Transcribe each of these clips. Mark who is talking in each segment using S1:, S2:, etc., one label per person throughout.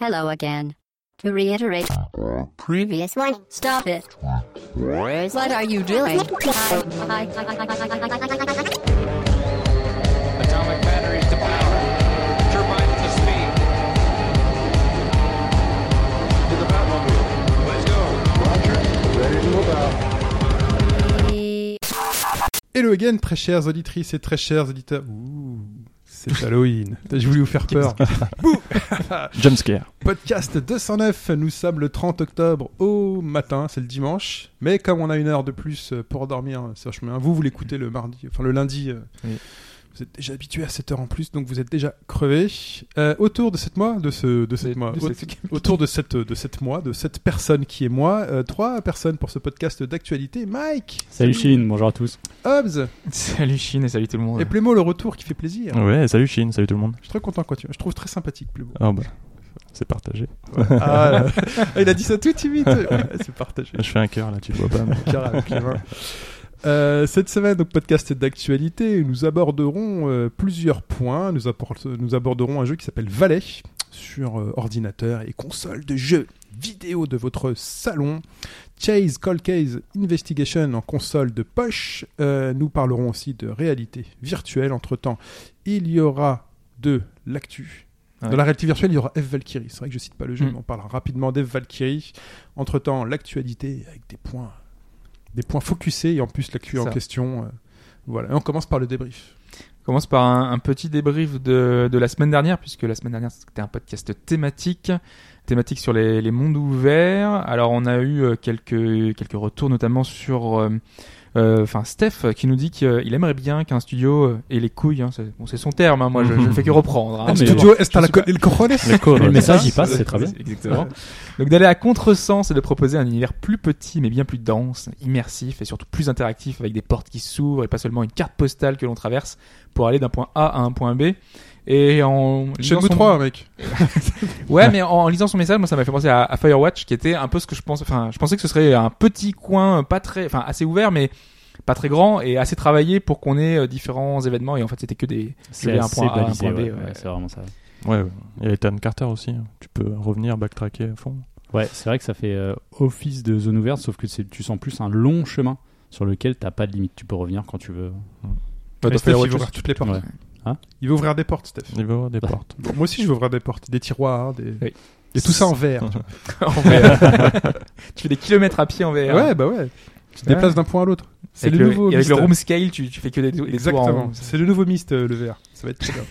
S1: Hello again. To reiterate, previous one, stop it. What are you doing?
S2: Atomic batteries to power. Turbines to speed. To the Batmobile. Let's go.
S3: Hello again, très chères auditrices et très chers auditeurs. Ouh, c'est Halloween. Putain, J'ai voulu vous faire peur.
S4: Jumpscare.
S3: Podcast 209, nous sommes le 30 octobre au matin, c'est le dimanche. Mais comme on a une heure de plus euh, pour dormir, c'est vachement bien. Vous, vous l'écoutez le mardi, enfin le lundi. euh,
S4: Oui.
S3: Vous êtes déjà habitué à cette heure en plus, donc vous êtes déjà crevé. Euh, autour de cette mois, de ce, de cette
S4: De-
S3: mois,
S4: de
S3: au-
S4: cette-
S3: autour de cette, de cette mois, de cette personne qui est moi, euh, trois personnes pour ce podcast d'actualité. Mike,
S5: Salut Chine, bonjour à tous.
S3: Hobbs
S4: Salut Chine et salut tout le monde.
S3: et Plémo, le retour qui fait plaisir.
S4: Ouais, salut Chine, salut tout le monde.
S3: Je suis très content quand tu. Je trouve très sympathique Plémo.
S4: Ah bah, c'est partagé.
S3: Ah, là. il a dit ça tout timide. Ouais, c'est partagé.
S4: Je fais un cœur là, tu le vois pas. mais-
S3: Cara, Clément. hein. Euh, cette semaine, donc podcast d'actualité, nous aborderons euh, plusieurs points. Nous, apporte- nous aborderons un jeu qui s'appelle Valet sur euh, ordinateur et console de jeu vidéo de votre salon. Chase Cold Case Investigation en console de poche. Euh, nous parlerons aussi de réalité virtuelle. Entre temps, il y aura de l'actu. Dans
S4: Ouais.
S3: la réalité virtuelle, il y aura F Valkyrie. C'est vrai que je cite pas le jeu,
S4: Mm.
S3: mais on parlera rapidement d'F Valkyrie. Entre temps, l'actualité avec des points, des points focusés et en plus l'actu en
S6: Ça.
S3: question. euh, voilà. Et on commence par le débrief.
S6: On commence par un, un petit débrief de, de la semaine dernière, puisque la semaine dernière c'était un podcast thématique, thématique sur les, les mondes ouverts. Alors on a eu euh, quelques, quelques retours, notamment sur euh, euh, enfin Steph, qui nous dit qu'il aimerait bien qu'un studio euh, ait les couilles, hein, c'est bon, c'est son terme, hein, moi je je ne fais que reprendre. hein,
S4: Ah,
S3: Est-ce
S4: mais-
S3: que Joe, est-ce que t'as
S6: je
S3: la
S6: sais pas.
S3: co- le cojones
S4: Le code,
S5: le
S4: ouais.
S5: message
S3: ça,
S5: il passe,
S3: c'est-
S5: c'est très bien.
S6: Exactement. Donc d'aller à contresens et de proposer un univers plus petit mais bien plus dense, immersif et surtout plus interactif avec des portes qui s'ouvrent et pas seulement une carte postale que l'on traverse pour aller d'un point A à un point B. Et en lisant
S3: Shenmue
S6: son-
S3: 3, mec.
S6: Ouais, mais en lisant son message, moi ça m'a fait penser à, à Firewatch qui était un peu ce que je pense. Enfin, je pensais que ce serait un petit coin euh, pas très, enfin assez ouvert mais pas très grand et assez travaillé pour qu'on ait euh, différents événements et en fait c'était que des Je
S5: C'est
S6: vais à un
S5: assez
S6: point A, un
S5: balisé,
S6: point B,
S5: ouais,
S6: ouais.
S5: ouais, c'est vraiment ça.
S4: Ouais, ouais. Il y a Ethan Carter aussi. hein. Tu peux revenir, backtracker à fond.
S5: Ouais, c'est vrai que ça fait euh, office de zone ouverte, sauf que c'est- tu sens plus un long chemin sur lequel t'as pas de limite, tu peux revenir quand tu veux.
S6: Dans
S3: Mais Steph, il
S6: Firewatch
S3: va
S6: aussi.
S3: ouvrir toutes les portes.
S5: Ouais.
S3: Il va ouvrir des portes, Steph.
S4: Il va y avoir des
S5: Bah.
S4: portes.
S3: Bon, moi aussi, je vais ouvrir des portes, des tiroirs, hein, des.
S6: Oui.
S3: Et tout ça en verre.
S6: En VR. tu fais des kilomètres à pied en VR.
S3: Ouais, bah ouais. Tu te
S6: Ouais.
S3: déplaces d'un point à l'autre. C'est
S6: Avec
S3: le nouveau.
S6: et avec le
S3: Myst.
S6: room scale, tu, tu fais que des, des tours en
S3: Exactement.
S6: room.
S3: C'est le nouveau mist, euh, le verre. Ça va être très bien.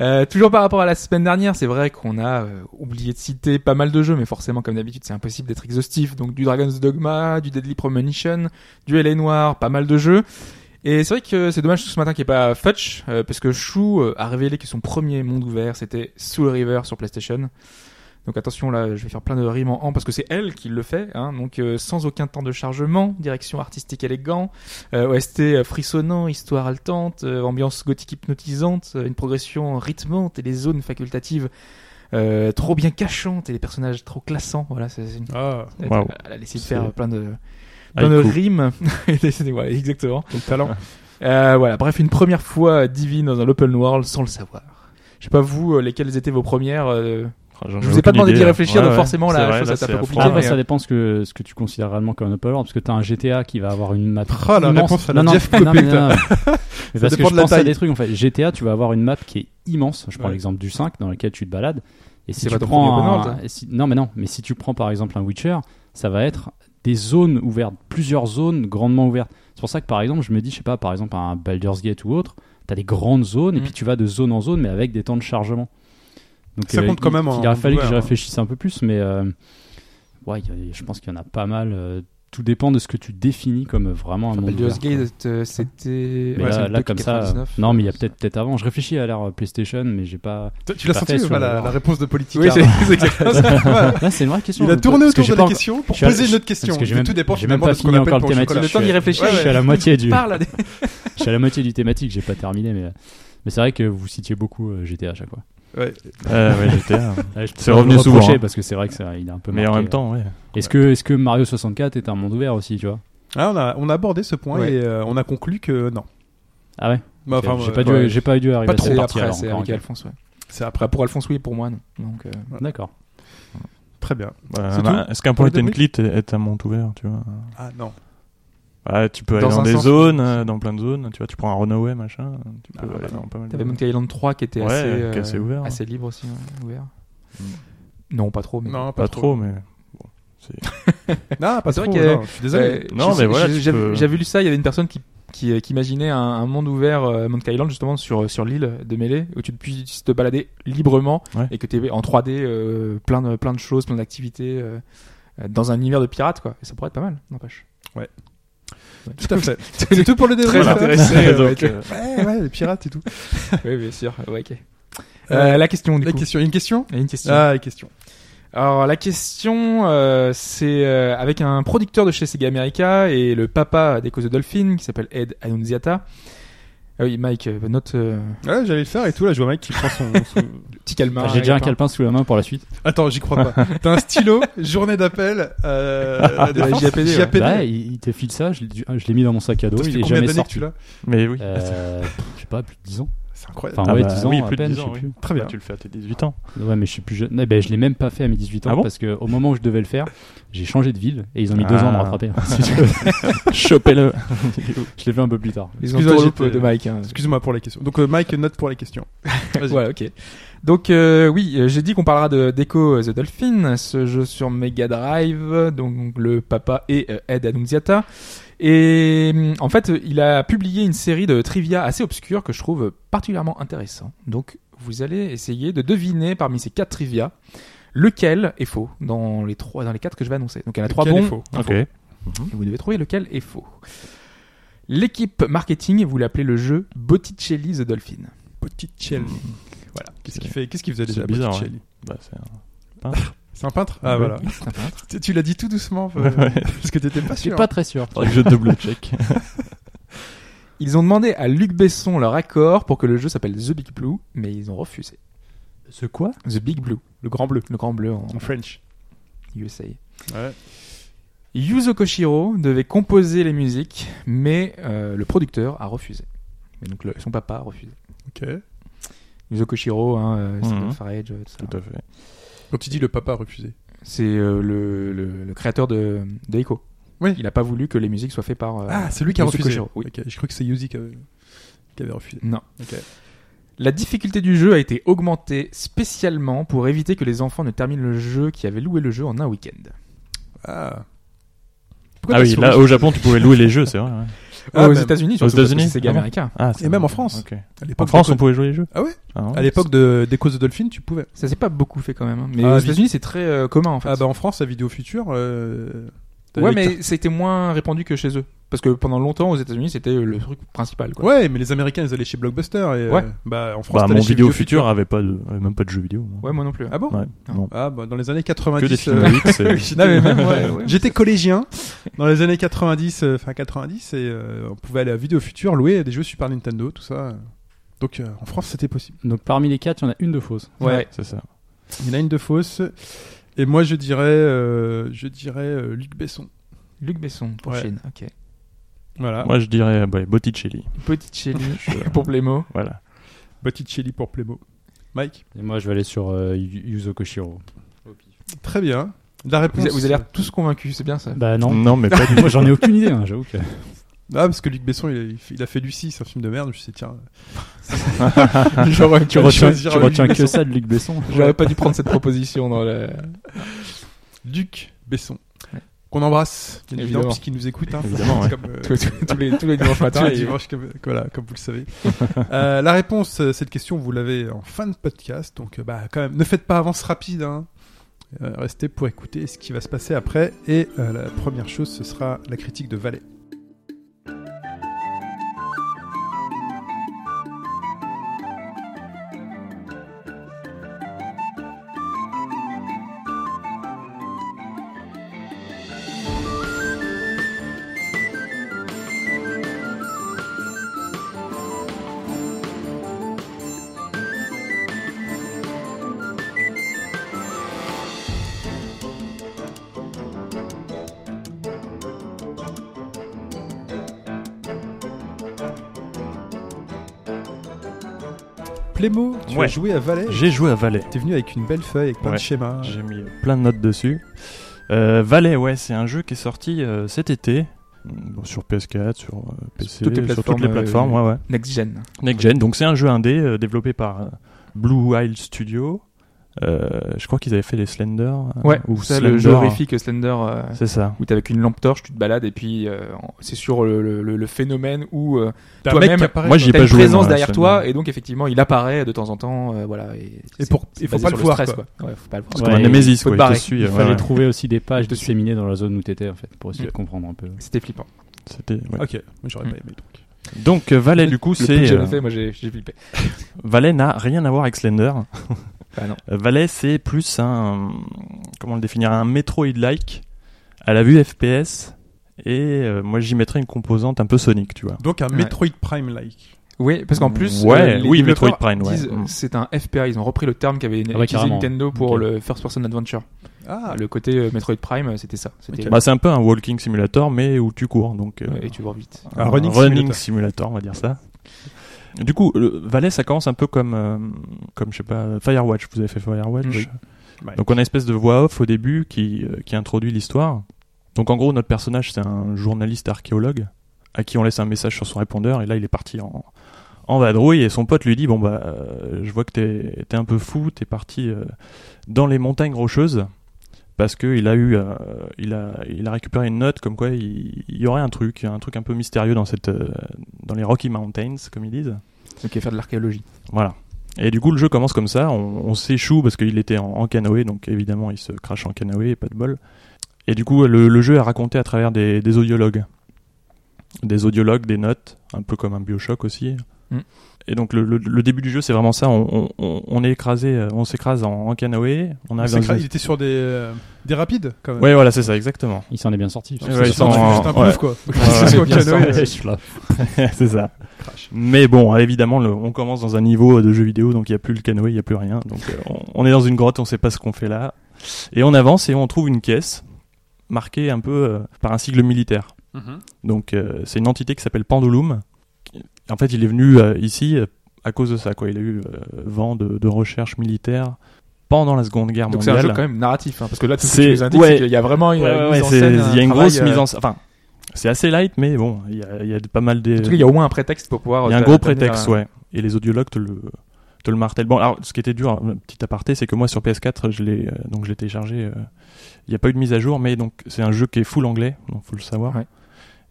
S6: Euh, toujours par rapport à la semaine dernière, c'est vrai qu'on a euh, oublié de citer pas mal de jeux, mais forcément, comme d'habitude, c'est impossible d'être exhaustif. Donc du Dragon's Dogma, du Deadly Premonition, du LA Noir, pas mal de jeux. Et c'est vrai que c'est dommage ce matin qu'il n'y ait pas Fudge, euh, parce que Chou euh, a révélé que son premier monde ouvert, c'était Soul River sur PlayStation. Donc attention, là, je vais faire plein de rimes en en, parce que c'est elle qui le fait. Hein, donc euh, sans aucun temps de chargement, direction artistique élégant, euh, OST euh, frissonnant, histoire haletante, euh, ambiance gothique hypnotisante, euh, une progression rythmante et des zones facultatives euh, trop bien cachantes et des personnages trop classants. Voilà, c'est c'est une...
S3: Ah,
S4: Waouh.
S6: Elle a laissé de faire
S4: C'est-
S6: euh, plein de,
S5: Ah,
S6: plein de
S4: Haïku.
S6: rimes. voilà, exactement.
S3: quel talent.
S6: Euh, voilà, bref, une première fois divine dans un open world sans le savoir. Je sais pas vous, euh, lesquelles étaient vos premières. euh,
S4: Ah, j'en ai
S6: Je vous ai pas
S4: aucune
S6: demandé d'y
S4: idée, là.
S6: réfléchir,
S4: Ouais,
S6: donc
S4: ouais.
S6: forcément, la
S4: C'est vrai,
S6: chose,
S4: là,
S6: ça t'a
S4: c'est
S6: peu
S4: à
S6: compliqué,
S4: fond.
S5: Après,
S6: mais,
S5: Ah, ça
S6: euh,
S5: dépend ce que, ce que tu considères réellement comme un open world, parce que t'as un GTA qui va avoir une map.
S3: Ah, la
S5: immense.
S3: réponse à la
S5: non, non,
S3: Jeff
S5: non,
S3: Copé,
S5: mais non, non. Mais parce que
S3: dépend
S5: je
S3: de la
S5: pense à
S3: taille.
S5: des trucs en fait. GTA, tu vas avoir une map qui est immense. Je prends
S3: Ouais.
S5: l'exemple du 5 dans lequel tu te balades. Et si
S6: C'est
S5: tu
S6: pas ton
S5: prends
S6: premier
S5: un-
S6: open world,
S3: hein.
S5: si- non mais non, mais si tu prends par exemple un Witcher, ça va être des zones ouvertes, plusieurs zones grandement ouvertes. C'est pour ça que par exemple, je me dis, je sais pas, par exemple un Baldur's Gate ou autre, t'as des grandes zones et
S6: Mm.
S5: puis tu vas de zone en zone, mais avec des temps de chargement. Donc euh,
S3: Ça compte quand
S5: il-
S3: même en
S5: Il aurait fallu que
S3: joueur,
S5: j'y
S3: hein.
S5: réfléchisse un peu plus, mais euh, ouais, il y a- je pense qu'il y en a pas mal. euh, tout dépend de ce que tu définis comme vraiment un monde
S6: Baldur's
S5: ouvert, quoi.
S6: Gate, euh, c'était.
S5: Mais
S6: ouais, c'est
S5: là,
S6: le
S5: là,
S6: deux
S5: comme ça.
S6: 99.
S5: Non,
S3: euh,
S5: mais il y a peut-être peut-être avant. Je réfléchis à l'ère euh, PlayStation, mais j'ai pas.
S3: Toi, Tu l'as
S5: Parfait,
S3: senti ou
S5: sur
S3: pas,
S5: le
S3: la,
S5: bord.
S3: la réponse de politique hein
S6: Oui, c'est c'est exactement ça.
S5: là, c'est une vraie question.
S3: Il a
S5: Parce
S3: tourné
S5: que
S3: autour
S5: j'ai
S3: de
S5: pas
S3: la
S5: en-
S3: question pour
S5: je suis à-
S3: poser une autre question.
S5: parce que j'ai
S3: Mais
S5: même-
S3: tout dépend
S5: j'ai même
S3: finalement
S5: pas
S3: de ce qu'on
S5: fini
S3: appelle
S5: encore le
S3: pain au
S5: thématique.
S3: chocolat.
S6: Le temps
S5: Je
S6: d'y
S5: suis-
S6: réfléchir.
S5: Je suis à la moitié du.
S6: Parle à des-
S5: Je suis à la moitié du thématique. J'ai pas terminé, mais mais c'est vrai que vous citiez beaucoup euh, GTA à chaque fois.
S3: Ouais.
S4: Euh, ouais, GTA.
S5: Là, je peux
S4: C'est
S5: pas vous
S4: revenu
S5: le reprocher
S4: souvent, hein.
S5: parce que c'est vrai que ça, il est un peu.
S4: Mais en
S5: marqué.
S4: même temps, ouais.
S5: Est-ce que est-ce que Mario 64 est un monde ouvert aussi, tu vois
S3: Ah, on, a, on a abordé ce point
S6: Ouais.
S3: et euh, on a conclu que non.
S5: Ah ouais.
S3: Bah,
S5: J'ai
S3: enfin,
S5: j'ai
S3: euh,
S5: pas
S3: ouais.
S5: dû j'ai pas dû arriver
S3: Pas
S5: à
S3: trop
S5: cette
S6: C'est
S5: partie
S6: après,
S5: alors,
S6: c'est
S5: encore,
S6: avec
S5: ok.
S6: Alphonse, ouais.
S3: C'est après.
S6: Après, pour Alphonse, oui, pour moi, non. Donc, euh,
S5: D'accord.
S3: Très bien.
S4: Voilà,
S3: C'est
S4: un- un- Bah, Est-ce qu'un
S3: Pour
S4: point
S3: les
S4: and
S3: deux
S4: click est, est un monde ouvert, tu vois
S3: Ah non.
S4: Ouais, Ah, tu peux aller
S6: Dans
S4: dans
S6: un
S4: des
S6: sens,
S4: zones, euh, dans plein de zones. Tu vois, tu prends un Runaway, machin. Tu peux
S6: Ah,
S4: aller
S6: voilà.
S4: dans pas mal. de-
S6: T'avais Monkey Island 3 qui était
S4: Ouais,
S6: assez,
S4: qui est
S6: euh,
S4: assez
S5: hein.
S4: ouvert.
S6: assez libre aussi, ouais, ouvert.
S4: Mm.
S6: Non, pas trop. Mais
S3: Non,
S4: Pas trop, mais bon, c'est-
S3: Non, pas
S6: C'est
S3: trop.
S6: vrai qu'il y a-
S3: non, je suis désolé.
S6: Euh,
S4: Non,
S6: je
S4: mais
S6: sais-
S4: voilà,
S6: j'ai-
S4: tu
S6: J'avais
S4: peux-
S6: j'avais lu ça. Il y avait une personne qui qui, qui imaginait un, un monde ouvert euh, Monkey Island justement sur sur l'île de Melee où tu puisses te balader librement
S4: Ouais.
S6: et que tu es en 3D euh, plein de plein de choses, plein d'activités euh, euh, dans un univers de pirates quoi. Et ça pourrait être pas mal, n'empêche.
S3: Ouais.
S6: Ouais.
S3: Tout à fait. C'est tout pour le débat.
S6: Très
S3: ça
S6: intéressé, euh,
S4: Donc, euh,
S3: Ouais, ouais, les pirates et tout.
S6: oui, bien sûr. Ouais, ok. Euh,
S3: Euh,
S6: la question du
S3: La
S6: coup.
S3: question. Une question
S6: Il y a une question. Euh,
S3: Ah, la question.
S6: Alors la question, euh, c'est euh, avec un producteur de chez Sega America et le papa des causes de Dolphin qui s'appelle Ed Annunziata. Ah oui, Mike, euh, note euh,
S3: Ouais, j'allais le faire et tout. Là, je vois un mec qui prend son. son-
S6: petit calmar.
S5: Ah, J'ai déjà un calepin sous la main pour la suite.
S3: Attends, j'y crois pas. T'as un stylo, journée d'appel. Euh,
S6: De la JAPD, ouais.
S3: JAPD.
S5: Bah, il, il te file ça, je l'ai je l'ai mis dans mon sac à dos,
S3: Ça fait
S5: il est
S3: combien
S5: jamais
S3: d'années que tu
S5: sorti.
S3: l'as
S4: Mais oui.
S5: Euh, pff, je sais pas, plus de 10 ans.
S3: C'est incroyable.
S5: Enfin,
S4: Ah
S5: ouais,
S4: bah,
S5: 10 ans,
S4: oui,
S5: à
S4: plus de
S5: peine,
S4: 10 ans,
S5: je sais
S4: oui.
S5: plus.
S3: Très bien.
S4: Bah, tu le fais à tes 18 ans.
S5: Ouais, mais je suis plus jeune. Eh ben, je l'ai même pas fait à mes 18 ans
S4: Ah bon
S5: parce que au moment où je devais le faire, j'ai changé de ville et ils ont mis deux
S4: Ah.
S5: ans à me rattraper.
S4: Chopez-le.
S5: je l'ai fait un peu plus tard.
S6: Les
S3: Excuse-moi,
S6: entourloupes
S3: j'étais-
S6: de Mike. hein.
S3: Excuse-moi pour la question. Donc, euh, Mike, note pour la question. Vas-y.
S6: Voilà, ok. Donc euh, oui, euh, j'ai dit qu'on parlera de Deco euh, the Dolphin, ce jeu sur Mega Drive, donc le papa et euh, Ed Annunziata. Et hum, en fait, euh, il a publié une série de trivia assez obscures que je trouve particulièrement intéressant. Donc vous allez essayer de deviner parmi ces quatre trivia lequel est faux dans les trois, dans les quatre que je vais annoncer. Donc il y en a trois
S3: Lequel est
S6: bons,
S3: faux hein.
S4: Ok.
S6: et vous devez trouver lequel est faux. L'équipe marketing, vous l'appelez le jeu Botticelli the Dolphin.
S3: Botticelli. Voilà. Qu'est-ce qu'il fait Qu'est-ce qu'il faisait
S4: C'est
S3: déjà
S4: bizarre,
S3: Botticelli
S4: Bah, c'est un-
S3: C'est un peintre Ah
S4: Ouais.
S3: voilà.
S6: C'est un peintre.
S3: Tu- Tu l'as dit tout doucement euh,
S4: Ouais.
S3: parce que t'étais pas
S5: Je suis
S3: sûr.
S6: Hein.
S3: hein.
S5: pas très sûr.
S4: Faudrait que je double check.
S6: Ils ont demandé à Luc Besson leur accord pour que le jeu s'appelle The Big Blue, mais ils ont refusé.
S5: Ce quoi
S6: The Big Blue,
S3: Le grand bleu.
S6: le grand bleu en
S3: En French.
S6: USA.
S3: Ouais.
S6: Yuzo Koshiro devait composer les musiques, mais euh, le producteur a refusé. Et donc le- son papa a refusé.
S3: Ok.
S6: Yuzo Koshiro, hein, euh, Street
S4: Mhm.
S6: of Rage, euh, tout ça.
S4: Tout à fait.
S3: Quand tu dis le papa a refusé.
S6: C'est euh, le, le- le créateur de, de Echo.
S3: Oui.
S6: Il n'a pas voulu que les musiques soient faites par. euh,
S3: Ah, c'est lui qui a
S6: Yuzo
S3: refusé.
S6: Koshiro, oui.
S3: Ok, Je crois que c'est Yuzi qui avait, qui avait refusé.
S6: Non.
S3: Ok.
S6: La difficulté du jeu a été augmentée spécialement pour éviter que les enfants ne terminent le jeu qui avait loué le jeu en un week-end.
S3: Ah.
S4: Ah oui, là, au Japon, tu pouvais louer les jeux, c'est vrai. ouais.
S3: Ah,
S6: aux
S3: même.
S6: États-Unis,
S4: bah, Aux
S6: surtout, parce que
S4: États-Unis
S6: c'est Sega
S4: Ah bon.
S6: américain.
S4: Ah, c'est
S3: Et même
S4: vrai.
S3: en France.
S4: Ok.
S3: À
S4: En
S3: l'époque,
S4: France,
S3: des
S4: on
S3: causes-
S4: pouvait jouer les jeux
S3: Ah ouais
S4: Ah ouais.
S3: À l'époque de des causes de Dolphin, tu pouvais.
S6: Ça s'est pas beaucoup fait quand même. hein. Mais
S3: Ah,
S6: aux
S3: vite.
S6: États-Unis, c'est très euh, commun en fait.
S3: Ah bah en France, la vidéo future. euh, t'avais
S6: ouais,
S3: que
S6: mais c'était moins répandu que chez eux. Parce que pendant longtemps, aux États-Unis, c'était euh, le truc principal.
S3: t'as-
S6: Quoi.
S3: Ouais, mais les Américains, ils allaient chez Blockbuster et euh,
S6: Ouais.
S3: bah en France,
S4: Bah,
S3: t'allais
S4: mon
S3: chez
S4: vidéo futur avait pas de, avait même pas de jeux vidéo. moi.
S6: Ouais, moi non plus. hein.
S3: Ah bon
S4: Ouais, non.
S3: Ah bah dans les années
S4: Que
S3: 90.
S4: des films
S3: euh,
S4: à huit, c'est-
S3: J'étais-
S6: Non, mais même, ouais, ouais.
S3: J'étais collégien dans les années 90, euh, fin 90, et euh, on pouvait aller à Vidéo Future, louer des jeux Super Nintendo, tout ça. Donc euh, en France, c'était possible.
S5: Donc parmi les quatre, il y en a une de fausse.
S6: Ouais.
S4: C'est ça.
S3: Il y en a une de fausse. Et moi, je dirais, euh, je dirais euh, Luc Besson.
S6: Luc Besson pour
S3: Ouais.
S6: Chine. Ok.
S3: Voilà.
S4: Moi, je dirais ouais, Botticelli.
S6: Petite Chélie
S4: Je-
S6: pour Plémo.
S4: Voilà.
S3: Botticelli pour Playmo. Mike.
S5: Et moi, je vais aller sur euh, Yu- Yuzo Koshiro.
S3: Très bien. La
S6: Vous,
S3: réponse.
S6: a- vous avez l'air tous convaincus, c'est bien ça.
S5: Bah non.
S4: Non, mais pas du
S5: moi, j'en ai aucune idée, hein, j'avoue que.
S3: Ah, parce que Luc Besson, il a, il fait- il a fait Lucie, c'est un film de merde. Je sais, tiens.
S6: J'aurais
S5: Tu
S3: Je
S5: retiens,
S3: choisirais
S5: tu
S3: Luc
S5: retiens que
S3: Besson.
S5: ça de Luc Besson.
S6: j'aurais pas dû prendre cette proposition dans le.
S3: Luc Besson.
S6: Ouais.
S3: Qu'on embrasse, bien évidemment,
S6: Évidemment.
S3: puisqu'il nous écoute. hein.
S4: Évidemment,
S3: C'est
S4: ouais.
S3: comme, euh,
S6: tous, tous- tous les, tous les dimanches
S3: Tous
S6: matin.
S3: les dimanches, comme, voilà, comme vous le savez. Euh, la réponse, euh, cette question, vous l'avez en fin de podcast. Donc, euh, bah, quand même, ne faites pas avance rapide. hein. Euh, restez pour écouter ce qui va se passer après. Et euh, la première chose, ce sera la critique de Valet. Plémo, tu
S4: Ouais.
S3: as joué à Valais.
S4: J'ai joué à Valais.
S3: T'es venu avec une belle feuille, avec plein
S4: Ouais.
S3: de schémas.
S4: J'ai mis plein de notes dessus. Euh, Valet, ouais, c'est un jeu qui est sorti euh, cet été. Bon, sur PS4, sur euh, PC,
S6: toutes les
S4: sur toutes les
S6: plateformes, euh,
S4: plateformes, ouais, ouais.
S6: Next Gen.
S4: Next Gen, donc c'est un jeu indé euh, développé par euh, Blue Isle Studio. Euh, je crois qu'ils avaient fait les Slender. euh,
S6: Ouais,
S4: ou
S6: ça,
S4: Slender.
S6: le jeu horrifique Slender. euh,
S4: C'est ça.
S6: où t'es avec une lampe torche, tu te balades et puis euh, c'est sur le, le- le- le phénomène où euh,
S3: T'as un
S6: Toi-même,
S3: mec qui apparaît
S4: moi,
S3: dans-
S4: j'y ai
S6: t'as
S4: pas
S6: une
S4: joué,
S6: présence
S4: moi,
S6: derrière
S4: ça
S6: toi
S4: me-
S6: et donc effectivement il apparaît de temps en temps, euh, voilà. Et, c'est-
S3: pour-
S6: c'est
S3: il faut
S6: basé
S3: pas
S6: sur
S3: le voir,
S6: stress,
S3: quoi.
S6: Ouais, faut pas le
S4: C'est
S6: voir.
S4: comme
S5: Ouais,
S4: un Nemesis,
S6: faut
S4: quoi. il
S6: te
S4: te
S6: barrer.
S4: suit,
S5: Il
S4: euh,
S5: fallait
S4: ouais,
S5: trouver aussi des pages
S6: Je te suis.
S5: disséminées dans la zone où t'étais en fait pour essayer
S6: Mm.
S5: de comprendre un peu.
S6: C'était flippant.
S4: c'était- ouais.
S3: Ok, moi j'aurais
S6: Mm.
S3: pas aimé donc.
S4: Donc euh, Valet, du coup,
S6: Le peu que
S4: c'est
S6: j'avais
S4: euh,
S6: fait, moi j'ai j'ai flippé.
S4: Valet n'a rien à voir avec Slender.
S6: Bah non.
S4: Euh, Valet, c'est plus un comment le définir un Metroid-like à la vue FPS. Et euh, moi, j'y mettrais une composante un peu Sonic, tu vois.
S3: Donc un
S6: Ouais.
S3: Metroid Prime-like.
S6: Oui, parce qu'en plus, euh,
S4: Ouais,
S6: les
S4: oui,
S6: développeurs
S4: Metroid Prime, ouais.
S6: disent,
S4: Mm.
S6: C'est un FPR, ils ont repris le terme qu'avait
S5: Ah ouais,
S6: utilisé
S5: carrément.
S6: Nintendo pour
S5: Ok.
S6: le First Person Adventure.
S3: Ah,
S6: Le côté euh, Metroid Prime, euh, c'était ça. C'était
S4: Bah, c'est un peu un walking simulator, mais où tu cours. Donc, euh,
S6: Ouais, et tu vas vite.
S3: Un running simulator.
S4: on va dire ça. Du coup, le Valet, ça commence un peu comme, euh, comme je sais pas, Firewatch. Vous avez fait Firewatch.
S3: Mm.
S6: Oui.
S3: Ouais.
S4: Donc, on a une espèce de voix off au début qui, euh, qui introduit l'histoire. Donc, en gros, notre personnage, c'est un journaliste archéologue à qui on laisse un message sur son répondeur. Et là, il est parti en, en vadrouille. Et son pote lui dit Bon, bah, euh, je vois que t'es t'es un peu fou, t'es parti euh, dans les montagnes rocheuses. Parce qu'il a eu, euh, il a, il a récupéré une note comme quoi il, il y aurait un truc, un truc un peu mystérieux dans cette, euh, dans les Rocky Mountains, comme ils disent.
S6: Ok, faire de l'archéologie.
S4: Voilà. Et du coup, le jeu commence comme ça. On, on s'échoue parce qu'il était en, en canoë, donc évidemment, il se crache en canoë, pas de bol. Et du coup, le, le jeu est raconté à travers des, des audiologues. Des audiologues, des notes, un peu comme un Bioshock aussi.
S6: Mm.
S4: Et donc, le, le- le début du jeu, c'est vraiment ça. On, on- on- on est écrasé, euh, on s'écrase en, en canoë. On arrive
S3: C'est
S4: dans
S3: cra-
S4: une-
S3: il était sur des, euh, des rapides quand même.
S4: Ouais, voilà, c'est ça, exactement.
S5: Il s'en est bien sorti.
S4: Ouais, ils
S3: C'est
S4: sont en-
S3: un
S4: ouais.
S3: plouf quoi.
S4: ouais,
S3: C'est
S4: ouais,
S3: au canoë.
S5: Ouais, je suis là.
S4: c'est ça. Mais bon, évidemment, le- on commence dans un niveau de jeu vidéo, donc il n'y a plus le canoë, il n'y a plus rien. Donc euh, on, on est dans une grotte, on ne sait pas ce qu'on fait là. Et on avance et on trouve une caisse marquée un peu euh, par un sigle militaire.
S3: Mhm.
S4: Donc euh, c'est une entité qui s'appelle Pendulum. Qui- En fait, il est venu euh, ici euh, à cause de ça. Quoi. Il a eu euh, vent de, de recherche militaire pendant la Seconde Guerre
S6: Donc c'est
S4: mondiale.
S6: un jeu quand même narratif, hein, parce que là, tout ce que
S4: C'est-
S6: tu nous indiques,
S4: ouais.
S6: c'est qu'il y a vraiment une
S4: Ouais, ouais,
S6: mise en
S4: c'est-
S6: scène.
S4: il y a
S6: un
S4: une
S6: travail,
S4: grosse
S6: euh,
S4: mise en scène. Enfin, c'est assez light, mais bon, il y a, il y a de- pas mal des.
S6: En tout cas, il y a au moins un prétexte pour pouvoir. euh,
S4: Il y a un
S6: t'a-
S4: gros
S6: t'amener
S4: prétexte,
S6: à-
S4: ouais. Et les audiologues te le, te le martèlent. Bon, alors, ce qui était dur, un petit aparté, c'est que moi, sur PS4, je l'ai, euh, donc je l'ai téléchargé. euh, Il n'y a pas eu de mise à jour, mais donc, c'est un jeu qui est full anglais, donc faut le savoir.
S6: Ouais.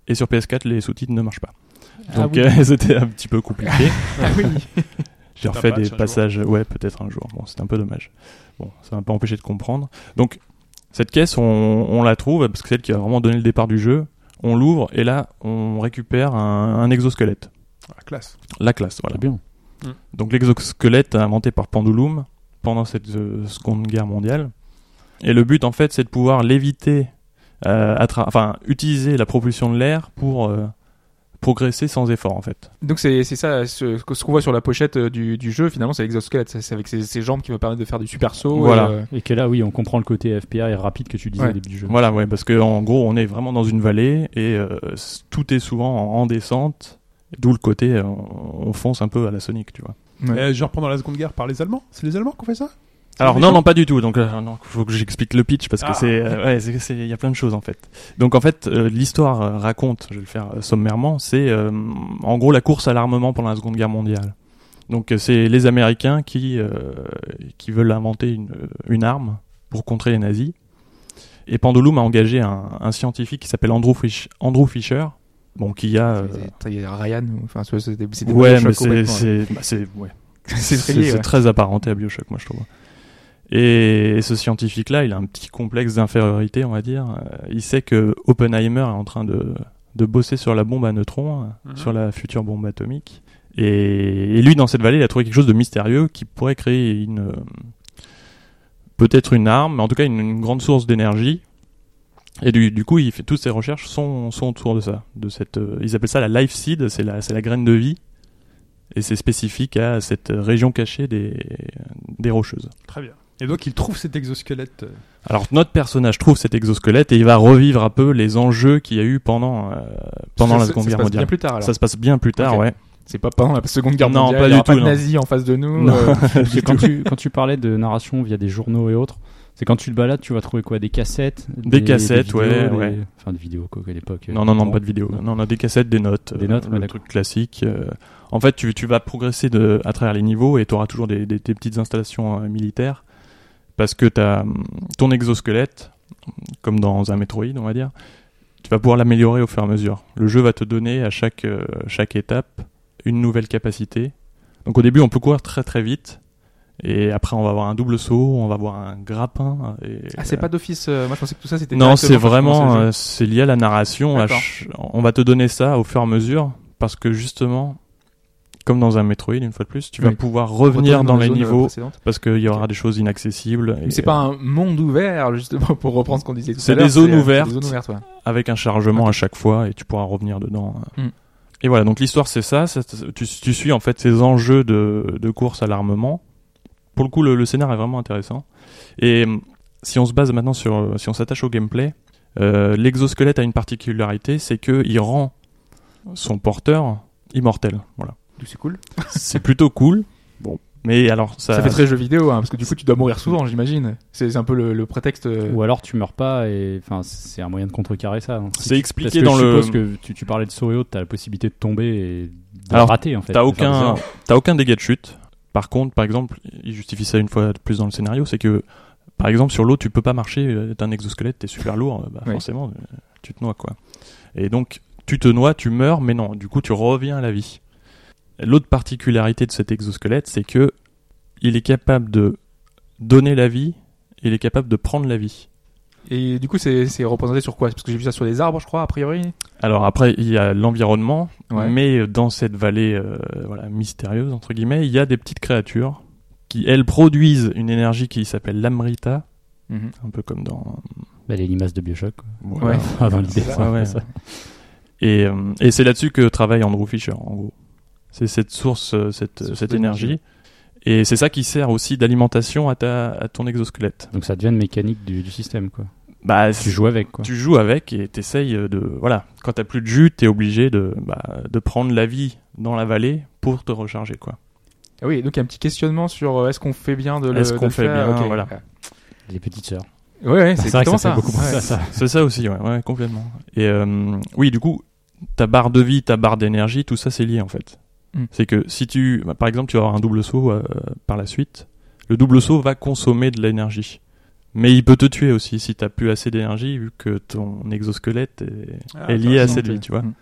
S4: Et sur PS4, les sous-titres ne marchent pas.
S5: Ah
S4: Donc,
S5: oui.
S4: euh, c'était un petit peu compliqué.
S6: Ah oui.
S4: J'ai
S3: un
S4: refait
S3: patch
S4: des
S3: un
S4: passages, ouais, peut-être un jour. Bon, c'est un peu dommage. Bon, ça m'a pas empêché de comprendre. Donc, cette caisse, on, on la trouve, parce que c'est elle qui a vraiment donné le départ du jeu. On l'ouvre, et là, on récupère un, un exosquelette.
S3: Ah, classe.
S4: La classe, voilà.
S5: C'est bien.
S4: Donc l'exosquelette inventé par Pendulum pendant cette euh, seconde guerre mondiale. Et le but en fait c'est de pouvoir léviter, euh, à tra- enfin utiliser la propulsion de l'air pour euh, progresser sans effort en fait.
S6: Donc c'est c'est ça, ce, ce que- ce qu'on voit sur la pochette euh, du, du jeu, finalement, c'est l'exosquelette. C'est c'est avec ses, ses jambes qui va permettre de faire du super saut.
S4: Voilà.
S6: et, euh,
S5: Et que là, oui, on comprend le côté FPA et rapide que tu disais
S6: Ouais.
S5: au début du jeu.
S4: Voilà ouais parce que en gros on est vraiment dans une vallée et euh, c- tout est souvent en, en descente. D'où le côté euh, on, on fonce un peu à la Sonic tu vois.
S6: ouais.
S3: Euh, genre pendant la Seconde Guerre par les Allemands C'est les Allemands qui ont fait ça
S4: Alors
S3: les
S4: non,
S3: gens-
S4: non, pas du tout. Donc, euh, non, faut que j'explique le pitch parce que
S3: Ah.
S4: c'est, euh, ouais, c'est- c'est- il y a plein de choses en fait. Donc en fait, euh, l'histoire euh, raconte, je vais le faire euh, sommairement, c'est euh, en gros la course à l'armement pendant la Seconde Guerre mondiale. Donc euh, c'est les Américains qui euh, qui veulent inventer une, euh, une arme pour contrer les nazis. Et Pendulum a engagé un, un scientifique qui s'appelle Andrew, Fish- Andrew Fisher, bon qui a euh,
S6: Il y a Ryan, ou- enfin, c'est c'est des, c'est des
S4: ouais,
S6: Bioshock
S4: mais c'est
S6: complètement, hein. ouais.
S4: c'est bah, c'est- ouais.
S6: c'est très lié, ouais.
S4: très apparenté à Bioshock, moi je trouve. Et, et ce scientifique-là, il a un petit complexe d'infériorité, on va dire. Euh, Il sait que Oppenheimer est en train de, de bosser sur la bombe à neutrons, euh,
S3: Mhm.
S4: sur la future bombe atomique. Et, et lui, dans cette vallée, il a trouvé quelque chose de mystérieux qui pourrait créer une euh, peut-être une arme, mais en tout cas une, une grande source d'énergie. Et du, du coup, il fait toutes ses recherches sont, sont autour de ça, de cette. euh, ils appellent ça la life seed, c'est la c'est la graine de vie. Et c'est spécifique à cette région cachée des, des rocheuses.
S3: Très bien. Et donc il trouve cet exosquelette. euh,
S4: Alors notre personnage trouve cet exosquelette et il va revivre un peu les enjeux qu'il y a eu pendant, euh, pendant
S6: Ça-
S4: la
S6: ça-
S4: Seconde
S6: ça se
S4: Guerre
S6: passe
S4: mondiale.
S6: Bien plus tard, alors.
S4: Ça se passe bien plus tard,
S6: Ok.
S4: ouais.
S6: C'est pas pendant la Seconde Guerre
S4: Non,
S6: mondiale.
S4: pas
S6: il y aura
S4: du tout,
S6: de
S4: non.
S6: nazis en face de nous.
S5: Non.
S6: euh,
S5: Parce que quand tu, quand tu parlais de narration via des journaux et autres, c'est quand tu te balades, tu vas trouver quoi Des cassettes
S4: Des cassettes,
S5: vidéos,
S4: ouais,
S5: des-
S4: ouais.
S5: Enfin, des vidéos, quoi, à l'époque.
S4: Non, non, non, pas de vidéo. Non, on a des cassettes, des notes.
S5: Des notes, ouais,
S4: le
S5: d'accord.
S4: truc classique. euh, en fait, tu, tu vas progresser de, à travers les niveaux et tu auras toujours des, des- des petites installations euh, militaires parce que t'as, hum, ton exosquelette, comme dans un Metroid, on va dire, tu vas pouvoir l'améliorer au fur et à mesure. Le jeu va te donner à chaque, euh, chaque étape une nouvelle capacité. Donc au début, on peut courir très très vite. Et après, on va avoir un double saut, on va avoir un grappin. Et,
S6: Ah, c'est pas d'office. euh, moi, je pensais que tout ça c'était.
S4: non,
S6: directement
S4: c'est
S6: quand tu
S4: vraiment
S6: commençais le jeu.
S4: euh, c'est lié à la narration. à
S6: D'accord.
S4: ch- On va te donner ça au fur et à mesure parce que justement, comme dans un Metroid, une fois de plus, tu vas
S6: Oui.
S4: pouvoir
S6: Retourner
S4: revenir dans,
S6: la
S4: les
S6: zone, euh,
S4: niveaux
S6: précédente.
S4: parce qu'il y aura des choses inaccessibles.
S6: Mais
S4: et,
S6: C'est pas
S4: euh,
S6: un monde ouvert, justement, pour reprendre ce qu'on disait tout
S4: C'est
S6: à l'heure,
S4: des zones
S6: euh,
S4: ouvertes.
S6: Des zones ouvertes, ouais.
S4: avec un chargement à chaque fois et tu pourras revenir dedans. euh.
S6: Hmm.
S4: Et voilà, donc l'histoire c'est ça, ça- tu, tu suis en fait ces enjeux de, de course à l'armement. Pour le coup, le, le scénar est vraiment intéressant. Et hum, si on se base maintenant sur, euh, si on s'attache au gameplay, euh, l'exosquelette a une particularité, c'est que il rend son porteur immortel. Voilà,
S6: Donc c'est cool.
S4: c'est plutôt cool. Bon, mais alors ça,
S6: Ça fait très jeu vidéo, hein, parce que du coup, tu dois mourir souvent, j'imagine. C'est un peu le, le prétexte. euh,
S5: Ou alors tu meurs pas et enfin c'est un moyen de contrecarrer ça. hein.
S4: c'est
S5: Parce
S4: expliqué
S5: que
S4: dans
S5: je
S4: le.
S5: suppose que tu, tu parlais de saut et autres, t'as la possibilité de tomber et de
S4: Alors,
S5: rater en fait.
S4: T'as
S5: de faire des
S4: aucun,
S5: erreurs.
S4: t'as aucun dégât de chute. Par contre, par exemple, il justifie ça une fois de plus dans le scénario, c'est que, par exemple, sur l'eau, tu peux pas marcher, euh, t'as un exosquelette, t'es super lourd, euh, bah,
S6: Oui.
S4: forcément, euh, tu te noies, quoi. Et donc, tu te noies, tu meurs, mais non, du coup, tu reviens à la vie. L'autre particularité de cet exosquelette, c'est que il est capable de donner la vie, il est capable de prendre la vie.
S6: Et du coup, c'est c'est représenté sur quoi Parce que j'ai vu ça sur des arbres, je crois, a priori.
S4: Alors après, il y a l'environnement,
S6: Ouais.
S4: mais dans cette vallée euh, voilà, mystérieuse, entre guillemets, il y a des petites créatures qui, elles, produisent une énergie qui s'appelle l'amrita,
S6: Mhm.
S4: un peu comme dans...
S5: Bah, les limaces de Bioshock. quoi.
S4: voilà.
S6: Ouais.
S5: Ah, dans l'idée.
S4: C'est
S5: ça,
S4: ouais,
S5: ça.
S4: Et, euh, et c'est là-dessus que travaille Andrew Fisher, en gros. C'est cette source, euh, cette,
S6: Source
S4: cette
S6: d'énergie.
S4: énergie. Et c'est ça qui sert aussi d'alimentation à, ta, à ton exosquelette.
S5: Donc ça devient une mécanique du, du système quoi.
S4: Bah,
S5: Tu joues avec quoi.
S4: tu joues avec et t'essayes de voilà quand t'as plus de jus t'es obligé de bah, de prendre la vie dans la vallée pour te recharger quoi
S6: Ah oui, donc il y a un petit questionnement sur euh, est-ce qu'on fait bien de le
S4: Est-ce
S6: de
S4: qu'on
S6: le
S4: fait
S6: faire
S4: bien,
S6: Ok.
S4: voilà.
S5: Les petites sœurs.
S6: Ouais, ouais, c'est
S5: C'est vrai que
S6: exactement
S5: ça fait
S6: ça.
S5: beaucoup penser
S6: Ouais.
S5: à ça.
S4: c'est ça aussi ouais, ouais, complètement et euh, oui du coup ta barre de vie ta barre d'énergie tout ça c'est lié en fait
S6: Mm.
S4: c'est que si tu bah, par exemple tu vas avoir un double saut euh, par la suite le double saut va consommer de l'énergie mais il peut te tuer aussi si t'as plus assez d'énergie vu que ton exosquelette est,
S3: Ah,
S4: est lié à cette
S6: intéressant,
S4: vie tu vois
S6: Mm.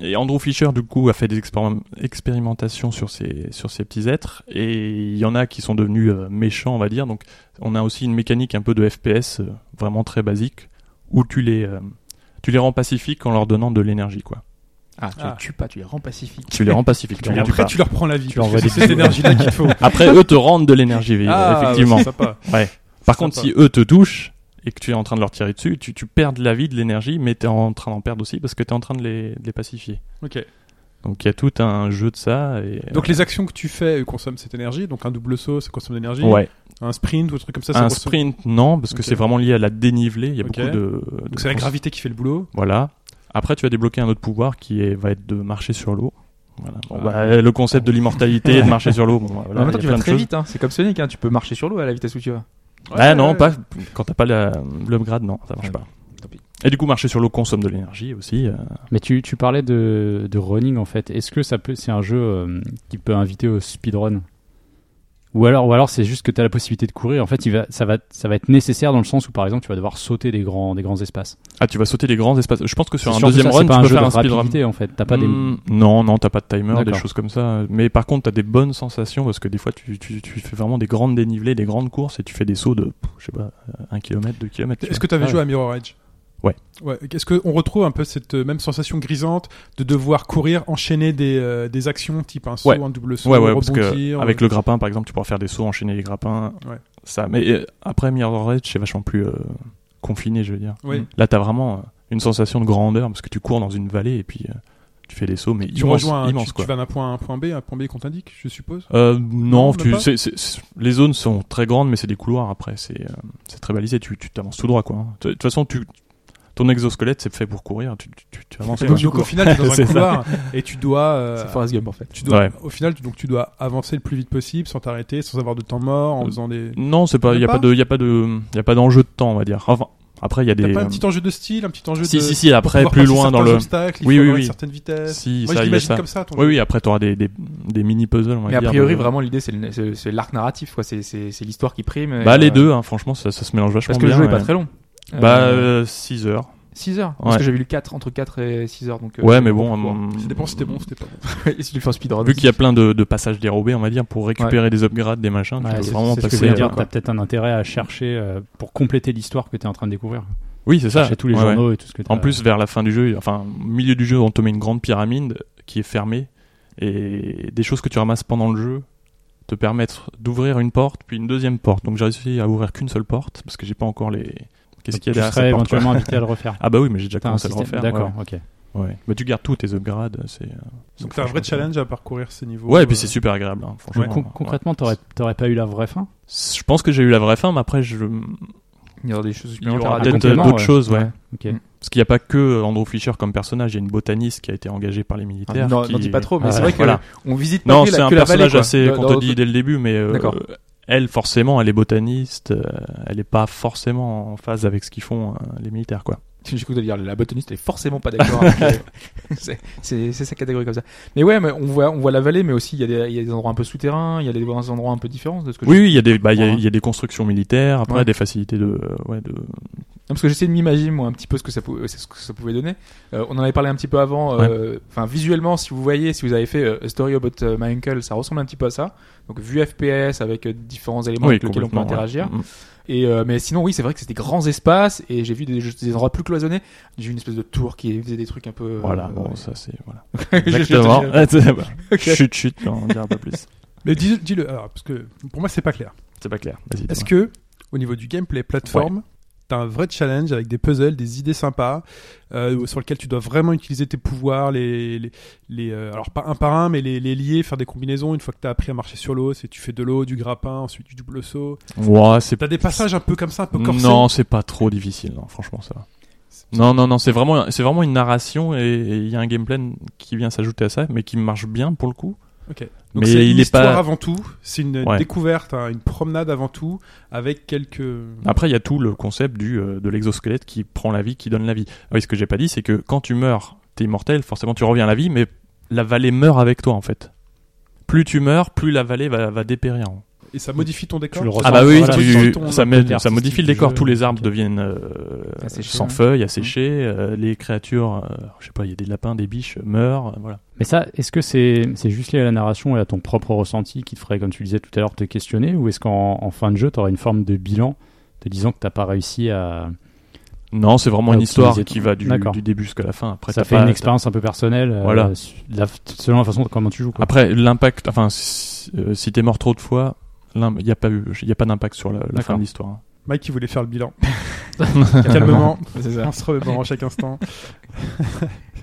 S4: Et Andrew Fisher, du coup, a fait des expérim- expérimentations sur ces, sur ces petits êtres, et il y en a qui sont devenus euh, méchants, on va dire. Donc, on a aussi une mécanique un peu de FPS, euh, vraiment très basique, où tu les, euh, tu les rends pacifiques en leur donnant de l'énergie, quoi.
S6: Ah, tu
S3: Ah.
S6: les tues pas, tu les rends pacifiques.
S4: Tu les rends pacifiques, tu
S3: Et
S4: les tues
S3: après,
S4: pas.
S3: tu leur prends la vie.
S5: Tu
S3: parce
S5: leur
S3: que
S5: envoies
S3: c'est
S5: des
S3: cette énergie-là qu'il faut.
S4: Après, eux te rendent de l'énergie, oui,
S3: Ah, ouais,
S4: effectivement.
S3: c'est sympa.
S4: Ouais. Par contre,
S3: Sympa.
S4: si eux te touchent, et que tu es en train de leur tirer dessus, tu, tu perds de la vie, de l'énergie, mais tu es en train d'en perdre aussi parce que tu es en train de les, de les pacifier.
S3: Ok.
S4: Donc il y a tout un jeu de ça. Et,
S3: Donc les actions que tu fais elles consomment cette énergie. Donc un double saut, ça consomme de l'énergie.
S4: ouais.
S3: Un sprint ou un truc comme ça, ça
S4: un
S3: consomme-
S4: sprint, non, parce que
S3: Ok.
S4: c'est vraiment lié à la dénivelée. Il y a
S3: Ok.
S4: beaucoup de. de
S3: Donc c'est la
S4: cons-
S3: gravité qui fait le boulot.
S4: Voilà. Après, tu vas débloquer un autre pouvoir qui est, va être de marcher sur l'eau. Voilà. Bon,
S5: Ah.
S4: bah, le concept de l'immortalité et de marcher sur l'eau. Bon, bah, voilà,
S6: en même temps,
S4: il
S6: tu
S4: y a
S6: vas
S4: plein de
S6: très
S4: choses.
S6: vite, hein. c'est comme Sonic, hein. tu peux marcher sur l'eau à la vitesse où tu vas.
S4: Ah
S3: Ouais,
S4: non,
S3: ouais,
S4: pas quand t'as pas la- l'upgrade, non, ça marche
S6: Ouais,
S4: pas.
S6: tant pis.
S4: Et du coup, marcher sur l'eau consomme de l'énergie aussi. euh,
S5: Mais tu, tu parlais de, de running en fait. Est-ce que ça peut c'est un jeu euh, qui peut inviter au speedrun ou alors, ou alors c'est juste que tu as la possibilité de courir. En fait, il va, ça, va, ça va être nécessaire dans le sens où, par exemple, tu vas devoir sauter des grands, des grands espaces.
S4: Ah, tu vas sauter les grands espaces. Je pense que sur
S5: C'est
S4: un
S5: surtout
S4: deuxième
S5: ça,
S4: run,
S5: c'est
S4: tu
S5: pas un
S4: peux
S5: jeu
S4: faire
S5: de
S4: un speedrun.
S5: rapidité, en fait. T'as pas des,
S4: Hmm, Non, non, t'as pas de timer, des
S5: D'accord.
S4: choses comme ça. Mais par contre, t'as des bonnes sensations parce que des fois, tu, tu, tu fais vraiment des grandes dénivelées, des grandes courses et tu fais des sauts de, pff, je sais pas, euh, un kilomètre, deux kilomètres. tu
S3: Est-ce que
S4: vois.
S3: tu avais
S5: Ah
S3: joué à Mirror Edge
S4: Ouais.
S3: ouais. Est-ce qu'on retrouve un peu cette euh, même sensation grisante de devoir courir, enchaîner des, euh, des actions type un saut,
S4: Ouais.
S3: un double saut,
S4: Ouais, ouais, parce que
S3: rebondir
S4: avec
S3: euh,
S4: le grappin, par exemple, tu pourras faire des sauts, enchaîner les grappins.
S3: Ouais.
S4: Ça. Mais euh, après, Mirror Edge, c'est vachement plus euh, confiné, je veux dire.
S5: Hmm.
S3: ouais.
S4: Là, t'as vraiment euh, une sensation de grandeur parce que tu cours dans une vallée et puis euh, tu fais des sauts, mais
S3: Tu
S4: immense,
S3: rejoins, un-
S4: immense,
S3: tu,
S4: quoi.
S3: tu vas d'un point A à un point B, un point B qu'on t'indique, je suppose.
S4: Euh, non,
S3: Non, même
S4: tu,
S3: pas.
S4: c'est- c'est- c'est- les zones sont hein. très grandes, mais c'est des couloirs après. C'est euh, c'est très balisé. Tu tu t'avances tout droit, quoi. De toute façon, tu, ton exosquelette, c'est fait pour courir. Tu, tu- tu- tu avances.
S3: Et
S4: quoi.
S3: donc, donc, au final, tu es dans
S4: C'est
S3: un
S4: ça.
S3: couloir et tu dois. euh,
S6: C'est Forrest Gump en fait.
S3: tu dois
S4: Ouais.
S3: Au final, tu- donc tu dois avancer le plus vite possible sans t'arrêter, sans avoir de temps mort,
S4: Euh,
S3: en faisant des.
S4: Non, c'est pas. Il y a
S3: Même
S4: pas
S3: pas
S4: de. Il y a pas de. Il y a pas d'enjeu de temps, on va dire. Enfin, après, il y a
S3: T'as
S4: des. euh,
S3: pas un petit enjeu de style, un petit enjeu
S4: Si,
S3: de.
S4: si, si.
S3: pour
S4: Après,
S3: pouvoir
S4: plus
S3: passer
S4: loin dans
S3: certains
S4: le.
S3: obstacles, il
S4: Oui,
S3: faut
S4: oui,
S3: avoir
S4: oui.
S3: une certaine vitesse.
S4: Si,
S3: Moi, je
S4: ça, il y a
S3: l'imagine
S4: ça.
S3: comme ça. ton
S4: Oui,
S3: jeu.
S4: oui. Après, t'auras des des des mini puzzles, on va
S6: Mais a
S4: dire, euh,
S6: priori,
S4: de-
S6: vraiment, l'idée, c'est le- c'est- c'est l'arc narratif, quoi. C'est- C'est c'est l'histoire qui prime. et,
S4: Bah les
S6: euh,
S4: deux, hein, franchement, ça, ça se mélange vachement
S6: Parce que le
S4: bien.
S6: jeu est
S4: ouais.
S6: pas très long.
S4: Bah
S3: euh,
S4: 6 heures.
S6: 6 heures. Parce
S4: ouais.
S6: que j'avais lu 4, entre 4 et 6 heures. Donc, euh,
S4: Ouais,
S6: c'est
S4: mais
S6: beaucoup
S4: bon,
S6: court.
S4: euh,
S3: Ça dépend si t'es bon, c'était pas bon.
S6: Et si tu le fais en speedrun.
S4: vu
S6: aussi.
S4: qu'il y a plein de, de passages dérobés, on va dire, pour récupérer des upgrades, des machins,
S5: Ouais,
S4: tu peux
S5: c'est-
S4: vraiment
S6: c'est ce que
S5: Tu
S4: passer.
S6: C'est,
S5: veux
S6: euh,
S5: dire,
S6: quoi.
S5: t'as peut-être un intérêt à chercher euh, pour compléter l'histoire que t'es en train de découvrir.
S4: Oui, c'est ça.
S5: Chercher tous les
S4: Ouais, ouais.
S5: journaux euh. et tout ce que t'as.
S4: En plus, vers la fin du jeu, enfin, au milieu du jeu, on te met une grande pyramide qui est fermée. Et des choses que tu ramasses pendant le jeu te permettent d'ouvrir une porte, puis une deuxième porte. Donc j'ai réussi à ouvrir qu'une seule porte, parce que j'ai pas encore les. Qu'est-ce
S5: Donc,
S4: qu'il y a
S5: tu
S4: derrière
S5: serais
S4: cette porte quoi.
S5: éventuellement invité à le refaire.
S4: Ah bah oui, mais j'ai déjà
S5: T'as un
S4: commencé à le
S5: système-
S4: refaire.
S5: D'accord,
S4: ouais.
S5: ok.
S4: Ouais. Mais tu gardes tous tes upgrades. C'est. euh, c'est
S3: Donc t'as un vrai
S4: franchement-
S3: challenge à parcourir ces niveaux.
S4: Ouais, et puis
S3: euh,
S4: c'est super agréable. hein, franchement.
S5: Donc, con-
S4: Ouais.
S5: concrètement, t'aurais t'aurais pas eu la vraie fin
S4: Je pense que j'ai eu la vraie fin, mais après, je...
S6: Il y aura des choses
S4: il y aura
S6: à
S4: peut-être euh,
S5: complément,
S6: complémenter.
S4: d'autres
S5: ouais.
S4: choses, ouais.
S5: Ok.
S6: Mm.
S4: Parce qu'il n'y a pas que Andrew Fisher comme personnage, il y a une botaniste qui a été engagée par les
S6: Ah,
S4: militaires.
S6: Non,
S4: qui-
S6: n'en dis pas trop, mais
S5: Ah,
S6: c'est
S5: ouais.
S6: vrai que
S4: Voilà.
S6: on visite pas
S4: Non,
S6: que la-
S4: c'est un
S6: que la vallée,
S4: personnage
S6: quoi.
S4: assez
S6: Dans-
S4: qu'on
S6: dans-
S4: te dit dès le début, mais euh,
S6: D'accord.
S4: elle, forcément, elle est botaniste, euh, elle n'est pas forcément en phase avec ce qu'ils font euh, les militaires, quoi.
S6: J'ai cru de dire la botaniste elle est forcément pas d'accord. avec- c'est c'est- c'est sa catégorie comme ça. Mais ouais, mais on voit on voit la vallée, mais aussi il y, a des- il y a des endroits un peu souterrains, il y a des endroits un peu différents de ce que.
S4: Oui,
S6: je-
S4: oui, il y a des, bah, il y a-
S6: Ouais.
S4: il y a des constructions militaires, après
S6: Ouais.
S4: des facilités de, euh, ouais, de,
S6: Non, parce que j'essaie de m'imaginer moi un petit peu ce que ça pouvait, ce que ça pouvait donner. Euh, on en avait parlé un petit peu avant. euh, Enfin, visuellement, si vous voyez, si vous avez fait euh, A Story About euh, My Uncle, ça ressemble un petit peu à ça. Donc vue FPS avec euh, différents éléments
S4: Oui,
S6: avec lesquels on peut
S4: complètement, ouais.
S6: interagir.
S4: Mm.
S6: Et euh, mais sinon, oui, c'est vrai que c'était grands espaces et j'ai vu des, des endroits plus cloisonnés. J'ai vu une espèce de tour qui faisait des trucs un peu. euh,
S4: Voilà, bon,
S6: ouais.
S4: ça c'est voilà.
S6: Je- je-
S4: Exactement.
S6: je-
S4: Ah,
S6: Ok.
S4: Chut, chut, on dira pas plus.
S3: Mais dis- dis-le, alors, parce que pour moi, c'est pas clair.
S4: C'est pas clair. Vas-y.
S3: Est-ce
S4: dis-moi.
S3: que, au niveau du gameplay plateforme, t'as un vrai challenge avec des puzzles, des idées sympas, euh, sur lequel tu dois vraiment utiliser tes pouvoirs, les, les, les, euh, alors pas un par un, mais les, les lier, faire des combinaisons. Une fois que t'as appris à marcher sur l'eau, c'est tu fais de l'eau, du grappin, ensuite du double saut.
S4: Ouais, c'est
S3: T'as des passages un peu comme ça, un peu corsés.
S4: Non, c'est pas trop difficile, non, franchement, ça va. Non, non, non, c'est vraiment, c'est vraiment une narration et et il y a un gameplay qui vient s'ajouter à ça, mais qui marche bien pour le coup.
S3: Ok. Donc
S4: Mais
S3: c'est
S4: il
S3: une
S4: est
S3: histoire
S4: pas-
S3: avant tout, c'est une
S4: Ouais.
S3: découverte, hein, une promenade avant tout, avec quelques.
S4: Après, il y a tout le concept du, euh, de l'exosquelette qui prend la vie, qui donne la vie. Ah Oui, ce que j'ai pas dit, c'est que quand tu meurs, t'es immortel, forcément tu reviens à la vie, mais la vallée meurt avec toi en fait. Plus tu meurs, plus la vallée va, va dépérir.
S3: Et ça modifie ton décor.
S5: Tu le ressens,
S4: Ah bah oui,
S5: voilà,
S4: tu-
S5: tu sens ton-
S4: ça, met-
S5: ton
S4: ça modifie
S5: artistique
S4: le
S5: du
S4: décor.
S5: jeu.
S4: Tous les arbres
S5: Ok.
S4: deviennent euh,
S6: Asséchés,
S4: sans
S6: ouais.
S4: feuilles,
S5: Hein.
S4: asséchés. euh, les créatures, euh, je sais pas, il y a des lapins, des biches euh, meurent. euh, Voilà.
S5: Mais ça, est-ce que c'est c'est juste lié à la narration et à ton propre ressenti qui te ferait, comme tu le disais tout à l'heure, te questionner Ou est-ce qu'en en fin de jeu, tu aurais une forme de bilan te disant que t'as pas réussi à.
S4: Non, c'est vraiment
S5: Ah,
S4: une
S5: optimiser
S4: histoire
S5: tout.
S4: qui va du,
S5: D'accord.
S4: du début jusqu'à la fin. Après,
S5: ça
S4: t'as
S5: fait
S4: pas-
S5: une expérience un peu personnelle, euh,
S4: Voilà.
S5: su- la- selon la façon de comment tu joues.
S4: t'as-
S5: Quoi.
S4: Après, l'impact. Enfin, si, euh, si t'es mort trop de fois, l'im- il n'y a pas eu, il y a pas d'impact sur la, la fin
S5: D'accord.
S4: de l'histoire. hein.
S3: Mike, il voulait faire le bilan. Calmement,
S6: euh, C'est ça.
S3: en se remémorant chaque instant.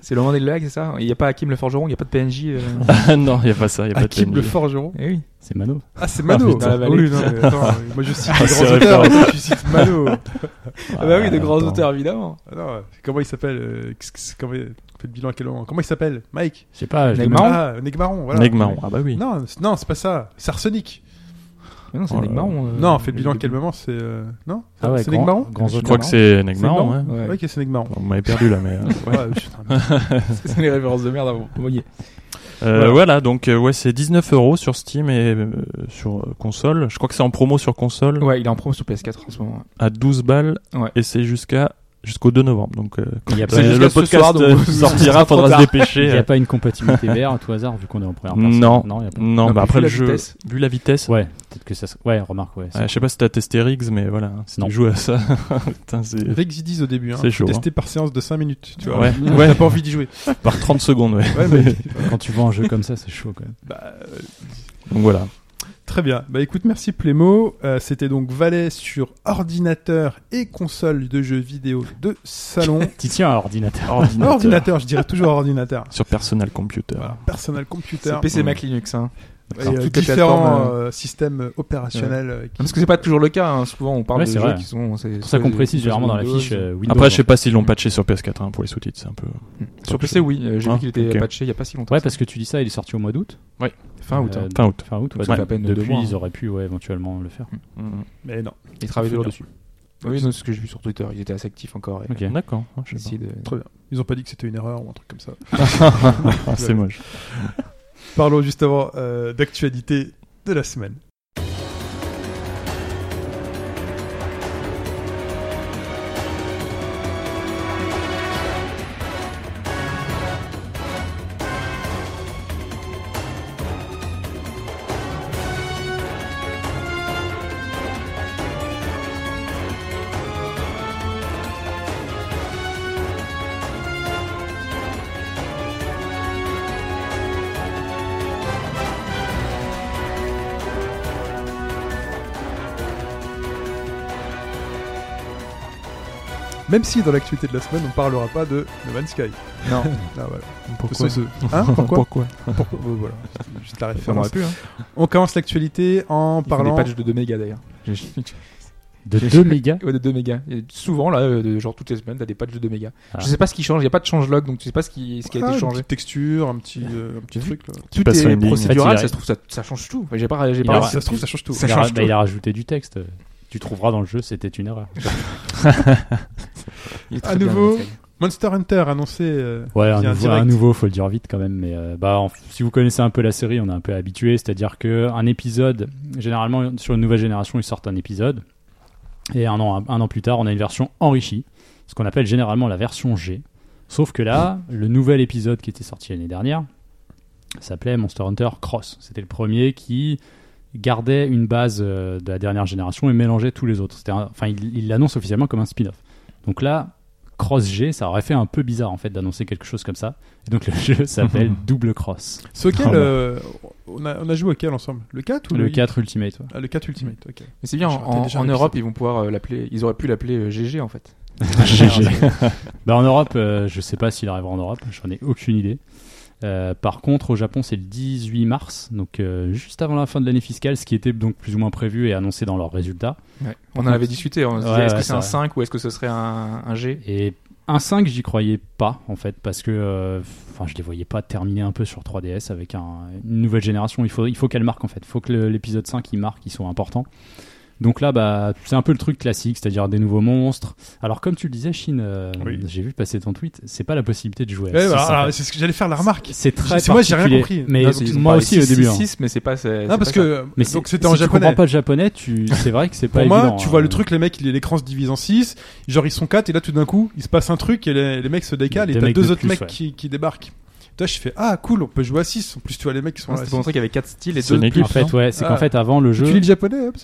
S6: C'est le moment des blagues, c'est ça Il n'y a pas Hakim le forgeron, il n'y a pas de PNJ. euh.
S4: Ah non, il n'y a pas ça. Il y a pas de
S3: Akib le
S4: PNJ.
S3: forgeron.
S6: Eh oui.
S5: C'est Mano.
S3: Ah, c'est Mano
S4: putain.
S3: Ah, oui, non, mais attends, euh, Moi je cite
S4: Ah,
S3: des
S4: c'est
S3: grands auteurs,
S4: référent.
S3: et toi, tu cites Mano
S6: Ah bah oui, de
S4: attends.
S6: grands auteurs, évidemment.
S3: Ah, non, euh, Comment il s'appelle euh, qu'est-ce que c'est- Comment il- on fait le bilan à quel moment Comment il s'appelle Mike
S5: Je sais pas. je l'ai
S6: Nagma.
S5: même-
S6: Marron
S3: Ah, Negmaron, voilà.
S4: Negmaron. Ah bah oui.
S3: Non, c'est- non, c'est pas ça. C'est Arsenic.
S6: Mais non, c'est
S4: Oh
S6: oh
S4: là là.
S6: marron.
S3: non, on fait le bilan à quel moment C'est. euh, Non
S5: Ah ouais,
S3: C'est
S5: grand-
S3: Negmaron
S5: grands
S4: Je
S5: auteurs.
S4: crois que c'est Negmaron.
S6: hein.
S3: Negmaron
S4: ouais.
S3: Ouais, ok, c'est Negmaron.
S4: On m'avait perdu là, mais. euh, ouais.
S3: Ouais, putain, mais-
S6: C'est les références de merde à vous voyez.
S4: Euh,
S3: Voilà.
S4: voilà. donc euh, ouais, c'est 19 euros sur Steam et euh, sur euh, console. Je crois que c'est en promo sur console
S6: Ouais, il est en promo sur PS4 en ce moment.
S4: à 12 balles
S6: Ouais.
S4: et c'est jusqu'à jusqu'au 2 novembre. Donc euh,
S5: Il n'y a,
S4: quand
S5: pas-
S4: le
S6: C'est jusqu'à ce
S4: podcast
S6: soir, donc
S4: euh,
S6: vous-
S4: sortira,
S6: vous-
S4: faudra se
S6: trop tard.
S5: il y
S4: dépêcher. euh.
S5: a pas une compatibilité VR à tout hasard, vu qu'on est en première personne.
S4: Non.
S5: il y a pas.
S4: Non,
S6: Non,
S4: bah
S6: mais
S4: après
S6: vu
S4: le
S6: la
S4: jeu,
S6: vitesse.
S4: vu la vitesse.
S5: Ouais, peut-être que ça. se- Ouais, remarque, ouais. c'est-
S4: euh, je sais pas si t'as testé Riggs, mais voilà, hein, si
S5: Non.
S4: tu joues à ça, putain, c'est
S3: Avec Zidis au début, hein.
S4: C'est chaud,
S3: Testé par séance de 5 minutes, tu vois.
S4: Ouais.
S3: T'as
S4: Ouais.
S3: pas envie d'y jouer.
S4: par 30 secondes, ouais.
S3: Ouais, mais-
S5: Quand tu vois un jeu comme ça, c'est chaud quand même.
S3: Bah, euh,
S4: Donc voilà.
S3: Très bien. Bah écoute, merci Plémo. Euh, C'était donc Valet sur ordinateur et console de jeux vidéo de salon.
S5: Tu tiens à ordinateur.
S4: Ordinateur.
S3: ordinateur, je dirais toujours ordinateur.
S4: Sur Personal Computer.
S3: Voilà, personal computer.
S6: C'est PC
S4: Mm.
S6: Mac Linux. Hein.
S3: Et,
S6: Toutes
S3: euh,
S6: les
S3: différents
S6: plateformes,
S3: euh, systèmes opérationnels. euh, qui-
S6: Parce que c'est pas toujours le cas. hein. Souvent, on parle
S5: Ouais,
S6: de
S5: c'est
S6: jeux
S5: vrai.
S6: qui sont. C'est
S5: C'est pour ça qu'on précise généralement dans la
S6: Windows.
S5: fiche euh, Windows.
S4: Après, je sais pas s'ils l'ont patché sur PS4 hein, pour les sous-titres, c'est un peu.
S6: Sur PC, oui. euh, J'ai
S4: Ah,
S6: vu qu'il était
S4: ok.
S6: patché il y a pas si longtemps.
S5: Ouais, parce que tu dis ça, il est sorti au mois d'août.
S6: Fin août.
S5: Euh,
S6: hein.
S4: Fin août.
S5: Fin août, ouais,
S6: Ça fait
S5: donc
S6: à peine deux
S5: depuis,
S6: mois, hein.
S5: ils auraient pu ouais, éventuellement le faire.
S6: Mm,
S3: Mais non.
S6: Ils travaillent
S4: Faut
S6: toujours
S4: dire.
S6: dessus. Oui, non, c'est ce que j'ai vu sur Twitter. Ils étaient assez actifs encore. et
S5: Ok.
S4: D'accord, hein, je sais
S6: essayent de-
S3: Ils ont pas dit que c'était une erreur ou un truc comme ça.
S4: pas. Ah, c'est moche.
S3: Parlons justement euh, d'actualité de la semaine. Même si dans l'actualité de la semaine, on parlera pas de No Man's Sky.
S6: Non.
S3: Ah, voilà.
S4: Pourquoi
S3: Ce- ce- Hein Pourquoi,
S4: Pourquoi
S3: Pourquoi Bon, Voilà, C'était juste la
S6: On
S3: référence.
S6: aurait pu. hein.
S3: On commence l'actualité en
S6: Ils font
S3: parlant.
S6: Des patchs de 2 mégas d'ailleurs.
S5: De 2 mégas
S6: Ouais, de 2 mégas. Et souvent, là, euh, de- genre toutes les semaines, t'as des patchs de 2 mégas.
S5: Ah.
S6: Je sais pas ce qui change, il n'y a pas de changelog, donc tu sais pas ce qui, ce qui a
S3: Ah,
S6: été
S3: une
S6: changé.
S3: petite texture, un petit, euh, un petit truc. Là.
S6: Tout
S4: passes sur
S6: est
S4: une ligne.
S5: En fait, il
S6: procédural, ça
S5: arrive-
S6: se trouve, ça, ça change tout. J'ai pas, j'ai
S5: Il
S6: pas
S5: arrive-
S3: Ah, si ça se trouve, ça change tout.
S6: Ça
S5: il,
S6: change
S5: a,
S6: tout.
S5: bah, il a rajouté du texte. Tu trouveras dans le jeu, c'était une erreur.
S6: Il est
S3: À
S6: très bien,
S3: nouveau.
S6: le texte.
S3: Monster Hunter annoncé. euh,
S5: Ouais, un
S3: via un
S5: nouveau,
S3: direct.
S5: un nouveau, faut le dire vite quand même. Mais euh, bah, en- si vous connaissez un peu la série, on est un peu habitué. C'est-à-dire que un épisode, généralement sur une nouvelle génération, ils sortent un épisode et un an, un an plus tard, on a une version enrichie, ce qu'on appelle généralement la version G. Sauf que là, le nouvel épisode qui était sorti l'année dernière s'appelait Monster Hunter Cross. C'était le premier qui gardait une base euh, de la dernière génération et mélangeait tous les autres. C'était un- Enfin, il il l'annonce officiellement comme un spin-off. Donc là, Cross G, ça aurait fait un peu bizarre en fait d'annoncer quelque chose comme ça. Et donc le jeu s'appelle Double Cross.
S3: C'est auquel
S5: Ah, bah.
S3: euh, on, a, on a joué auquel ensemble Le 4 ou
S5: Le
S3: le
S5: 4 Ultimate. ouais.
S3: Ah, le 4 Ultimate, ok.
S6: Mais c'est bien,
S3: J'ai raté
S6: en,
S3: déjà
S6: en
S3: un
S6: Europe,
S3: épisode.
S6: ils vont pouvoir euh, l'appeler, ils auraient pu l'appeler euh, GG en fait.
S5: GG. Bah, en Europe, euh, je sais pas s'il arrivera en Europe, j'en ai aucune idée. Euh, par contre, au Japon, c'est le 18 mars, donc euh, juste avant la fin de l'année fiscale, ce qui était donc plus ou moins prévu et annoncé dans leurs résultats.
S6: On en avait discuté, on se disait
S5: Ouais,
S6: est-ce que
S5: ouais,
S6: c'est
S5: c'est
S6: un
S5: vrai.
S6: 5 ou est-ce que ce serait un, un G
S5: Et un 5, j'y croyais pas, en fait, parce que euh, enfin, je les voyais pas terminer un peu sur 3DS avec un- une nouvelle génération. Il faut, il faut qu'elle marque, en fait. Il faut que le- l'épisode 5, il marque, ils sont importants. Donc là, bah, c'est un peu le truc classique, c'est-à-dire des nouveaux monstres. Alors, comme tu le disais, Chine, euh,
S3: Oui.
S5: j'ai vu passer ton tweet, c'est pas la possibilité de jouer à
S3: Ouais,
S5: six,
S3: bah,
S5: en
S3: alors,
S5: fait.
S3: c'est ce que j'allais faire la remarque.
S5: C'est très
S3: c'est- moi, j'ai rien
S5: particulier.
S3: compris.
S5: Mais
S6: Non, ils ont
S5: moi
S6: parlé
S5: aussi, au
S6: six,
S5: début.
S6: six,
S5: hein.
S6: six, mais c'est pas. c'est-
S3: Non, parce
S6: c'est pas ça.
S3: que
S5: Mais
S3: donc
S5: c'est-
S3: c'était en
S5: si tu
S3: japonais.
S5: comprends pas le japonais, tu... c'est vrai que c'est pas
S3: Pour moi,
S5: évident,
S3: tu
S5: hein.
S3: vois le truc, les mecs, il- l'écran se divise en 6, genre ils sont 4 et là tout d'un coup, il se passe un truc et les, les mecs se décalent et
S5: Deux
S3: t'as
S5: mecs
S3: deux
S5: de
S3: autres
S5: plus,
S3: mecs
S5: ouais.
S3: qui, qui débarquent. Toi, je fais ah cool, on peut jouer à 6. En plus, tu vois les mecs qui sont là. à
S6: Non, C'était
S3: six.
S6: pour montrer qu'il y avait 4 styles et
S4: C'est
S6: 2
S4: une
S6: plus.
S5: En fait, ouais, c'est
S3: Ah.
S5: qu'en fait, avant le
S3: Tu
S5: jeu.
S3: lis le japonais, Hobbs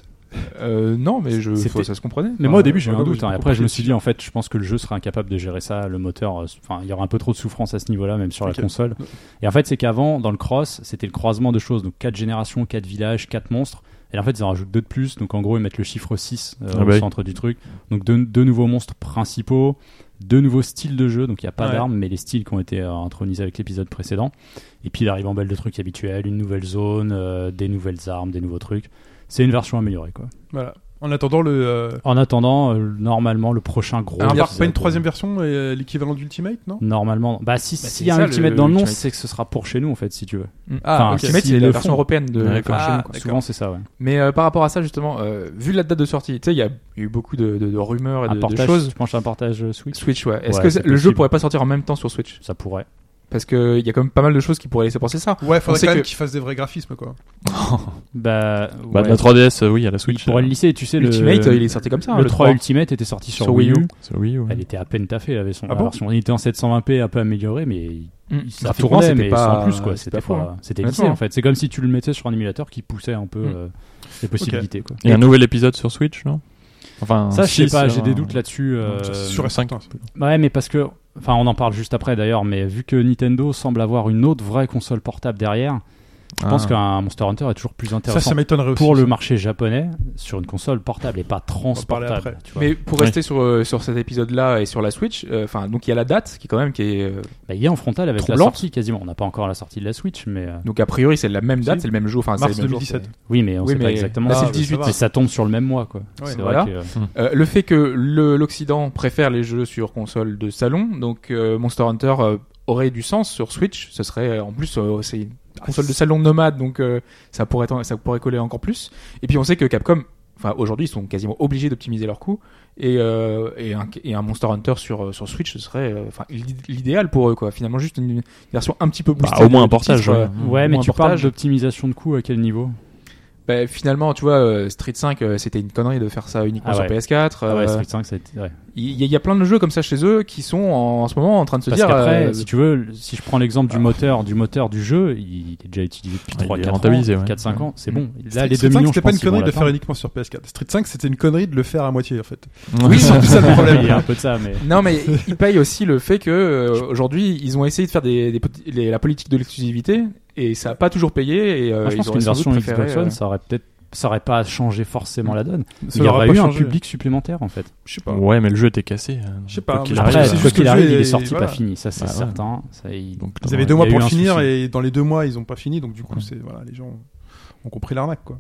S6: Euh, non, mais je,
S5: C'était-
S6: faut- ça se comprenait.
S5: Mais
S6: Enfin,
S5: moi au début j'ai eu
S6: voilà,
S5: un
S6: oui,
S5: doute. hein. Après je me suis dit en fait je pense que le jeu serait incapable de gérer ça. Le moteur, euh, enfin il y aura un peu trop de souffrance à ce niveau-là même sur
S3: Ok.
S5: la console. Et en fait c'est qu'avant dans le cross c'était le croisement de choses donc quatre générations, quatre villages, quatre monstres. Et là, en fait ils en rajoutent deux de plus. Donc en gros ils mettent le chiffre 6 euh,
S4: Ah
S5: au
S4: bah oui.
S5: centre du truc. Donc deux, deux nouveaux monstres principaux, deux nouveaux styles de jeu. Donc il n'y a pas
S3: Ouais.
S5: d'armes mais les styles qui ont été euh, intronisés avec l'épisode précédent. Et puis il arrive en belle de trucs habituels, une nouvelle zone, euh, des nouvelles armes, des nouveaux trucs. C'est une version améliorée quoi.
S3: Voilà. En attendant le. euh,
S5: En attendant, euh, normalement, le prochain gros.
S3: il y a
S5: épisode,
S3: pas une troisième version et euh, l'équivalent d'Ultimate, non
S5: euh, Normalement. Bah, si-
S6: Bah,
S5: s'il
S6: c'est
S5: y a
S6: ça,
S5: un Ultimate
S6: le-
S5: dans le nom,
S6: l'Ultimate.
S5: c'est que ce sera pour chez nous, en fait, si tu veux.
S6: Ah,
S5: Enfin,
S6: ok.
S5: si
S6: Ultimate,
S5: ils
S6: c'est la
S5: le
S6: version
S5: font.
S6: européenne de.
S4: Ouais, comme
S6: Ah,
S5: chez nous, quoi.
S6: d'accord.
S5: Souvent, c'est ça, ouais.
S6: Mais euh, par rapport à ça, justement, euh, vu la date de sortie, tu sais, il y a eu beaucoup de, de- de rumeurs et
S5: Un
S6: de- de,
S5: portage,
S6: choses.
S5: tu penses à un portage euh, Switch
S6: Switch, ouais. Est-ce
S5: Ouais,
S6: que
S5: c'est
S6: ça- le jeu
S5: possible.
S6: pourrait pas sortir en même temps sur Switch
S5: Ça pourrait.
S6: Parce que il y a quand même pas mal de choses qui pourraient laisser penser ça.
S3: Ouais,
S6: faudrait
S3: faudrait
S6: sait
S3: quand
S6: quand
S3: même
S6: que- même
S3: qu'ils fassent des vrais graphismes, quoi.
S5: Bah,
S4: Bah, de
S5: ouais.
S4: la 3DS, euh, oui, à la
S5: il
S4: Switch.
S5: pourrait le lisser, tu sais. le-
S6: Ultimate,
S5: le,
S6: euh, il est sorti comme ça. hein,
S5: 3, Ultimate était sorti sur, Wii U.
S4: Sur Wii U, ouais.
S5: Elle était à peine taffée, elle avait son
S3: Ah
S5: la
S3: bon
S5: version. Il était en 720p, un peu amélioré, mais
S6: Mm.
S5: il- ça
S6: Graphiquement,
S5: tournait,
S6: c'était
S5: mais
S6: pas-
S5: sans plus, quoi.
S6: c'était
S5: C'était
S6: pas fou, hein.
S5: pas- c'était lissé,
S6: Honnêtement.
S5: en fait. C'est comme si tu le mettais sur un émulateur qui poussait un peu
S6: Mm.
S5: euh, les possibilités, quoi.
S4: Et un nouvel épisode sur Switch, non Enfin,
S5: Ça, je sais
S4: six,
S5: pas,
S4: euh,
S5: j'ai des doutes là-dessus. euh,
S3: Sur
S4: cinq.
S3: S5.
S5: Bah Ouais, mais parce que. Enfin, on en parle juste après d'ailleurs, mais vu que Nintendo semble avoir une autre vraie console portable derrière, Je
S4: Ah.
S5: pense qu'un Monster Hunter est toujours plus
S3: Ça,
S5: intéressant
S3: ça m'étonnerait aussi.
S5: pour le marché japonais sur une console portable et pas
S3: parler
S5: transportable.
S3: après.
S5: tu vois.
S6: Mais pour
S4: Oui.
S6: rester sur, euh, sur cet épisode-là et sur la Switch, euh, enfin donc il y a la date qui est quand même qui est euh,
S5: Bah, il est en frontal avec la
S6: Troublante.
S5: sortie quasiment. On n'a pas encore la sortie de la Switch, mais euh,
S6: donc a priori c'est la même date,
S3: Si.
S6: c'est le même jour, enfin c'est
S3: Mars
S6: le même jour,
S3: 2017.
S6: c'est-
S5: oui, mais on
S6: Oui,
S5: sait pas
S6: mais
S5: exactement.
S6: là, c'est
S5: Ah,
S6: le 18.
S5: Mais ça tombe sur le même mois, quoi. C'est vrai
S6: voilà.
S5: que, euh,
S6: Euh, le fait que le- l'Occident préfère les jeux sur console de salon, donc euh, Monster Hunter euh, aurait du sens sur Switch. Ce serait euh, en plus euh, c'est une console de salon nomade, donc euh, ça pourrait être- ça pourrait coller encore plus. Et puis on sait que Capcom, enfin aujourd'hui ils sont quasiment obligés d'optimiser leurs coûts et, euh, et, un, et un Monster Hunter sur euh, sur Switch ce serait euh, enfin l'i- l'idéal pour eux quoi. Finalement juste une version un petit peu
S4: Bah,
S6: boostée.
S4: au moins un
S6: de
S4: portage.
S6: titres,
S4: ouais.
S6: euh,
S5: Ouais,
S6: Ou
S5: mais
S6: un
S5: tu parles
S6: portage.
S5: d'optimisation de coût à quel niveau
S6: bah, finalement tu vois euh, Street 5 euh, c'était une connerie de faire ça uniquement
S5: Ah ouais.
S6: sur PS4.
S5: Ah ouais,
S6: euh,
S5: Street 5, ça a été- ouais.
S6: Il y, a- il y a plein de jeux comme ça chez eux qui sont en, en ce moment en train de se
S5: Parce
S6: dire.
S5: qu'après,
S6: euh,
S5: si tu veux, le- si je prends l'exemple du moteur, du moteur du jeu, il est déjà utilisé depuis
S4: Ah, il
S5: 3
S4: est
S5: 4
S4: rentabilisé,
S5: ans,
S4: ouais.
S5: 4 5 ans, c'est bon. Là
S3: Street-
S5: les 2
S3: Street
S5: millions,
S3: 5,
S5: je
S3: c'était pas
S5: pense
S3: une
S5: qu'ils vont
S3: connerie de le faire
S5: l'atteindre.
S3: uniquement sur PS4. Street 5, c'était une connerie de le faire à moitié, en fait.
S4: Ouais.
S3: c'est ça le problème.
S5: Il y a un peu de ça mais
S6: Non, mais ils payent aussi le fait que euh, aujourd'hui ils ont essayé de faire des, des poti- les- la politique de l'exclusivité et ça n'a pas toujours payé. Et euh,
S5: Moi, Ah, je
S6: ils
S5: pense
S6: auraient
S5: qu'une
S6: sans doute
S5: version
S6: préféré,
S5: Xbox One,
S6: euh,
S5: ça aurait peut-être ça aurait pas changé forcément la donne.
S3: Ça
S5: Il y
S3: leur a
S5: aurait
S3: pas
S5: eu un
S3: changé.
S5: public supplémentaire en fait.
S3: Je sais pas.
S4: Ouais, mais le jeu était cassé. euh,
S3: Je sais pas,
S4: quoi qu'il
S3: mais
S4: arrive,
S5: Après,
S3: après, c'est
S4: euh,
S5: quoi
S3: juste que
S5: qu'il
S3: le jeu
S5: arrive, il est
S3: est-
S5: sorti
S3: voilà.
S5: pas fini, ça c'est
S4: Bah ouais.
S5: certain. Ça, il-
S4: donc,
S3: Ils
S4: non,
S3: avaient deux
S5: il y
S3: mois
S5: a eu
S3: pour
S5: un
S3: finir
S5: souci.
S3: et dans les deux mois, ils ont pas fini. Donc, du coup, c'est voilà, les gens ont compris l'arnaque, quoi.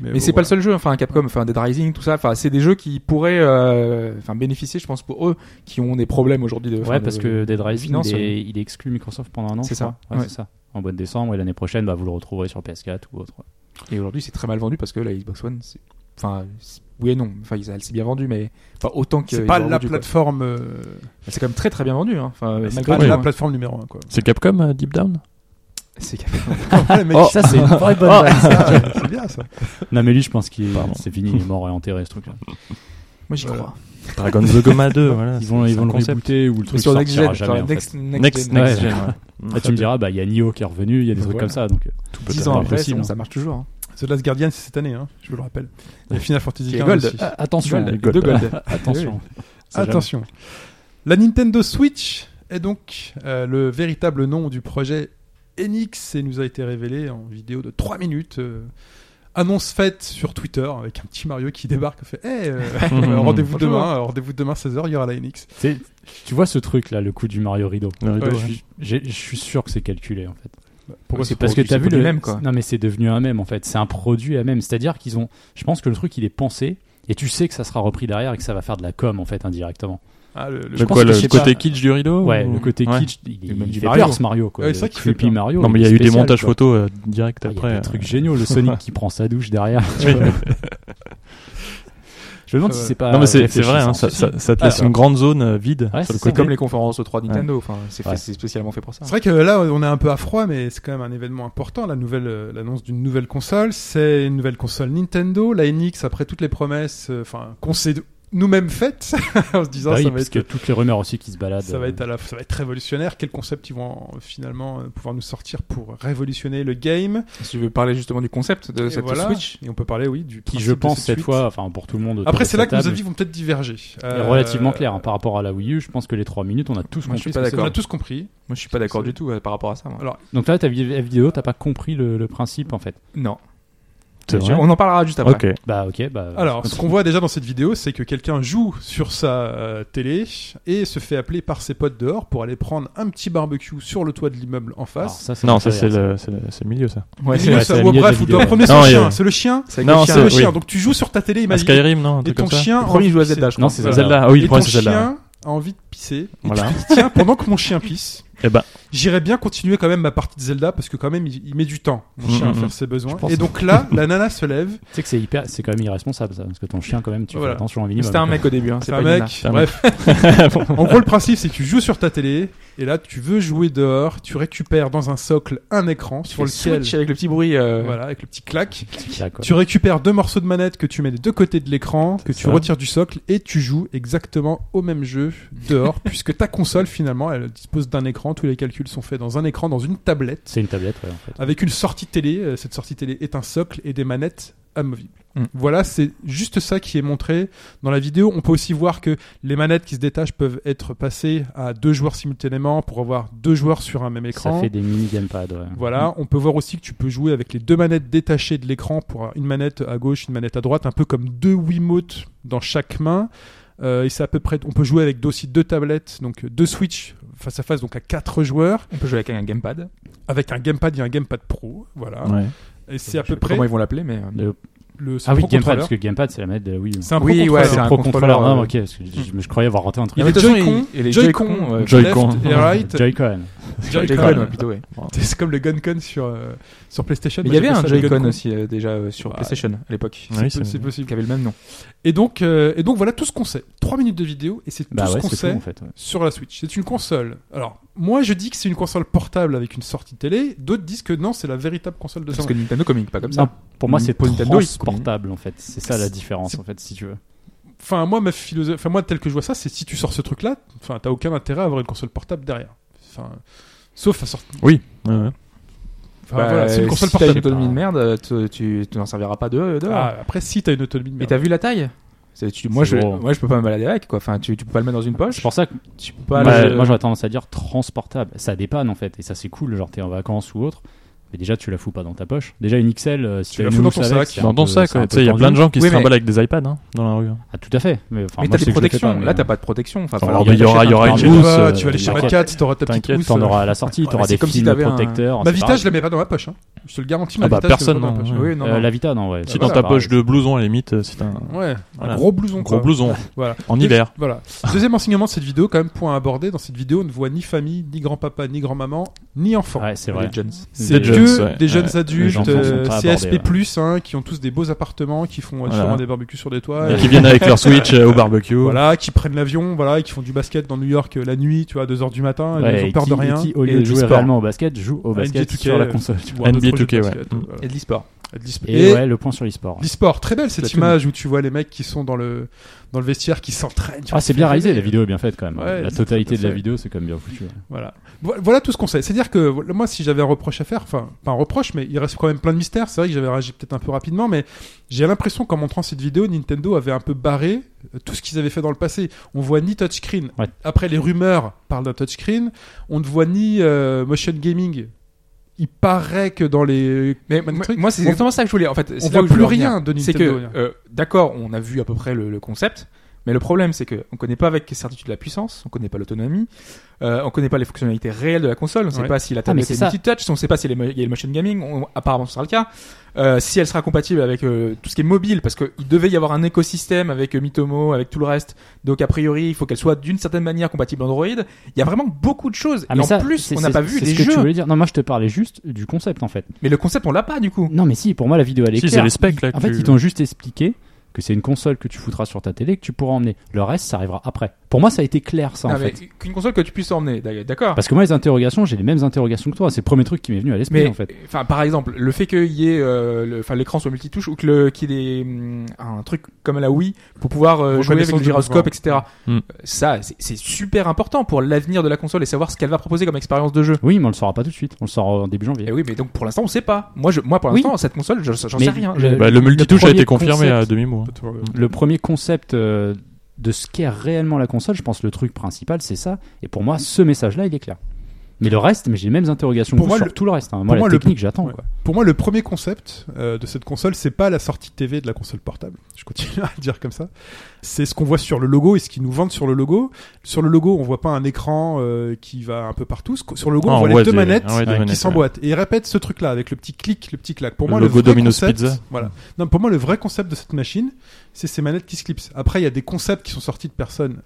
S6: Mais c'est pas le seul jeu, hein. enfin Capcom, enfin Dead Rising, tout ça, enfin c'est des jeux qui pourraient, euh, enfin bénéficier, je pense pour eux qui ont des problèmes aujourd'hui de. enfin,
S5: Ouais,
S6: de-
S5: parce que Dead Rising
S6: finances,
S5: il est, il est exclu Microsoft pendant un an,
S6: C'est
S5: je
S6: ça,
S5: crois. Ouais,
S6: ouais.
S5: c'est ça. En boîte décembre et l'année prochaine, bah, vous le retrouverez sur PS4 ou autre.
S6: Et aujourd'hui c'est très mal vendu parce que la Xbox One, c'est- enfin c'est- oui et non, enfin ils- elle s'est bien vendue, mais pas autant que.
S3: C'est
S6: ils
S3: pas
S6: ont
S3: la
S6: vendu, quoi.
S3: plateforme. euh,
S6: C'est quand même très très bien vendu, hein. enfin
S3: C'est
S6: malgré
S3: pas
S6: tout,
S3: la
S6: hein.
S3: plateforme numéro 1, quoi.
S4: C'est Capcom euh, Deep Down
S6: C'est
S3: Ouais, mec,
S5: Ça c'est une vraie bonne
S3: ça, C'est bien, ça.
S5: Non mais lui je pense qu'il
S4: Pardon.
S5: c'est fini, il est mort et enterré ce truc là.
S6: Moi j'y
S3: Voilà.
S6: crois.
S4: Dragon Dogma 2, voilà.
S5: Ils vont,
S4: c'est
S5: ils vont
S4: un
S5: le
S4: concept.
S5: rebooter ou le
S6: Mais
S5: truc
S6: sur
S5: sortira
S6: Next Gen, sur
S5: jamais. en
S6: Next,
S4: Next,
S6: Gen,
S4: next
S5: Ouais.
S4: gen, ouais.
S5: fait. Là, tu me diras, bah, il y a Nio qui est revenu, il y a des trucs
S6: Voilà.
S5: comme ça. Donc, euh,
S4: Tout peut
S6: 10
S4: être
S6: ans après,
S4: impossible.
S6: bon, ça marche toujours. hein.
S3: The Last Guardian, c'est cette année, hein, je vous le rappelle. Et Final Fantasy
S6: Qui est
S3: XV
S6: gold.
S3: aussi.
S5: ah, attention,
S6: Gold,
S5: Gold.
S6: deux gold.
S5: attention. C'est
S3: Attention. La Nintendo Switch est donc euh, le véritable nom du projet Enix et nous a été révélé en vidéo de 3 minutes. euh, annonce faite sur Twitter avec un petit Mario qui débarque et fait hey, euh, euh, rendez-vous
S6: Bonjour.
S3: demain, euh, rendez-vous demain 16h, il y aura la Enix.
S5: jamais- C'est- Tu vois ce truc là, le coup du Mario Rideau.
S4: Le rideau,
S3: Ouais,
S4: ouais.
S3: je suis-
S5: J'ai- Je suis sûr que c'est calculé en fait.
S3: Pourquoi
S6: c'est
S5: Parce que
S6: produit-
S5: t'as
S6: c'est
S5: vu
S6: produit
S5: le
S6: même, quoi.
S5: Non mais c'est devenu un même en fait. C'est un produit à même. C'est-à-dire qu'ils ont. Je pense que le truc il est pensé et tu sais que ça sera repris derrière et que ça va faire de la com en fait indirectement.
S3: Ah, le- le-
S4: Le
S5: pense
S4: quoi,
S5: que je sais
S4: le côté
S5: pas.
S4: kitsch du rideau
S5: Ouais,
S4: ou-
S5: le côté
S4: Ouais.
S5: kitsch, il,
S6: Et même
S5: il
S6: du
S5: fait
S6: Mario.
S5: peur ce Mario quoi.
S3: Ouais,
S5: Le
S3: c'est ça qui fait
S5: creepy
S3: peur.
S5: Mario.
S4: Non, mais il y a eu des
S5: spécial,
S4: montages
S5: quoi.
S4: photos euh, directs
S5: Ah, Il y a
S4: après.
S5: des
S4: euh,
S5: trucs géniaux, le Sonic qui prend sa douche derrière. tu vois. Je me demande si c'est pas.
S4: Non, mais c'est c'est vrai, hein,
S5: réfléchissant.
S4: ça, ça- ça te
S5: Ah,
S4: laisse
S5: ouais.
S4: une grande zone euh, vide
S5: Ouais,
S4: sur le
S5: c'est
S6: C'est
S4: côté.
S6: comme les conférences au 3 Nintendo, enfin, c'est fait-
S5: Ouais.
S6: c'est spécialement fait pour ça.
S3: C'est vrai que là, on est un peu à froid, mais c'est quand même un événement important, la nouvelle, euh, l'annonce d'une nouvelle console. C'est une nouvelle console Nintendo. La NX, après toutes les promesses, euh, enfin, qu'on s'est nous-mêmes faites, en se disant
S5: Bah oui,
S3: ça va
S5: parce
S3: être
S5: que toutes les rumeurs aussi qui se baladent.
S3: Ça va être à la, ça va être révolutionnaire. Quel concept ils vont euh, finalement euh, pouvoir nous sortir pour révolutionner le game
S6: Si tu veux parler justement du concept de
S3: Et
S6: Euh, cette
S3: voilà.
S6: Switch,
S3: Et on peut parler, oui, du
S5: qui,
S3: principe
S5: je
S3: de
S5: pense, cette
S3: suite.
S5: fois, enfin pour tout le monde. autour
S3: Après,
S5: de
S3: c'est là
S5: cette
S3: que nos
S5: table,
S3: avis vont peut-être diverger.
S5: est
S3: Euh,
S5: relativement clair hein, par rapport à la Wii U. Je pense que les 3 minutes, on a tous
S6: Moi,
S5: compris.
S6: je suis pas
S5: ce que
S3: On
S6: d'accord.
S3: a tous compris.
S6: moi je suis pas d'accord du tout euh, par rapport à ça. moi.
S3: Alors,
S5: c'est. Donc là, ta vi- la vidéo, t'as pas compris le, le principe en fait.
S6: Non,
S4: C'est vrai
S6: on en parlera juste après.
S4: Ok.
S5: Bah ok, bah.
S3: Alors,
S5: continue.
S3: ce qu'on voit déjà dans cette vidéo, c'est que quelqu'un joue sur sa euh, télé et se fait appeler par ses potes dehors pour aller prendre un petit barbecue sur le toit de l'immeuble en
S5: Alors,
S3: face.
S5: ça, c'est
S4: Non, ça c'est
S5: intéressant.
S4: le, c'est le c'est le milieu ça.
S6: Ouais,
S3: Et
S6: c'est
S3: nous,
S5: Ah, ouais,
S3: ça-
S5: c'est la
S3: ou
S5: vidéo de
S3: bref,
S5: la
S3: vous
S5: vidéo.
S3: devez promener son
S4: Non, il y a-
S3: chien. C'est le chien.
S6: c'est avec
S4: Non,
S6: le
S3: C'est
S6: chien.
S4: c'est-
S3: le
S4: oui.
S3: chien. Donc tu joues sur ta télé,
S4: À
S3: imagine.
S4: Skyrim, non un
S3: Et
S4: truc
S3: ton
S4: comme ça.
S3: chien.
S6: Le premier
S3: envie
S6: joue à
S3: de
S6: Zelda, je
S5: Non,
S6: pense.
S5: c'est
S3: Voilà.
S4: Celle-là, ah oui,
S3: et
S4: le
S3: ton
S4: problème c'est celle-là.
S3: chien a envie de pisser. Et
S4: Voilà.
S3: tu te dis, tiens, pendant que mon chien pisse,
S4: Eh ben.
S3: j'irais bien continuer quand même ma partie de Zelda parce que quand même il, il met du temps mon chien
S4: Mhm,
S3: à
S4: mhm.
S3: faire ses besoins.
S5: pense.
S3: Et donc là, la nana se lève.
S5: Tu sais que c'est hyper, c'est quand même irresponsable ça, parce que ton chien quand même, tu
S3: Voilà.
S5: fais attention au
S6: Mais
S5: minimum.
S6: C'était un
S5: quoi.
S6: mec au début, hein,
S3: C'est
S6: c'est
S3: un
S6: pas
S3: mec.
S4: un
S3: Bref. en gros, le principe c'est que tu joues sur ta télé et là tu veux jouer dehors, tu récupères dans un socle un écran sur
S6: Sur le
S3: lequel
S6: Switch avec le petit bruit. euh,
S3: voilà avec le petit clac.
S5: C'est ça, quoi.
S3: Tu récupères deux morceaux de manette que tu mets des deux côtés de l'écran, que tu
S4: ça.
S3: retires du socle et tu joues exactement au même jeu dehors, puisque ta console finalement elle dispose d'un écran, tous les calculs sont faits dans un écran, dans une tablette,
S5: C'est une tablette, ouais, en fait.
S3: avec une sortie télé. Euh, Cette sortie télé est un socle et des manettes amovibles.
S6: Mm.
S3: Voilà, c'est juste ça qui est montré dans la vidéo. On peut aussi voir que les manettes qui se détachent peuvent être passées à deux joueurs simultanément pour avoir deux joueurs sur un même écran.
S5: Ça fait des mini gamepads. Ouais.
S6: Mm.
S3: Voilà, on peut voir aussi que tu peux jouer avec les deux manettes détachées de l'écran pour avoir une manette à gauche, une manette à droite, un peu comme deux Wiimotes dans chaque main. Euh, et c'est à peu près, on peut jouer avec aussi deux tablettes, donc deux Switch face à face, donc à quatre joueurs,
S6: On peut jouer avec un gamepad.
S3: avec un gamepad et un gamepad pro. Voilà.
S4: Ouais.
S3: Et c'est à
S6: Je sais
S3: peu
S6: pas
S3: près
S6: Comment ils vont l'appeler, mais. euh,
S5: Le-
S3: le c'est un
S5: Ah oui,
S3: pro
S5: gamepad,
S3: contrôleur.
S5: parce que gamepad, c'est la manette de la Wii.
S3: C'est un pro
S6: Oui, ouais,
S3: contrôleur.
S6: c'est un
S5: Pro
S6: contrôleur.
S5: contrôleur,
S6: euh,
S5: ok, parce que je, je croyais avoir raté un
S3: Il
S5: truc.
S3: y
S6: Et
S3: avait
S6: les
S3: Joy-Con,
S6: et les
S3: Joy-Con,
S6: Joy-Con, euh,
S5: Joy-Con.
S3: left et right.
S5: Joy-Con.
S3: Joy-Con.
S6: Joy-Con, ouais, plutôt, ouais.
S3: C'est comme le Gun-Con sur, euh, sur PlayStation.
S6: Mais Il
S3: Moi,
S6: y avait un
S3: j'appelle ça le
S6: Joy-Con
S3: Gun-Con.
S6: aussi euh, déjà euh, sur
S3: Ouais.
S6: PlayStation à l'époque.
S4: Ouais,
S3: C'est
S4: c'est-
S3: c'est
S6: Qui
S3: possible.
S6: avait le même nom.
S3: Et donc, euh, et donc voilà tout ce qu'on sait. 3 minutes de vidéo et c'est tout
S5: Bah
S3: ce
S5: ouais,
S3: qu'on
S5: c'est
S3: sait
S5: tout en fait. ouais.
S3: sur la Switch. C'est une console. Alors, moi je dis que c'est une console portable avec une sortie télé. D'autres disent que non, c'est la véritable console de
S6: Parce
S3: salon.
S6: que Nintendo communique pas comme
S5: Non,
S6: ça. Bah,
S5: Pour moi, c'est
S6: Pour Nintendo, ils-
S5: transportable en fait. C'est ça la
S3: C'est-
S5: différence
S3: c'est-
S5: en fait, si tu veux.
S3: Enfin, moi, ma philosophie, enfin, moi, tel que je vois ça, c'est si tu sors ce truc-là, enfin, t'as aucun intérêt à avoir une console portable derrière. Enfin, sauf à sortir.
S4: Oui. ouais, ouais.
S3: Enfin,
S6: Bah,
S3: voilà, c'est une console
S6: si t'as une
S3: portable.
S6: autonomie de merde, euh, tu- tu tu n'en serviras pas de dehors.
S3: Ah, après, si t'as une autonomie de
S6: Mais
S3: merde.
S6: t'as vu la taille C'est- tu- moi,
S5: C'est
S6: je,
S5: gros.
S6: moi, je peux pas me balader avec, quoi. Enfin, tu, tu peux pas le mettre dans une poche.
S5: C'est pour ça que
S6: Tu peux pas
S5: Bah, moi,
S6: le-
S5: moi, j'aurais tendance à dire transportable. Ça dépanne en fait, et ça c'est cool. Genre t'es en vacances ou autre, mais déjà tu la fous pas dans ta poche. Déjà une XL, euh, si
S3: Tu
S5: t'as
S3: la
S5: une
S3: fous dans
S5: housse
S3: ton
S5: avec,
S3: sac.
S5: c'est un
S4: Dans ton
S5: peu-
S4: sac,
S5: c'est un
S4: ouais,
S5: peu
S4: tu sais, il y a plein de
S5: convenable.
S4: gens qui
S6: Oui,
S4: se
S6: mais-
S4: trimballent avec des iPads hein, dans la rue. hein.
S5: Ah tout à fait. Mais enfin,
S6: mais
S5: moi,
S6: t'as
S5: je sais
S6: des
S5: que je le fais
S6: protections.
S5: pas, mais-
S6: Là, t'as pas de protection. Enfin,
S4: Alors,
S6: faudra
S4: il y
S6: t'acheter
S4: aura- il y
S6: un-
S4: aura
S3: Ah,
S4: une
S3: tu
S4: housse,
S3: vas-
S4: euh,
S3: tu vas aller
S4: il y
S3: chez
S4: aura-
S3: Macat, t'auras ta petite
S4: T'inquiète,
S3: housse.
S5: T'en
S3: euh.
S5: auras à la sortie,
S6: mais
S5: t'auras
S6: c'est
S5: des
S6: comme si
S5: films de
S6: t'avais un-
S5: protecteurs.
S3: Ma
S5: c'est
S3: Vita,
S5: pareil.
S3: je la mets pas dans ma poche. hein. Je te le garantis. Ma
S4: Ah bah,
S3: Vita, je la mets
S4: personne,
S3: pas dans ma
S4: non,
S3: poche.
S4: ouais.
S6: Oui, non,
S5: Euh,
S6: non.
S5: La Vita, non, ouais.
S4: Si
S5: Bah,
S4: dans ta
S5: pareil.
S4: poche de blouson, à la limite, euh, si t'as un
S3: Ouais,
S4: Voilà.
S3: un gros blouson.
S4: gros
S3: quoi.
S4: blouson
S3: Voilà.
S4: en
S3: Deux-
S4: hiver.
S3: Voilà. Deuxième enseignement de cette vidéo, quand même, point à aborder. Dans cette vidéo, on ne voit ni famille, ni grand-papa, ni grand-maman, ni enfant.
S5: Ouais, c'est
S6: Les
S5: vrai.
S6: Jones.
S3: C'est
S4: Des
S3: que
S4: jeunes, ouais.
S3: des
S4: Ouais.
S3: jeunes
S4: Les
S3: adultes,
S5: enfants sont
S3: euh,
S5: pas abordés,
S3: CSP+, hein, qui ont tous des beaux appartements, qui font euh,
S4: Voilà.
S3: sûrement des barbecues sur des toits.
S4: Et
S3: et-
S4: qui viennent avec leur Switch euh, au barbecue.
S3: Voilà, qui prennent l'avion, voilà, et qui font du basket dans New York euh, la nuit, tu vois, à 2h du matin,
S5: Ouais,
S3: ils ont
S5: et
S3: peur
S5: qui-
S3: de
S5: et
S3: rien.
S5: qui, au
S6: Et
S5: lieu de
S6: du
S5: jouer
S6: sport.
S5: réellement au basket, joue au
S3: NBA
S5: basket
S3: 2K,
S5: sur la
S3: euh,
S5: console.
S3: Ou un autre
S4: NBA
S3: projet
S4: 2K,
S3: de
S4: ouais.
S3: basket,
S4: Mm.
S3: voilà.
S6: Et de l'e-sport.
S3: Et de l'e-sport.
S5: Et,
S3: Et
S5: ouais, le point sur l'e-sport.
S3: l'e-sport, très belle cette
S6: Splatoon.
S3: image où tu vois les mecs qui sont dans le, dans le vestiaire, qui s'entraînent. tu vois,
S5: Ah, c'est
S3: qui
S5: bien
S3: font
S5: réalisé,
S3: rêver.
S5: la vidéo est bien faite quand même.
S3: Ouais,
S5: la
S3: c'est
S5: totalité
S3: tout à
S5: de la
S3: fait.
S5: vidéo, c'est quand même bien foutu. ouais.
S3: Voilà. Vo- Voilà tout ce qu'on sait. C'est-à-dire que voilà, moi, si j'avais un reproche à faire, enfin, pas un reproche, mais il reste quand même plein de mystères. C'est vrai que j'avais réagi peut-être un peu rapidement, mais j'ai l'impression qu'en montrant cette vidéo, Nintendo avait un peu barré euh, tout ce qu'ils avaient fait dans le passé. On voit ni touchscreen.
S5: Ouais.
S3: Après, les rumeurs parlent d'un touchscreen. On ne voit ni euh, motion gaming. Il paraît que dans les. euh,
S6: Mais
S3: Même
S6: moi,
S3: truc.
S6: moi, c'est
S3: On-
S6: exactement ça que je voulais. En fait,
S3: on
S6: c'est là
S3: voit
S6: où je
S3: plus
S6: voulais en venir.
S3: rien de
S6: C'est
S3: Nintendo.
S6: que, euh, d'accord, on a vu à peu près le, le concept, mais le problème, c'est que on connaît pas avec certitude la puissance, on connaît pas l'autonomie, euh, on connaît pas les fonctionnalités réelles de la console, on sait
S3: Ouais.
S6: pas si la
S5: Ah, mais
S6: tablette
S5: c'est
S6: est
S5: ça.
S6: multitouch, on sait pas si elle est mo- il y a le motion gaming, on- apparemment ce sera le cas, euh, si elle sera compatible avec euh, tout ce qui est mobile, parce que il devait y avoir un écosystème avec euh, Mitomo, avec tout le reste, donc a priori, il faut qu'elle soit d'une certaine manière compatible Android. Il y a vraiment beaucoup de choses,
S5: Ah,
S6: et
S5: mais
S6: en
S5: ça,
S6: plus,
S5: c'est-
S6: on n'a
S5: c'est-
S6: pas vu
S5: c'est
S6: les
S5: ce que tu
S6: jeux,
S5: voulais dire. Non, moi je te parlais juste du concept en fait.
S6: mais le concept, on l'a pas du coup.
S5: Non, mais si, pour moi la vidéo elle est
S4: Si, c'est
S5: claire.
S4: les specs, là, que
S5: en fait,
S4: tu-
S5: ils t'ont juste expliqué que c'est une console que tu foutras sur ta télé que tu pourras emmener. Le reste, ça arrivera après. Pour moi, ça a été clair ça en
S6: Ah, mais
S5: fait.
S6: Qu'une console que tu puisses emmener, d'ailleurs, d'accord.
S5: Parce que moi, les interrogations, j'ai les mêmes interrogations que toi. C'est le premier truc qui m'est venu à l'esprit
S6: Mais
S5: en fait.
S6: enfin, par exemple, le fait qu'il y ait, euh, le- enfin, l'écran soit multitouche ou que le qu'il y ait hum, un truc comme la Wii pour pouvoir euh, jouer avec
S3: Reconnaissance
S6: le
S3: du
S6: gyroscope, etc.
S3: mouvement.
S4: Mm.
S6: Euh, Ça, c'est- c'est super important pour l'avenir de la console et savoir ce qu'elle va proposer comme expérience de jeu.
S5: Oui, mais on le saura pas tout de suite. On le saura en début janvier.
S6: Et oui, mais donc pour l'instant, on sait pas. Moi, je, moi, pour
S5: Oui.
S6: l'instant, cette console, je- j'en
S5: Mais
S6: sais rien.
S5: le-
S6: Je-
S4: Bah, le multitouche a
S5: premier
S4: été confirmé
S5: concept-
S4: à demi-mot. hein.
S5: le premier concept euh, de ce qu'est réellement la console, je pense le truc principal, c'est ça. Et pour moi, ce message-là, il est clair. Mais le reste, mais j'ai les mêmes interrogations
S3: Pour
S5: que
S3: moi,
S5: sur
S3: le-
S5: tout le reste. hein. Moi,
S3: pour
S5: la
S3: moi, le-
S5: technique, j'attends.
S3: Ouais.
S5: quoi.
S3: Pour moi, le premier concept euh, de cette console, c'est pas la sortie TV de la console portable. Je continue à le dire comme ça. C'est ce qu'on voit sur le logo et ce qu'ils nous vendent sur le logo. Sur le logo, on voit pas un écran euh, qui va un peu partout. Ce- Sur le logo,
S4: Ah,
S3: on voit
S4: on
S3: les
S4: voit
S3: deux
S4: des-
S3: manettes
S4: ah ouais, deux
S3: euh, qui
S4: manettes,
S3: s'emboîtent. Et ils répètent ce truc-là avec le petit clic, le petit clac. Pour
S4: Le
S3: moi,
S4: logo
S3: le vrai
S4: Domino's
S3: concept-
S4: Pizza.
S3: Voilà. Non, pour moi, le vrai concept de cette machine, c'est ces manettes qui se clipsent. Après, il y a des concepts qui sont sortis de personnes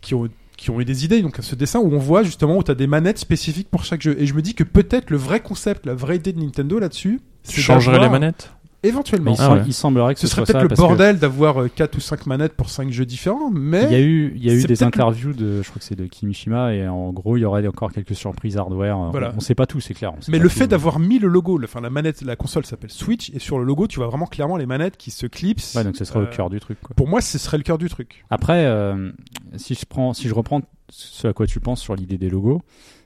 S3: qui ont qui ont eu des idées, donc ce dessin où on voit justement où tu as des manettes spécifiques pour chaque jeu. Et je me dis que peut-être le vrai concept, la vraie idée de Nintendo là-dessus,
S4: Tu
S3: c'est
S4: changerais les
S3: d'avoir-
S4: manettes
S5: Mais
S3: Éventuellement.
S5: il,
S4: Ah
S5: sem-
S4: ouais.
S5: il semblerait que ce,
S3: Ce serait
S5: soit ça.
S3: peut-être le
S5: parce que
S3: bordel d'avoir 4 ou 5 manettes pour 5 jeux différents,
S5: Il y a
S3: mais
S5: eu, il y a eu
S3: C'est
S5: des
S3: peut-être le-
S5: interviews de, je crois que c'est de Kimishima, et en gros, il y aurait encore quelques surprises hardware. On-
S3: Voilà.
S5: On, sait pas tout, c'est clair. on sait
S3: mais
S5: pas
S3: le
S5: tout,
S3: fait
S5: mais-
S3: d'avoir mis le logo, le- enfin la manette, la console s'appelle Switch et sur le logo, tu vois vraiment clairement les manettes qui se clipsent.
S5: Ouais, donc ce serait
S3: Euh,
S5: au cœur du truc. Quoi.
S3: Pour moi, ce serait le cœur du truc.
S5: Après, euh, si, je prends, si je reprends ce à quoi tu penses sur l'idée des logos,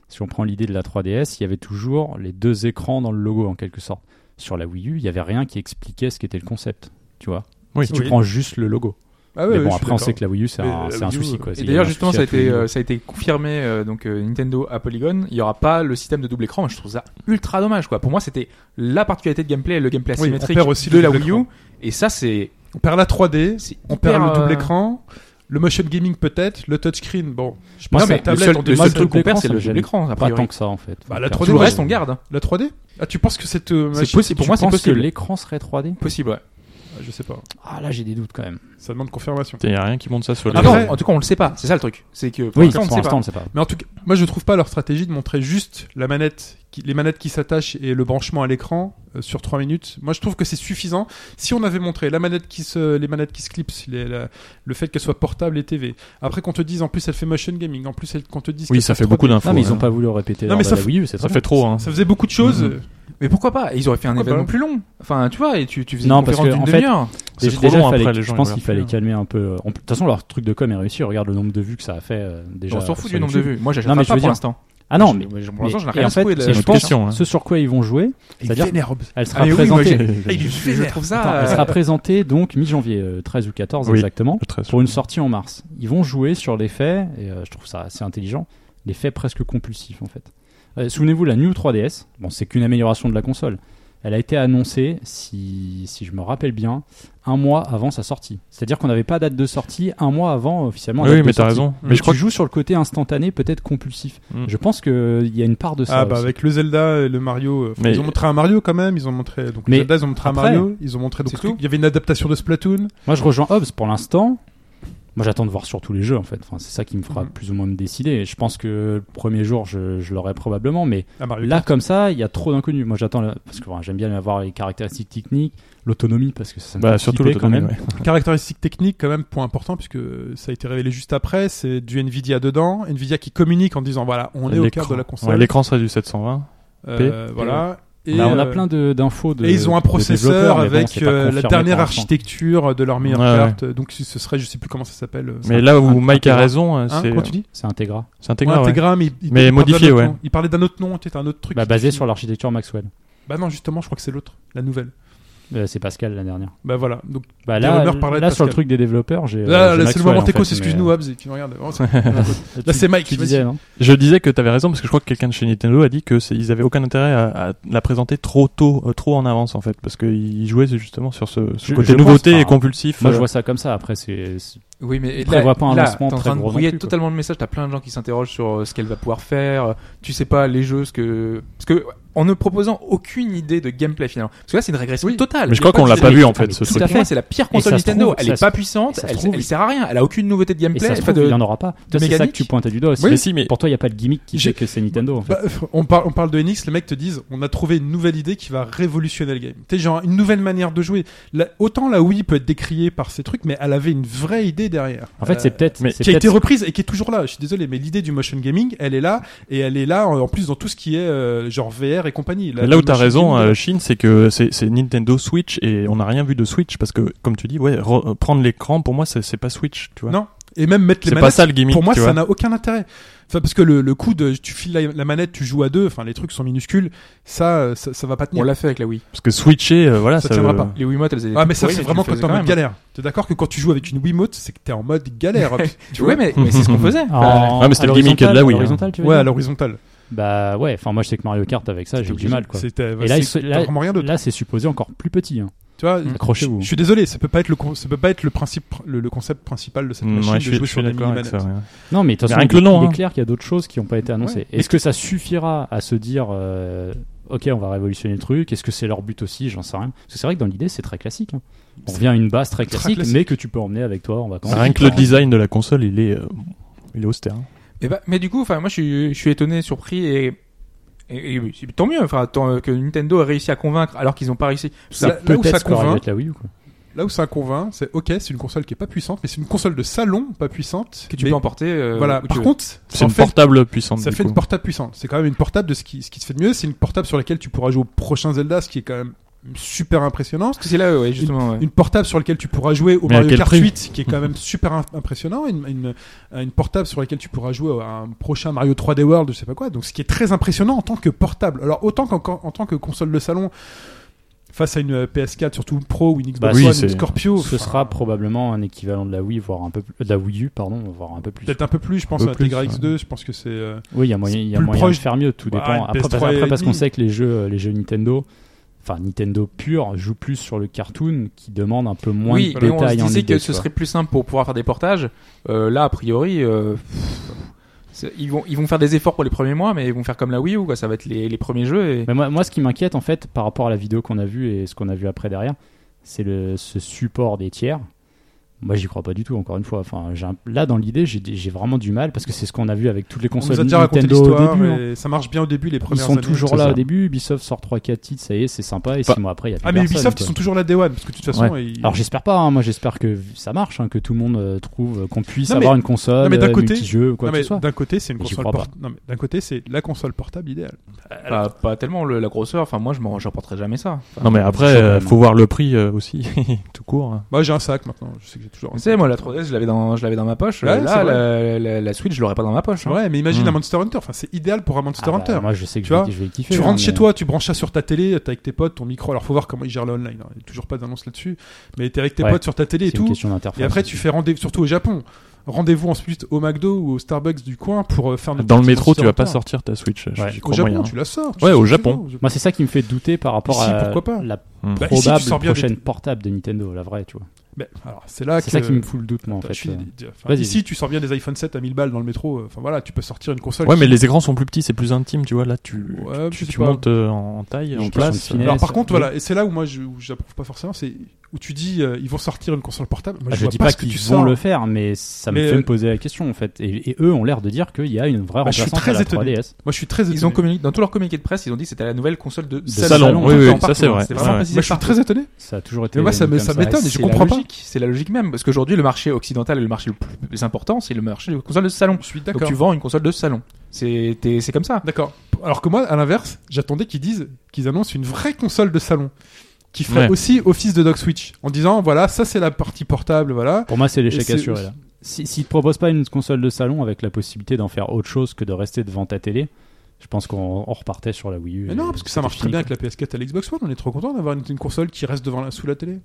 S5: si on prend l'idée de la 3DS, il y avait toujours les deux écrans dans le logo en quelque sorte. Sur la Wii U, il n'y avait rien qui expliquait ce qu'était le concept. tu vois.
S4: Oui.
S5: Si tu
S3: Oui.
S5: prends juste le logo.
S3: Ah
S5: mais
S3: ouais,
S5: bon,
S3: ouais, je suis
S5: après, on
S3: d'accord.
S5: sait que la Wii U, c'est
S3: Mais
S5: un,
S3: la
S5: c'est un
S3: Wii U,
S5: souci.
S3: ouais.
S5: Quoi.
S3: Et
S5: C'est- il
S6: Et
S5: y a
S6: d'ailleurs,
S5: un
S6: justement,
S5: souci
S6: ça a,
S5: à tous les
S6: été,
S5: niveaux.
S6: euh, ça a été confirmé euh, donc euh, Nintendo à Polygon. Il n'y aura pas le système de double écran. mais Je trouve ça ultra dommage. Quoi. Pour moi, c'était la particularité de gameplay, le gameplay
S3: Oui, on
S6: asymétrique
S3: perd aussi
S6: de
S3: le
S6: la
S3: double
S6: Wii U.
S3: écran.
S6: Et ça, c'est.
S3: On perd la 3D,
S6: c'est
S3: on perd
S6: hyper,
S3: le double
S6: euh,
S3: écran, le motion gaming peut-être, le touchscreen, bon. Je pense
S5: Moi,
S3: que la
S5: ça-
S6: Non, mais
S5: le
S6: le
S3: tablette,
S6: seul,
S3: on
S6: le
S3: dépasse
S6: seul
S5: le
S3: tout.
S6: truc qu'on
S5: double
S6: perd,
S5: écran, ça
S6: c'est le
S5: me
S6: double
S5: gêne.
S6: écran. a
S5: Pas
S6: priori.
S5: tant que ça, en fait.
S3: Bah, la
S5: Faire
S3: 3D,
S6: Tout le
S5: ça.
S6: reste, on garde.
S3: La 3D Ah, tu penses que c'est... euh,
S6: C'est
S3: machine-
S6: possible. Pour
S5: Tu
S6: moi, c'est
S5: penses que
S6: possible.
S5: l'écran serait 3D
S6: Possible, ouais.
S3: Ah, Je sais pas,
S5: Ah là, j'ai des doutes quand même.
S3: ça demande confirmation.
S4: Il n'y a rien qui monte ça sur les.
S6: Ah
S3: Après-
S6: non, en tout cas, on le sait pas. C'est ça le truc. C'est que pour
S5: Oui,
S6: l'instant, on
S5: pour
S6: ne
S5: l'instant,
S6: sait pas.
S5: on ne sait pas.
S3: Mais en tout cas, moi je trouve pas leur stratégie de montrer juste la manette, qui- les manettes qui s'attachent et le branchement à l'écran euh, sur 3 minutes. Moi je trouve que c'est suffisant. Si on avait montré la manette qui se, les manettes qui se clipsent, les- la- le fait qu'elles soient portables et TV, après qu'on te dise en plus elle fait motion gaming, en plus elle- qu'on te dise...
S4: Oui,
S3: qu'elle
S4: ça fait
S3: 3D.
S4: beaucoup d'infos.
S5: Non, mais ils
S4: ouais.
S5: n'ont pas voulu le répéter.
S3: Non,
S5: lors
S3: mais
S5: de
S3: ça
S5: la
S3: fait-
S5: Wii U, c'est
S4: hein. Ça
S5: très
S4: fait
S5: bien.
S4: trop. Hein.
S3: Ça faisait beaucoup de choses. Euh,
S4: Mhm.
S6: Mais pourquoi pas Ils auraient fait un
S3: Pourquoi
S6: événement
S3: pas
S6: plus long. Enfin, tu vois, et tu, tu faisais
S5: Ah, bah Non,
S6: une
S5: parce
S6: conférence
S5: que,
S6: d'une
S5: en fait,
S6: demi-heure.
S4: C'est
S5: Déjà,
S4: trop
S5: déjà,
S4: long
S5: il
S4: après
S5: fallait-
S4: les gens.
S5: Je
S4: ils hein.
S5: pense
S4: veulent
S5: qu'il
S4: plus.
S5: fallait calmer un peu. euh, on- De toute façon, leur truc de com est réussi. Regarde le nombre de vues que ça a fait euh, déjà.
S6: On s'en fout
S5: sur
S6: du nombre de
S5: YouTube.
S6: vues. Moi, j'achète
S5: Non, mais
S6: pas
S5: je veux
S6: pour
S5: dire-
S6: l'instant.
S5: Ah non, mais.
S6: Pour l'instant, j'en ai
S5: mais-
S6: rien
S5: et
S6: à
S5: en fait,
S6: secouer de la-
S5: c'est-
S4: Une
S5: je
S4: autre
S5: pense
S4: question, hein.
S5: ce sur quoi ils vont jouer,
S3: Il
S5: C'est-à-dire-
S3: vénère.
S5: elle sera
S6: Ah, mais oui, moi,
S5: présentée.
S6: j'ai-
S3: Ah, il est
S6: Je je
S3: vénère.
S6: trouve
S5: Attends,
S6: ça.
S5: elle
S6: euh,
S5: sera présentée donc mi-janvier, euh, 13 ou 14
S4: Oui.
S5: exactement,
S4: Le 13.
S5: pour une sortie en mars. Ils vont jouer sur les faits, et euh, je trouve ça assez intelligent, les faits presque compulsifs en fait. Euh, Souvenez-vous, la New 3DS, bon, c'est qu'une amélioration de la console. Elle a été annoncée, si, si je me rappelle bien, un mois avant sa sortie. C'est-à-dire qu'on n'avait pas date de sortie un mois avant euh, officiellement. la
S4: Oui,
S5: date de
S4: mais t'as
S5: sortie.
S4: raison.
S5: Mais, je crois que joue sur le côté instantané, peut-être compulsif.
S4: Mm.
S5: Je pense qu'il y a une part de ça.
S3: Ah bah
S5: aussi.
S3: avec le Zelda et le Mario, euh,
S4: Mais-
S3: ils ont montré un Mario quand même, ils ont montré donc
S5: Mais
S3: le Zelda, ils ont montré
S5: après,
S3: un Mario, ils ont montré donc
S6: c'est tout
S3: il y avait une adaptation de Splatoon.
S5: Moi, je rejoins Hobbes pour l'instant. Moi, j'attends de voir sur tous les jeux, en fait. Enfin, c'est ça qui me fera
S3: Mhm.
S5: plus ou moins me décider. Je pense que le premier jour, je, je l'aurai probablement, mais
S3: Ah, Mario
S5: là, comme ça, il y a trop d'inconnus. Moi, j'attends, la- parce que voilà, j'aime bien avoir les caractéristiques techniques, l'autonomie, parce que ça me
S4: Bah,
S5: fait
S4: surtout
S5: flipper
S4: le
S5: quand même.
S3: Caractéristiques techniques quand même point important puisque ça a été révélé juste après, c'est du Nvidia dedans, Nvidia qui communique en disant voilà on est au cœur de la console,
S4: L'écran serait du 720.
S3: Euh, voilà. Et,
S5: Bah, on a
S3: euh,
S5: plein de- d'infos. De,
S3: et ils ont un
S5: de développeurs,
S3: processeur
S5: mais bon,
S3: avec
S5: c'est pas
S3: euh, la
S5: confirmé pour
S3: dernière
S5: l'instant.
S3: architecture de leur meilleure
S4: Ouais,
S3: carte, donc ce serait je sais plus comment ça s'appelle. euh,
S4: Mais là
S5: un-
S4: où Mike a
S5: intégré.
S4: raison, euh,
S3: hein,
S4: c'est
S3: comment tu dis
S5: C'est Integra.
S4: c'est
S3: Ouais,
S4: intégré. ouais.
S3: Integra, mais, il- il parlait
S4: Mais
S3: d'un
S4: modifié,
S3: autre
S4: ouais.
S3: nom. Il parlait d'un autre nom, c'était un autre truc.
S5: Bah,
S3: qui
S5: basé
S3: définit.
S5: sur l'architecture Maxwell.
S3: Bah non, justement, je crois que c'est l'autre, la nouvelle.
S5: Euh, c'est Pascal, la dernière.
S3: Bah voilà. Donc
S5: Bah,
S3: Des
S5: là,
S3: rumeurs parlaient de
S5: là sur le
S3: Pascal.
S5: truc des développeurs, j'ai. euh,
S3: là,
S5: j'ai
S3: là, c'est le
S5: Maxwell,
S3: moment
S5: en
S3: techos,
S5: fait, mais,
S3: excuse-nous, Hobbs, et qui me regarde. Oh, c'est-
S5: euh,
S3: Là,
S5: tu-
S3: c'est Mike.
S5: Tu
S3: vas-y.
S5: disais, non
S4: Je disais que t'avais raison parce que je crois que quelqu'un de chez Nintendo a dit que c'est- ils avaient aucun intérêt à, à la présenter trop tôt, euh, trop en avance en fait, parce qu'ils jouaient justement sur ce, ce
S5: Je-
S4: côté
S5: je pense
S4: nouveauté
S5: pas,
S4: et
S5: hein.
S4: compulsif.
S5: Moi,
S4: euh,
S5: je vois ça comme ça. Après, c'est. c'est-
S6: Oui, mais
S5: Il
S6: là,
S5: prévoit pas un
S6: là,
S5: lancement
S6: t'es en
S5: très
S6: train de
S5: gros non
S6: brouiller
S5: plus, quoi.
S6: totalement le message. T'as plein de gens qui s'interrogent sur euh, ce qu'elle va pouvoir faire. euh, Tu sais pas les jeux, ce que parce que en ne proposant aucune idée de gameplay finalement. Parce que là, c'est une régression
S3: Oui.
S6: totale.
S4: mais je
S6: Il y a
S4: crois qu'on l'a
S6: de-
S4: pas vu en
S5: mais
S4: fait ce
S5: tout
S6: Tout
S4: truc.
S6: à fait, c'est la pire console
S5: ça se
S6: Nintendo.
S5: trouve,
S6: elle
S5: ça
S6: est
S5: se-
S6: pas puissante,
S5: et ça se
S6: elle,
S5: trouve,
S6: elle
S5: il-
S6: sert à rien. Elle a aucune nouveauté de
S5: Et
S6: gameplay.
S5: ça se
S6: enfin,
S5: trouve,
S6: de-
S5: il n'y en aura pas. Toi, c'est ça que
S6: mécanique.
S5: tu pointais du doigt aussi.
S3: Oui.
S4: Mais si, mais
S5: Pour toi, il n'y a pas de gimmick qui
S3: J'ai-
S5: fait que c'est Nintendo. En fait.
S3: Bah, f- on, parle, on parle de NX, les mecs te disent on a trouvé une nouvelle idée qui va révolutionner le game. Tu sais, genre une nouvelle manière de jouer. La- autant la Wii peut être décriée par ces trucs, mais elle avait une vraie idée derrière.
S5: en fait, c'est
S3: Euh,
S5: peut-être.
S4: mais
S5: c'est
S3: qui a été
S5: peut-être-
S3: reprise et qui est toujours là. Je suis désolé, mais l'idée du motion gaming, elle est là et elle est là euh, en en plus dans tout ce qui est euh, genre VR et compagnie.
S4: mais là où
S3: tu
S4: t'as raison, euh, Shin, c'est que c'est c'est Nintendo Switch et on n'a rien vu de Switch parce que comme tu dis, ouais, re- euh, prendre l'écran pour moi c'est c'est pas Switch, tu vois.
S3: Non, et même mettre les
S4: c'est
S3: manettes
S4: pas ça le gimmick.
S3: Pour moi,
S4: tu
S3: ça
S4: vois.
S3: n'a aucun intérêt. Enfin, parce que le, le coup de tu files la, la manette, tu joues à deux, enfin, les trucs sont minuscules, ça, euh, ça, ça va pas
S6: On
S3: tenir.
S6: l'a fait avec la Wii.
S4: parce que switcher, euh, voilà,
S3: Ça
S4: ça,
S3: tiendra
S4: euh,
S3: pas.
S6: Les Wiimotes, elles étaient
S3: Ah, mais ça,
S6: pourries,
S3: c'est
S6: tu
S3: vraiment
S6: le
S3: quand
S6: faisais
S3: t'es en mode
S6: même.
S3: galère. T'es d'accord que quand tu joues avec une Wiimote, c'est que t'es en mode galère.
S6: Tu vois, mais, mais c'est ce qu'on faisait. Enfin,
S5: En-
S4: Ah, mais c'était
S5: à
S4: le gimmick de la Wii,
S5: à l'horizontale, tu veux
S3: ouais,
S5: dire
S3: à l'horizontale.
S5: Bah ouais, enfin moi je sais que Mario Kart avec ça, j'ai eu du mal quoi.
S3: C'était,
S5: Et là,
S3: c'est-
S5: ils se-
S3: t'as
S5: là-
S3: vraiment rien d'autre.
S5: Là, c'est supposé encore plus petit. hein.
S3: Tu vois,
S5: accrochez-vous.
S3: je- Je suis désolé, ça peut pas être le, con- ça peut pas être le principe, le, le concept principal de cette
S4: mm,
S3: machine
S4: ouais,
S3: de
S4: je suis,
S3: jouer
S4: je suis
S3: sur des
S4: d'accord avec
S3: mini-manettes.
S4: ça. ouais.
S5: Non, mais de toute
S4: Mais
S5: façon,
S4: rien
S5: il,
S4: que le nom,
S5: il
S4: hein.
S5: est clair qu'il y a d'autres choses qui n'ont pas été annoncées.
S3: Ouais.
S5: Est-ce que ça suffira à se dire, euh, ok, on va révolutionner le truc Est-ce que c'est leur but aussi J'en sais rien. Parce que c'est vrai que dans l'idée, c'est très classique. hein. On revient à une base très
S3: Très
S5: classique,
S3: classique.
S5: mais que tu peux emmener avec toi en vacances.
S4: Rien que le design de la console, il est, euh, il est austère.
S6: Eh ben, mais du coup, enfin, moi, je suis, je suis étonné, surpris et, et- et oui, tant mieux. Enfin, tant, euh, que Nintendo a réussi à convaincre alors qu'ils n'ont pas réussi.
S3: Ça-
S5: C'est
S3: là où ça
S5: peut-être ce qu'aurait dû
S3: convainc,
S5: être la Wii U. Quoi.
S3: là où ça convainc, c'est ok, c'est une console qui est pas puissante, mais c'est une console de salon pas puissante.
S6: Que tu
S3: mais-
S6: peux emporter. euh,
S3: Voilà.
S6: où tu
S3: Par
S6: veux.
S3: contre,
S4: C'est
S3: ça en
S4: une
S3: fait
S4: portable puissante.
S3: Ça
S4: du
S3: fait
S4: coup.
S3: une portable puissante. C'est quand même une portable de ce qui, ce qui se fait de mieux. C'est une portable sur laquelle tu pourras jouer au prochain Zelda, ce qui est quand même super impressionnant.
S6: Parce que c'est là, ouais, justement. ouais.
S3: Une portable sur laquelle tu pourras jouer au
S4: Mais à
S3: Mario
S4: quel
S3: Kart
S4: prix
S3: 8, qui est quand même super im- impressionnant. Une, une, une portable sur laquelle tu pourras jouer à un prochain Mario 3D World, je sais pas quoi. Donc ce qui est très impressionnant en tant que portable. Alors autant qu'en en tant que console de salon, face à une euh, PS4, surtout une Pro ou une Xbox
S5: Bah,
S4: oui,
S3: One, une
S4: c'est-
S3: Scorpio.
S5: Ce
S3: enfin,
S5: sera probablement un équivalent de la Wii, voire un peu plus, de la Wii U, pardon, voire un peu plus.
S3: peut-être un peu plus, je pense,
S4: Un peu
S3: à Tegra
S4: plus,
S3: X2. Je pense que c'est. euh,
S5: Oui, il y a moyen, il y a
S3: plus
S5: moyen
S3: proche-
S5: de faire mieux, tout
S3: Bah, une
S5: dépend. Après,
S3: PS3
S5: parce- après,
S3: et
S5: parce qu'on
S3: demi.
S5: sait que les jeux, les jeux Nintendo, enfin Nintendo pur, jouent plus sur le cartoon qui demande un peu moins
S6: oui,
S5: de
S6: mais on se
S5: détails en
S6: disait
S5: idées,
S6: que ce
S5: quoi.
S6: serait plus simple pour pouvoir faire des portages. Euh, là, a priori, euh, pff, c'est- ils, vont, ils vont faire des efforts pour les premiers mois, mais ils vont faire comme la Wii U, quoi. ça va être les, les premiers jeux. Et...
S5: Mais moi, moi, ce qui m'inquiète en fait par rapport à la vidéo qu'on a vue et ce qu'on a vu après derrière, c'est le ce support des tiers. Moi, j'y crois pas du tout. Encore une fois, enfin, j'ai un- là dans l'idée, j'ai j'ai vraiment du mal parce que c'est ce qu'on a vu avec toutes les
S3: On
S5: consoles
S3: nous a déjà raconté
S5: Nintendo au
S3: l'histoire.
S5: début. hein.
S3: et Ça marche bien au début, les
S5: Ils
S3: premières
S5: sont
S3: années.
S5: toujours
S4: c'est
S5: là
S4: ça.
S5: au début. Ubisoft sort 3-4 titres, ça y est, c'est sympa. Et
S4: Pas-
S5: 6 mois après, il y a plus
S3: Ah, mais
S5: personne,
S3: Ubisoft,
S5: quoi.
S3: ils sont toujours la Day One, parce que de toute façon. ils-
S5: Alors j'espère pas, hein. moi j'espère que ça marche, hein, que tout le monde euh, trouve euh, qu'on puisse
S3: Non, mais-
S5: avoir une console,
S3: non, mais d'un
S5: euh,
S3: côté-
S5: multijeu ou quoi
S3: Non,
S5: que
S3: mais
S5: ce soit.
S3: d'un côté, c'est une
S5: Mais j'y
S3: console
S5: crois
S3: portable. Non, mais d'un côté, c'est la console portable idéale.
S6: Pas, pas tellement le- la grosseur, enfin moi je m'en je reporterai jamais ça. Enfin,
S4: Non mais après,
S5: chaud,
S4: euh,
S5: quand même.
S4: faut voir le prix euh, aussi, tout court. hein.
S3: Moi, j'ai un sac maintenant. Je sais que j'ai toujours. un
S6: Tu
S3: sac.
S6: sais, moi la 3DS je l'avais dans, je l'avais dans ma poche,
S3: Ouais, c'est
S6: là la, la- la Switch je l'aurais pas dans ma poche. hein.
S3: Ouais, mais imagine
S4: Hmm.
S3: un Monster Hunter. Enfin, c'est idéal pour un Monster
S5: Ah, bah,
S3: Hunter.
S5: moi je sais que
S3: Tu
S5: je vais,
S3: vois,
S5: je vais kiffer.
S3: Tu
S5: hein,
S3: rentres chez
S5: mais-
S3: toi, tu branches ça sur ta télé, t'es avec tes potes, ton micro. Alors faut voir comment ils gèrent le online. hein. Il y a Toujours pas d'annonce là-dessus. Mais t'es avec tes
S5: Ouais.
S3: potes sur ta télé et
S5: C'est une
S3: tout.
S5: question d'interface.
S3: Et après tu fais rendez-vous, surtout au Japon. Rendez-vous ensuite au McDo ou au Starbucks du coin pour euh, faire notre
S4: Dans le
S3: petit
S4: métro, tu vas pas
S3: Monster Hunter.
S4: sortir ta Switch. je-
S5: Ouais.
S4: j'y
S3: Au
S4: crois
S3: Japon,
S4: moyen.
S3: tu la sors. tu
S4: Ouais,
S3: sors
S4: au
S3: ce que tu
S4: Japon.
S3: veux.
S5: Moi c'est ça qui me fait douter par rapport
S3: Ici,
S5: à
S3: pourquoi pas
S5: la
S4: Hmm.
S3: Bah, ici, tu
S5: probable
S3: sors bien des-
S5: prochaine portable de Nintendo, la vraie, tu vois.
S3: Mais, alors c'est là
S5: C'est
S3: que
S5: ça qui me fout le doute, moi en
S3: Attends,
S5: fait.
S3: je suis-
S5: euh.
S3: enfin,
S5: Vas-y.
S3: ici, tu sors bien des iPhone 7 à 1000 balles dans le métro. euh, Enfin voilà, tu peux sortir une console.
S4: Ouais,
S3: qui-
S4: mais les écrans sont plus petits, c'est plus intime, tu vois. Là, tu,
S3: Ouais, je
S4: tu,
S3: sais
S4: tu
S3: pas.
S4: montes euh, en en taille,
S5: Une
S4: en
S5: question de
S4: place.
S5: finesse.
S3: Alors par
S5: ça-
S3: contre,
S5: oui.
S3: voilà, et c'est là où moi je- où j'approuve pas forcément, c'est où tu dis euh, ils vont sortir une console portable. Moi,
S5: Ah,
S3: je,
S5: je
S3: vois
S5: dis pas
S3: ce que
S5: qu'ils
S3: tu
S5: vont
S3: sors.
S5: le faire, mais ça me
S3: Mais,
S5: fait
S3: euh,
S5: me poser la question en fait. Et, et eux ont l'air de dire qu'il y a une vraie
S3: Bah, je suis
S5: remplaçante
S3: très
S5: à la
S3: étonné.
S5: 3DS.
S3: Moi, je suis très
S6: Ils ont
S3: étonné.
S6: communiqué, dans tous leurs communiqués de presse, ils ont dit que c'était la nouvelle console de,
S4: salon,
S6: tout
S4: oui,
S6: le
S4: oui,
S6: temps,
S4: ça,
S6: partout,
S4: c'est
S6: hein.
S4: vrai.
S6: C'est vraiment
S4: Ouais.
S6: précisé
S3: Moi, je suis
S6: partout.
S3: très étonné.
S5: Ça a toujours été.
S3: Mais moi, ça
S5: mis
S3: me-
S5: comme
S3: ça
S5: ça.
S3: m'étonne.
S6: C'est-
S3: et je
S6: c'est la
S3: comprends pas.
S6: logique, C'est la logique même, parce qu'aujourd'hui le marché occidental, le marché le plus important, c'est le marché des consoles de salon.
S3: Je suis
S6: Donc
S3: d'accord.
S6: tu vends une console de salon. C'est t'es- c'est comme ça.
S3: D'accord. Alors que moi, à l'inverse, j'attendais qu'ils disent qu'ils annoncent une vraie console de salon qui ferait
S4: Ouais.
S3: aussi office de dock switch en disant voilà, ça c'est la partie portable, voilà.
S5: Pour moi, c'est l'échec
S3: Et c'est-
S5: assuré là. Si- S'ils ne proposent pas une console de salon avec la possibilité d'en faire autre chose que de rester devant ta télé, je pense qu'on on repartait sur la Wii U.
S3: Mais
S5: et
S3: non, parce que ça
S5: c'était
S3: marche très
S5: fini,
S3: bien
S5: quoi.
S3: avec la PS4 et la Xbox One. On est trop content d'avoir une, une console qui reste devant la, sous la télé.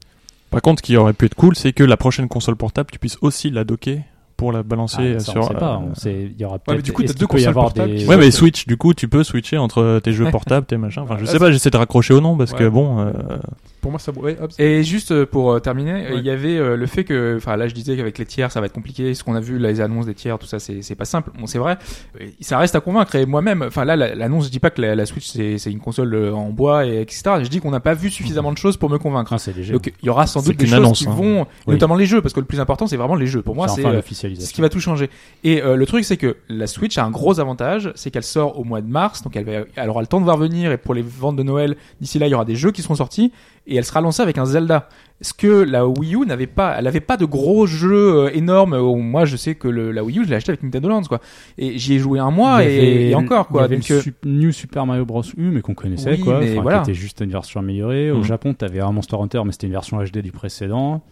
S4: Par contre, ce qui aurait pu être cool, c'est que la prochaine console portable, tu puisses aussi la docker pour la balancer
S5: Ah,
S4: euh,
S5: ça,
S4: sur.
S5: on sait pas.
S4: euh,
S5: on sait- Il y aura
S3: mais
S5: peut-être.
S3: du coup, t'as
S5: est-ce
S3: deux
S5: qu'il peut y
S3: consoles
S5: avoir
S3: portables
S5: des.
S3: qui-
S4: Ouais, mais Switch, du coup, tu peux switcher entre euh, tes jeux portables, tes machins. Enfin, je sais pas, j'essaie de raccrocher au nom parce que
S3: Ouais.
S4: bon. euh,
S3: Pour moi, ça. ouais, hop, c'est-
S6: Et juste euh, pour euh, terminer, euh,
S3: Ouais.
S6: il y avait euh, le fait que, enfin là je disais qu'avec les tiers ça va être compliqué, ce qu'on a vu, là, les annonces des tiers, tout ça c'est c'est pas simple, bon c'est vrai, Et ça reste à convaincre et moi-même, enfin là la- l'annonce je dis pas que la, la Switch c'est c'est une console euh, en bois et etc, je dis qu'on n'a pas vu suffisamment de choses pour me convaincre.
S5: Ah, c'est léger.
S6: Donc il y aura sans
S4: C'est
S6: doute des
S4: qu'une
S6: choses
S4: annonce,
S6: qui
S4: hein.
S6: vont, notamment les jeux, parce que le plus important c'est vraiment les jeux, pour moi
S5: c'est
S6: c'est
S5: enfin
S6: euh, ce qui
S5: l'officialisation.
S6: va tout changer. Et euh, le truc, c'est que la Switch a un gros avantage, c'est qu'elle sort au mois de mars, donc elle, va, elle aura le temps de voir venir, et pour les ventes de Noël, d'ici là, il y aura des jeux qui seront sortis, et elle sera lancée avec un Zelda. Ce que la Wii U n'avait pas, elle n'avait pas de gros jeux euh, énormes. euh, Moi, je sais que le- la Wii U, je l'ai acheté avec Nintendo Land, quoi. Et j'y ai joué un mois,
S5: Il y
S6: et,
S5: avait-
S6: et encore, quoi.
S5: Il y avait
S6: Donc,
S5: le
S6: euh,
S5: Sup- New Super Mario Bros. U, mais qu'on connaissait,
S6: Oui,
S5: quoi.
S6: mais
S5: enfin,
S6: voilà. Mm.
S5: Qui était juste une version améliorée. Au
S4: Mhm.
S5: Japon, t'avais un Monster Hunter, mais c'était une version HD du précédent.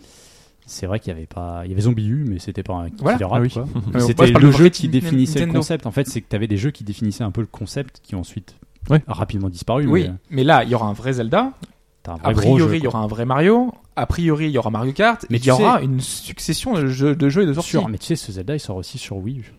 S5: C'est vrai qu'il y avait pas. Il y avait Zombie U, mais c'était pas un
S6: Voilà.
S5: killer app,
S4: Ah oui.
S5: quoi.
S6: euh, moi,
S5: C'était
S6: je parle
S5: le
S6: de
S5: jeu qui
S6: Nintendo.
S5: définissait le concept. En fait, c'est que tu avais des jeux qui définissaient un peu le concept qui ont ensuite
S4: Ouais.
S5: a rapidement disparu.
S6: Oui,
S5: mais euh,
S6: mais là, il y aura un vrai Zelda.
S5: t'as un
S6: A
S5: vrai gros jeu.
S6: priori, il y aura un vrai Mario. A priori, il y aura Mario Kart.
S5: Mais
S6: Mais il
S5: tu
S6: y aura une succession de jeux, de jeux et de
S5: quoi.
S6: sorties.
S5: Sûr, mais tu sais, ce Zelda, il sort aussi sur Wii U.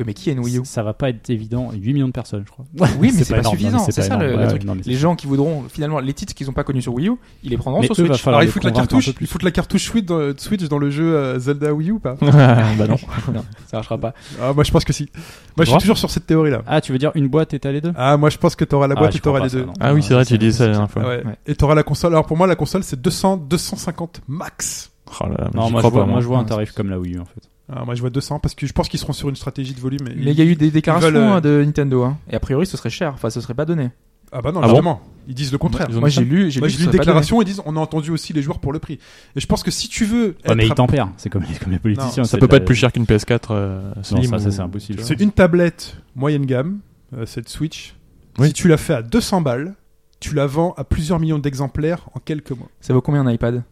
S6: Oui, Mais qui est une Wii U
S5: Ça va pas être évident. 8 millions de personnes, je crois.
S6: Oui, mais c'est pas,
S5: énorme, non, mais
S6: suffisant. C'est ça
S5: énorme.
S6: le, le
S5: Ouais,
S6: truc.
S5: ouais, non, mais c'est-
S6: les gens qui voudront finalement les titres qu'ils n'ont pas connus sur Wii U, ils les prendront
S5: Mais
S6: sur
S5: eux, va
S6: Switch.
S5: falloir
S3: Alors, il
S5: les
S3: faut la
S5: convaincre un
S3: cartouche.
S5: peu plus.
S3: Il faut la cartouche Switch dans, Switch dans le jeu euh, Zelda Wii U, pas
S4: bah non.
S6: non, ça marchera pas.
S3: Ah, moi, je pense que si. Moi, je suis
S4: Quoi
S3: toujours sur cette théorie là.
S5: Ah, tu veux dire une boîte étalée deux
S3: Ah, moi, je pense que t'auras la
S5: Ah,
S3: boîte
S5: je
S3: et t'auras
S5: crois
S3: les
S5: pas ça,
S3: deux.
S5: non.
S4: Ah oui, c'est vrai, tu disais ça la dernière
S3: Ah
S4: fois.
S3: ouais.
S6: Ouais.
S3: Et t'auras la console. Alors pour moi, la console, c'est 200, 250 max.
S4: Oh là là, mais
S5: Non,
S4: j'y
S5: moi je,
S4: crois
S5: vois,
S4: pas,
S5: moi,
S4: moi.
S5: je vois un tarif comme la Wii U en fait.
S3: Ah, moi, je vois 200 parce que je pense qu'ils seront sur une stratégie de volume. et-
S6: Mais il y a eu des déclarations
S3: veulent, euh,
S6: hein, de Nintendo, hein. et a priori ce serait cher. Enfin, ce serait pas donné.
S3: Ah bah non,
S4: Ah bon
S3: justement. ils disent le contraire.
S4: Ils ont
S6: Moi
S4: dit ça
S6: j'ai lu, j'ai
S3: Moi,
S6: lu,
S3: j'ai lu une déclaration ils disent on a entendu aussi les joueurs pour le prix. Et je pense que si tu veux
S5: Ouais, Oh, mais
S3: être
S5: ils tempèrent. C'est comme, les- comme les politiciens.
S4: Ça
S5: c'est
S4: peut
S5: de
S4: pas
S5: la-
S4: être plus cher qu'une PS4 euh,
S5: Non,
S4: Slim.
S5: ça, ça,
S4: ou-
S5: c'est impossible.
S3: C'est une tablette moyenne gamme, euh, cette Switch.
S4: Oui.
S3: Si tu la fais à 200 balles, tu la vends à plusieurs millions d'exemplaires en quelques mois.
S6: Ça vaut combien un iPad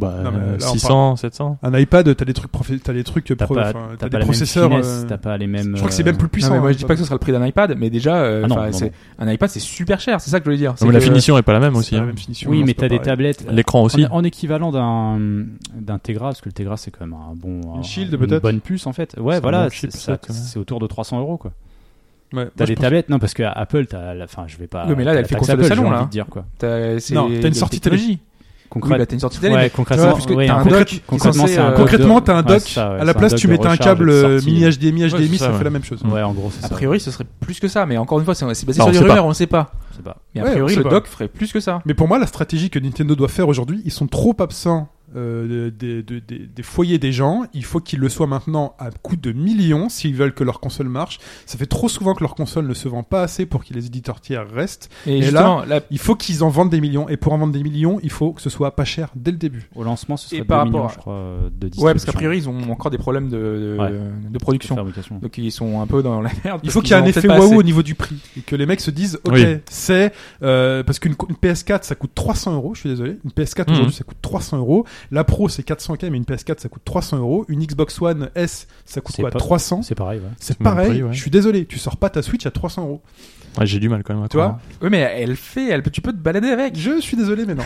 S4: Bah,
S3: Non, mais
S4: euh,
S3: là, on
S4: 600, 700.
S3: Un iPad, t'as des trucs, profé- t'as des trucs,
S5: T'as
S3: pro-
S5: pas,
S3: enfin,
S5: t'as
S3: t'as
S5: pas
S3: des
S5: la même
S3: processeurs.
S5: finesse,
S3: euh,
S5: t'as pas les mêmes.
S3: Je crois que c'est même plus
S6: Non,
S3: puissant.
S6: mais moi
S3: hein,
S6: je dis pas que ce sera le prix d'un iPad, mais déjà, euh,
S5: Ah non,
S6: enfin,
S5: non,
S6: c'est- un iPad c'est super cher, c'est ça que je voulais dire.
S4: Non,
S6: c'est
S4: mais la
S6: que-
S4: finition est pas la même
S3: c'est
S4: aussi.
S3: pas la
S4: hein.
S3: même finition,
S5: Oui,
S3: non,
S5: mais
S3: c'est pas
S5: t'as des
S3: pareil.
S5: tablettes.
S4: L'écran aussi.
S5: En, en équivalent d'un d'un Tegra, parce que le Tegra c'est quand même un bon. un-
S3: Shield,
S5: une
S3: peut-être
S5: bonne puce en fait. Ouais,
S4: C'est un
S5: voilà,
S4: bon chip,
S5: c'est-
S4: ça,
S5: ça-
S4: quand même.
S5: c'est autour de 300 euros quoi.
S3: Ouais. Moi,
S5: T'as
S3: je
S5: des
S3: pense-
S5: tablettes Non, parce que Apple, t'as la. Enfin, je vais pas.
S6: Oui, mais là,
S5: t'as
S6: elle fait
S5: la taxe
S6: console de
S5: Apple,
S6: salon,
S5: j'ai
S6: là.
S5: envie de dire quoi.
S6: T'as c'est-
S3: Non, t'as une
S6: il y a
S3: sortie
S6: technologie.
S5: Concrète-
S6: Oui, bah, t'as une sortie télé.
S5: ouais,
S6: mais-
S5: concrètement,
S6: puisque
S5: ouais,
S6: t'as
S5: un
S6: un
S5: dock-
S6: dock qui est
S5: concrètement,
S6: censé,
S5: c'est un
S6: euh,
S5: dock
S3: Concrètement,
S5: de-
S3: t'as un
S5: ouais,
S3: dock.
S5: c'est ça, ouais,
S3: à la
S5: c'est
S3: place,
S5: dock
S3: tu
S5: de
S3: mettais un
S5: recharge et de
S3: câble euh,
S5: sortie.
S3: mini HDMI,
S4: c'est
S3: HDMI,
S4: ça,
S3: ça
S4: ouais.
S3: fait la même chose.
S5: Ouais, en gros, c'est
S6: A
S5: ça.
S6: priori, ce serait plus que ça, mais encore une fois, c'est c'est basé
S4: Bah, on
S6: sur des
S4: sait
S6: rumeurs, on sait pas.
S5: Je sais pas.
S6: Mais a
S3: Ouais, on
S6: priori,
S3: sait
S6: le
S3: pas.
S6: dock ferait plus que ça.
S3: Mais pour moi, la stratégie que Nintendo doit faire aujourd'hui, ils sont trop absents euh, des, des- des- des foyers des gens. Il faut qu'ils le soient maintenant à coût de millions s'ils veulent que leur console marche. Ça fait trop souvent que leur console ne se vend pas assez pour que les éditeurs tiers restent.
S6: Et,
S3: Et
S6: justement, là,
S3: Il faut qu'ils en vendent des millions. Et pour en vendre des millions, il faut que ce soit pas cher dès le début.
S5: Au lancement, ce
S6: Et
S5: serait 2
S6: par rapport
S5: millions,
S6: à-
S5: je crois, euh, de distribution.
S6: ouais, parce qu'a priori, ils ont encore des problèmes de, de,
S5: Ouais.
S6: de
S5: de
S6: production.
S5: fabrication.
S6: Donc ils sont un peu dans la merde.
S3: Il
S6: parce
S3: faut
S6: qu'ils
S3: qu'il y ait
S6: en
S3: un
S6: ont
S3: effet
S6: peut-être pas
S3: waouh
S6: assez.
S3: au niveau du prix. Et que les mecs se disent, ok,
S4: Oui.
S3: c'est... euh, parce qu'une co- une PS4, ça coûte 300 euros, je suis désolé. Une PS4
S4: Mhm.
S3: aujourd'hui, ça coûte 300 euros. La Pro, c'est 400K, mais une PS4, ça coûte 300 euros. Une Xbox One S, ça coûte
S5: C'est
S3: quoi
S5: pas-
S3: 300
S5: C'est pareil, ouais.
S3: C'est
S4: le même
S3: pareil,
S4: prix, ouais.
S3: je suis désolé, tu sors pas ta Switch à 300 euros.
S4: Ouais, Ah, J'ai du mal quand même à
S3: Tu vois
S4: croire.
S6: Oui, mais elle fait, elle peut, tu peux te balader avec.
S3: Je suis désolé, mais non.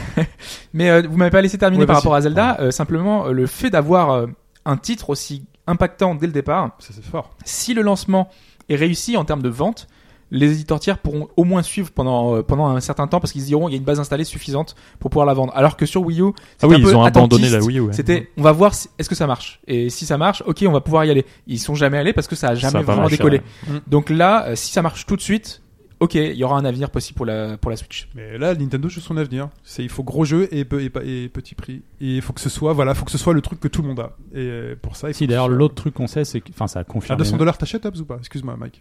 S6: Mais euh, vous m'avez pas laissé terminer
S3: Ouais,
S6: par
S3: vas-y.
S6: rapport à Zelda. euh, simplement, euh, le fait d'avoir euh, un titre aussi impactant dès le départ,
S3: Ça, c'est fort.
S6: si le lancement est réussi en termes de vente, les éditeurs tiers pourront au moins suivre pendant euh, pendant un certain temps parce qu'ils se diront il y a une base installée suffisante pour pouvoir la vendre. Alors que sur Wii U,
S4: Ah
S6: c'était
S4: oui,
S6: un peu
S4: ils ont abandonné
S6: attentiste.
S4: la Wii U. ouais.
S6: C'était, on va voir si- est-ce que ça marche. Et si ça marche, ok, on va pouvoir y aller. Ils sont jamais allés parce que ça a
S4: Ça a
S6: jamais
S4: pas
S6: vraiment
S4: marché,
S6: décollé.
S4: ouais. Mm.
S6: Donc là, euh, si ça marche tout de suite, ok, il y aura un avenir possible pour la pour la Switch.
S3: Mais là, Nintendo joue son avenir. C'est il faut gros jeu et, peu- et, pas- et petit prix. Et il faut que ce soit voilà, faut que ce soit le truc que tout le monde a. Et euh, pour ça, il faut
S5: Si
S3: que ce
S5: d'ailleurs
S3: soit-
S5: l'autre truc qu'on sait, c'est que enfin ça a
S3: à
S5: confirmé.
S3: 200 dollars, t'achètes Hobbs ou pas Excuse-moi, Mike.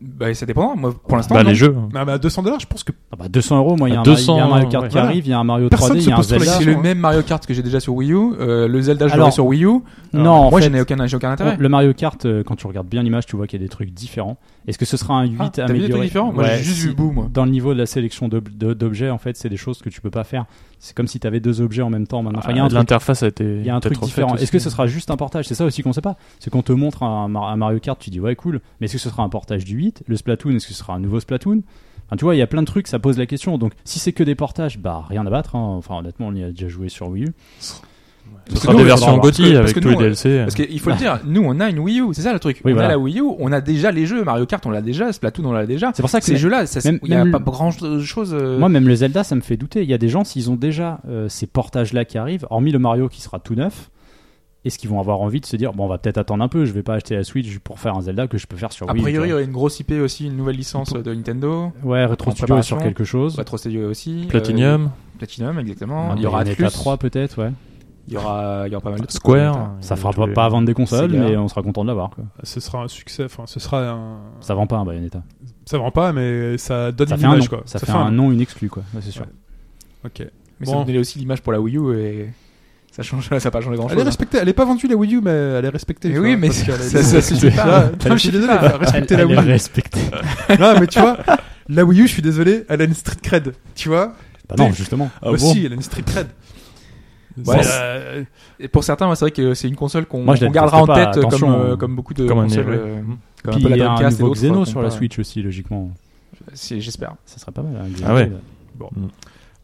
S6: Bah, ça dépend. Moi, pour l'instant,
S4: Bah,
S6: non.
S4: les jeux.
S3: Non, mais à 200 dollars, je pense que
S5: Ah bah 200 euros, moi il y a un
S4: À
S5: Mario- il y a un
S4: 200,
S5: Mario Kart
S4: ouais.
S5: qui arrive, il y a un Mario
S3: Personne
S5: 3D, il
S3: se
S5: y a un
S3: pose trop la
S5: Zelda.
S6: c'est
S3: question.
S6: le même Mario Kart que j'ai déjà sur Wii U. Euh, le Zelda, je l'aurai
S5: Alors,
S6: sur Wii U.
S5: Non, en
S6: moi, je
S5: fait,
S6: n'ai aucun, j'ai aucun intérêt.
S5: Le Mario Kart, euh, quand tu regardes bien l'image, tu vois qu'il y a des trucs différents. Est-ce que ce sera un 8
S6: Ah, t'as vu des
S5: amélioré
S6: trucs différents Moi,
S5: Ouais,
S6: j'ai juste
S5: si-
S6: vu bout, moi.
S5: Dans le niveau de la sélection d'ob- de- d'objets, en fait, c'est des choses que tu peux pas faire. C'est comme si tu avais deux objets en même temps maintenant. Enfin, il y a un
S4: Ah,
S5: truc,
S4: L'interface a été.
S5: il y a un truc différent. Est-ce que ce sera juste un portage C'est ça aussi qu'on sait pas. C'est qu'on te montre un, Mar- un Mario Kart, tu dis ouais, cool, mais est-ce que ce sera un portage du 8 Le Splatoon, est-ce que ce sera un nouveau Splatoon Enfin, tu vois, il y a plein de trucs, ça pose la question. Donc, si c'est que des portages, bah rien à battre. hein. Enfin, honnêtement, on y a déjà joué sur Wii U.
S4: Ce
S6: que
S4: sera
S6: nous,
S4: des
S6: on
S4: versions
S6: va voir. Parce
S4: GOTY
S6: que-
S4: avec
S6: parce
S4: tous
S6: que
S4: les
S6: nous,
S4: DLC.
S6: Parce qu'il faut le dire, nous on a une Wii U, c'est ça le truc.
S5: Oui,
S6: on
S5: voilà.
S6: a la Wii U, on a déjà les jeux, Mario Kart on l'a déjà, Splatoon on l'a déjà.
S5: C'est pour ça que
S6: Ces
S5: c'est-
S6: jeux-là, ça,
S5: même-
S6: il n'y a
S5: même
S6: pas
S5: le-
S6: grand chose. euh,
S5: Moi, même le Zelda, ça me fait douter. Il y a des gens, s'ils ont déjà euh, ces portages-là qui arrivent, hormis le Mario qui sera tout neuf, est-ce qu'ils vont avoir envie de se dire, bon, on va peut-être attendre un peu, je vais pas acheter la Switch pour faire un Zelda que je peux faire sur
S6: a
S5: Wii
S6: priori, il y
S5: tu
S6: aurait une grosse IP aussi, une nouvelle licence de Nintendo.
S5: vois. ouais, Retro
S6: en
S5: Studio est
S6: préparation,
S5: sur quelque chose.
S6: Retro Studio aussi.
S4: Platinum,
S6: euh, Platinum, exactement.
S5: Un
S6: Il y aura
S5: Ah, bah, Bayonetta
S6: Atlus.
S5: 3 peut-être, ouais.
S6: Il y aura, il y aura pas mal de trucs.
S4: Square.
S5: Ça
S4: il y a
S5: fera
S4: tous
S5: pas,
S4: les-
S5: à vendre des consoles,
S6: Sega.
S5: mais on sera content de l'avoir. quoi.
S3: ce sera un succès. Enfin, ce sera un.
S5: Ça vend pas un Bayonetta.
S3: Ça vend pas, mais ça donne
S5: Ça
S3: une
S5: fait un
S3: image
S5: nom.
S3: quoi.
S5: Ça, fait, un nom, une exclue, quoi. Ouais, c'est sûr.
S3: Ouais. Ok.
S6: Mais
S3: Bon.
S6: ça donnait aussi l'image pour la Wii U et ça change, ça n'a pas changé grand
S3: Elle est
S6: chose.
S3: respectée. Elle est pas vendue la Wii U, mais elle est respectée.
S6: Mais
S3: tu
S6: oui,
S3: vois,
S6: mais
S3: parce
S6: ça,
S3: qu'elle est-
S6: ça, ça suffit pas.
S3: Ah, je suis désolé, faut respecter la
S5: Elle est
S3: Wii U.
S5: respectée.
S3: Non, mais tu vois, la Wii U, je suis désolé, elle a une street cred. Tu vois
S5: Bah non, justement.
S4: Ah
S3: Bah
S4: bon
S3: si, elle a une street cred.
S6: Ouais,
S3: C'est-
S6: euh, Et pour certains, moi, c'est vrai que c'est une console qu'on
S5: Moi, je la
S6: qu'on gardera en
S5: déteste pas,
S6: tête euh, comme,
S5: attention. hein.
S6: euh, comme beaucoup de
S4: Comme un
S6: consoles.
S4: Neo, ouais.
S6: euh,
S4: Mhm.
S6: comme un
S5: Mmh. Puis
S6: peu
S5: il y
S6: la
S5: a un
S6: Dreamcast et euh,
S5: nouveau
S6: d'autres, qu'on
S5: Xeno sur la
S6: peut-
S5: Switch aussi, logiquement.
S6: Si, J'espère.
S5: Ça serait pas mal. hein, un
S4: Ah ouais.
S5: Xeno,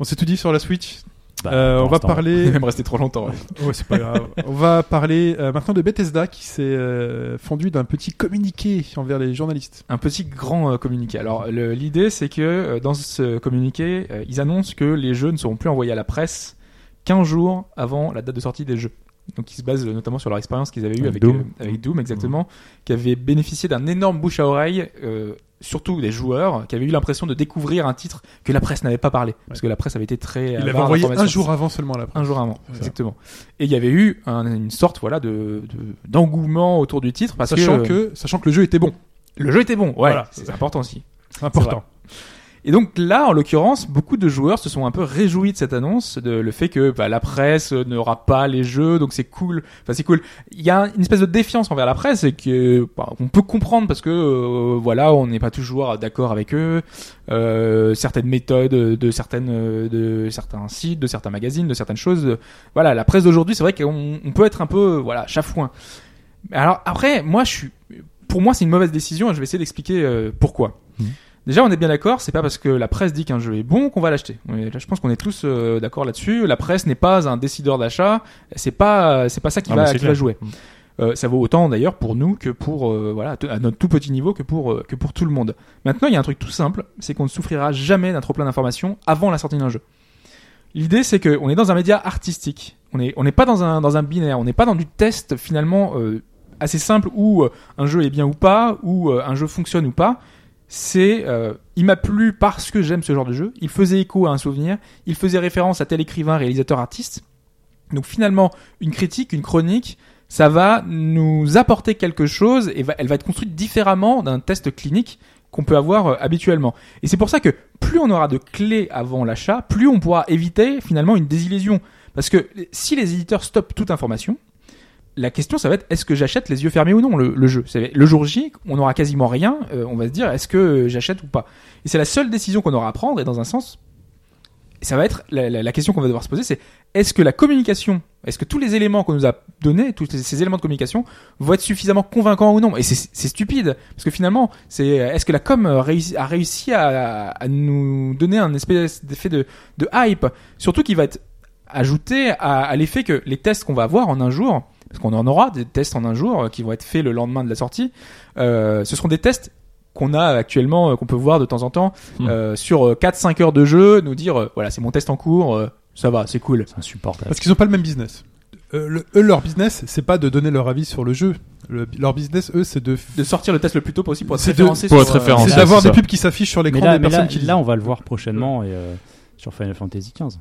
S3: On s'est tout dit sur la Switch.
S5: Bah,
S3: Euh,
S5: pour
S3: on va
S5: l'instant,
S6: Il est
S3: parler.
S6: même resté trop longtemps. ouais.
S3: Ouais, c'est pas grave. on va parler euh, maintenant de Bethesda qui s'est euh, fendu d'un petit communiqué envers les journalistes.
S6: un petit grand euh, communiqué. Alors le- l'idée c'est que euh, dans ce communiqué, euh, ils annoncent que les jeux ne seront plus envoyés à la presse 15 jours avant la date de sortie des jeux. Donc ils se basent euh, notamment sur leur expérience qu'ils avaient eue
S4: Avec
S6: avec,
S4: Doom.
S6: euh, avec Doom exactement,
S3: Mmh.
S6: qui avait bénéficié d'un énorme bouche à oreille, euh, surtout des joueurs, qui avaient eu l'impression de découvrir un titre que la presse n'avait pas parlé, parce que la presse avait été très... euh,
S3: Il avait
S6: avare
S3: envoyé un
S6: d'informations.
S3: jour avant seulement la
S6: Un jour avant, exactement. Et il y avait eu un- une sorte voilà de de- d'engouement autour du titre, parce
S3: Sachant
S6: que,
S3: que, sachant que le jeu était bon.
S6: le jeu était bon. Ouais,
S3: Voilà.
S6: c'est important aussi.
S3: Important.
S6: Et Et donc là, en l'occurrence, beaucoup de joueurs se sont un peu réjouis de cette annonce, de le fait que bah, la presse n'aura pas les jeux, donc c'est cool. Enfin, c'est cool. Il y a une espèce de défiance envers la presse et que bah, on peut comprendre parce que euh, voilà, on n'est pas toujours d'accord avec eux. Euh, certaines méthodes de certaines de certains sites, de certains magazines, de certaines choses. Voilà, la presse d'aujourd'hui, c'est vrai qu'on on peut être un peu euh, voilà chafouin. Alors après, moi, je suis pour moi, c'est une mauvaise décision et je vais essayer d'expliquer euh, pourquoi.
S4: Mhm.
S6: Déjà, on est bien d'accord, c'est pas parce que la presse dit qu'un jeu est bon qu'on va l'acheter. On est- là, Je pense qu'on est tous euh, d'accord là-dessus. La presse n'est pas un décideur d'achat. C'est pas, euh, c'est pas ça qui,
S4: Ah, mais
S5: Bah,
S6: va,
S4: c'est
S6: qui
S4: clair.
S6: va jouer. Euh, ça vaut autant d'ailleurs pour nous que pour euh, voilà t- à notre tout petit niveau que pour euh, que pour tout le monde. Maintenant, il y a un truc tout simple, c'est qu'on ne souffrira jamais d'un trop plein d'informations avant la sortie d'un jeu. L'idée, c'est que on est dans un média artistique. On est on n'est pas dans un dans un binaire. On n'est pas dans du test finalement euh, assez simple où euh, un jeu est bien ou pas, où euh, un jeu fonctionne ou pas. C'est euh, il m'a plu parce que j'aime ce genre de jeu. Il faisait écho à un souvenir. Il faisait référence à tel écrivain, réalisateur, artiste. Donc finalement, une critique, une chronique, ça va nous apporter quelque chose et va- elle va être construite différemment d'un test clinique qu'on peut avoir euh, habituellement. Et c'est pour ça que plus on aura de clés avant l'achat, plus on pourra éviter finalement une désillusion. Parce que si les éditeurs stoppent toute information, la question ça va être est-ce que j'achète les yeux fermés ou non le, le jeu C'est- Le jour J, on n'aura quasiment rien, euh, on va se dire est-ce que j'achète ou pas Et c'est la seule décision qu'on aura à prendre et dans un sens, ça va être la, la- la question qu'on va devoir se poser, c'est est-ce que la communication, est-ce que tous les éléments qu'on nous a donnés, tous ces- ces éléments de communication, vont être suffisamment convaincants ou non Et c'est c'est stupide, parce que finalement, c'est est-ce que la com euh, réussi- a réussi à, à nous donner un espèce d'effet de, de hype, surtout qui va être ajouté à, à l'effet que les tests qu'on va avoir en un jour, parce qu'on en aura des tests en un jour euh, qui vont être faits le lendemain de la sortie, euh, ce seront des tests qu'on a actuellement, euh, qu'on peut voir de temps en temps,
S4: Hmm.
S6: euh, sur 4-5 heures de jeu, nous dire, euh, voilà, c'est mon test en cours, euh, ça va, c'est cool.
S5: C'est insupportable.
S3: Parce qu'ils n'ont pas le même business. Euh, le- eux, leur business, c'est pas de donner leur avis sur le jeu. Le- leur business, eux, c'est de.
S6: De sortir le test le plus tôt possible pour être
S3: C'est de-
S6: référencé
S4: pour
S6: sur,
S4: être
S6: euh,
S4: référencé.
S3: C'est
S4: ça,
S3: d'avoir
S4: c'est
S3: des
S4: ça.
S3: pubs qui s'affichent sur
S5: Mais
S3: l'écran
S5: là,
S3: des
S5: mais
S3: personnes
S5: là-
S3: qui.
S5: là, on va le voir prochainement et, euh, sur Final Fantasy XV.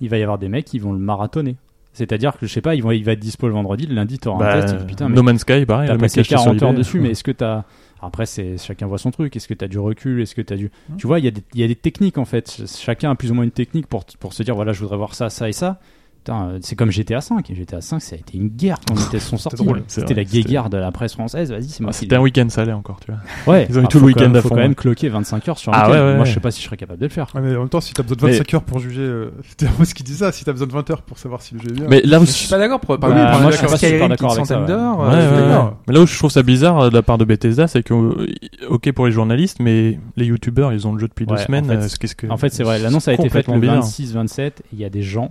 S5: Il va y avoir des mecs qui vont le marathonner. C'est-à-dire que, je sais pas, ils vont, il va être dispo le vendredi, le lundi, t'auras
S4: Bah,
S5: un test, tu dis, putain, mais
S4: no Man's Sky, pareil.
S5: t'as
S4: le mec
S5: passé
S4: qui a acheté sur
S5: 40 heures
S4: eBay.
S5: dessus, mais est-ce que t'as... Après, c'est chacun voit son truc. Est-ce que t'as du recul Est-ce que t'as du... Tu vois, il y, a des- il y a des techniques, en fait. Ch- Chacun a plus ou moins une technique pour, pour se dire, voilà, je voudrais voir ça, ça et ça. Putain, euh, c'est comme GTA V. Et GTA V, ça a été une guerre quand les tests sont sortis.
S4: drôle, c'est
S5: C'était
S4: vrai,
S5: la
S4: c'était-
S5: guéguerre de la presse française. Vas-y, c'est moi
S4: Ah,
S5: qui
S4: C'était un week-end, ça allait encore, tu vois.
S5: Ouais,
S4: Ils ont eu
S5: Ah,
S4: tout le
S5: faut
S4: week-end
S5: quand même-
S4: à
S5: Faut
S4: fond,
S5: quand même
S4: ouais.
S5: cloquer 25 heures sur un
S4: Ah
S5: week-end.
S4: ouais, ouais,
S5: Moi,
S4: ouais.
S5: je sais pas si je serais capable de le faire.
S3: Ouais, mais en même temps, si t'as besoin de
S4: Mais-
S3: 25 heures pour juger. euh, C'était un peu ce qu'il disait, ça, si t'as besoin de 20 heures pour savoir si le jeu est bien.
S4: Mais là où
S6: Je suis pas d'accord pour par
S5: Bah,
S6: exemple,
S5: moi, je suis pas
S6: Skyrim
S5: super
S6: qui
S5: d'accord
S6: est une
S5: avec ça,
S6: centaine
S5: ouais.
S6: d'heures,
S4: Ouais,
S6: euh,
S4: ouais,
S6: d'accord.
S4: ouais. Mais là où je trouve ça bizarre euh, de la part de Bethesda, c'est que, euh, ok pour les journalistes, mais les youtubeurs, ils ont le jeu depuis deux
S5: Ouais,
S4: semaines.
S5: en fait,
S4: euh, qu'est-ce que-
S5: En fait, c'est vrai. L'annonce a été faite
S4: complètement
S5: le
S4: bizarre.
S5: 26-27. Il y a des gens,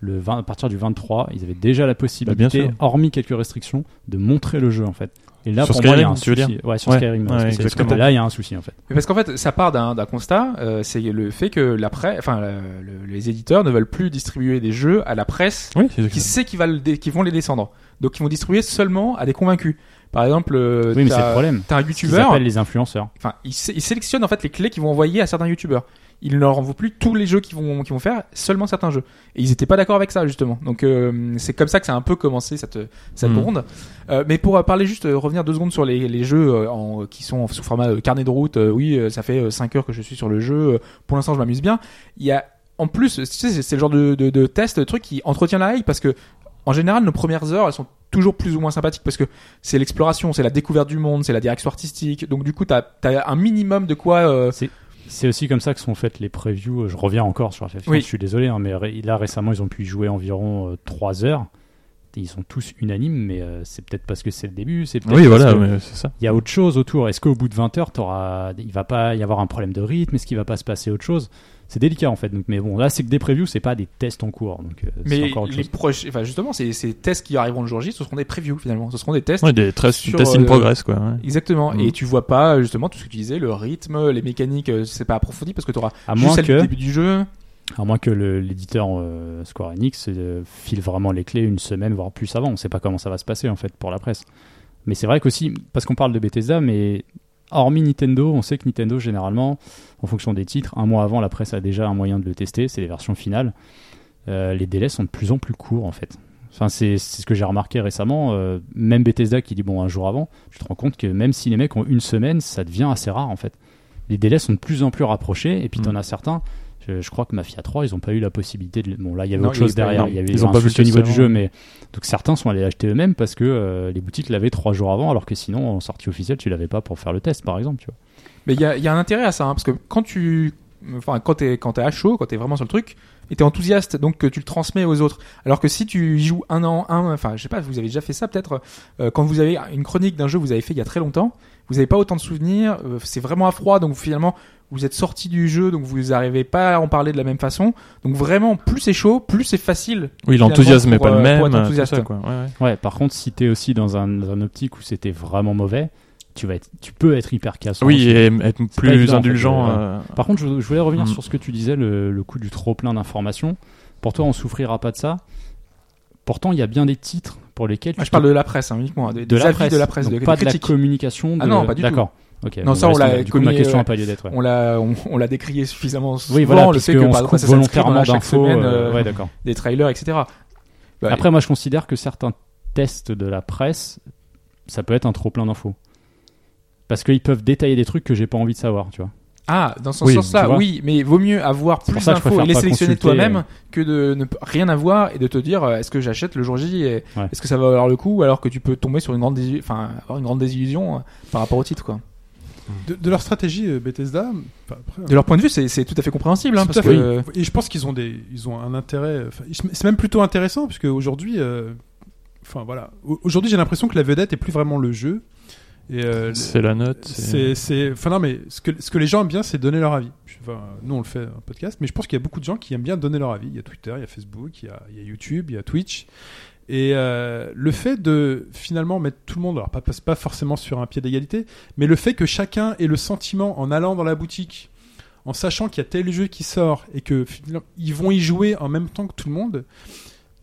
S5: le 20, à partir du 23, ils avaient déjà la
S4: Bah,
S5: possibilité,
S4: bien sûr.
S5: hormis quelques restrictions, de montrer le jeu en fait. Et là,
S4: Sur
S5: pour moi, il y a
S4: Skyrim,
S5: un
S4: tu veux
S5: souci. Ouais, sur
S4: Ouais,
S5: Skyrim.
S4: ouais,
S5: parce que c'est-
S4: exactement.
S5: parce que Là, il y a un souci en fait.
S6: Mais parce qu'en fait, ça part d'un d'un constat, euh, c'est le fait que la presse, enfin, euh, le- les éditeurs ne veulent plus distribuer des jeux à la presse
S4: Oui, c'est
S6: qui sait qu'ils va le dé- qui vont les descendre. Donc, ils vont distribuer seulement à des convaincus. Par exemple, euh,
S5: Oui, mais c'est le
S6: t'as
S5: problème.
S6: t'as un
S5: Tu qu'ils
S6: youtubeur,
S5: appellent les influenceurs.
S6: enfin, ils, sé- ils sélectionnent en fait les clés qu'ils vont envoyer à certains youtubeurs. Ils ne leur envoient plus tous les jeux qu'ils vont, qu'ils vont faire, seulement certains jeux. Et ils n'étaient pas d'accord avec ça, justement. Donc, euh, c'est comme ça que ça a un peu commencé cette, cette
S4: Mm.
S6: ronde. Euh, mais pour euh, parler juste, euh, revenir deux secondes sur les, les jeux euh, en, qui sont sous format euh, carnet de route, euh, oui, euh, ça fait 5 heures que je suis sur le jeu, euh, pour l'instant je m'amuse bien. Il y a, en plus, tu sais, c'est- c'est le genre de, de, de test, de truc qui entretient la hype parce que, en général, nos premières heures, elles sont toujours plus ou moins sympathiques parce que c'est l'exploration, c'est la découverte du monde, c'est la direction artistique. Donc, du coup, t'as as un minimum de quoi. euh,
S5: C'est aussi comme ça que sont faites les previews. Je reviens encore sur la FF11,
S6: Oui.
S5: je suis désolé, hein, mais ré- là récemment, ils ont pu y jouer environ 3 heures. Et Ils sont tous unanimes, mais euh, c'est peut-être parce que c'est le début, c'est peut-être
S4: Oui,
S5: parce
S4: voilà,
S5: que-
S4: mais c'est ça.
S5: il y a autre chose autour. Est-ce qu'au bout de 20 heures, t'auras- il va pas y avoir un problème de rythme Est-ce qu'il va pas se passer autre chose C'est délicat en fait. Donc, mais bon, là, c'est que des previews, c'est pas des tests en cours. Donc, euh, c'est
S6: mais
S5: encore autre
S6: les
S5: chose.
S6: proches, enfin, justement, ces, ces tests qui arriveront le jour J, ce seront des previews finalement. Ce seront des tests.
S4: Ouais, des tests
S6: Sur,
S4: tests in
S6: euh,
S4: progress, quoi. ouais.
S6: Exactement.
S5: Mhm.
S4: Mm.
S6: Et tu vois pas justement tout ce que tu disais, le rythme, les mécaniques, euh, c'est pas approfondi parce que tu auras
S5: À
S6: juste
S5: moins
S6: celle
S5: que,
S6: du début du jeu.
S5: à moins que le- l'éditeur euh, Square Enix euh, file vraiment les clés une semaine, voire plus avant. On sait pas comment ça va se passer en fait pour la presse. Mais c'est vrai qu'aussi, parce qu'on parle de Bethesda, mais hormis Nintendo, on sait que Nintendo généralement, en fonction des titres, un mois avant, la presse a déjà un moyen de le tester. C'est les versions finales. Euh, les délais sont de plus en plus courts en fait. Enfin, c'est c'est ce que j'ai remarqué récemment. euh, même Bethesda qui dit bon un jour avant, tu te rends compte que même si les mecs ont une semaine, ça devient assez rare en fait. les délais sont de plus en plus rapprochés. Et puis,
S4: Mm.
S5: t'en as certains. Je, je crois que Mafia 3, ils n'ont pas eu la possibilité de. le- Bon, là, il y avait
S4: Non,
S5: autre
S4: il
S5: chose
S4: est pas-
S5: derrière.
S4: non,
S5: Il y avait
S4: ils ont
S5: un
S4: pas vu
S5: souci au
S4: le
S5: niveau du
S4: serveur.
S5: jeu, mais donc certains sont allés l'acheter eux-mêmes parce que euh, les boutiques l'avaient trois jours avant, alors que sinon, en sortie officielle, tu l'avais pas pour faire le test, par exemple. Tu vois.
S6: Mais il y a, il y a un intérêt à ça, hein, parce que quand tu, enfin, quand t'es, quand t'es à chaud, quand t'es vraiment sur le truc, et t'es enthousiaste, donc que tu le transmets aux autres. Alors que si tu y joues un an, un, enfin, je sais pas, vous avez déjà fait ça peut-être. euh, quand vous avez une chronique d'un jeu que vous avez fait il y a très longtemps, vous n'avez pas autant de souvenirs. euh, c'est vraiment à froid, donc finalement, vous êtes sorti du jeu, donc vous n'arrivez pas à en parler de la même façon. Donc vraiment, plus c'est chaud, plus c'est facile.
S4: Oui,
S6: Finalement,
S4: l'enthousiasme n'est
S6: pour,
S4: pas le
S6: euh,
S4: même.
S6: pour être
S4: euh, tout
S6: enthousiaste.
S4: ça, quoi. Ouais, ouais.
S5: Ouais, par contre, si t'es aussi dans un, dans un optique où c'était vraiment mauvais, tu, vas être, tu peux être hyper cassant.
S4: Oui, et être
S5: pas évident, en
S4: plus
S5: fait,
S4: indulgent.
S5: de-
S4: euh,
S5: Par contre, je, je voulais revenir
S4: Mm.
S5: sur ce que tu disais, le, le coup du trop plein d'informations. Pour toi, on souffrira pas de ça. Pourtant, il y a bien des titres pour lesquels
S6: Ah,
S5: tu
S6: je parle de la presse hein, uniquement, hein,
S5: de
S6: des, des
S5: la
S6: avis
S5: presse,
S6: de la presse,
S5: donc
S6: de,
S5: pas
S6: des critiques.
S5: de la communication. de-
S6: Ah non, pas du
S5: D'accord. Ok.
S6: Non, ça, on
S5: reste-
S6: l'a
S5: Du coup, ma
S6: commis,
S5: question
S6: ouais.
S5: n'a pas lieu d'être. ouais.
S6: On l'a, on, on l'a décrié suffisamment souvent.
S5: Oui, voilà,
S6: le
S5: parce
S6: fait que
S5: qu'on se
S6: par exemple,
S5: coupe
S6: Assassin's Creed, on
S5: volontairement
S6: a chaque
S5: d'infos.
S6: semaine,
S5: euh,
S6: euh,
S5: Ouais, d'accord.
S6: des trailers, etc. Bah,
S5: Après, moi, je considère que certains tests de la presse, ça peut être un trop plein d'infos. Parce qu'ils peuvent détailler des trucs que j'ai pas envie de savoir, tu vois.
S6: Ah, dans ce
S5: Oui, tu
S6: sens-là,
S5: vois.
S6: oui, mais vaut mieux avoir
S5: C'est pour
S6: plus
S5: ça que je
S6: d'infos et
S5: préfère
S6: les
S5: pas
S6: sélectionner
S5: consulter,
S6: toi-même
S5: euh.
S6: que de ne p- rien avoir et de te dire euh, est-ce que j'achète le jour J et
S5: Ouais.
S6: est-ce que ça va valoir le coup alors que tu peux tomber sur une grande désillusion, enfin avoir une grande désillusion euh, par rapport au titre quoi.
S3: De, de leur stratégie euh, Bethesda, enfin, après,
S6: De leur point de vue, c'est c'est tout à fait compréhensible hein,
S3: Tout
S6: parce
S3: à
S6: que
S3: fait. Et je pense qu'ils ont des, ils ont un intérêt. enfin, C'est même plutôt intéressant parce qu'aujourd'hui, euh, enfin voilà, Au- aujourd'hui j'ai l'impression que la vedette est plus vraiment le jeu. Et euh,
S4: C'est la note.
S3: c'est, c'est, enfin non mais ce que ce que les gens aiment bien, c'est donner leur avis. Je- Enfin, nous on le fait en podcast, mais je pense qu'il y a beaucoup de gens qui aiment bien donner leur avis. Il y a Twitter, il y a Facebook, il y a, il y a YouTube, il y a Twitch. Et euh, le fait de finalement mettre tout le monde, alors pas, pas pas forcément sur un pied d'égalité, mais le fait que chacun ait le sentiment en allant dans la boutique, en sachant qu'il y a tel jeu qui sort et que finalement, ils vont y jouer en même temps que tout le monde,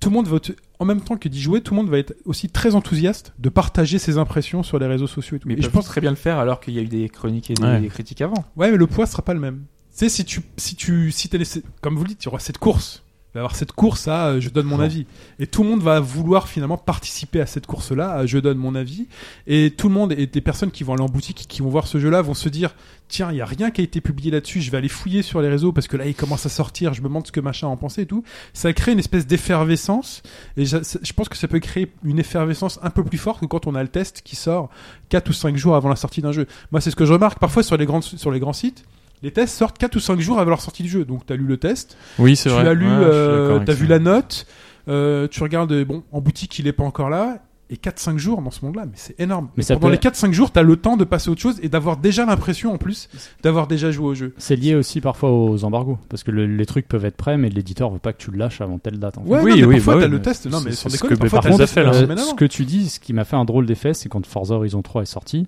S3: tout le monde va te- en même temps que d'y jouer, tout le monde va être aussi très enthousiaste de partager ses impressions sur les réseaux sociaux et tout.
S6: mais
S3: et je pense
S6: très bien le faire alors qu'il y a eu des chroniques et des,
S4: Ouais.
S6: des critiques avant.
S3: Ouais, mais le poids sera pas le même. Tu sais, si tu, si tu, si t'es laissé, comme vous le dites, il y aura cette course. Il va y avoir cette course à euh, je donne mon avis. Et tout le monde va vouloir finalement participer à cette course-là, à je donne mon avis. Et tout le monde, et des personnes qui vont aller en boutique, qui vont voir ce jeu-là, vont se dire tiens, il y a rien qui a été publié là-dessus, je vais aller fouiller sur les réseaux parce que là, il commence à sortir, je me demande ce que machin en pensait et tout. Ça crée une espèce d'effervescence. Et je, je pense que ça peut créer une effervescence un peu plus forte que quand on a le test qui sort 4 ou 5 jours avant la sortie d'un jeu. Moi, c'est ce que je remarque parfois sur les, grandes, sur les grands sites. Les tests sortent 4 ou 5 jours avant leur sortie du jeu. Donc, tu as lu le test,
S4: Oui, c'est
S3: tu
S4: vrai.
S3: as lu,
S4: Ouais, je suis
S3: euh,
S4: d'accord avec
S3: t'as
S4: ça.
S3: vu la note, euh, tu regardes, euh, bon, en boutique, il est pas encore là. Et 4-5 jours dans ce monde-là, mais c'est énorme.
S5: Mais ça
S3: Pendant
S5: peut-
S3: les 4-5 jours, t'as le temps de passer à autre chose et d'avoir déjà l'impression, en plus, d'avoir déjà joué au jeu.
S5: C'est lié aussi parfois aux embargos, parce que le- les trucs peuvent être prêts, mais l'éditeur veut pas que tu le lâches avant telle date. en fait.
S3: Ouais,
S4: Oui,
S3: non, mais
S4: oui,
S3: parfois,
S4: bah
S3: t'as
S4: oui,
S3: le
S4: mais
S3: test. Non,
S4: c'est-
S3: mais sans
S4: c'est ce
S3: déconner,
S4: que
S3: parfois, t'as
S4: Bethesda
S3: le
S4: fait,
S3: test
S4: là.
S3: la
S5: Euh,
S3: semaine
S5: ce
S3: avant.
S5: que tu dis, ce qui m'a fait un drôle d'effet, c'est quand Forza Horizon 3 est sorti,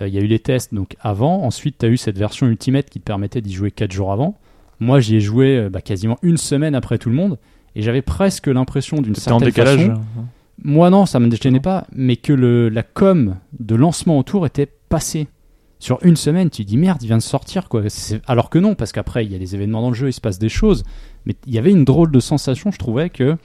S5: euh, il y a eu les tests donc avant, ensuite tu as eu cette version Ultimate qui te permettait d'y jouer 4 jours avant. Moi j'y ai joué euh, bah, quasiment une semaine après tout le monde, et j'avais presque l'impression d'une
S4: T'es en
S5: certaine
S4: décalage.
S3: hein.
S4: hein.
S5: façon, moi non, ça me déchaînait pas, mais que le, la com de lancement autour était passée. Sur une semaine, tu dis merde, il vient de sortir quoi. C'est- Alors que non, parce qu'après il y a des événements dans le jeu, il se passe des choses. Mais il y avait une drôle de sensation, je trouvais que,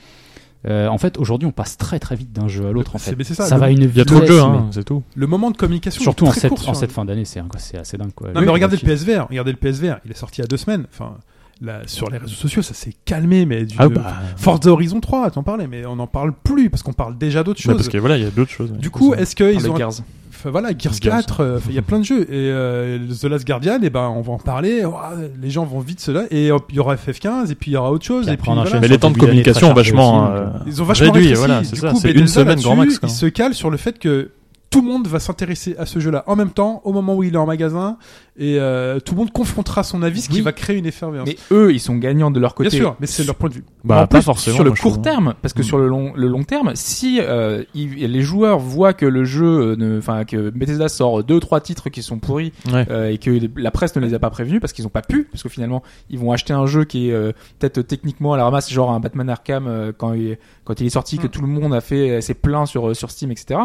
S5: euh, en fait, aujourd'hui on passe très très vite d'un jeu à l'autre. En fait,
S3: Mais c'est
S5: ça,
S3: le-
S5: va à une
S4: Il y a
S5: vitesse.
S4: trop de jeux,
S5: mais
S4: hein, c'est tout.
S3: Le moment de communication. est
S5: Surtout en
S3: très
S5: cette,
S3: court sur
S5: en
S3: un
S5: cette
S3: jeu.
S5: fin d'année, c'est c'est assez dingue quoi.
S3: Non, mais regardez le PSVR. Regardez le PSVR. Il est sorti à deux semaines. Enfin, là, sur les réseaux sociaux, ça s'est calmé, mais du
S4: Ah bah.
S3: Forza Horizon 3, t'en parlais, mais on n'en parle plus parce qu'on parle déjà d'autres
S4: bah,
S3: choses.
S4: Parce que voilà, il y a d'autres choses. ouais.
S3: Du coup,
S4: C'est ça. Ah,
S3: est-ce qu'ils
S6: Parle
S3: ont
S6: de hein, Gears.
S3: Enfin, voilà, Gears
S4: Gears.
S3: 4, euh, enfin, il y a plein de jeux. Et euh, The Last Guardian, et ben, on va en parler. Ouah, les gens vont vite cela. Et hop, il y aura FF15, et puis il y aura autre chose.
S5: Puis
S3: et
S5: après,
S3: puis,
S5: on
S3: voilà.
S5: enchaîne.
S4: Mais
S5: Sur
S4: les temps de
S5: début, elle est
S4: communication ont
S5: très chargée
S4: vachement
S5: aussi,
S4: euh,
S5: donc,
S3: Ils ont vachement
S4: réduit.
S3: rétréci.
S4: Voilà,
S3: Du
S4: c'est ça.
S3: coup,
S4: C'est
S3: Bethesda,
S4: une semaine grand
S3: là-dessus,
S4: max. quoi.
S3: Ils se calent sur le fait que tout le monde va s'intéresser à ce jeu-là en même temps, au moment où il est en magasin, et euh, tout le monde confrontera son avis, ce qui
S6: Oui.
S3: va créer une effervescence.
S6: Mais eux, ils sont gagnants de leur
S3: Bien
S6: côté.
S3: sûr, mais c'est leur point de vue.
S4: Bah,
S6: en
S4: pas
S6: plus,
S4: forcément.
S6: sur le
S4: moi, je
S6: court
S4: trouve.
S6: terme, parce que
S4: Mm.
S6: sur le long, le long terme, si euh, il- les joueurs voient que le jeu, euh, ne- enfin que Bethesda sort deux trois titres qui sont pourris
S4: Ouais.
S6: euh, et que les- la presse ne les a pas prévenus parce qu'ils n'ont pas pu, parce que finalement ils vont acheter un jeu qui est euh, peut-être techniquement à la ramasse, genre un Batman Arkham euh, quand il, quand il est sorti que
S3: Mm.
S6: tout le monde a fait euh, ses pleins sur euh, sur Steam, etc.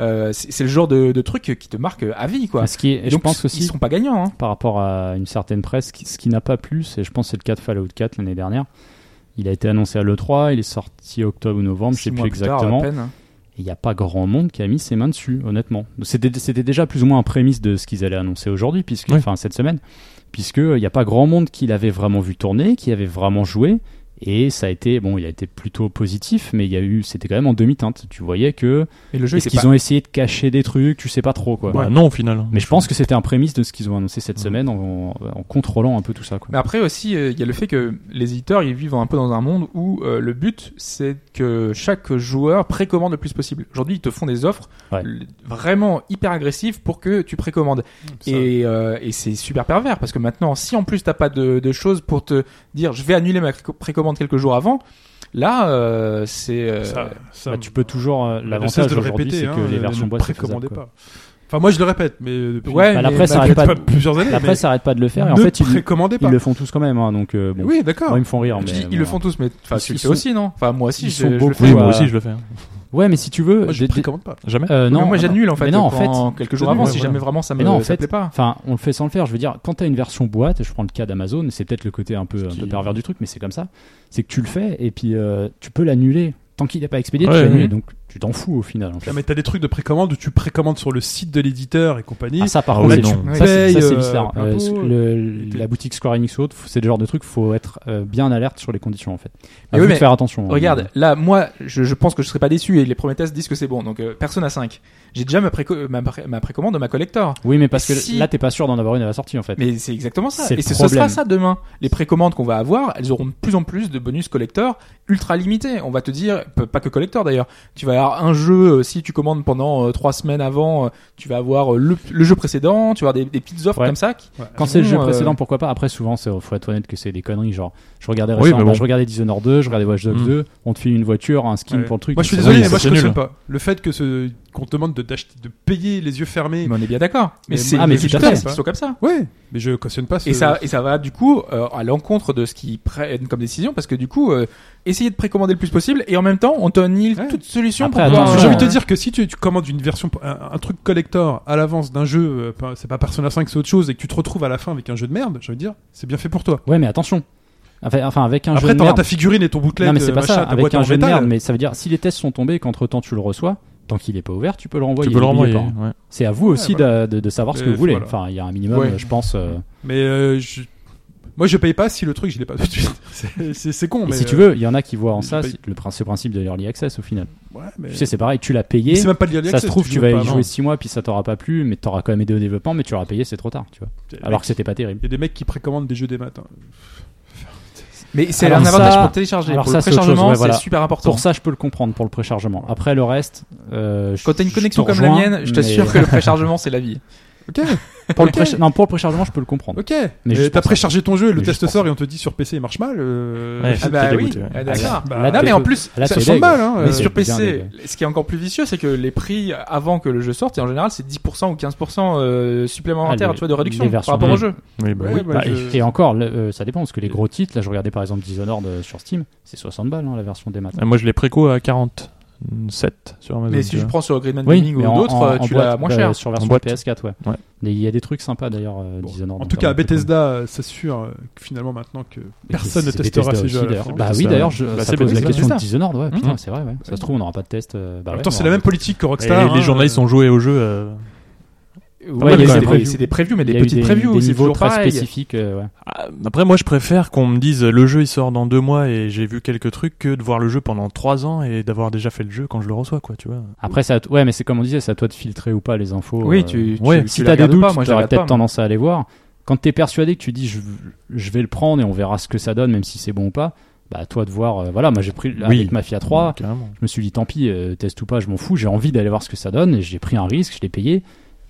S6: Euh, c'est c'est le genre de, de truc qui te marque à vie, quoi.
S5: Mais ce qui est- et je
S6: Donc,
S5: pense
S6: ils
S5: aussi
S6: seront pas gagnants. Hein.
S5: par rapport à une certaine presse, qui- ce qui n'a pas plu, c'est je pense c'est le cas de Fallout 4 l'année dernière. Il a été annoncé à l'E3, il est sorti octobre ou novembre, je
S6: Six
S5: sais plus
S6: mois plus tard, à
S5: exactement.
S6: peine.
S5: Et il n'y a pas grand monde qui a mis ses mains dessus, honnêtement. C'était c'était déjà plus ou moins un prémisse de ce qu'ils allaient annoncer aujourd'hui, puisque,
S4: Oui.
S5: enfin cette semaine, puisque euh, il n'y a pas grand monde qui l'avait vraiment vu tourner, qui avait vraiment joué. Et ça a été, bon, il a été plutôt positif, mais il y a eu, c'était quand même en demi-teinte. Tu voyais que,
S6: Et le jeu,
S5: est-ce
S6: était
S5: qu'ils
S6: pas...
S5: ont essayé de cacher des trucs, tu sais pas trop quoi.
S4: Bah, non, au final.
S5: Mais je pense que c'était un prémisse de ce qu'ils ont annoncé cette
S4: Ouais.
S5: semaine en, en contrôlant un peu tout ça. Quoi.
S3: Bah,
S6: Mais après aussi, euh, il y a le fait que les éditeurs, ils vivent un peu dans un monde où euh, le but, c'est que chaque joueur précommande le plus possible. Aujourd'hui, ils te font des offres
S5: Ouais.
S6: l- vraiment hyper agressives pour que tu précommandes. Et, euh, et c'est super pervers parce que maintenant, si en plus t'as pas de, de choses pour te dire, je vais annuler ma pré- précommande quelques jours avant, là, euh, c'est euh,
S3: Ça- ça
S5: Bah,
S3: me-
S5: tu peux toujours euh,
S3: on ne cesse
S5: l'avantage aujourd'hui, c'est
S3: hein,
S5: que les
S3: ne
S5: versions boîte c'est faisable,
S3: précommandez
S5: quoi.
S3: pas. Enfin, moi je le répète, mais depuis
S6: Ouais,
S5: Bah,
S6: mais
S5: la presse
S6: bah,
S5: arrête pas.
S3: pas
S5: de-
S3: plusieurs années.
S5: La
S3: mais
S5: presse arrête pas de le faire. Et en
S3: ne
S5: fait, ils,
S3: précommandez
S5: ils
S3: pas.
S5: le font tous quand même. hein, donc euh, bon,
S3: Oui, d'accord.
S5: Bon, ils me font rire.
S6: Je
S5: mais
S6: dis,
S5: bon,
S6: ils le
S5: voilà.
S6: font tous, mais enfin,
S5: Ils- ils
S6: tu le fais
S5: sont-
S6: aussi, non Enfin, moi aussi,
S5: ils
S6: je,
S5: sont
S6: je le
S5: beaucoup
S6: fais.
S4: Oui, moi
S5: euh,
S4: aussi, je le fais. hein.
S5: Ouais, mais si tu veux,
S3: Moi, je
S5: des- des-
S3: précommande pas.
S4: Jamais.
S5: euh,
S6: Non,
S5: non,
S6: moi
S5: non,
S6: j'annule en fait.
S5: Mais non, en
S6: quand- quelques jours
S3: j'annule,
S6: avant,
S3: ouais,
S6: si
S3: voilà.
S6: jamais vraiment ça me
S5: Mais non, en
S6: ça
S5: fait,
S6: me plaît pas.
S5: Enfin, on le fait sans le faire. Je veux dire, quand t'as une version boîte, je prends le cas d'Amazon, c'est peut-être le côté un peu, un
S4: qui-
S5: peu pervers du truc, mais c'est comme ça. C'est que tu le fais et puis euh, tu peux l'annuler. Tant qu'il n'est pas expédié,
S4: Ouais,
S5: tu l'annules.
S6: ouais.
S5: Donc tu t'en fous au final. En fait.
S3: Non, mais t'as des trucs de précommande où tu précommandes sur le site de l'éditeur et compagnie.
S5: Ah, ça par
S4: Ah
S5: contre,
S4: oui,
S5: c'est-
S4: non.
S6: Ouais.
S5: ça, c'est- ça,
S3: Paye,
S5: c'est
S3: euh,
S5: bizarre.
S3: plein
S5: Euh,
S3: pot,
S5: le-
S3: t'es-
S5: la boutique Square Enix ou autre, faut- c'est le genre de truc, faut être euh, bien alerte sur les conditions en fait.
S6: Mais
S5: Ah,
S6: oui,
S5: faut
S6: mais
S5: faire attention. hein.
S6: Mmh. Regarde, là, moi, je, je pense que je serais pas déçu et les premiers tests disent que c'est bon. Donc, euh, Persona 5, j'ai déjà ma, préco- ma, pré- ma précommande de ma collector.
S5: Oui, mais parce que
S6: Si-
S5: là, t'es pas sûr d'en avoir une à la sortie en fait.
S6: Mais c'est exactement ça.
S5: C'est
S6: Et
S5: le
S6: ce ce
S5: problème.
S6: sera ça demain. Les précommandes qu'on va avoir, elles auront de plus en plus de bonus collector ultra limités. On va te dire, p- pas que collector d'ailleurs, tu vas avoir un jeu, euh, si tu commandes pendant euh, trois semaines avant, euh, tu vas avoir euh, le, le jeu précédent, tu vas avoir des, des petites offres
S5: Ouais.
S6: comme ça. qui-
S3: Ouais.
S5: Quand c'est le jeu
S6: Euh,
S5: précédent, pourquoi pas Après, souvent, c'est faut être honnête que c'est des conneries. Genre, je regardais
S4: Oui,
S5: récemment-
S4: mais bon.
S5: je regardais Dishonored 2, je regardais Watch Dogs
S4: Mm.
S5: 2. On te file une voiture, un skin
S3: Ouais.
S5: pour le truc.
S3: Moi je suis
S5: ça-
S3: désolé,
S4: Oui,
S3: mais
S4: ça,
S3: moi je
S4: c'est
S3: ne
S4: nul. hein.
S3: pas. Le fait que ce... qu'on te demande de, d'acheter- de payer les yeux fermés.
S4: Bah.
S6: Mais on est bien d'accord.
S3: Mais
S6: Mais c'est
S5: ah, mais
S6: les
S5: tout à
S6: éditeurs
S3: fait.
S6: qui sont comme ça.
S3: Ouais, mais je cautionne pas ce.
S6: Et ça, et ça va du coup euh, à l'encontre de ce qu'ils prennent comme décision parce que du coup, euh, essayer de précommander le plus possible et en même temps, on t'annule
S3: Ouais.
S6: toute solution
S5: Après,
S6: pour
S5: attention,
S6: pouvoir-
S3: J'ai envie de te
S5: Ouais.
S3: dire que si tu, tu commandes une version, un, un truc collector à l'avance d'un jeu, euh, pas- c'est pas Persona 5, c'est autre chose, et que tu te retrouves à la fin avec un jeu de merde, je veux dire, c'est bien fait pour toi.
S5: Ouais, mais attention. Enfin, enfin, avec un jeu
S3: Après,
S5: de
S3: t'auras
S5: merde.
S3: ta figurine et ton bootleg.
S5: Non, mais c'est
S3: euh,
S5: pas
S3: machin,
S5: ça.
S3: ta
S5: Avec
S3: boîte
S5: un
S3: en
S5: jeu de
S3: métal.
S5: merde, mais ça veut dire si les tests sont tombés, qu'entre temps tu le reçois, tant qu'il est pas ouvert, tu peux le renvoyer.
S4: Tu peux le
S5: N'oubliez
S4: renvoyer.
S5: pas.
S4: ouais.
S5: C'est à vous aussi
S3: Ouais, voilà.
S5: de, de- de savoir ce que
S3: Euh,
S5: vous voulez.
S3: voilà.
S5: Enfin, il y a un minimum,
S6: Ouais.
S5: je pense. euh,
S3: Mais euh, je- moi, je paye pas si le truc, je l'ai pas tout de suite. C'est- C'est c'est con,
S5: et
S3: mais.
S5: si tu
S3: euh,
S5: veux, il y en a qui voient en
S3: j'ai
S5: ça
S3: pas-
S5: c'est le principe, ce principe de l'early access au final.
S3: ouais, mais-
S5: Tu sais, c'est pareil, tu l'as payé.
S3: Mais c'est même pas de l'early
S5: Ça se
S3: access,
S5: trouve, tu
S3: joues
S5: vas
S3: pas
S5: y
S3: avant.
S5: jouer 6 mois, puis ça t'aura pas plu, mais t'auras quand même aidé au développement, mais tu auras payé, c'est trop tard, tu vois. Alors que c'était pas terrible.
S3: Il y a des mecs qui précommandent des jeux des matins.
S6: Mais c'est
S5: Alors
S6: un avantage
S5: ça-
S6: pour télécharger.
S5: alors
S6: pour
S5: ça,
S6: le
S5: c'est autre
S6: préchargement,
S5: chose, ouais,
S6: c'est
S5: voilà.
S6: super important.
S5: Pour ça, je peux le comprendre pour le préchargement. Après, le reste, euh, je-
S6: Quand t'as une
S5: je
S6: connexion
S5: te
S6: comme la
S5: rejoins,
S6: mienne, je
S5: mais-
S6: t'assure que le préchargement, c'est la vie.
S3: Ok,
S5: pour le,
S3: Ok.
S5: précha- non, pour le préchargement, je peux le comprendre.
S3: ok.
S5: Mais
S3: Mais
S5: juste
S3: t'as
S5: pour ça.
S3: préchargé ton jeu et le
S5: Mais
S3: test
S5: juste pour
S3: sort
S5: ça.
S3: et on te dit sur PC il marche mal. euh,
S4: Ouais,
S6: Ah
S4: c'est
S6: bah
S4: très
S6: oui,
S4: dégoûté, ouais.
S6: ah, d'accord.
S3: Bah,
S5: Là,
S6: non,
S5: t'es-
S6: mais en plus,
S5: là,
S6: ça-
S5: t'es
S3: ça
S5: deg.
S3: mal, hein,
S6: mais
S3: euh,
S6: sur
S5: t'es bien
S6: PC,
S5: deg.
S6: ce qui est encore plus vicieux, c'est que les prix euh, avant que le jeu sorte, et en général, c'est 10% ou 15% euh, supplémentaires
S5: Ah, les-
S6: tu vois, de réduction
S5: les
S6: par
S5: versions
S6: rapport au
S5: de-
S6: jeu.
S4: Oui, bah,
S3: Ouais,
S4: oui.
S3: bah,
S5: Bah,
S3: je-
S5: Et encore, le- euh, ça dépend, parce que les gros titres, là, je regardais par exemple Dishonored euh, sur Steam, c'est 60 balles hein, la version des maths.
S4: Ah, Moi, je l'ai préco à 47 sur Amazon.
S6: Mais
S4: tu
S6: si je
S4: vois.
S6: prends sur Gridman Gaming ou
S5: mais en-
S6: d'autres,
S5: en-
S6: euh,
S5: en
S6: tu
S5: boîte,
S6: l'as moins
S5: bah,
S6: cher.
S5: Sur
S4: En
S5: version
S4: boîte.
S5: PS4, ouais.
S4: Ouais.
S5: Mais Il y a des trucs sympas d'ailleurs, euh,
S3: Bon,
S5: Dishonored.
S3: en
S5: donc,
S3: tout cas,
S5: un peu
S3: Bethesda euh, s'assure euh, que finalement maintenant que
S5: comme-
S3: personne ne
S5: C'est
S3: testera
S5: Bethesda
S3: ces
S5: aussi,
S3: jeux. à la
S5: d'ailleurs.
S3: fin.
S5: Bah
S4: C'est
S5: oui,
S4: ça.
S5: d'ailleurs, je-
S4: Bah,
S5: ça
S4: c'est
S5: pose la
S4: Bethesda.
S5: question de Dishonored, ouais, putain,
S4: Mhm.
S5: c'est vrai, ouais. Ça se trouve, on n'aura pas de test. euh,
S3: Mmh. en
S5: bah ouais,
S3: même temps,
S5: on
S3: c'est
S5: aura-
S3: la même politique que
S4: Et
S3: Rockstar. hein,
S4: les journalistes
S3: euh,
S4: ont joué au jeu. euh,
S5: Ouais,
S6: Ouais,
S5: il y a
S6: mais
S5: eu
S6: c'est
S5: des
S6: des,
S5: previews.
S6: c'est des previews, mais
S5: Il y
S6: des
S5: a eu
S6: petits
S5: des-
S6: previews,
S5: des
S6: c'est
S5: niveaux
S6: toujours
S5: très
S6: pareil.
S5: spécifiques. euh, ouais.
S4: Ah, Après, moi, je préfère qu'on me dise le jeu il sort dans deux mois et j'ai vu quelques trucs que de voir le jeu pendant trois ans et d'avoir déjà fait le jeu quand je le reçois, quoi, tu vois.
S5: Après, c'est à t- ouais, mais c'est comme on disait, c'est à toi de filtrer ou pas les infos. euh,
S6: Oui, tu, tu,
S4: ouais,
S6: tu
S5: si
S6: les
S5: t'as des
S6: regardes
S5: doutes,
S6: pas, moi je les
S5: t'aurais
S6: regarde pas,
S5: peut-être tendance à aller voir. Quand t'es persuadé que tu dis je, je vais le prendre et on verra ce que ça donne, même si c'est bon ou pas, bah à toi de voir. euh, voilà, moi j'ai pris
S4: Oui.
S5: avec Mafia 3,
S4: Carrément.
S5: je me suis dit tant pis, euh, teste ou pas, je m'en fous, j'ai envie d'aller voir ce que ça donne, et j'ai pris un risque, je l'ai payé.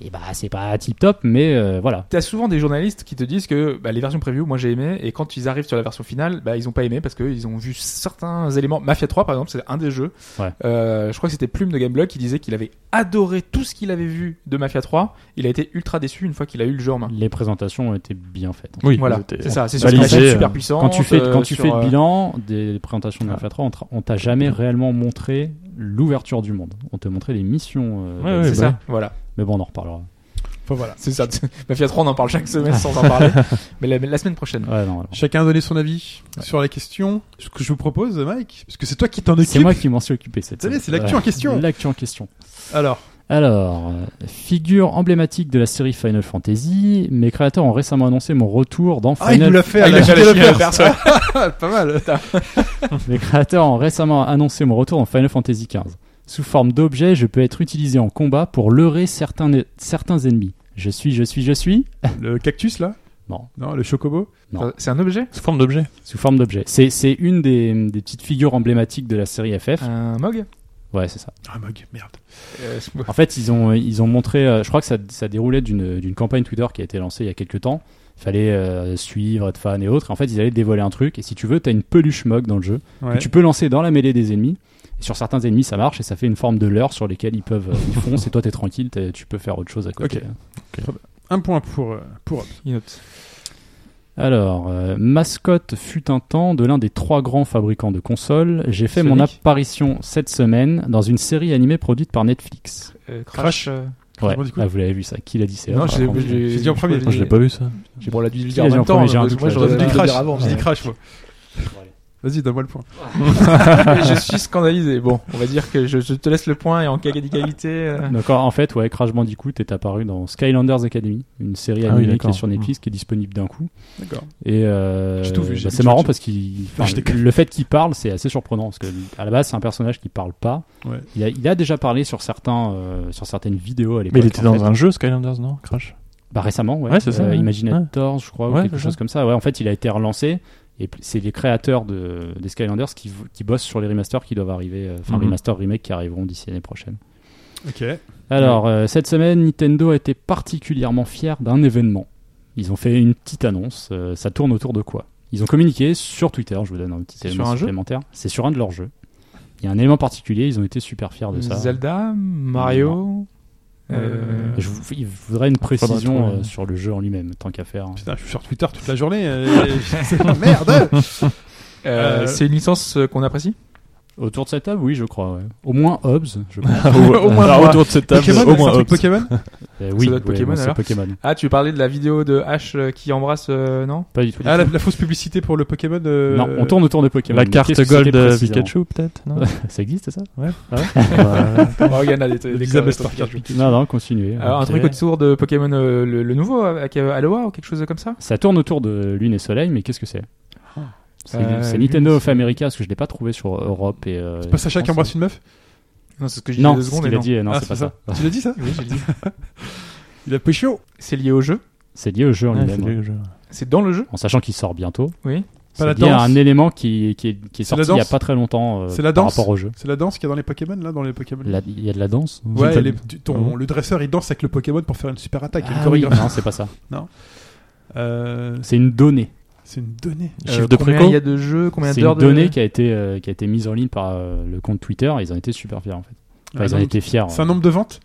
S5: Et bah c'est pas tip top, mais euh, voilà.
S6: T'as souvent des journalistes qui te disent que bah, les versions preview, moi j'ai aimé, et quand ils arrivent sur la version finale, bah, ils ont pas aimé parce qu'ils ont vu certains éléments. Mafia 3, par exemple, c'est un des jeux.
S5: Ouais.
S6: Euh, je crois que c'était Plume de Gameblog qui disait qu'il avait adoré tout ce qu'il avait vu de Mafia 3. Il a été ultra déçu une fois qu'il a eu le jeu en main.
S5: Les présentations ont été bien faites.
S4: Oui,
S6: voilà,
S4: c'était-
S6: c'est ça, c'est sur
S4: Balisé,
S6: une machine
S4: euh,
S6: super puissante.
S5: Quand tu fais,
S6: euh,
S5: quand tu
S6: sur,
S5: fais le
S6: euh,
S5: bilan des présentations de Mafia 3, on t'a- on t'a jamais réellement montré l'ouverture du monde. On te montrait les missions. euh,
S4: Ouais, ouais,
S5: des-
S6: c'est
S4: bah
S6: ça, voilà.
S5: Mais bon, on en reparlera.
S3: euh, Enfin voilà.
S6: C'est ça. Mafia 3, on en parle chaque semaine sans en parler. Mais la, la semaine prochaine.
S5: Ouais, non, alors.
S3: Chacun a donné son avis sur la question. Ce que je vous propose, Mike, parce que c'est toi qui t'en
S5: C'est
S3: occupe.
S5: moi qui m'en suis occupé cette
S3: Ça y est,
S5: semaine.
S3: c'est l'actu en question.
S5: L'actu en question.
S3: Alors,
S5: Alors, euh, figure emblématique de la série Final Fantasy, mes créateurs ont récemment annoncé mon retour dans
S3: ah, il nous
S5: Final
S3: l'a fait. à
S6: Ah, il
S3: la
S6: a
S3: fin
S6: fait
S3: de
S6: la
S3: la
S6: chimie à
S3: perse.
S6: personne.
S3: Pas mal.
S5: Les créateurs ont récemment annoncé mon retour dans Final Fantasy XV. Sous forme d'objet, je peux être utilisé en combat pour leurrer certains, certains ennemis. Je suis, je suis, je suis.
S3: Le cactus là
S5: Non.
S3: Non, le chocobo
S5: Non.
S6: Euh, C'est un objet
S4: Sous forme d'objet.
S5: Sous forme d'objet. C'est c'est une des, des petites figures emblématiques de la série FF.
S6: Un mog
S5: Ouais, c'est ça.
S3: Ah, mug, merde.
S6: Euh, c'est-
S5: En fait, ils ont, ils ont montré, euh, je crois que ça, ça déroulait d'une d'une campagne Twitter qui a été lancée il y a quelques temps. Il fallait euh, suivre, être fan et autres. En fait, ils allaient dévoiler un truc. Et si tu veux, t'as une peluche mog dans le jeu
S3: Ouais.
S5: que tu peux lancer dans la mêlée des ennemis. Et sur certains ennemis, ça marche et ça fait une forme de leurre sur lesquels ils peuvent, euh, ils foncent. Et toi, t'es tranquille, t'es- tu peux faire autre chose à côté.
S3: Ok. Un point pour, euh, pour Hobbs.
S6: Il note.
S5: Alors, euh, mascotte fut un temps de l'un des trois grands fabricants de consoles. J'ai fait mon
S6: Sonic.
S5: apparition cette semaine dans une série animée produite par Netflix.
S6: Euh,
S3: Crash.
S6: crash. euh,
S5: Ouais.
S3: Bandicoot.
S5: Ah, vous l'avez vu ça Qui l'a dit C'est
S6: Non,
S5: Hobbes,
S6: j'ai
S5: par contre.
S3: J'ai dit en premier.
S4: Moi, je l'ai pas vu ça.
S6: J'ai bon, on l'a dû le
S5: Qui
S6: dire
S5: l'a
S6: en
S5: dit en
S6: même temps. hein,
S5: premier J'ai un
S6: parce
S5: doute,
S6: que moi,
S5: là.
S6: j'aurais
S3: J'ai
S5: J'ai
S6: dû
S3: dit
S6: le
S3: euh, crash.
S6: dire avant.
S3: J'ai dit
S6: mais-
S3: crash, moi. Vas-y, donne-moi le point.
S6: je suis scandalisé. Bon, on va dire que je, je te laisse le point et en cas d'égalité. euh,
S5: Donc en en fait, ouais, Crash Bandicoot est apparu dans Skylanders Academy, une série
S4: Ah oui,
S5: animée qui est
S4: d'accord.
S5: sur Netflix, qui est disponible d'un coup.
S3: D'accord.
S5: Et euh,
S3: J'ai tout vu, j'ai
S5: bah,
S3: vu
S5: c'est
S3: tout
S5: marrant
S3: là-dessus.
S5: parce qu'il,
S3: Non,
S5: enfin,
S3: je déconne.
S5: le fait qu'il parle, c'est assez surprenant parce que à la base, c'est un personnage qui parle pas.
S3: Ouais.
S5: Il, a, il a déjà parlé sur certains, euh, sur certaines vidéos à l'époque.
S4: Mais il était
S5: en
S4: dans
S5: fait.
S4: un jeu Skylanders, non Crash.
S5: Bah récemment, ouais.
S4: Ouais, c'est ça, ouais.
S5: Imaginators, je crois, ou
S4: Ouais,
S5: quelque
S4: c'est
S5: chose
S4: ça.
S5: comme ça. Ouais, en fait, il a été relancé. Et p- c'est les créateurs de, des Skylanders qui, v- qui bossent sur les remasters qui doivent arriver, euh, enfin
S4: Mhm.
S5: remaster remake qui arriveront d'ici l'année prochaine.
S3: Ok.
S5: Alors, euh, cette semaine, Nintendo a été particulièrement fier d'un événement. Ils ont fait une petite annonce. euh, ça tourne autour de quoi Ils ont communiqué sur Twitter, je vous donne un petit
S6: C'est
S5: élément
S6: sur un jeu
S5: supplémentaire. C'est sur un de leurs jeux. Il y a un élément particulier, ils ont été super fiers de ça.
S6: Zelda, Mario. euh,
S5: Je vous, il faudrait une
S4: Faudra
S5: précision
S4: trouver.
S5: euh, sur le jeu en lui-même, tant qu'à faire.
S3: Putain, je suis sur Twitter toute la journée. euh, c'est-
S4: Ah,
S3: Merde
S6: euh,
S3: Euh,
S6: C'est une licence euh, qu'on apprécie
S5: Autour de cette table, oui, je crois. ouais. Au moins Hobbs, je crois.
S3: Au moins
S4: Alors,
S3: moi.
S4: autour de cette table,
S3: Pokémon,
S4: au
S3: c'est un
S4: moins
S3: truc
S4: Hobbs.
S3: Pokémon
S5: Euh, oui,
S6: doit être
S5: ouais,
S6: Pokémon,
S5: non, c'est
S6: alors.
S5: Pokémon.
S6: Ah, tu parlais de la vidéo de Ash euh, qui embrasse, euh, non
S5: Pas du tout.
S3: Ah, la, la fausse publicité pour le Pokémon. euh,
S5: Non, on tourne autour de Pokémon.
S4: La
S5: Mais
S4: carte
S5: qu'est-ce que
S4: gold
S5: c'était
S4: euh,
S5: précisément
S4: Pikachu, peut-être non
S5: ça existe, ça
S4: Ouais.
S6: Oh, Il y en a des, des
S3: Elizabeth
S6: des-
S3: Starker.
S5: Non, non, continuez.
S6: Alors, Euh, un
S4: Ok.
S6: truc autour de Pokémon euh, le, le nouveau avec euh, Aloha ou quelque chose comme ça
S5: Ça tourne autour de Lune et Soleil, mais qu'est-ce que c'est C'est
S6: Euh,
S5: c'est
S6: Lune
S5: Nintendo
S6: et
S5: of America, parce que je l'ai pas trouvé sur Europe et. euh,
S3: C'est pas Sacha qui
S5: France.
S3: embrasse une meuf
S6: Non, c'est ce que j'ai dit il y a
S5: Non,
S6: deux
S5: c'est ce
S6: secondes.
S5: qu'il
S6: et
S5: a
S6: non.
S5: dit, non,
S3: Ah,
S5: c'est pas ça.
S3: Tu l'as dit ça
S6: Oui, j'ai dit.
S3: Il a pécho
S6: C'est lié au jeu
S5: C'est lié au jeu en
S6: Ah,
S4: Ouais, c'est
S5: lui-même,
S4: lui,
S5: ouais.
S4: je-
S6: C'est dans le jeu
S5: en sachant qu'il sort bientôt.
S6: Oui.
S3: Pas la
S5: C'est lié à
S3: danse.
S5: un élément qui, qui est, qui est
S3: C'est la
S5: sorti il y a
S3: danse.
S5: pas très longtemps euh,
S3: C'est la
S5: par
S3: danse.
S5: rapport au jeu.
S3: C'est la danse qu'il y a dans les Pokémon, là, dans les Pokémon.
S5: La- Il y a de la danse
S3: Ouais,
S4: J'ai
S3: les-
S4: pas
S3: tu- ton- le dresseur il danse avec le Pokémon pour faire une super attaque, il y a une
S5: Ah oui,
S3: chorégraphie.
S5: Non, c'est pas ça.
S3: Euh,
S5: C'est une donnée.
S3: c'est une donnée.
S4: Chiffre de
S6: Euh, combien
S4: préco
S6: il y a de jeux Combien
S5: C'est une
S6: d'heures de
S5: donnée qui a été euh, qui a été mise en ligne par euh, le compte Twitter. et Ils ont été super fiers en fait. Enfin,
S3: Un
S5: ils ont
S3: nombre-
S5: été fiers.
S3: Ah, C'est un
S5: euh,
S3: nombre de ventes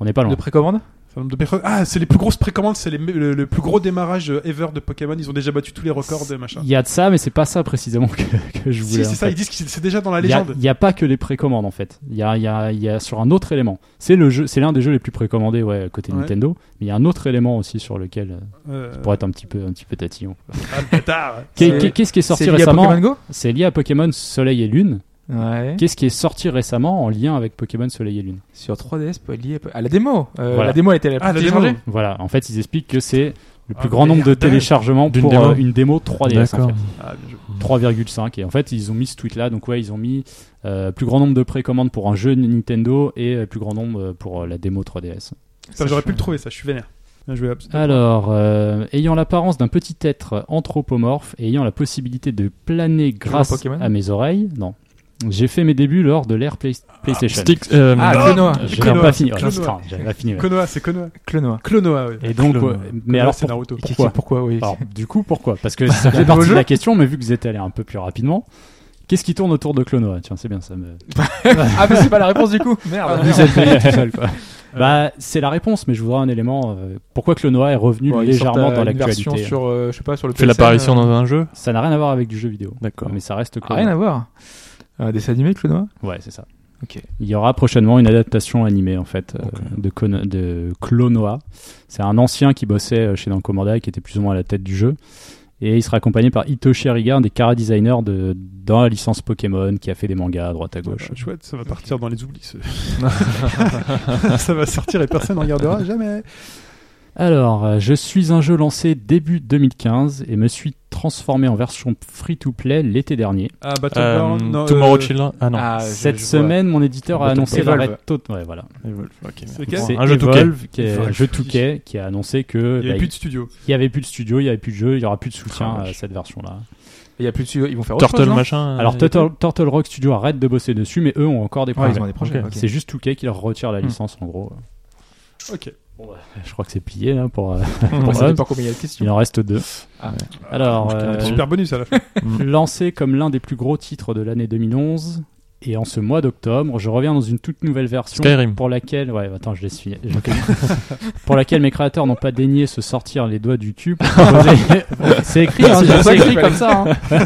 S5: On n'est pas
S6: de
S5: loin.
S6: précommande
S3: C'est un nombre de pré- Ah, c'est les plus grosses précommandes, c'est les- le, le plus gros démarrage euh, ever de Pokémon. Ils ont déjà battu tous les records de machin.
S5: Il y a de ça, mais c'est pas ça précisément que, que je
S3: Si,
S5: voulais.
S3: c'est
S5: en
S3: ça,
S5: fait.
S3: ils disent que c'est c'est déjà dans la
S5: Il y a-
S3: légende.
S5: Il n'y a, pas que les précommandes en fait. Il y a, il y a- il y a sur un autre élément. C'est le jeu, c'est l'un des jeux les plus précommandés ouais, côté
S3: Ouais.
S5: Nintendo. Mais il y a un autre élément aussi sur lequel euh,
S3: Euh,
S5: pour être un petit peu un petit peu tatillon.
S3: ah, le bâtard.
S5: Qu'est-
S6: C'est-
S5: qu'est- Qu'est-ce qui est sorti
S6: C'est lié à
S5: récemment
S6: Pokémon Go
S5: C'est lié à Pokémon Soleil et Lune.
S6: Ouais.
S5: Qu'est-ce qui est sorti récemment en lien avec Pokémon Soleil et Lune
S6: Sur 3DS, peut être lié à po- à la démo. Euh,
S5: Voilà.
S6: La démo a été la
S3: Ah, la
S6: partie
S3: démo.
S6: changée.
S5: Voilà. En fait, ils expliquent que c'est le plus
S3: Ah,
S5: grand nombre de
S3: merde.
S5: téléchargements
S4: D'une
S5: pour
S4: démo.
S5: euh, une démo 3DS. en
S4: D'accord.
S5: fait.
S3: Ah, bien joué.
S5: 3,5 et en fait ils ont mis ce tweet là donc ouais ils ont mis euh, plus grand nombre de précommandes pour un jeu Nintendo et euh, plus grand nombre euh, pour euh, la démo 3DS.
S3: Putain, J'aurais pu le trouver, ça, je suis vénère. Bien joué, Abs.
S5: Alors, euh, ayant l'apparence d'un petit être anthropomorphe et ayant la possibilité de planer grâce
S6: Pokémon
S5: à mes oreilles, non. J'ai fait mes débuts lors de l'ère Play- PlayStation.
S4: Sticks, euh,
S6: Ah, Clonoa.
S5: J'ai
S3: Clonoa,
S5: pas fini. Oh,
S3: Clonoa.
S5: putain, j'avais pas fini. ouais.
S3: Konoha, c'est Konoha.
S6: Clonoa.
S3: Clonoa, oui.
S5: Et donc,
S4: Clonoa.
S5: ouais, mais alors
S3: c'est
S5: pour-
S3: Naruto.
S5: Pourquoi
S6: Pourquoi Pourquoi Oui.
S5: alors, du coup, pourquoi Parce que ça fait
S6: nouveau
S5: partie de
S6: jeu
S5: la question, mais vu que vous êtes allé un peu plus rapidement, qu'est-ce qui tourne autour de Clonoa Tiens, c'est bien, ça me,
S6: Ah, mais c'est pas la réponse du coup. Merde. merde.
S5: Vous êtes payé tout seul, quoi. Bah, c'est la réponse, mais je voudrais un élément. euh, pourquoi Clonoa est revenu
S6: Bon, ils
S5: légèrement
S6: sortent, euh,
S5: dans
S6: une version
S5: l'actualité
S6: Sur, euh, je sais pas, sur le.
S4: Fait
S6: PSN,
S4: l'apparition
S6: euh,
S4: dans un jeu
S5: Ça n'a rien à voir avec du jeu vidéo.
S4: D'accord.
S5: Mais ça reste
S6: Ah, Rien
S5: Clonoa.
S6: à voir. Un dessin animé, Clonoa
S5: Ouais, c'est ça.
S6: Ok.
S5: Il y aura prochainement une adaptation animée en fait euh,
S4: Ok.
S5: de, Kono- de Clonoa. C'est un ancien qui bossait euh, chez Dankomanda qui était plus ou moins à la tête du jeu. Et il sera accompagné par Hitoshi Ariga, un des cara designers de, dans la licence Pokémon, qui a fait des mangas à droite à gauche.
S3: Chouette, ça va partir dans les oublis. ce- ça va sortir et personne ne regardera jamais.
S5: Alors, euh, je suis un jeu lancé début 2015 et me suis transformé en version free-to-play l'été dernier.
S3: Ah,
S4: Euh,
S3: Battleground, non,
S4: Tomorrow
S3: euh,
S4: Children. Ah non.
S6: Ah, je-
S5: Cette
S6: je vois.
S5: semaine, mon éditeur a
S4: Battle-
S5: annoncé
S6: Evolve.
S5: l'arrêt tot- ouais, voilà.
S4: Evolve, ok, merde.
S3: C'est
S4: Bon,
S3: quel
S5: C'est
S4: un jeu tout
S5: Evolve, qui est
S3: Il faut-
S5: un jeu touquet, qui a annoncé que
S3: Il n'y
S5: bah,
S3: avait plus de studio.
S5: il y avait plus de studio, il n'y avait plus de jeu, il n'y aura plus de soutien
S4: Ah,
S5: à
S4: vache.
S5: cette version-là.
S6: Il y a plus de studio, ils vont faire autre
S4: Turtle
S6: chose, non
S4: machin.
S5: Alors
S4: euh,
S5: Turtle, Turtle Rock Studio arrête de bosser dessus, mais eux ont encore des
S6: Ouais,
S5: projets.
S6: ils ont des projets.
S4: Ok.
S6: ok.
S5: C'est juste Touquet qui leur retire la
S6: Hmm.
S5: licence en gros. bah,
S3: Ok.
S5: Je crois que c'est plié là pour. euh,
S6: On
S5: ça.
S6: sait pas combien il y a de questions.
S5: il en reste deux.
S6: Ah, ouais.
S5: Alors
S4: Je connais
S5: euh,
S4: pas.
S3: Super bonus à la fin.
S5: lancé comme l'un des plus gros titres de l'année 2011, et en ce mois d'octobre, je reviens dans une toute nouvelle version
S4: Skyrim.
S5: pour laquelle, ouais, attends, je laisse finir. Je- pour laquelle mes créateurs n'ont pas daigné se sortir les doigts du cul. pour proposer- c'est écrit, hein,
S6: C'est pour ça
S5: c'est
S6: que
S5: écrit
S6: tu
S5: comme ça. hein.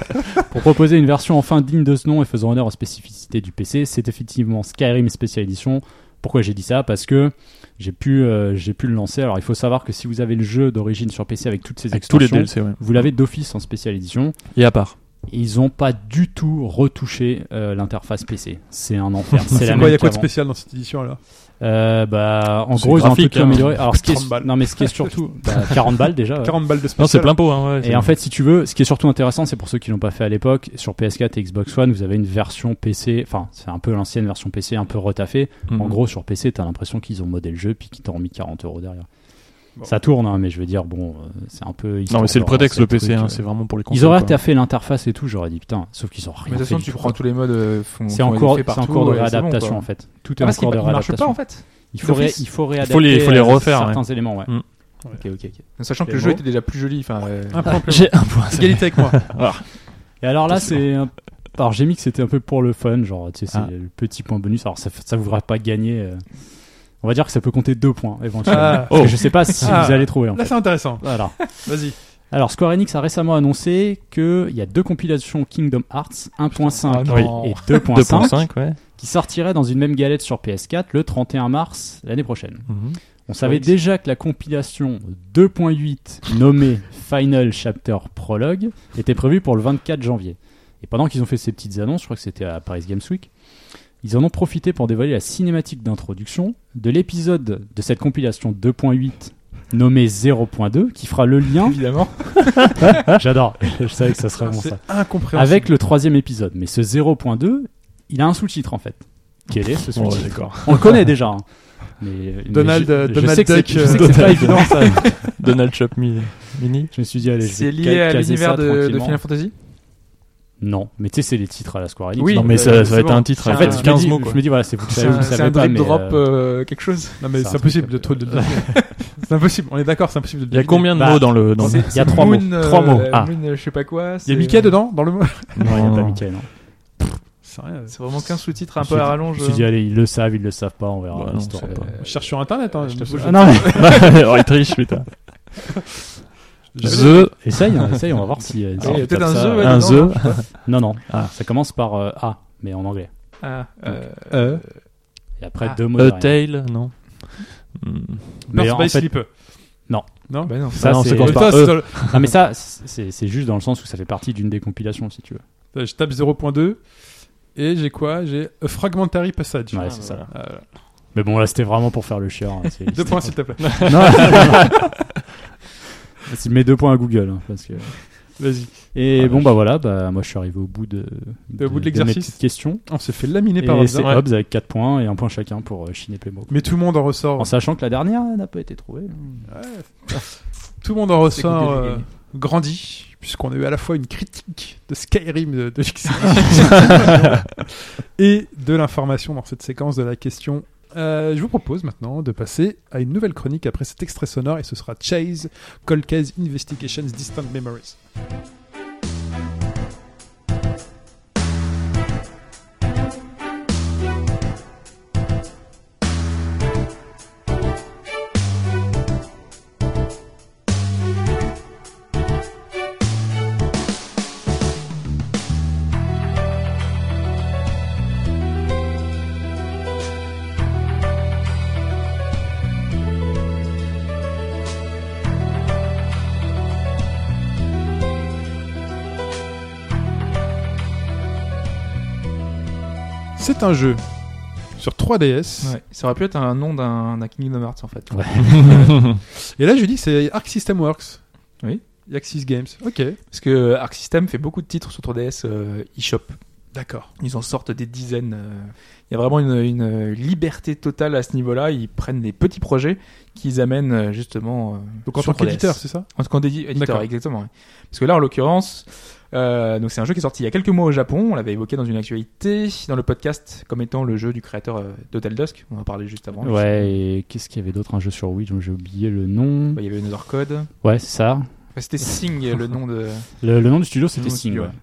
S5: pour proposer une version enfin digne de ce nom et faisant honneur aux spécificités du PC, c'est effectivement Skyrim Special Edition. Pourquoi j'ai dit ça Parce que j'ai pu, euh, j'ai pu le lancer. Alors, il faut savoir que si vous avez le jeu d'origine sur PC avec toutes ses
S4: Avec tous les DLC,
S5: extensions,
S4: ouais.
S5: vous l'avez d'office en Special Edition.
S4: Et à part.
S5: Ils n'ont pas du tout retouché euh, l'interface PC. C'est un enfer. C'est
S3: C'est
S5: la
S3: quoi, il y
S5: même
S3: a quoi de
S5: qu'avant.
S3: spécial dans cette édition là
S5: Euh, bah, en
S4: C'est
S5: gros, ils ont un peu
S4: graphique,
S5: tout
S4: hein.
S5: amélioré. Alors, ce qui
S3: 30
S5: est,
S3: balles.
S5: non, mais ce qui est surtout, bah, 40 balles déjà. ouais.
S3: 40 balles de spécial.
S4: Non, c'est plein pot, hein, ouais.
S5: Et en fait, si tu veux, ce qui est surtout intéressant, c'est pour ceux qui l'ont pas fait à l'époque, sur PS4 et Xbox One, vous avez une version PC, enfin, c'est un peu l'ancienne version PC, un peu retaffée.
S6: Mhm.
S5: En gros, sur PC, t'as l'impression qu'ils ont modé le jeu puis qu'ils t'ont remis 40 euros derrière.
S3: Bon.
S5: Ça tourne, hein, mais je veux dire, bon, euh, c'est un peu.
S4: Non, mais c'est le prétexte, le PC, hein,
S5: hein,
S4: c'est vraiment pour les consoles.
S5: Ils auraient
S4: quoi.
S5: taffé l'interface et tout, j'aurais dit putain, sauf qu'ils ont rien
S6: Mais de toute
S5: fait
S6: façon,
S5: du
S6: tu
S5: tout.
S6: prends tous les modes. euh, font-
S5: C'est
S6: font-
S5: en
S6: les
S5: cours,
S6: faits
S5: c'est en
S6: partout,
S5: cours de
S6: et c'est bon, quoi.
S5: réadaptation en fait. Tout est
S6: Ah,
S5: en
S6: parce qu'il
S5: cours de
S6: il marche pas Ah,
S5: réadaptation.
S6: en fait.
S5: Il faut, ré-
S6: d'office.
S5: il faut réadapter
S4: les- faut les
S5: euh,
S4: refaire,
S5: certains éléments. Ouais.
S6: Mm. Ok, ok, ok. Donc, Sachant que le
S3: C'est
S6: jeu
S3: beau.
S6: était déjà plus joli. Enfin, euh,
S3: Un point plus.
S4: J'ai un point. c'est
S3: Égalité avec moi.
S5: Et alors là, c'est. un- Alors j'ai mis que c'était un peu pour le fun, genre tu sais, c'est
S4: Ah.
S5: le petit point bonus. Alors ça, f- ça vous fera pas gagner. euh, On va dire que ça peut compter deux points éventuellement.
S3: Ah.
S5: Parce que je sais pas si
S3: Ah.
S5: vous allez trouver. En
S3: Là,
S5: fait.
S3: c'est intéressant.
S5: Voilà.
S3: Vas-y.
S5: Alors Square Enix a récemment annoncé qu'il y a deux compilations Kingdom Hearts 1.5
S6: ah non.
S5: et
S4: 2.5,
S5: 2.5
S4: ouais.
S5: qui sortiraient dans une même galette sur PS4 le 31 mars l'année prochaine.
S4: Mhm.
S5: On savait déjà que la compilation 2.8 nommée Final Chapter Prologue était prévue pour le 24 janvier. Et pendant qu'ils ont fait ces petites annonces, je crois que c'était à Paris Games Week, ils en ont profité pour dévoiler la cinématique d'introduction de l'épisode de cette compilation 2.8 nommée 0.2 qui fera le lien.
S6: évidemment.
S5: J'adore, je savais que ça serait bon
S3: C'est
S5: ça.
S3: incompréhensible.
S5: Avec le troisième épisode, mais ce 0.2, il a un sous-titre en fait. Quel est ce
S4: Bon,
S5: sous-titre
S4: d'accord.
S5: On le connaît déjà. hein. Mais, mais
S3: Donald,
S5: je-
S3: euh,
S5: je
S3: Donald
S5: sais que c'est-
S3: Duck,
S5: je sais que
S4: euh,
S5: c'est pas évident ça.
S4: Donald Chop Mi- Mini.
S5: Je me suis dit, allez, je
S6: C'est
S5: vais
S6: lié à
S5: caser
S6: l'univers
S5: ça
S6: de, de
S5: tranquillement.
S6: Final Fantasy.
S5: Non, mais tu sais, c'est les titres à la Square Enix.
S6: Oui,
S4: non,
S5: Non,
S4: mais
S6: euh,
S4: ça, ça va
S6: c'est
S4: être
S6: bon.
S4: un titre
S6: C'est
S4: à
S5: en fait, je
S4: 15
S5: me, dis,
S4: mots, quoi.
S5: je me dis, voilà, c'est vous qui
S6: C'est
S5: savez, vous
S6: un, c'est
S5: savez
S6: un
S5: pas,
S6: drip
S5: mais,
S6: drop
S5: euh,
S6: euh, quelque chose.
S3: Non, mais
S5: C'est
S3: c'est
S5: un
S3: impossible de
S5: truc,
S3: trop de le deviner. C'est impossible, on est d'accord, c'est impossible de le
S4: Il y a
S3: deviner.
S4: combien de
S5: Bah,
S4: mots dans le. Dans le-
S5: Il y a trois mots.
S6: Moon, euh,
S5: Trois mots. Ah,
S6: Moon, euh, je sais pas quoi. c'est-
S3: Il y a
S5: euh,
S3: Mickey dedans dans le mot
S5: non, il n'y a pas
S4: Non.
S5: Mickey, non.
S3: C'est rien.
S6: C'est vraiment qu'un sous-titre
S5: Je
S6: un
S5: me suis
S6: peu à
S5: dit-
S6: rallonge.
S5: Je me suis dit, allez, ils le savent, ils le savent pas, on verra
S4: Bah, non,
S5: l'histoire.
S4: c'est pas-
S3: Je cherche sur internet. Hein,
S6: je
S3: je-
S6: te-
S3: je-
S5: Ah, non, mais-
S4: Oh, il triche, putain.
S3: je-
S4: The.
S5: essaye, hein, essaye, on va voir si. euh,
S6: Ah, il y a
S5: si
S6: peut-être
S5: tape
S6: un
S5: ça.
S6: jeu, ouais,
S4: Un
S6: dedans,
S4: The.
S6: non, je sais pas.
S5: Non, non,
S4: Ah.
S5: ça commence par euh, A, mais en anglais.
S6: Ah, euh,
S3: Euh,
S5: E. Et après,
S6: Ah.
S5: deux mots.
S4: A
S5: derrière.
S4: Tale, non. Hmm.
S5: Mais
S3: Birth
S5: en
S3: by
S5: fait-
S3: Sleep.
S6: bah non.
S5: Ça,
S4: Ah non, ça
S5: c'est-
S4: commence par
S3: Putain, c'est
S4: E.
S3: dans le-
S5: Non, mais ça, c'est c'est juste dans le sens où ça fait partie d'une décompilation, si tu veux.
S3: Putain, Je tape 0.2 et j'ai quoi J'ai A Fragmentary Passage.
S5: Ouais, c'est ça.
S3: Ah, voilà.
S5: Mais bon, là, c'était vraiment pour faire le chieur. hein, c'est-
S3: Deux points s'il te plaît.
S5: Non. S'il met deux points à Google, hein, parce que.
S3: Vas-y.
S5: Et
S4: Ah,
S5: bon
S4: vache.
S5: bah voilà, bah moi je suis arrivé au bout de, de,
S3: bout de
S5: mes
S3: l'exercice.
S5: petites questions.
S3: On s'est fait laminer
S5: Et
S3: par hein.
S5: c'est
S3: hasard.
S4: Ouais.
S5: Hobbs avec 4 points et un point chacun pour euh, Chine et Playmo.
S3: Mais tout le monde en
S5: En
S3: ressort.
S5: sachant que la dernière n'a pas été trouvée.
S3: Tout le monde en
S6: C'est compliqué
S3: ressort
S6: de
S3: euh,
S6: gagner.
S3: grandi, puisqu'on a eu à la fois une critique de Skyrim de, de Fixie et de l'information dans cette séquence de la question. Euh, je vous propose maintenant de passer à une nouvelle chronique après cet extrait sonore et ce sera Chase, Cold Case Investigations, Distant Memories. C'est un jeu sur 3DS.
S6: Ouais, ça aurait pu être un nom d'un d'un Kingdom Hearts en fait.
S5: Ouais.
S3: Et là, je dis que c'est Arc System Works.
S6: Oui.
S3: Axis Games. Ok.
S6: Parce que Arc System fait beaucoup de titres sur 3DS euh, eShop.
S3: D'accord.
S6: Ils en sortent des dizaines. euh. Il y a vraiment une, une, euh, liberté totale à ce niveau-là. Ils prennent des petits projets qu'ils amènent euh, justement. euh,
S3: Donc en
S6: sur
S3: tant qu'éditeur,
S6: 3DS.
S3: c'est ça
S6: En tant qu'éditeur,
S3: D'accord.
S6: exactement. ouais. Parce que là, en l'occurrence, euh, donc c'est un jeu qui est sorti il y a quelques mois au Japon. On l'avait évoqué dans une actualité, dans le podcast, comme étant le jeu du créateur euh, d'Hotel Dusk. On en parlait juste avant.
S5: Ouais, et qu'est-ce qu'il y avait d'autre Un jeu sur Wii, dont j'ai oublié le nom.
S6: Bah, Il y avait Another Code.
S5: Ouais, c'est ça.
S6: Enfin, C'était Sing, le nom de.
S5: Le, le nom du studio,
S6: Le
S5: c'était
S6: nom du
S5: Sing.
S6: studio,
S5: ouais.
S6: ouais.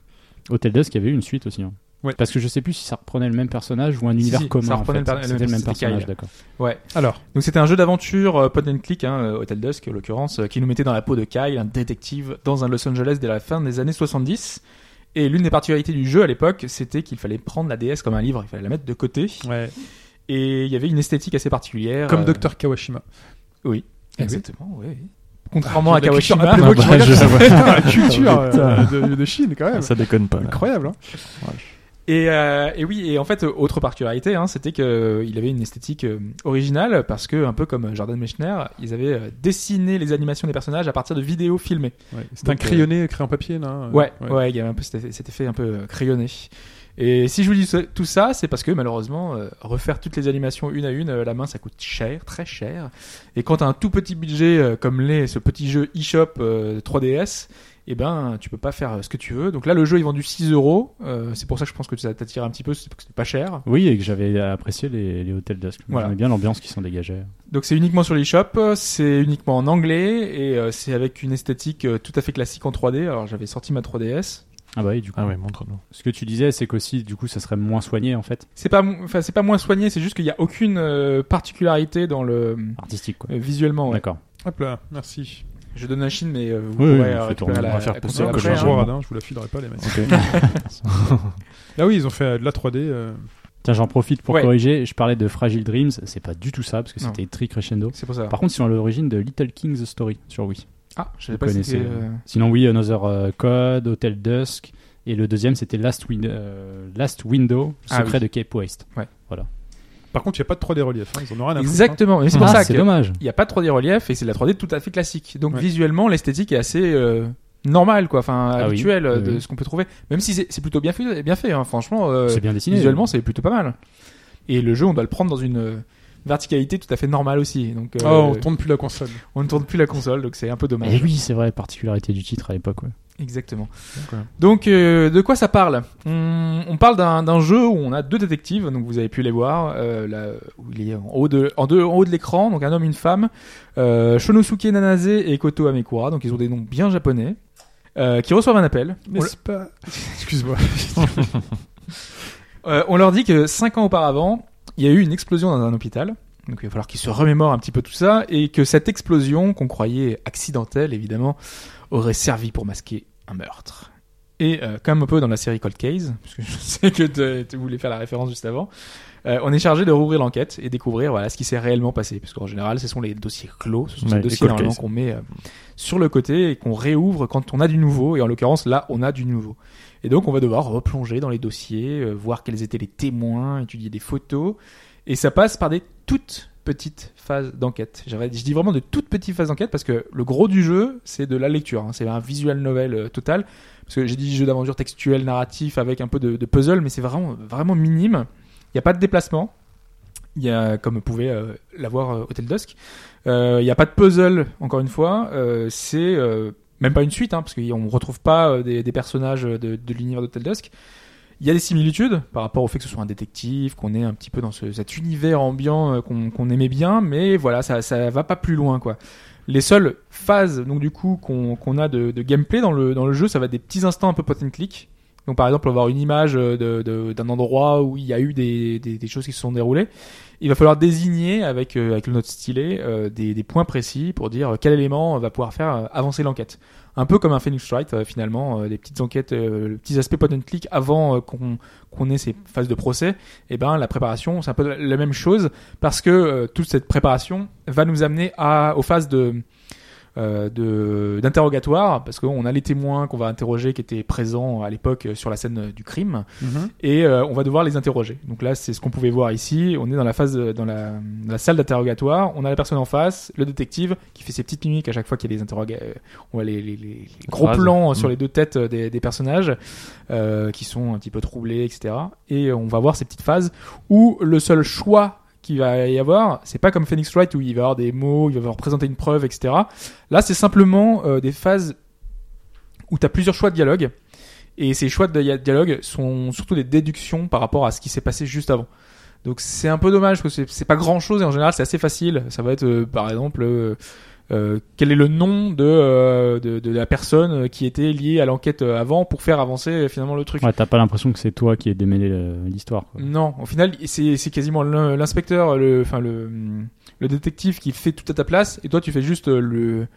S5: Hotel Dusk, il y avait eu une suite aussi. hein.
S3: Ouais.
S5: Parce que je sais plus si ça reprenait le même personnage ou un
S6: Si,
S5: univers
S6: si, ça
S5: commun. en
S6: reprenait
S5: fait.
S6: le per- le
S5: C'était le
S6: même-
S5: même
S6: c'était
S5: personnage,
S6: Kyle.
S5: d'accord.
S6: Ouais.
S3: Alors,
S6: Donc c'était un jeu d'aventure euh, point and click, hein, euh, Hotel Dusk en l'occurrence, euh, qui nous mettait dans la peau de Kyle, un détective dans un Los Angeles dès la fin des années 70. Et l'une des particularités du jeu à l'époque, c'était qu'il fallait prendre la DS comme un livre, il fallait la mettre de côté. Et il y avait une esthétique assez particulière.
S3: comme
S6: euh,
S3: Dr Kawashima.
S6: Oui,
S3: Eh oui.
S6: exactement, Ah, oui. oui. Contrairement à
S3: La culture-
S6: Kawashima,
S3: appelez-moi
S5: bah,
S3: qui regarde,
S5: je-
S3: ça fait la culture euh, de, de Chine quand même.
S4: Ça déconne pas. là.
S3: Incroyable. Hein.
S6: Et, euh, et oui, et en fait, euh, autre particularité, hein, c'était qu'il avait une esthétique euh, originale parce que, un peu comme Jordan Mechner, ils avaient euh, dessiné les animations des personnages à partir de vidéos filmées.
S3: C'est un
S6: Donc, euh,
S3: crayonné créé en papier là. hein.
S6: Ouais, ouais, il y avait un peu cet effet, cet effet un peu euh, crayonné. Et si je vous dis ce- tout ça, c'est parce que malheureusement, euh, refaire toutes les animations une à une, euh, la main, ça coûte cher, très cher. Et quand t'as un tout petit budget euh, comme l'est ce petit jeu eShop euh, 3DS, eh ben, tu peux pas faire euh, ce que tu veux. Donc là, le jeu est vendu 6 euros. Euh, C'est pour ça que je pense que ça t'attire un petit peu, c'est parce que c'est pas cher.
S5: Oui, et que j'avais apprécié les, les Hotel Dusk.
S6: Voilà.
S5: J'aimais bien l'ambiance qui s'en dégageait.
S6: Donc c'est uniquement sur l'eShop, c'est uniquement en anglais et euh, c'est avec une esthétique euh, tout à fait classique en 3D. Alors j'avais sorti ma 3DS.
S5: Ah bah oui, du coup.
S4: Ah ouais, montre-nous.
S5: Ce que tu disais, c'est qu'aussi, du coup, ça serait moins soigné en fait,
S6: C'est pas, mo- enfin c'est pas moins soigné, c'est juste qu'il n'y a aucune euh, particularité dans le
S5: artistique quoi.
S6: euh, visuellement. ouais.
S5: D'accord.
S3: Hop là, merci.
S6: Je donne un chine, mais euh, vous
S5: Oui, oui,
S6: pourrez
S5: on fait
S6: euh,
S5: tourner,
S6: récupérer
S5: on
S6: la,
S5: va faire
S6: la
S5: pousser
S6: console
S5: un peu
S3: Je
S6: après,
S5: le
S6: hein.
S5: joueur.
S3: vois, hein, je vous la filerai pas les mecs.
S4: Ok.
S3: Ah oui, ils ont fait euh, de la 3D. euh,
S5: Tiens, j'en profite pour
S6: Ouais.
S5: corriger. Je parlais de Fragile Dreams, c'est pas du tout ça parce que
S6: Non.
S5: c'était Tri Crescendo.
S6: C'est pour ça.
S5: Par contre, ils sont à l'origine de Little King's Story sur Wii.
S6: Ah, je
S5: Vous
S6: savais pas si
S5: connaissez, hein.
S6: c'était. euh,
S5: Sinon, oui, Another euh, Code, Hotel Dusk. Et le deuxième, c'était Last, Win- euh, Last Window,
S6: Ah
S5: Secret de Cape West.
S3: Par contre, il n'y a pas de 3D relief. hein, Ils en ont rien à foutre, hein.
S6: Exactement. Mais c'est pour
S5: Ah,
S6: ça
S5: c'est
S6: que
S5: dommage.
S6: il n'y a pas de 3D relief et c'est de la 3D tout à fait classique. Donc
S3: Ouais.
S6: visuellement, l'esthétique est assez euh, normale, quoi, enfin
S5: Ah oui.
S6: habituelle euh,
S5: Oui,
S6: de
S5: oui.
S6: ce qu'on peut trouver. Même si c'est c'est plutôt bien fait, bien fait. hein. Franchement, euh,
S5: c'est bien dessiné.
S6: visuellement, c'est plutôt pas mal. Et le jeu, on doit le prendre dans une euh, verticalité tout à fait normale aussi. Donc euh,
S3: Oh, on tourne plus la console.
S6: on ne tourne plus la console, donc c'est un peu
S5: Et
S6: dommage.
S5: Eh oui, c'est vrai, particularité du titre à l'époque. ouais.
S6: Exactement. Donc, euh, de quoi ça parle on, on parle d'un d'un jeu où on a deux détectives, donc vous avez pu les voir, euh, là, où il est en haut de, en deux, en haut de l'écran, donc un homme, une femme, euh, Shonosuke Nanase et Koto Amekura, donc ils ont des noms bien japonais, euh, qui reçoivent un appel. On,
S3: N'est-ce pas Excuse-moi.
S6: euh, on leur dit que cinq ans auparavant, il y a eu une explosion dans un hôpital. Donc il va falloir qu'ils se remémorent un petit peu tout ça et que cette explosion qu'on croyait accidentelle évidemment aurait servi pour masquer un meurtre. Et euh, comme un peu dans la série Cold Case, parce que je sais que te- tu voulais faire la référence juste avant, euh, on est chargé de rouvrir l'enquête et découvrir voilà ce qui s'est réellement passé, parce qu'en général ce sont les dossiers clos, ce sont
S4: Ouais,
S6: ces
S4: les
S6: dossiers
S4: cold
S6: normalement
S4: cases.
S6: qu'on met euh, sur le côté et qu'on réouvre quand on a du nouveau, et en l'occurrence là on a du nouveau. Et donc on va devoir replonger dans les dossiers, euh, voir quels étaient les témoins, étudier des photos, et ça passe par des toutes petites phases d'enquête. J'aurais- Je dis vraiment de toutes petites phases d'enquête parce que le gros du jeu, c'est de la lecture. hein. C'est un visual novel euh, total. Parce que j'ai dit jeu d'aventure textuel, narratif, avec un peu de, de puzzle, mais c'est vraiment, vraiment minime. Il n'y a pas de déplacement. Il y a, comme pouvait euh, l'avoir euh, Hotel Dusk. Euh, Il n'y a pas de puzzle, encore une fois. Euh, c'est euh, même pas une suite, hein, parce qu'on ne retrouve pas euh, des, des personnages de, de l'univers d'Hotel Dusk. Il y a des similitudes par rapport au fait que ce soit un détective, qu'on est un petit peu dans ce- cet univers ambiant euh, qu'on qu'on aimait bien, mais voilà, ça, ça va pas plus loin, quoi. Les seules phases, donc du coup, qu'on qu'on a de, de gameplay dans le, dans le jeu, ça va être des petits instants un peu pot and click. Donc par exemple, on va avoir une image euh, de- de- d'un endroit où il y a eu des, des, des choses qui se sont déroulées. Il va falloir désigner avec, euh, avec notre stylet euh, des, des points précis pour dire euh, quel élément va pouvoir faire euh, avancer l'enquête un peu comme un Phoenix Wright euh, finalement, euh, des petites enquêtes, euh, les petits aspects point and click avant euh, qu'on qu'on ait ces phases de procès, et ben la préparation c'est un peu la, la même chose parce que euh, toute cette préparation va nous amener à aux phases de euh, de- d'interrogatoire, parce qu'on a les témoins qu'on va interroger qui étaient présents à l'époque sur la scène euh, du crime, et euh, on va devoir les interroger. Donc là, c'est ce qu'on pouvait voir ici. On est dans la phase, euh, dans la, dans la salle d'interrogatoire. On a la personne en face, le détective, qui fait ses petites mimiques à chaque fois qu'il y a des interroga- euh, On voit les, les- les- les gros
S4: phrase.
S6: plans euh, sur
S4: Mm.
S6: les deux têtes euh, des, des personnages euh, qui sont un petit peu troublés, etc. Et euh, on va voir ces petites phases où le seul choix qu'il va y avoir, c'est pas comme Phoenix Wright où il va y avoir des mots, il va représenter une preuve, etc. Là, c'est simplement euh, des phases où tu as plusieurs choix de dialogue. Et ces choix de dia- dialogue sont surtout des déductions par rapport à ce qui s'est passé juste avant. Donc c'est un peu dommage parce que c'est- c'est pas grand chose et en général c'est assez facile. Ça va être euh, par exemple euh, euh, quel est le nom de, euh, de, de la personne qui était liée à l'enquête euh, avant pour faire avancer euh, finalement le truc.
S5: Ouais, t'as pas l'impression que c'est toi qui ai démêlé euh, l'histoire. quoi.
S6: Non, au final, c'est c'est quasiment l'in- l'inspecteur, le, enfin le, le détective qui fait tout à ta place, et toi tu fais juste euh, le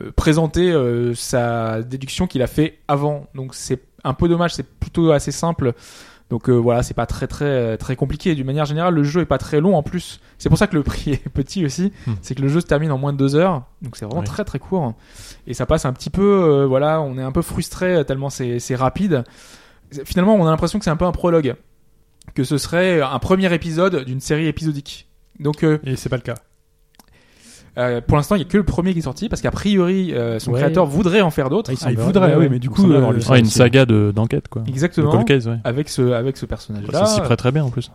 S6: euh, présenter euh, sa déduction qu'il a fait avant. Donc c'est un peu dommage, c'est plutôt assez simple. Donc euh, voilà, c'est pas très très très compliqué. D'une manière générale, le jeu est pas très long en plus. C'est pour ça que le prix est petit aussi.
S4: Hmm.
S6: C'est que le jeu se termine en moins de deux heures, donc c'est vraiment
S4: Ouais.
S6: très très court. Et ça passe un petit peu, euh, voilà, on est un peu frustré euh, tellement c'est c'est rapide. Finalement, on a l'impression que c'est un peu un prologue, que ce serait un premier épisode d'une série épisodique. Donc euh,
S3: Et c'est pas le cas.
S6: euh, pour l'instant, il n'y a que le premier qui est sorti parce qu'a priori, euh, son
S5: Ouais.
S6: créateur voudrait en faire d'autres.
S5: Ah, il
S3: Ah, il
S5: semble-
S3: voudrait,
S5: ouais,
S3: oui,
S5: ouais.
S3: mais du
S5: Il
S3: coup,
S5: semble
S3: euh,
S5: avoir lu ça
S4: Ouais, Ah, une
S5: aussi.
S4: saga de- d'enquête, quoi. Le
S6: Exactement.
S4: Cold Case, ouais.
S6: Avec ce, avec ce personnage-là.
S4: Ça s'y prête très bien en plus.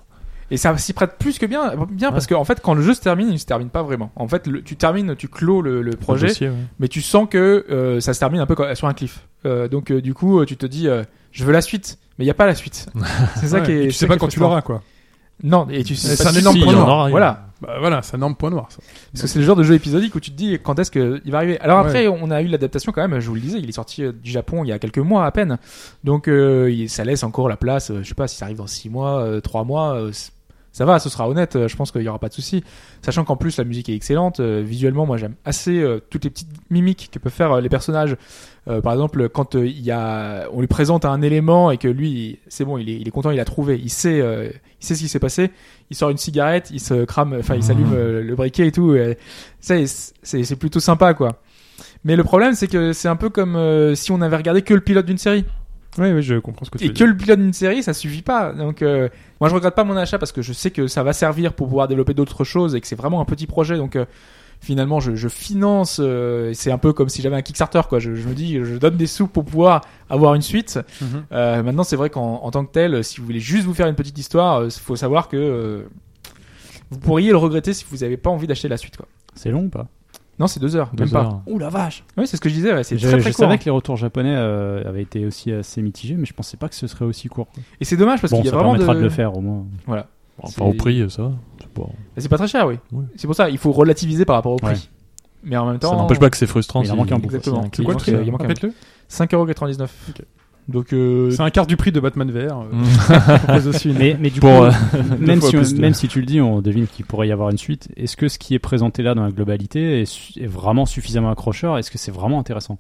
S6: Et ça s'y prête plus que bien, bien parce qu'en fait, quand le jeu se termine, il ne se termine pas vraiment. En fait, le- tu termines, tu clôt le, le projet,
S4: Le dossier, ouais.
S6: mais tu sens que euh, ça se termine un peu comme- sur un cliff. Euh, donc, euh, du coup, euh, tu te dis, euh, je veux la suite, mais il n'y a pas la suite. C'est ça
S3: Ouais,
S6: qui est.
S3: et tu
S6: c'est
S3: sais
S6: ça
S3: pas
S6: qui est
S3: quand tu
S6: frustrant.
S3: l'auras, quoi.
S6: Non, et tu
S3: C'est
S6: sais
S3: un
S6: pas-
S3: énorme
S6: si,
S3: point
S6: il y en
S4: noir.
S6: aura, Voilà.
S3: Bah, voilà, c'est un énorme point noir. Ça.
S6: Parce que c'est le genre de jeu épisodique où tu te dis quand est-ce qu'il va arriver. Alors après, on a eu l'adaptation quand même, je vous le disais, il est sorti euh, du Japon il y a quelques mois à peine. Donc euh, il- ça laisse encore la place, euh, je sais pas si ça arrive dans 6 mois, 3 mois, euh, c- ça va, ce sera honnête, euh, je pense qu'il y aura pas de souci. Sachant qu'en plus la musique est excellente, euh, visuellement moi j'aime assez euh, toutes les petites mimiques que peuvent faire euh, les personnages. Euh, par exemple, quand euh, il y a, on lui présente un élément et que lui, il- c'est bon, il est, il est content, il a trouvé, il sait, euh, il sait ce qui s'est passé. Il sort une cigarette, il se crame, enfin il s'allume euh, le briquet et tout. et ça, c'est- c'est c'est plutôt sympa quoi. Mais le problème, c'est que c'est un peu comme euh, si on avait regardé que le pilote d'une série.
S3: Oui, oui, je comprends ce que tu
S6: Et
S3: veux
S6: que le pilote d'une série, ça suffit pas. Donc, euh, moi, je regrette pas mon achat parce que je sais que ça va servir pour pouvoir développer d'autres choses et que c'est vraiment un petit projet. Donc, euh, finalement, je, je finance. euh, et c'est un peu comme si j'avais un Kickstarter, quoi. Je, je me dis, je donne des sous pour pouvoir avoir une suite.
S3: dire. Mhm.
S6: Euh, maintenant, c'est vrai qu'en en tant que tel, euh, si vous voulez juste vous faire une petite histoire, il faut savoir que euh, vous pourriez le regretter si vous n'avez pas envie d'acheter la suite, quoi.
S5: C'est long ou pas
S6: Non, c'est deux heures,
S4: Deux
S6: même
S4: heures.
S6: pas. Ouh la vache. Oui, c'est ce que je disais. ouais, c'est
S5: Je,
S6: très
S5: je
S6: très court. hein.
S5: savais que les retours japonais euh, avaient été aussi assez mitigés, mais je pensais pas que ce serait aussi court. quoi.
S6: Et c'est dommage parce
S5: Bon,
S6: qu'il y a
S5: ça
S6: vraiment
S5: permettra de... le faire au moins.
S6: C'est-
S4: Enfin, au prix, ça va. C'est pas-
S6: C'est pas très cher, oui.
S4: Oui.
S6: C'est pour ça, il faut relativiser par rapport au prix.
S5: Ouais.
S6: Mais en même temps,
S4: Ça n'empêche pas que c'est frustrant.
S5: Mais il en
S4: si-
S5: manque un bout.
S4: si
S6: Exactement.
S4: un
S3: C'est quoi le
S6: manque-
S3: prix
S6: il manque un-
S3: Répète-le.
S6: 5,99€. Donc, euh,
S3: C'est un quart du prix de Batman VR. euh,
S4: Mm.
S3: on propose aussi une-
S5: Mais, mais du
S4: Pour,
S5: coup,
S4: euh, deux
S5: même,
S4: fois
S5: si, on-
S4: plus de-
S5: même si tu le dis, on devine qu'il pourrait y avoir une suite. Est-ce que ce qui est présenté là dans la globalité est, su- est vraiment suffisamment accrocheur Est-ce que c'est vraiment intéressant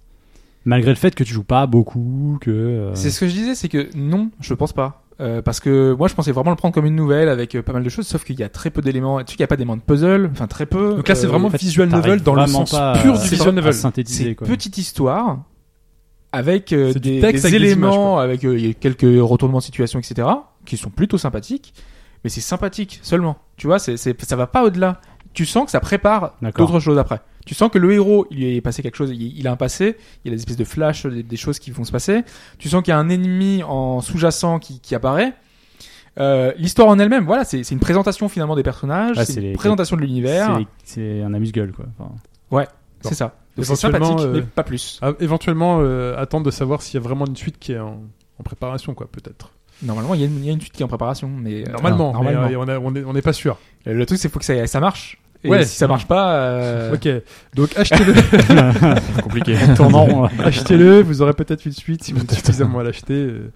S5: Malgré le fait que tu joues pas beaucoup, que. euh,
S6: c'est ce que je disais, c'est que non, je pense pas. Euh, parce que moi, je pensais vraiment le prendre comme une nouvelle avec euh, pas mal de choses, sauf qu'il y a très peu d'éléments. Tu sais qu'il n'y a pas d'éléments de puzzle, enfin très peu.
S3: Donc là, c'est
S6: Euh,
S3: vraiment
S5: en fait,
S3: visual
S5: t'arrives
S3: novel dans le
S5: vraiment
S3: sens
S5: pas à-
S3: pur du visual
S5: à
S3: novel.
S5: synthétiser,
S6: C'est
S5: quoi.
S6: petite histoire avec euh,
S3: C'est du
S6: des,
S3: texte
S6: des
S3: avec des images,
S6: éléments, avec euh, il y a quelques retournements de situation, etc., qui sont plutôt sympathiques. Mais c'est sympathique seulement. Tu vois, c'est, c'est- ça va pas au-delà. Tu sens que ça prépare
S5: D'accord.
S6: d'autres choses après. Tu sens que le héros, il lui est passé quelque chose, il, il a un passé, il a des espèces de flash, des, des choses qui vont se passer. Tu sens qu'il y a un ennemi en sous-jacent qui, qui apparaît. Euh, l'histoire en elle-même, voilà, c'est, c'est une présentation finalement des personnages,
S5: Ah,
S6: c'est,
S5: c'est
S6: une
S5: les-
S6: présentation de l'univers,
S5: C'est- C'est un amuse-gueule, quoi. Enfin,
S6: c'est, ça. Donc c'est
S3: Éventuellement,
S6: sympathique,
S3: euh,
S6: mais pas plus.
S3: Ah, éventuellement, euh, attendre de savoir s'il y a vraiment une suite qui est en, en préparation, quoi, peut-être.
S6: Normalement, il y, a une- il y a une suite qui est en préparation, mais euh,
S3: Normalement, mais,
S6: normalement. euh,
S3: euh, on a- on est- on n'est pas sûr.
S6: Le- le truc c'est faut que ça, ça marche. Et
S3: Ouais.
S6: si ça marche pas, euh,
S3: Ok, donc achetez-le.
S4: compliqué.
S5: tournant rond, là.
S3: achetez-le, vous aurez peut-être une suite si vous êtes suffisamment à l'acheter. euh,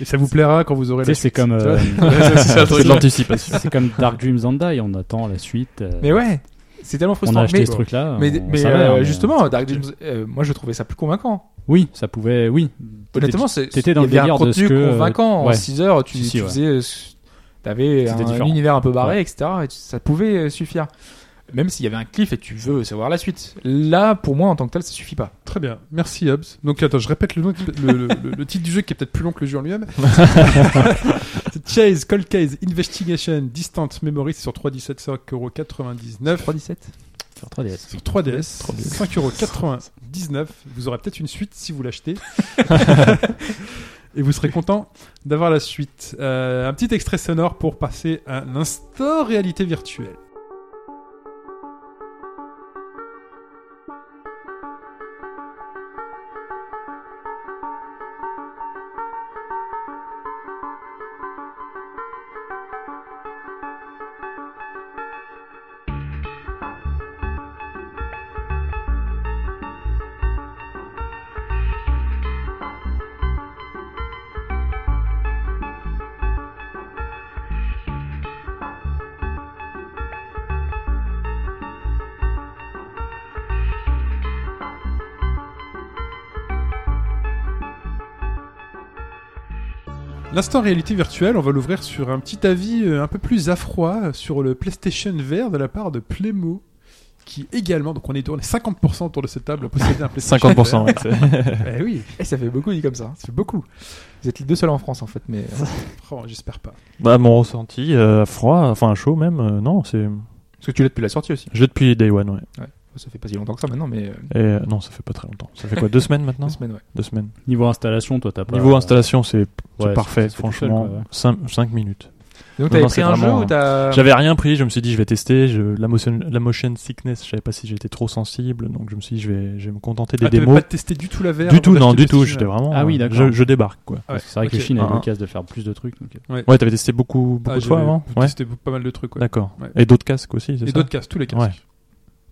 S3: Et ça vous plaira quand vous aurez
S5: Tu sais,
S3: la
S5: c'est
S3: suite.
S5: comme,
S3: tu
S5: euh,
S3: vois.
S4: C'est de l'anticipation.
S5: c'est comme Dark Dreams and Die, on attend la suite. euh,
S6: mais ouais, c'est
S5: On
S6: tellement
S5: a
S6: frustrant.
S5: acheté
S6: mais
S5: ce truc-là.
S6: mais,
S5: on
S6: mais,
S5: savait,
S6: euh,
S5: hein, mais-
S6: justement, Dark Dreams, euh, moi je trouvais ça plus convaincant.
S5: Oui, ça pouvait. Oui.
S6: Honnêtement, c'est-
S5: t'étais dans
S6: il y
S5: le
S6: avait un
S5: délire de ce
S6: contenu
S5: que-
S6: convaincant. En
S5: ouais.
S6: 6 heures, tu,
S5: Si, si,
S6: tu
S5: ouais.
S6: faisais, euh, ce- t'avais
S5: C'était
S6: un,
S5: différent.
S6: univers un peu barré,
S5: Ouais.
S6: etc. Et tu- ça pouvait euh, suffire. même s'il y avait un cliff et tu veux savoir la suite. Là, pour moi, en tant que tel, ça suffit pas.
S3: Très bien, merci Hobbs. Donc attends, je répète le, nom, le, le- le- le titre du jeu qui est peut-être plus long que le jeu en lui-même. C'est Chase, Cold Case, Investigation, Distant Memory, c'est sur 3,17,5,99€.
S6: 3.17
S5: Sur 3DS.
S3: Sur 3DS, 5,99€. Vous aurez peut-être une suite si vous l'achetez. Et vous serez content d'avoir la suite. Euh, un petit extrait sonore pour passer à un instant réalité virtuelle. L'instant réalité virtuelle, on va l'ouvrir sur un petit avis euh, un peu plus à froid sur le PlayStation VR de la part de Playmo, qui également, donc on est on est 50% autour de cette table à posséder un PlayStation
S4: 50%. ouais, c'est-
S3: VR. Eh oui,
S6: Et ça fait beaucoup dit comme ça.
S3: c'est beaucoup.
S6: Vous êtes les deux seuls en France en fait, mais euh,
S3: Oh, J'espère pas.
S4: bah, mon ressenti, euh, froid, enfin chaud même, euh, non, c'est.
S6: parce que tu l'as depuis la sortie aussi.
S4: Je l'ai depuis Day One, ouais.
S6: Bah, Ça fait pas si longtemps que ça maintenant, mais euh,
S4: Et, euh, non, ça fait pas très longtemps. Ça fait quoi, deux semaines maintenant
S6: deux semaines, ouais.
S4: Deux semaines.
S5: Niveau installation, toi, t'as pas.
S4: Niveau installation, c'est c'est
S5: Bah, ouais,
S4: parfait,
S5: ça se fait tout seul,
S4: franchement.
S5: quoi, ouais.
S4: 5, minutes.
S6: Donc
S4: Non,
S6: t'avais
S4: non,
S6: pris
S4: c'est
S6: un jeu
S4: vraiment- euh,
S6: ou t'as
S4: J'avais rien pris, je me suis dit, je vais tester. je- la, motion, la motion sickness, je savais pas si j'étais trop sensible, donc je me suis dit, je vais, je vais me contenter des
S3: Ah, t'avais
S4: démos.
S3: pas testé du tout la VR
S4: Du tout,
S3: avant
S4: non,
S3: d'acheter
S4: du tout.
S3: PlayStation
S4: J'étais vraiment.
S5: Ah oui,
S4: euh,
S5: d'accord.
S4: Je, je débarque, quoi.
S3: Ah ouais,
S5: C'est vrai que
S3: ok.
S5: la Chine a
S4: Ah, ah.
S5: l'occasion de faire plus de trucs. donc, euh,
S4: Ouais, t'avais testé beaucoup, beaucoup
S3: Ah,
S4: de fois
S3: j'avais
S4: avant Ouais,
S3: testé pas mal de trucs. ouais.
S4: d'accord.
S3: Ouais.
S4: Et d'autres casques aussi, c'est
S3: Et
S4: ça
S3: d'autres casques, tous les casques.
S4: Ouais.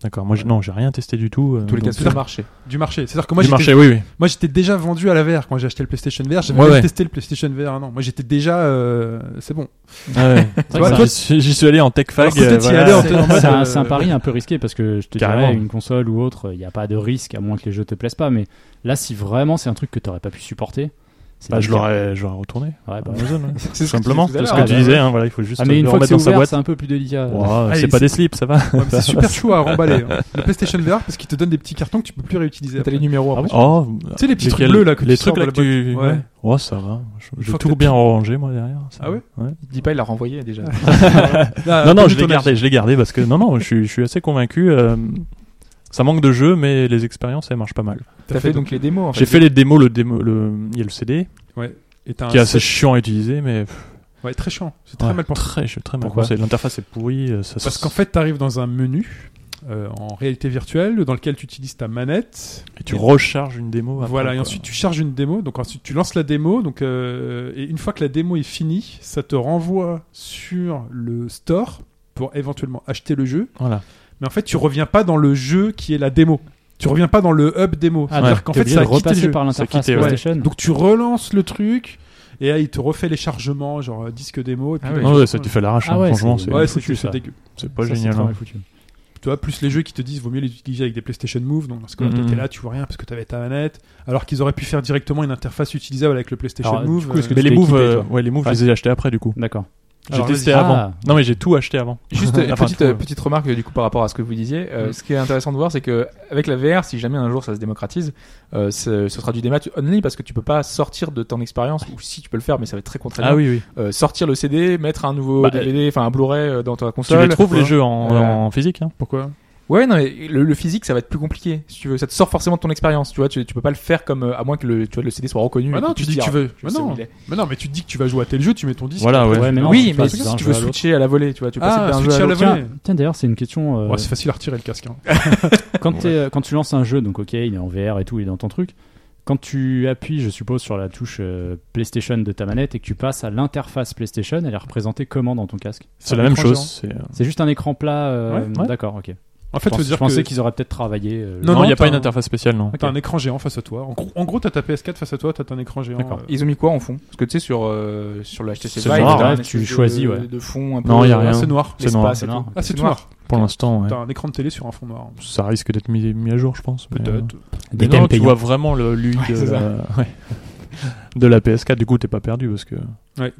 S4: D'accord, moi, j'ai- non, j'ai rien testé du tout. euh,
S6: tous les
S4: donc-
S6: cas sur le marché
S3: Du marché. C'est-à-dire que moi,
S4: du
S3: j'étais-
S4: marché, oui, oui.
S3: moi, j'étais déjà vendu à la VR quand j'ai acheté le PlayStation VR. J'avais
S4: Ouais,
S3: même
S4: ouais.
S3: testé le PlayStation VR un an. Moi, j'étais déjà. euh, C'est bon.
S4: Ah ouais.
S5: C'est vrai que
S4: J'y
S5: ça-
S4: suis- J'y suis allé en tech fag.
S3: Alors, peut-être
S4: euh,
S3: y
S4: voilà.
S3: aller en-
S5: C'est
S3: mode,
S5: c'est
S3: euh,
S5: un, c'est un pari un peu risqué parce que je te
S4: Carrément.
S5: dirais, une console ou autre, il n'y a pas de risque à moins que les jeux te plaisent pas. Mais là, si vraiment c'est un truc que t'aurais pas pu supporter, c'est
S4: Bah,
S5: pas
S4: je
S5: le cas.
S4: l'aurais, j'aurais retourné.
S5: Ouais, bah, ouais.
S4: Amazon, ouais.
S6: C'est
S4: Tout simplement.
S6: ce que
S4: C'est
S6: tu disais
S4: ce
S6: tout
S4: que
S6: à
S4: tu
S6: l'heure.
S4: disais, hein, voilà, il faut juste
S5: Ah, mais
S4: le
S5: une fois que
S4: remettre
S5: c'est
S4: dans sa
S5: ouvert,
S4: boîte.
S5: c'est un peu plus délicat.
S4: Ouah,
S3: Allez,
S4: c'est pas
S3: c'est-
S4: des slips, ça va.
S3: Ouais, mais c'est super chaud à remballer. hein. Le PlayStation VR parce qu'il te donne des petits cartons que tu peux plus réutiliser.
S6: T'as
S3: après.
S6: les numéros.
S5: Ah
S6: après.
S4: Oh,
S3: Tu sais, les petits
S4: lesquels-
S3: trucs bleus, là, que
S4: les
S3: tu
S4: trucs
S3: sors dans
S4: là que
S3: la
S4: tu.
S3: boîte.
S4: Ouais. Oh, ça va. Je-
S3: Une
S4: J'ai
S3: fois que
S4: tout
S3: t'as-
S4: bien rangé, moi, derrière. ça
S3: Ah
S4: va.
S3: ouais
S6: Dis pas, il l'a renvoyé déjà.
S3: Ah,
S4: Non, non, je l'ai
S3: les
S4: gardé, je l'ai gardé parce que non, non, je suis, je suis assez convaincu. euh, ça manque de jeux, mais les expériences, elles marchent pas mal.
S6: T'as fait donc les démos. en
S4: J'ai fait les démos, le démo, le, il y a le CD
S3: Et t'as un
S4: qui est assez
S3: set-
S4: chiant à utiliser, mais pff,
S3: Ouais, très chiant. C'est Ah, très
S4: ouais,
S3: mal pensé.
S4: Très, je- très mal
S5: Pourquoi
S4: pensé. L'interface est pourrie. euh, Ça,
S3: Parce
S4: ça-
S3: qu'en fait, t'arrives dans un menu euh, en réalité virtuelle dans lequel tu utilises ta manette.
S4: et tu recharges une démo. après,
S3: Voilà, et
S4: quoi.
S3: ensuite tu charges une démo, donc ensuite tu lances la démo, donc, euh, et une fois que la démo est finie, ça te renvoie sur le store pour éventuellement acheter le jeu,
S4: Voilà.
S3: mais en fait tu reviens pas dans le jeu qui est la démo, tu reviens pas dans le hub démo,
S5: Ah,
S3: c'est-à-dire
S4: ouais.
S3: qu'en
S5: T'es
S3: fait
S5: obligé
S3: ça a
S5: de
S3: quitté le
S5: repasser
S3: jeu.
S5: par l'interface
S4: Ça a quitté, ouais.
S5: PlayStation.
S3: Donc tu relances le truc, et là il te refait les chargements, genre euh, disque démo, et puis
S6: Ah
S3: bah,
S6: ouais.
S3: les
S4: Non, ouais,
S3: jeux-
S4: ça tu fait l'arrache.
S5: Ah
S4: hein,
S5: ouais,
S4: franchement,
S5: c'est-
S4: c'est
S3: Ouais,
S5: bien
S3: c'est
S5: foutu,
S3: c'est
S5: ça.
S3: dégueu.
S4: c'est pas
S5: Ça, c'est
S4: génial.
S5: très
S4: hein.
S5: mal foutu.
S3: Tu vois, plus les jeux qui te disent vaut mieux les utiliser avec des PlayStation Move, donc dans ce cas-là
S4: Mhm.
S3: t'étais là, tu vois rien parce que t'avais ta manette, alors qu'ils auraient pu faire directement une interface utilisable avec le PlayStation
S5: Alors, du
S3: Move.
S5: coup, est-ce que
S3: euh,
S4: Mais
S5: tu
S4: les
S5: t'es
S4: moves,
S5: équipé,
S4: euh,
S5: toi
S4: ouais, les moves,
S5: Ouais.
S4: je les ai achetés après du coup.
S5: D'accord.
S4: J'ai
S3: Alors,
S4: testé
S3: vas-y.
S4: avant.
S5: Ah.
S4: Non, mais j'ai tout acheté avant.
S6: Juste
S4: Enfin,
S6: petite,
S4: tout,
S6: euh,
S4: ouais.
S6: petite remarque du coup par rapport à ce que vous disiez. Euh,
S3: Mm.
S6: Ce qui est intéressant de voir, c'est que avec la VR, si jamais un jour ça se démocratise, euh, ce, ce sera du démat only parce que tu peux pas sortir de ton expérience ou si tu peux le faire, mais ça va être très contraignant.
S4: Ah oui, oui.
S6: Euh, sortir le CD, mettre un nouveau
S4: Bah,
S6: DVD, enfin un Blu-ray euh, dans ta
S4: Tu
S6: console.
S4: les trouves les jeux en,
S6: Ouais.
S4: en physique. hein.
S3: Pourquoi
S6: Ouais, non, mais le, le physique, ça va être plus compliqué. Si tu veux, ça te sort forcément de ton expérience. Tu vois, tu, tu peux pas le faire comme euh, à moins que le, tu vois, le CD soit reconnu.
S3: Bah
S6: et
S3: non,
S6: qu'on
S3: tu
S6: puisse
S3: dis que
S6: dire,
S3: tu veux.
S6: je
S3: Bah
S6: sais où
S3: non.
S6: il est.
S3: Mais non, mais tu te dis que tu vas jouer à tel jeu, tu mets ton disque.
S4: Voilà, ouais.
S5: Ouais, mais non,
S6: Ah oui,
S5: tu
S6: mais
S5: passes
S6: si
S5: d'un
S6: tu
S5: jeu
S6: veux
S5: à l'autre.
S6: switcher à la volée, tu vois, tu passes
S3: Ah,
S6: d'un jeu
S3: switcher
S6: à
S3: à la
S6: l'autre.
S3: volée.
S5: Tiens, tiens, d'ailleurs, c'est une question. euh,
S3: Ouais, c'est facile à retirer le casque. hein.
S5: quand, t'es- euh, quand tu lances un jeu, donc ok, il est en VR et tout, il est dans ton truc. Quand tu appuies, je suppose, sur la touche euh, PlayStation de ta manette et que tu passes à l'interface PlayStation, elle est représentée comment dans ton casque
S6: Ah,
S4: C'est la même
S3: étrange,
S4: chose.
S3: hein.
S4: c'est, euh,
S5: C'est juste un écran plat. euh,
S4: Ouais, ouais.
S5: D'accord, ok.
S3: En fait, ça veut
S5: je pense- je
S3: dire que
S5: pensais qu'ils auraient peut-être travaillé. euh,
S3: Non,
S4: Non, il n'y a
S3: t'as
S4: pas une
S3: un-
S4: interface spéciale, non.
S3: t'as un écran géant face à toi. En gros, en gros, t'as ta PS4 face à toi, t'as un écran géant.
S5: D'accord.
S3: euh,
S6: Ils ont mis quoi en fond Parce que tu sais, sur, euh, sur le HTC
S4: C'est
S6: Vive,
S4: noir,
S6: t'as un
S5: ouais,
S6: espèce
S5: tu
S6: de-
S5: choisis, ouais.
S6: de fond un peu.
S4: Non, y a
S6: euh,
S4: rien.
S3: Ah, c'est noir.
S4: C'est
S6: l'espace
S4: noir.
S6: et
S5: C'est
S6: tout.
S5: noir.
S3: Ah, c'est tout noir.
S4: Pour l'instant, ouais.
S3: T'as un écran de télé sur un fond noir.
S4: ça risque d'être mis, mis à jour, je pense. mais, euh,
S3: Peut-être.
S4: mais
S5: Des
S4: non,
S5: games
S4: tu
S5: payants.
S4: vois vraiment le lui
S6: Ouais,
S4: de,
S6: c'est
S4: la... ouais. de la PS4. Du coup, t'es pas perdu parce que.
S3: Ouais.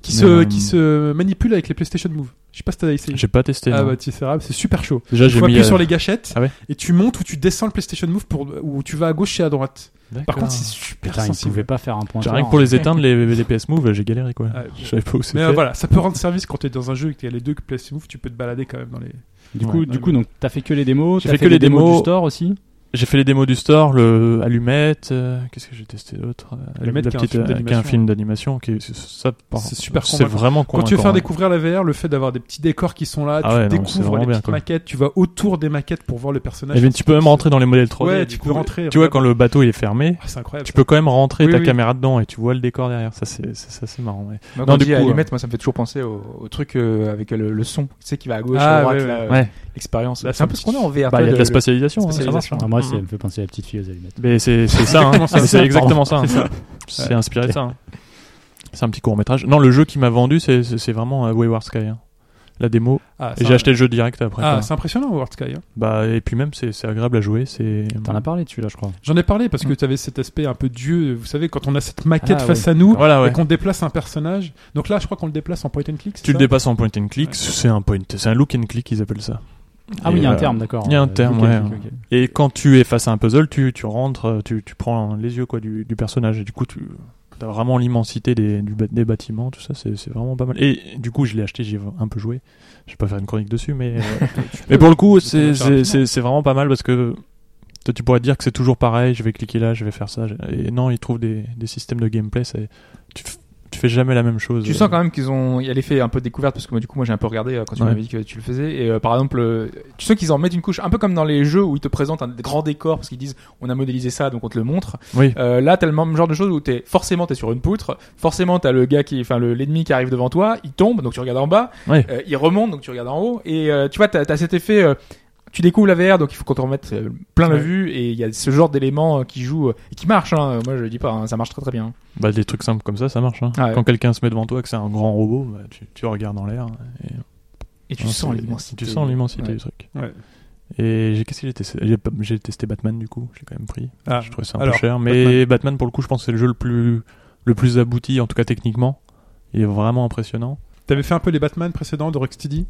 S3: qui se,
S4: Euh,
S3: qui se manipule avec les PlayStation Move. Je sais pas si t'as essayé.
S4: J'ai pas testé.
S3: Ah
S4: non.
S3: bah tu sais, c'est super chaud.
S4: Déjà,
S3: Tu
S4: j'ai
S3: faut
S4: mis.
S3: appuyer
S4: euh,
S3: sur les gâchettes
S4: Ah ouais
S3: et tu montes ou tu descends le PlayStation Move pour où tu vas à gauche et à droite. Par
S4: d'accord.
S3: contre, c'est super
S5: Putain, ils
S3: sensible.
S5: pouvaient pas faire un point.
S4: Genre, rien que pour les éteindre, les, les PS Move, j'ai galéré quoi.
S3: Ouais.
S4: Je savais pas où c'était.
S3: Mais euh, voilà, ça peut rendre service quand t'es dans un jeu et que t'as les deux que PlayStation Move, tu peux te balader quand même dans les.
S5: Du coup,
S3: Ouais.
S5: du coup, donc t'as fait que les démos.
S4: J'ai
S5: t'as
S4: fait que les
S5: des démos
S4: démos.
S5: du store aussi.
S4: J'ai fait les démos du store, le allumette. euh, Qu'est-ce que j'ai testé d'autre Euh,
S3: Allumette,
S4: la
S3: qui est un
S4: petite,
S3: film
S4: euh, qui est un
S3: d'animation.
S4: film d'animation. qui est- c'est- Ça, par-
S3: C'est super
S4: C'est
S3: convaincant.
S4: vraiment
S3: Quand tu veux faire
S4: convaincant, hein.
S3: découvrir la VR, le fait d'avoir des petits décors qui sont là, tu
S4: Ah ouais, non, c'est
S3: découvres
S4: vraiment
S3: les
S4: bien,
S3: petites
S4: quoi.
S3: maquettes, tu vas autour des maquettes pour voir le personnage.
S4: Eh bien, tu peux même rentrer dans les modèles 3D.
S3: Ouais,
S4: du
S3: tu
S4: coup,
S3: peux rentrer,
S4: Tu vois,
S3: vraiment.
S4: quand le bateau il est fermé,
S3: Ah, c'est incroyable.
S4: tu peux quand même rentrer
S3: Oui,
S4: ta
S3: oui.
S4: caméra dedans et tu vois le décor derrière. Ça, c'est c'est- ça, c'est marrant. ouais. Non,
S6: Moi, quand
S4: du
S6: je dis à
S4: coup,
S6: allumette, moi ça me fait toujours penser au, au truc euh, avec le, le son, tu sais, qui va à gauche,
S3: Ah,
S6: à droite,
S3: ouais,
S6: là,
S3: ouais.
S6: euh,
S4: Ouais.
S6: l'expérience.
S3: La
S6: C'est un peu ce qu'on a en VR.
S4: Bah,
S6: toi,
S4: il y a de
S6: le-
S4: la spatialisation. hein, ça marche.
S6: spatialisation.
S5: Ah, moi,
S4: Mm.
S5: ça me fait penser à la petite fille aux allumettes.
S4: Mais c'est c'est ça, hein.
S3: ça.
S4: c'est exactement ça. hein.
S3: Ouais.
S4: C'est inspiré de ça. hein. C'est un petit court métrage. Non, le jeu qui m'a vendu, c'est- c'est c'est vraiment euh, Wayward Sky. hein. La démo.
S3: Ah,
S4: Et
S3: c'est
S4: j'ai
S3: un-
S4: acheté le jeu direct après.
S3: Ah,
S4: quoi.
S3: c'est impressionnant, World Sky. hein.
S4: Bah, et puis même, c'est c'est agréable à jouer. C'est.
S5: T'en as parlé de celui-là, je crois.
S3: J'en ai parlé
S4: Mm.
S3: parce que tu avais cet aspect un peu dieu. Vous savez, quand on a cette maquette
S5: Ah,
S3: face à nous
S4: Voilà,
S3: et
S4: ouais.
S3: qu'on déplace un personnage. Donc là, je crois qu'on le déplace en point and click. c'est
S4: Tu
S3: ça
S4: le dépasses en point and click.
S3: Ouais.
S4: C'est un point. C'est un look and click, ils appellent ça.
S5: Ah
S4: Et,
S5: oui, il y a un
S4: euh,
S5: terme, d'accord.
S4: il y a un
S5: Euh,
S4: terme,
S5: ok,
S4: ouais.
S5: ok, ok.
S4: Et quand tu es face à un puzzle, tu, tu rentres, euh, tu, tu prends les yeux quoi du, du personnage et du coup tu as vraiment l'immensité des, du ba- des bâtiments, tout ça, c'est c'est vraiment pas mal. Et du coup, je l'ai acheté, j'y ai un peu joué. Je vais pas faire une chronique dessus, mais euh, mais pour le coup, c'est
S3: le faire
S4: c'est- c'est- c'est vraiment pas mal parce que toi, tu pourrais te dire que c'est toujours pareil. Je vais cliquer là, je vais faire ça. Et non, ils trouvent des, des systèmes de gameplay. c'est- Tu, f- tu fais jamais la même chose. Euh,
S6: Tu sens quand même qu'ils ont, il y a l'effet un peu découverte parce que moi, du coup moi j'ai un peu regardé euh, quand tu
S4: Ouais.
S6: m'avais dit que tu le faisais et euh, par exemple euh, tu sens qu'ils en mettent une couche un peu comme dans les jeux où ils te présentent un grand décor parce qu'ils disent on a modélisé ça donc on te le montre.
S4: Oui.
S6: Euh, là t'as le même genre de choses où t'es forcément t'es sur une poutre, forcément t'as le gars qui, enfin le- l'ennemi qui arrive devant toi, il tombe donc tu regardes en bas,
S4: Ouais.
S6: euh, il remonte donc tu regardes en haut et euh, tu vois t'as as cet effet. euh, tu découvres la VR, donc il faut qu'on te remette euh, plein la
S3: Ouais.
S6: vue, et il y a ce genre d'éléments euh, qui jouent, euh, et qui marchent, hein. moi je le dis pas, hein, ça marche très très bien.
S4: Bah, des trucs simples comme ça, ça marche. hein.
S6: Ah ouais.
S4: Quand quelqu'un se met devant toi, que c'est un grand robot, bah, tu, tu regardes en l'air. hein. et-
S6: Et tu
S4: Non,
S6: sens
S4: Ah, c'est-
S6: l'immensité.
S4: Tu sens l'immensité
S6: Ouais.
S4: du truc.
S3: Ouais.
S4: Et j'ai qu'est-ce que j'ai testé J'ai pas- J'ai testé Batman du coup, je l'ai quand même pris.
S3: Ah,
S4: je trouvais ça un
S3: alors,
S4: peu cher, mais Batman. pour le coup, je pense que c'est le jeu le plus le plus abouti en tout cas techniquement. Il est vraiment impressionnant.
S3: T'avais fait un peu les Batman précédents de Rocksteady.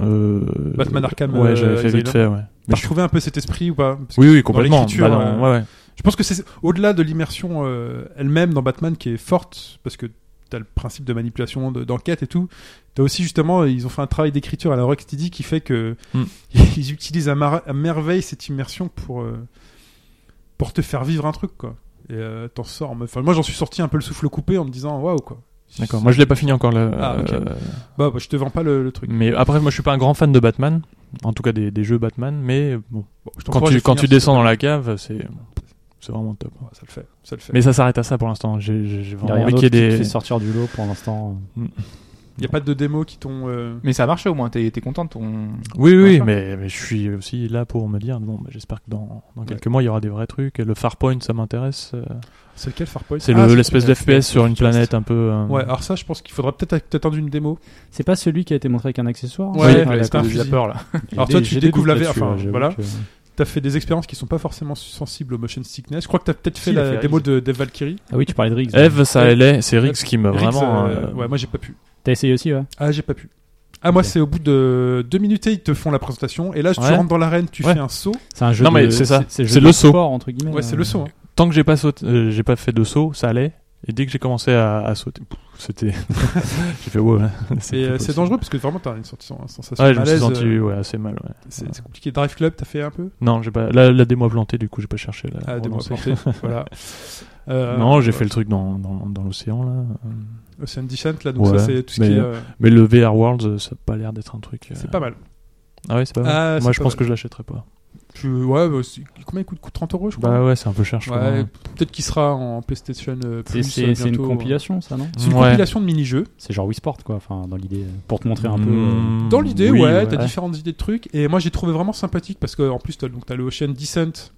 S4: Euh,
S3: Batman Arkham,
S4: Ouais,
S3: euh,
S4: j'avais fait
S3: Asylum.
S4: vite fait. Ouais. Mais
S3: T'as
S4: je-
S3: retrouvé un peu cet esprit ou pas Parce que
S4: Oui, oui,
S3: dans
S4: complètement.
S3: l'écriture,
S4: Bah, non,
S3: euh,
S4: ouais, ouais.
S3: Je pense que c'est au-delà de l'immersion euh, elle-même dans Batman qui est forte parce que t'as le principe de manipulation, de- d'enquête et tout. T'as aussi justement, ils ont fait un travail d'écriture à la Rocksteady qui fait que
S4: Hmm.
S3: ils utilisent à, mar- à merveille cette immersion pour euh, pour te faire vivre un truc quoi. Et euh, t'en sors. en me- Enfin, moi j'en suis sorti un peu le souffle coupé en me disant waouh quoi.
S4: D'accord. Moi, je l'ai pas fini encore là.
S3: Ah, ok.
S4: euh,
S3: Bah, bah, je te vends pas le, le truc.
S4: mais après, moi, je suis pas un grand fan de Batman. En tout cas, des, des jeux Batman. Mais euh, bon,
S3: Bon, je
S4: quand
S3: t'encourage
S4: tu
S3: à
S4: quand
S3: finir
S4: tu
S3: ce-
S4: descends dans la cave, c'est c'est vraiment top.
S3: Ouais, ça le fait, ça le fait.
S4: Mais ça s'arrête à ça pour l'instant. J'ai j'ai- j'ai
S5: Il y a
S4: vraiment
S5: rien
S4: envie
S5: d'autre
S4: qu'il y
S5: qui
S4: ait des
S5: te fait sortir du lot pour l'instant. euh.
S3: Il y a pas de démo qui t'ont. euh,
S6: Mais ça a marché au moins, t'es t'es content de ton.
S4: Oui, oui, oui,
S6: Enfin.
S4: mais, mais je suis aussi là pour me dire, bon, bah, j'espère que dans, dans quelques mois, il y aura des vrais trucs. Le Farpoint, ça m'intéresse. euh,
S3: C'est lequel Farpoint
S4: C'est
S3: Ah,
S4: le- l'espèce
S3: le-
S4: d'FPS sur une planète un peu... euh,
S3: Ouais, alors ça, je pense qu'il faudra peut-être attendre une démo.
S5: C'est pas celui qui a été montré avec un accessoire hein,
S3: Ouais,
S4: Oui,
S6: Ah,
S3: le-
S6: la
S3: c'est un
S6: cause de la
S3: fusil.
S6: peur, là.
S3: Alors toi, tu découvres la VR, enfin, voilà.
S5: Ah
S3: T'as fait des expériences qui sont pas forcément sensibles au motion sickness. Je crois que t'as peut-être fait
S6: il a
S3: la
S6: fait
S3: démo
S6: Riggs.
S3: de Dev Valkyrie.
S5: Ah oui, tu parlais de Riggs.
S4: Eve, ça
S3: Ouais.
S4: allait, c'est Rix qui m'a
S3: Riggs,
S4: vraiment...
S3: euh,
S4: euh,
S3: Ouais, moi j'ai pas pu.
S5: T'as essayé aussi, ouais.
S3: Ah, j'ai pas pu. Ah, moi
S5: Ok.
S3: c'est au bout de deux minutes, et ils te font la présentation. Et là, tu
S4: Ouais.
S3: rentres dans l'arène, tu
S4: Ouais.
S3: fais un saut.
S5: C'est un jeu.
S4: Non, mais
S5: de-
S4: c'est ça.
S5: jeu
S4: C'est le
S5: de
S4: saut.
S5: sport, entre guillemets.
S3: Ouais, c'est
S4: euh,
S3: le saut. hein.
S4: Tant que j'ai pas sauté, euh, j'ai pas fait de saut, ça allait. Et dès que j'ai commencé à, à sauter, pff, c'était... j'ai fait, ouais,
S3: Et euh,
S4: pas
S3: c'est
S4: possible.
S3: dangereux parce que vraiment t'as une sorti- une sensation
S4: Ouais,
S3: de
S4: je me suis
S3: malaise.
S4: senti
S3: euh,
S4: ouais, assez mal, ouais. Ah,
S3: C'est c'est compliqué. Drive Club, t'as fait un peu
S4: Non, j'ai pas... La, la démo a planté, du coup, j'ai pas cherché. La
S3: Ah, démo
S4: relancer.
S3: apportée. Voilà. Euh,
S4: Non, j'ai fait le truc dans, dans, dans l'océan, là. euh.
S3: Ocean Descent, là, donc
S4: Ouais,
S3: ça c'est tout ce
S4: mais-
S3: qui est. euh,
S4: Mais le VR Worlds, euh, ça a pas l'air d'être un truc... euh,
S3: C'est pas mal.
S4: Ah ouais, c'est pas mal.
S3: Ah,
S4: Moi,
S3: c'est
S4: je
S3: pas
S4: pense
S3: mal.
S4: que je l'achèterai pas.
S3: Tu- Ouais, bah, c'est- combien il coûte, coûte 30 euros, je crois.
S4: Bah ouais, c'est un peu cher, je
S3: Ouais,
S4: crois. hein.
S3: peut-être qu'il sera en PlayStation euh,
S5: C'est-
S3: Plus. euh,
S5: C'est c'est une
S3: bientôt. euh.
S5: compilation, ça, non
S3: C'est une
S4: Ouais.
S3: compilation de mini-jeux.
S5: C'est genre Wii Sport, quoi. Enfin, dans l'idée, euh, pour te montrer un peu. euh,
S4: Mmh,
S3: Dans l'idée,
S4: oui,
S3: ouais, t'as différentes idées de trucs. Et moi, j'ai trouvé vraiment sympathique parce que, en plus, t'as, donc, t'as le Ocean Descent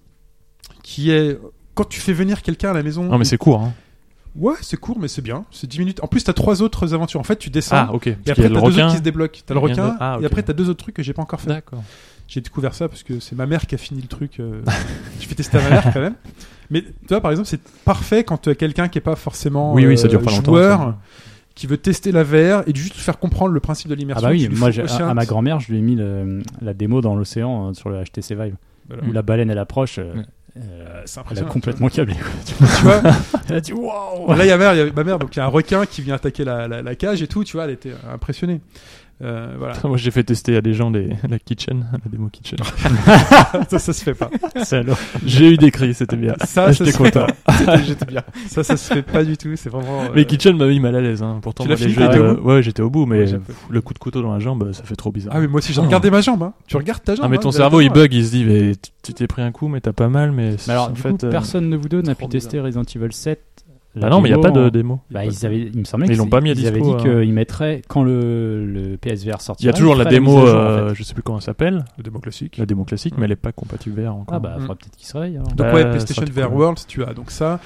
S3: qui est. Quand tu fais venir quelqu'un à la maison.
S4: Non, mais c'est court. Hein.
S3: Ouais, c'est court, mais c'est bien. C'est 10 minutes. En plus, t'as trois autres aventures. En fait, tu descends.
S4: Ah, ok.
S3: Et
S4: Parce qu'il y
S3: après,
S4: a
S3: t'as
S4: le
S3: deux autres
S4: requin.
S3: qui se débloquent. T'as le
S4: Il y en a
S3: requin,
S4: deux. Ah,
S3: et
S4: ok.
S3: après, t'as deux autres trucs que j'ai pas encore fait.
S4: D'accord.
S3: J'ai découvert ça parce que c'est ma mère qui a fini le truc. euh, je fais tester à ma mère quand même. Mais tu vois, par exemple, c'est parfait quand t'as quelqu'un qui est pas forcément euh,
S4: Oui, oui, ça dure pas longtemps,
S3: joueur,
S4: ça.
S3: qui veut tester la VR et juste faire comprendre le principe de l'immersion.
S5: Ah bah oui,
S3: tu lui
S5: moi
S3: fous
S5: j'ai-
S3: aussi un-
S5: à, à ma grand-mère, je lui ai mis le- la démo dans l'océan euh, sur le HTC Vive,
S3: Voilà.
S5: où la baleine elle approche, euh,
S6: Ouais.
S5: euh,
S3: C'est
S5: elle a
S3: impressionnant.
S5: complètement câblé. quoi.
S3: Tu vois
S5: elle a dit waouh
S3: Là, il y a ma mère, il y a ma mère, donc il y a un requin qui vient attaquer la, la- la cage et tout, tu vois, elle était impressionnée. Euh, voilà,
S4: Moi, j'ai fait tester à des gens des, la kitchen, la démo kitchen.
S3: Ah, ça, ça se fait pas.
S4: j'ai eu des cris, c'était bien.
S3: Ah, Ça, ça
S4: Ah, j'étais
S3: se fait
S4: content.
S3: pas. J'étais bien. Ça, ça se fait pas du tout. C'est vraiment. euh,
S4: Mais kitchen m'a mis mal à l'aise. Hein. Pourtant,
S3: Tu l'as
S4: moi, les
S3: fini,
S4: jeux
S5: t'étais
S4: de-
S3: au
S4: ouais, j'étais au bout, mais
S3: Ouais, j'ai-
S4: pff, le coup de couteau dans la jambe, ça fait trop bizarre.
S3: Ah, mais moi aussi, j'ai regardé ma jambe. Hein. Tu regardes ta jambe.
S4: Ah mais
S3: hein,
S4: ton
S3: de-
S4: cerveau il
S3: attends,
S4: bug, il se dit mais tu- tu t'es pris un coup mais t'as pas mal mais,
S5: Mais alors,
S4: en
S5: du
S4: fait
S5: coup,
S4: euh,
S5: personne de vous deux n'a pu
S3: trop
S5: tester Resident Evil 7.
S4: Bah non mais il y a
S5: démo
S4: pas de
S5: en-
S4: démo.
S5: Bah, ils avaient, il me semblait
S4: Mais ils
S5: que
S4: l'ont
S5: c'est-
S4: pas mis à
S5: ils avaient
S4: dispo,
S5: dit
S4: hein.
S5: qu'ils mettraient quand le, le PSVR sortira.
S4: Il euh, y a toujours
S5: ils
S4: la
S5: feraient mise
S4: démo,
S5: à jour, en
S4: euh,
S5: fait.
S4: je sais plus comment elle s'appelle,
S3: Le démo classique.
S4: la démo classique, mais elle est pas compatible VR encore.
S5: Ah bah,
S3: Mm.
S5: faudra peut-être qu'ils se réveillent. alors.
S3: Donc,
S4: Bah,
S3: ouais,
S4: ça
S3: PlayStation
S4: te
S3: VR
S4: prend.
S3: World, tu as donc ça.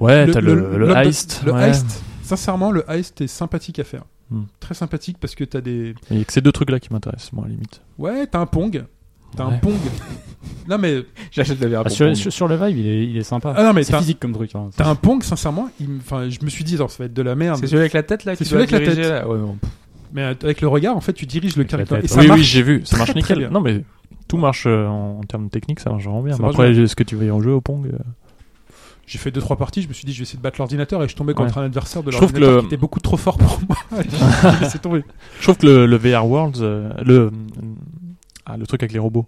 S4: Ouais, t'as le, le,
S3: l'op-
S4: Heist.
S3: Le
S4: ouais.
S3: heist. Sincèrement, le heist est sympathique à faire.
S4: Hmm.
S3: Très sympathique parce que t'as des.
S4: Mais il y a que ces deux trucs là qui m'intéressent, moi à la limite.
S3: Ouais, t'as un pong. T'as un
S4: Ouais.
S3: pong. Non, mais
S6: J'achète la VR.
S5: Ah,
S6: pour
S5: sur,
S6: prendre.
S5: sur- sur le vibe, il est, il est sympa.
S3: Ah non, mais
S5: c'est
S3: t'as-
S5: physique comme truc. hein.
S3: t'as un pong, sincèrement. il me- Enfin, je me suis dit, genre, ça va être de la merde.
S6: C'est celui avec la tête là
S3: C'est
S6: qui
S3: celui
S6: doit
S3: avec la
S6: diriger, là Ouais, non.
S3: Mais euh, avec le regard, en fait, tu diriges le
S5: Avec la
S3: caractère.
S5: tête,
S3: Et
S5: ouais.
S3: ça
S4: oui oui
S3: marche.
S4: j'ai vu, ça marche
S3: très
S4: nickel.
S3: bien.
S4: Non mais tout marche euh, en, en termes techniques, ça marche vraiment bien.
S3: Ça
S4: Mais
S3: marche
S4: après ce que tu vas y en jeu au Pong. euh,
S3: J'ai fait deux trois parties, je me suis dit je vais essayer de battre l'ordinateur et je tombais contre un adversaire de
S4: Je trouve que
S3: l'ordinateur
S4: le-
S3: qui était beaucoup trop fort pour moi. J'ai laissé tomber.
S4: Je trouve que le, le VR World, le euh, ah, le truc avec les robots.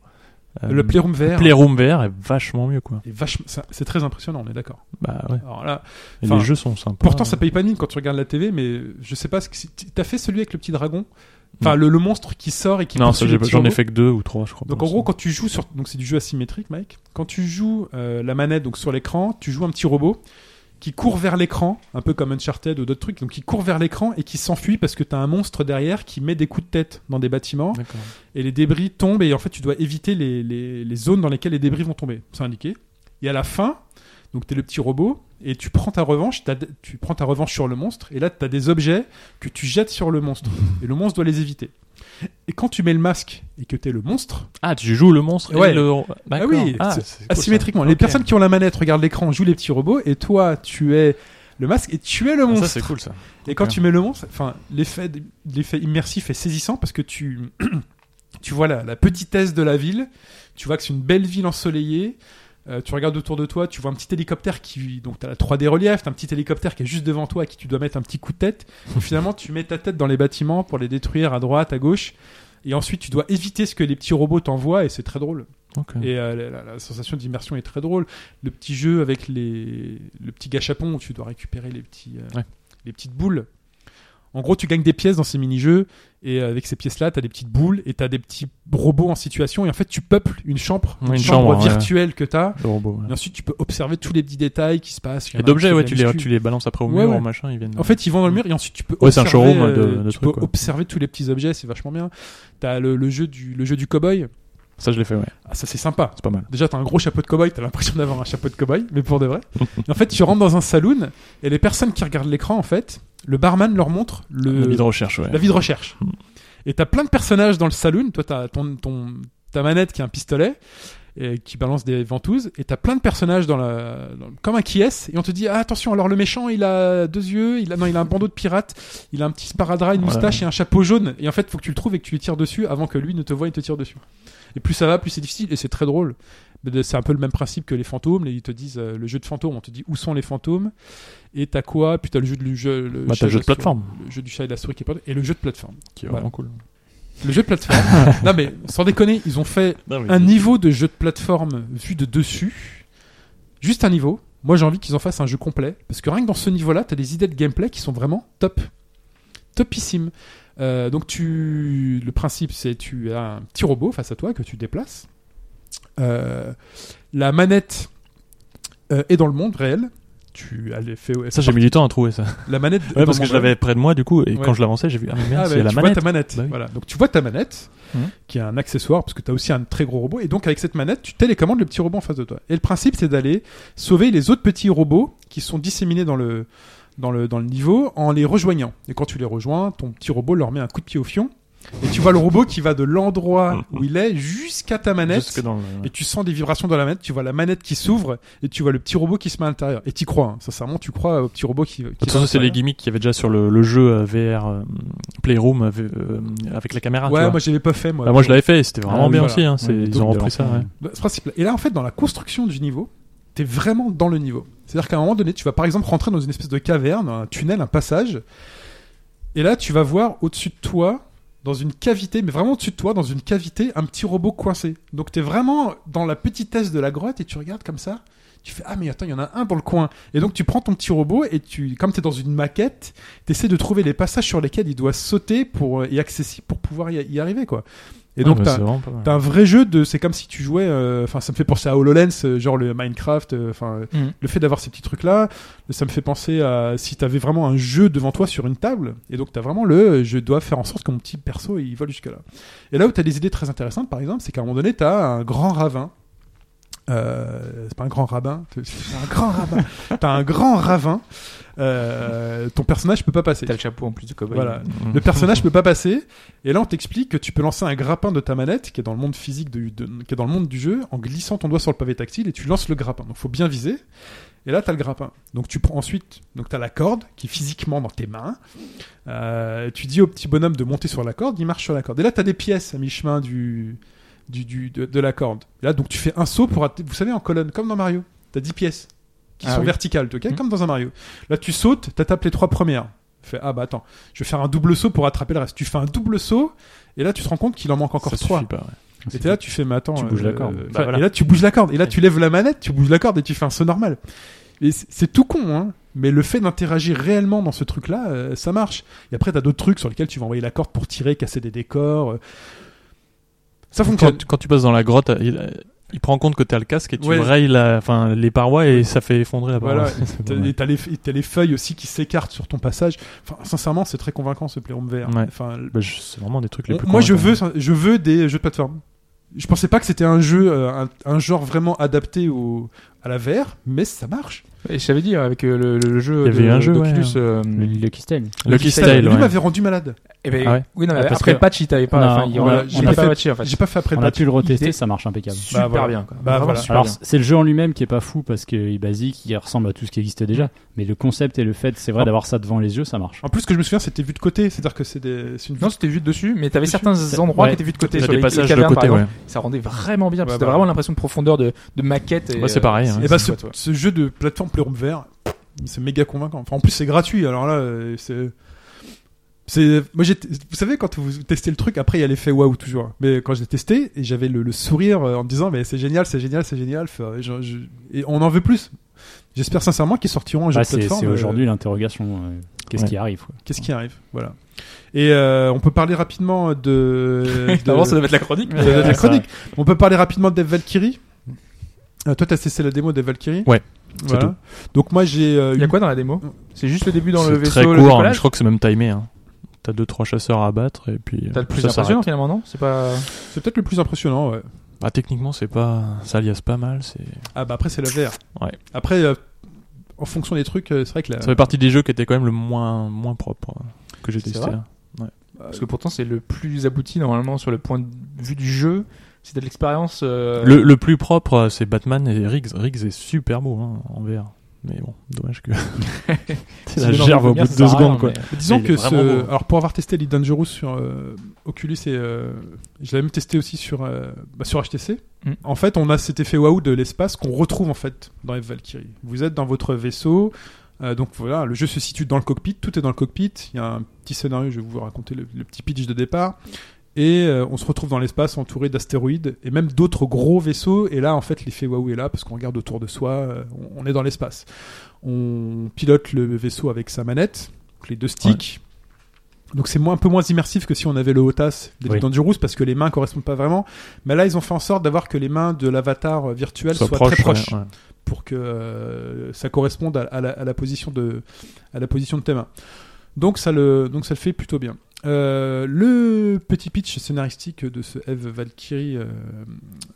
S4: Euh,
S3: Le Playroom VR
S4: Playroom VR est vachement mieux quoi.
S3: est vachement, ça- c'est très impressionnant, on est d'accord.
S4: Bah ouais.
S3: Alors là,
S4: Et
S3: Enfin,
S4: les jeux sont sympas.
S3: pourtant ça paye pas de mine quand tu regardes la TV, mais je sais pas ce que c'est- t'as fait celui avec le petit dragon, enfin le, le monstre qui sort et qui
S4: Non,
S3: poursuit
S4: ça,
S3: les
S4: j'ai-
S3: petits
S4: j'en ai
S3: robots.
S4: fait que deux ou trois, je crois.
S3: Donc
S4: pour
S3: en gros
S4: l'instant.
S3: quand tu joues sur donc c'est du jeu asymétrique, Mike. Quand tu joues euh, la manette donc sur l'écran, tu joues un petit robot qui court vers l'écran, un peu comme Uncharted ou d'autres trucs, donc qui court vers l'écran et qui s'enfuit parce que t'as un monstre derrière qui met des coups de tête dans des bâtiments.
S4: D'accord.
S3: et les débris tombent et en fait tu dois éviter les, les- les zones dans lesquelles les débris vont tomber. C'est indiqué. Et à la fin, donc t'es le petit robot et tu prends ta revanche, t'as- tu prends ta revanche sur le monstre et là t'as des objets que tu jettes sur le monstre et le monstre doit les éviter. Et quand tu mets le masque et que t'es le monstre,
S4: Ah, tu joues le monstre
S3: Ouais.
S4: et le. D'accord.
S3: Ah oui, c'est
S4: Ah c'est cool,
S3: asymétriquement,
S4: ça.
S3: les
S4: Ok.
S3: personnes qui ont la manette regardent l'écran, jouent les petits robots et toi tu es le masque et tu es le
S4: Ah,
S3: monstre.
S4: ça, c'est cool ça.
S3: Et quand
S4: Ok.
S3: tu mets le monstre, enfin, l'effet, l'effet immersif est saisissant parce que tu, tu vois la, la petitesse de la ville, tu vois que c'est une belle ville ensoleillée, euh, tu regardes autour de toi, tu vois un petit hélicoptère qui, donc t'as la 3D relief, t'as un petit hélicoptère qui est juste devant toi à qui tu dois mettre un petit coup de tête. Et finalement, tu mets ta tête dans les bâtiments pour les détruire à droite, à gauche. Et ensuite, tu dois éviter ce que les petits robots t'envoient et c'est très drôle.
S4: Ok.
S3: Et euh, la, la- la sensation d'immersion est très drôle. Le petit jeu avec les, le petit gâchapon où tu dois récupérer les, petits, euh,
S4: Ouais.
S3: les petites boules. En gros, tu gagnes des pièces dans ces mini-jeux et euh, avec ces pièces-là, tu as des petites boules et tu as des petits robots en situation. Et en fait, tu peuples une chambre,
S4: Ouais,
S3: une
S4: une
S3: chambre,
S4: chambre, ouais.
S3: virtuelle que tu as.
S4: Le robot. ouais.
S3: Et ensuite, tu peux observer tous les petits détails qui se passent. Il y en
S4: Et
S3: a un
S4: d'objets,
S3: qui
S4: ouais,
S3: fait
S4: tu
S3: ah, de la
S4: les,
S3: muscu.
S4: tu les balances après au
S3: Ouais,
S4: mur
S3: ouais.
S4: en machin, ils viennent.
S3: En fait, ils vont dans le mur et ensuite tu peux
S4: Ouais, c'est un
S3: observer,
S4: showroom de-
S3: euh,
S4: de
S3: tu
S4: trucs,
S3: peux
S4: quoi.
S3: observer tous les petits objets, c'est vachement bien. T'as le, le jeu du le jeu du cowboy,
S4: ça, je l'ai fait, ouais.
S3: ah, ça c'est sympa.
S4: C'est pas mal.
S3: Déjà, t'as un gros chapeau de cow-boy, t'as l'impression d'avoir un chapeau de cow-boy, mais pour de vrai. Et en fait, tu rentres dans un saloon et les personnes qui regardent l'écran, en fait, le barman leur montre le,
S4: La vie de recherche, ouais.
S3: euh, la vie de recherche.
S4: Mm.
S3: Et t'as plein de personnages dans le saloon. Toi, t'as ton, ton, ta manette qui est un pistolet et qui balance des ventouses. Et t'as plein de personnages dans la, dans- comme un qui est. Et on te dit ah, attention, alors le méchant, il a deux yeux, il a, non, il a un bandeau de pirate, il a un petit sparadrap, une
S4: Ouais.
S3: moustache et un chapeau jaune. Et en fait, faut que tu le trouves et que tu lui tires dessus avant que lui ne te voie et te tire dessus. Et plus ça va, plus c'est difficile et c'est très drôle. Mais de- C'est un peu le même principe que les fantômes. Ils te disent euh, le jeu de fantômes. On te dit où sont les fantômes et t'as quoi. Puis t'as le jeu de le jeu. Le
S4: Bah,
S3: chat et la
S4: t'as le jeu de
S3: souris.
S4: plateforme,
S3: Le jeu du chat et de la souris qui est perdu, et le jeu de plateforme.
S4: qui est
S3: euh, Voilà.
S4: vraiment cool.
S3: Le jeu de plateforme. non mais sans déconner, ils ont fait un niveau de jeu de plateforme vu de dessus. Juste un niveau. Moi j'ai envie qu'ils en fassent un jeu complet. Parce que rien que dans ce niveau-là, t'as des idées de gameplay qui sont vraiment top. Topissime. Euh, donc tu, le principe c'est tu as un petit robot face à toi que tu déplaces. Euh, la manette euh, est dans le monde réel. Tu elle est fait. elle
S4: Ça,
S3: fait
S4: j'ai mis du temps à trouver ça.
S3: partie- la manette. est
S4: Ouais,
S3: dans
S4: parce
S3: le
S4: que
S3: monde
S4: je
S3: réel.
S4: l'avais près de moi, du coup, et
S3: Ouais.
S4: quand je l'avançais, j'ai vu, ah, mais
S3: Ah,
S4: merde,
S3: bah,
S4: c'est la
S3: tu
S4: manette.
S3: vois ta manette.
S4: Bah oui.
S3: Voilà. Donc tu vois ta manette,
S4: Mhm.
S3: qui est un accessoire, parce que tu as aussi un très gros robot. Et donc avec cette manette, tu télécommandes le petit robot en face de toi. Et le principe, c'est d'aller sauver les autres petits robots qui sont disséminés dans le, dans, le, dans le niveau en les rejoignant. Et quand tu les rejoins, ton petit robot leur met un coup de pied au fion. Et tu vois le robot qui va de l'endroit où il est jusqu'à ta manette.
S4: Hum. Jusque dans le-
S3: Et tu sens des vibrations dans la manette, tu vois la manette qui s'ouvre et tu vois le petit robot qui se met à l'intérieur. Et t'y crois, hein. sincèrement, tu crois au petit robot qui. qui
S4: De toute
S3: va à
S4: façon, c'est les
S3: l'intérieur.
S4: gimmicks qu'il y avait déjà sur le, le jeu euh, VR euh, Playroom avec, euh, avec la caméra. tu
S3: ouais,
S4: vois.
S3: moi je l'avais pas fait moi.
S4: Bah, moi, je l'avais fait, et c'était
S5: Ah
S4: vraiment
S5: oui,
S4: bien
S3: voilà.
S4: aussi. hein, c'est-
S5: Ouais,
S4: ils ont
S5: double de
S4: repris ça.
S5: l'enfant,
S4: ouais.
S5: ouais.
S3: Bah, ce principe-là. Et là, en fait, dans la construction du niveau, t'es vraiment dans le niveau. C'est-à-dire qu'à un moment donné, tu vas par exemple rentrer dans une espèce de caverne, un tunnel, un passage, et là, tu vas voir au-dessus de toi, dans une cavité, mais vraiment au-dessus de toi, dans une cavité, un petit robot coincé. Donc t'es vraiment dans la petitesse de la grotte et tu regardes comme ça. Tu fais ah mais attends il y en a un dans le coin et donc tu prends ton petit robot et tu comme t'es dans une maquette t'essaies de trouver les passages sur lesquels il doit sauter pour et accessible pour pouvoir y, y arriver quoi et
S4: Ouais,
S3: donc
S4: bah,
S3: t'as
S4: c'est vraiment pas mal.
S3: T'as un vrai jeu de. C'est comme si tu jouais. euh, Enfin, ça me fait penser à HoloLens, euh, genre le Minecraft. euh, Enfin, euh,
S6: Mhm.
S3: le fait d'avoir ces petits trucs-là, ça me fait penser à si t'avais vraiment un jeu devant toi sur une table. Et donc, t'as vraiment le. euh, Je dois faire en sorte que mon petit perso il vole jusque-là. Et là où t'as des idées très intéressantes, par exemple, c'est qu'à un moment donné, t'as un grand ravin. Euh, c'est pas un grand rabbin, t'as- un grand rabbin. T'as un grand ravin. euh, ton personnage peut pas passer.
S6: T'as le chapeau en plus de cowboy.
S3: Voilà.
S4: Mm.
S3: Le personnage peut pas passer, et là on t'explique que tu peux lancer un grappin de ta manette qui est dans le monde physique, de, de- qui est dans le monde du jeu, en glissant ton doigt sur le pavé tactile et tu lances le grappin. Donc faut bien viser. Et là t'as le grappin. Donc tu prends ensuite, donc t'as la corde qui est physiquement dans tes mains. Euh, tu dis au petit bonhomme de monter sur la corde, il marche sur la corde. Et là t'as des pièces à mi-chemin du, du, du- de, de la corde. Et là donc tu fais un saut pour, atte- vous savez en colonne comme dans Mario, t'as 10 pièces qui
S6: Ah
S3: sont
S6: oui.
S3: verticales, ok,
S6: Mhm.
S3: comme dans un Mario. Là tu sautes, t'as tapé les trois premières. Tu Fais ah bah attends je vais faire un double saut pour attraper le reste. Tu fais un double saut, et là tu te rends compte qu'il en manque encore
S4: Ça
S3: trois.
S4: suffit pas, ouais.
S3: Et t'es là, tu fais, mais attends. euh,
S5: Tu bouges la corde.
S3: enfin,
S4: Bah, voilà.
S3: Et là, tu bouges la corde. Et là, tu lèves la manette, tu bouges la corde et tu fais un saut normal. Et c'est- c'est tout con, hein. Mais le fait d'interagir réellement dans ce truc-là, euh, ça marche. Et après, t'as d'autres trucs sur lesquels tu vas envoyer la corde pour tirer, casser des décors. euh. Ça fonctionne.
S4: Quand, quand tu passes dans la grotte, il, il prend en compte que t'as le casque et tu
S3: Ouais.
S4: rayes la, enfin, les parois et ça fait effondrer la paroi.
S3: Voilà.
S4: C'est
S3: T'as-
S4: pas mal.
S3: et T'as les, et t'as les feuilles aussi qui s'écartent sur ton passage. Enfin, sincèrement, c'est très convaincant ce Playroom VR.
S4: Ouais.
S3: Enfin,
S4: Bah, je- c'est vraiment des trucs les
S3: On-
S4: plus hein.
S3: Moi, je
S4: convaincants.
S3: veux, je veux des jeux de plateforme. Je pensais pas que c'était un jeu, euh, un, un genre vraiment adapté au, à la VR, mais ça marche.
S6: Et je t'avais dit avec euh, le, le jeu.
S4: Il y avait
S6: de-
S4: un jeu,
S6: d'Oculus,
S4: ouais. hein.
S6: euh,
S5: Le Lucky Style.
S4: Lucky
S3: Ça,
S4: Style,
S3: lui
S4: ouais.
S3: m'avait rendu malade.
S6: eh ben,
S4: Ah ouais
S6: oui, non, mais
S5: Ah, parce
S6: après
S5: que-
S6: le patch, il t'avait pas.
S5: on a-
S6: enfin, il-
S5: on
S3: a-
S6: il n'a
S3: j'ai
S6: pas
S3: fait-
S6: patché en fait.
S3: J'ai pas fait après
S5: On
S3: le
S5: a
S3: patch.
S5: pu le retester,
S6: idée.
S5: ça marche impeccable.
S6: Super
S3: voilà.
S6: bien. Quoi.
S3: Bah,
S6: Vraiment
S3: voilà.
S6: super
S5: Alors
S6: bien.
S5: c- c'est le jeu en lui-même qui est pas fou parce qu'il est basique, il ressemble à tout ce qui existait
S4: Mm.
S5: déjà. Mais le concept et le fait, c'est vrai d'avoir ça devant les yeux, ça marche.
S3: En plus, ce que je me souviens, c'était vu de côté. C'est-à-dire que c'est des- c'est une vue.
S6: Non, c'était vu de dessus, mais t'avais
S3: Dessus.
S6: certains
S5: C'est-
S6: endroits
S5: ouais.
S6: qui étaient vus de côté.
S4: T'as
S6: sur
S4: des
S6: les- les
S4: passages de
S6: cavernes, par
S4: côté,
S6: exemple.
S4: ouais.
S6: Ça rendait vraiment bien, parce
S3: Ouais,
S6: que t'as
S3: bah.
S6: vraiment l'impression de profondeur de, de maquette. et,
S4: Ouais, c'est
S6: euh,
S4: pareil, hein.
S3: Et bah, ce,
S6: chouette, ouais.
S3: ce jeu de plateforme Playroom VR, c'est méga convaincant. Enfin, en plus, c'est gratuit. Alors là, euh, c'est. C'est, moi j'ai, vous savez quand vous testez le truc, après il y a l'effet waouh toujours. Mais quand j'ai testé, et j'avais le, le sourire euh, en me disant mais c'est génial, c'est génial, c'est génial. Enfin, je- je- et on en veut plus. J'espère sincèrement qu'ils sortiront un jeu
S5: Bah,
S3: de
S5: c'est
S3: plateforme.
S5: c'est
S3: euh,
S5: aujourd'hui l'interrogation. euh, Qu'est-ce
S4: Ouais.
S5: qui arrive quoi.
S3: Qu'est-ce qui arrive Voilà. Et euh, on peut parler rapidement de. de-
S6: D'abord, ça devait être la chronique. euh,
S3: ça doit être la
S5: Ouais, ça-
S3: chronique. On peut parler rapidement de Dev Valkyrie. Euh, toi, t'as testé la démo Dev Valkyrie
S4: Ouais, c'est
S3: Voilà.
S4: tout.
S3: Donc moi, j'ai. euh,
S6: Il y a
S3: une-
S6: quoi dans la démo C'est juste le début dans le
S4: C'est
S6: vaisseau.
S4: très
S6: le
S4: court,
S6: décollage
S4: mais je crois que c'est même timé. Hein. T'as deux trois chasseurs à abattre et puis.
S6: T'as
S4: euh,
S6: le plus
S4: ça s'arrête.
S6: impressionnant finalement, non C'est pas.
S3: C'est peut-être le plus impressionnant. Ouais.
S4: Bah, techniquement, c'est pas, ça alias pas mal. C'est.
S3: Ah bah après, c'est la VR.
S4: Ouais.
S3: Après, euh, en fonction des trucs, euh, c'est vrai que la.
S4: Ça fait partie des jeux qui étaient quand même le moins moins propre hein, que j'ai
S6: C'est
S4: testé.
S6: vrai
S4: hein.
S6: Parce que pourtant, c'est le plus abouti normalement sur le point de vue du jeu. C'était de l'expérience. euh,
S4: Le, le plus propre, euh, c'est Batman et Riggs. Riggs est super beau hein, en VR. Mais bon, dommage que. c'est
S6: si
S4: la
S6: les gens
S4: gerbe au
S6: veulent bien,
S4: bout de
S6: ça
S4: deux
S6: sert à rien,
S4: secondes, quoi.
S6: mais-
S3: Disons
S4: Il est
S3: que
S4: vraiment
S3: ce...
S4: beau.
S3: alors pour avoir testé Elite Dangerous sur euh, Oculus et euh, je l'avais même testé aussi sur euh, bah, sur HTC.
S6: Mm.
S3: En fait, on a cet effet waouh de l'espace qu'on retrouve en fait dans F Valkyrie. Vous êtes dans votre vaisseau. euh, donc voilà, le jeu se situe dans le cockpit, tout est dans le cockpit. Il y a un petit scénario, je vais vous raconter le, le petit pitch de départ. Et euh, on se retrouve dans l'espace entouré d'astéroïdes et même d'autres gros vaisseaux. Et là, en fait, l'effet waouh est là parce qu'on regarde autour de soi, euh, on, on est dans l'espace. On pilote le vaisseau avec sa manette, donc les deux sticks. Donc c'est moins- un peu moins immersif que si on avait le Hotas des
S5: Oui.
S3: Dangerous parce que les mains correspondent pas vraiment. Mais là, ils ont fait en sorte d'avoir que les mains de l'avatar euh, virtuel soient,
S4: Soit proche,
S3: très proches
S4: ouais, ouais.
S3: pour que euh, ça corresponde à, à la, à la position de à la position de tes mains. Donc ça le donc ça le fait plutôt bien. Euh, le petit pitch scénaristique de ce Eve Valkyrie, euh,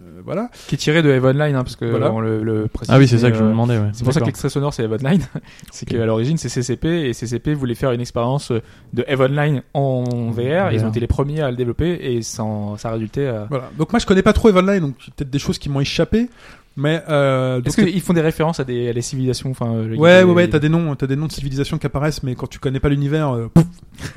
S3: euh, voilà.
S6: qui est tiré de Eve Online, hein, parce que
S3: Voilà.
S6: on le, le précise.
S4: Ah oui, c'est ça que je
S6: euh,
S4: me demandais. Ouais.
S6: C'est pour ça que
S4: D'accord.
S6: l'extrait sonore c'est Eve Online. c'est qu'à l'origine c'est CCP et CCP voulait faire une expérience euh, de Eve Online en VR. Ils ont
S4: VR.
S6: été les premiers à le développer et sans, ça a résulté à.
S3: voilà. Donc moi je connais pas trop Eve Online, donc peut-être des choses qui m'ont échappé, mais euh, donc
S6: Est-ce qu'ils font des références à des, à des civilisations enfin, euh, les-
S3: Ouais,
S6: les-
S3: ouais, ouais, t'as des noms, t'as des noms de civilisations qui apparaissent, mais quand tu connais pas l'univers, euh, pouf,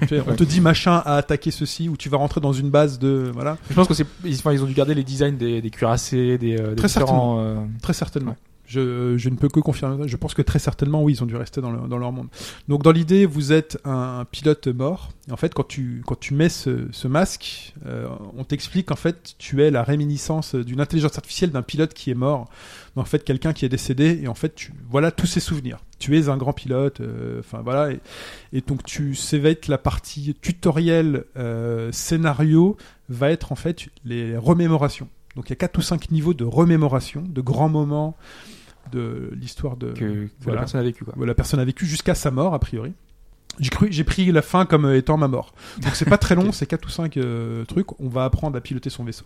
S3: tu sais, on te dit machin à attaquer ceci, ou tu vas rentrer dans une base de, voilà,
S6: Je pense que c'est ils, enfin, ils ont dû garder les designs des, des cuirassés, des, euh, des
S3: Très
S6: différents. euh,
S3: très certainement.
S6: Ouais.
S3: Je, je ne peux que confirmer. ça. Je pense que très certainement, oui, ils ont dû rester dans, leur- dans leur monde. Donc, dans l'idée, vous êtes un pilote mort. Et en fait, quand tu, quand tu mets ce, ce masque, euh, on t'explique qu'en fait, tu es la réminiscence d'une intelligence artificielle d'un pilote qui est mort. Donc, en fait, quelqu'un qui est décédé. Et en fait, tu, voilà tous ses souvenirs. Tu es un grand pilote. euh, Enfin, voilà. Et, et donc, tu, ça va être la partie tutoriel, euh, scénario, va être en fait les remémorations. Donc, il y a 4 ou 5 niveaux de remémoration, de grands moments de l'histoire de,
S6: que, que
S3: Voilà.
S6: la personne a vécu quoi.
S3: où la personne a vécu jusqu'à sa mort, a priori. J'ai cru, j'ai pris la fin comme euh, étant ma mort. Donc c'est pas très long, c'est quatre ou cinq euh, trucs. On va apprendre à piloter son vaisseau.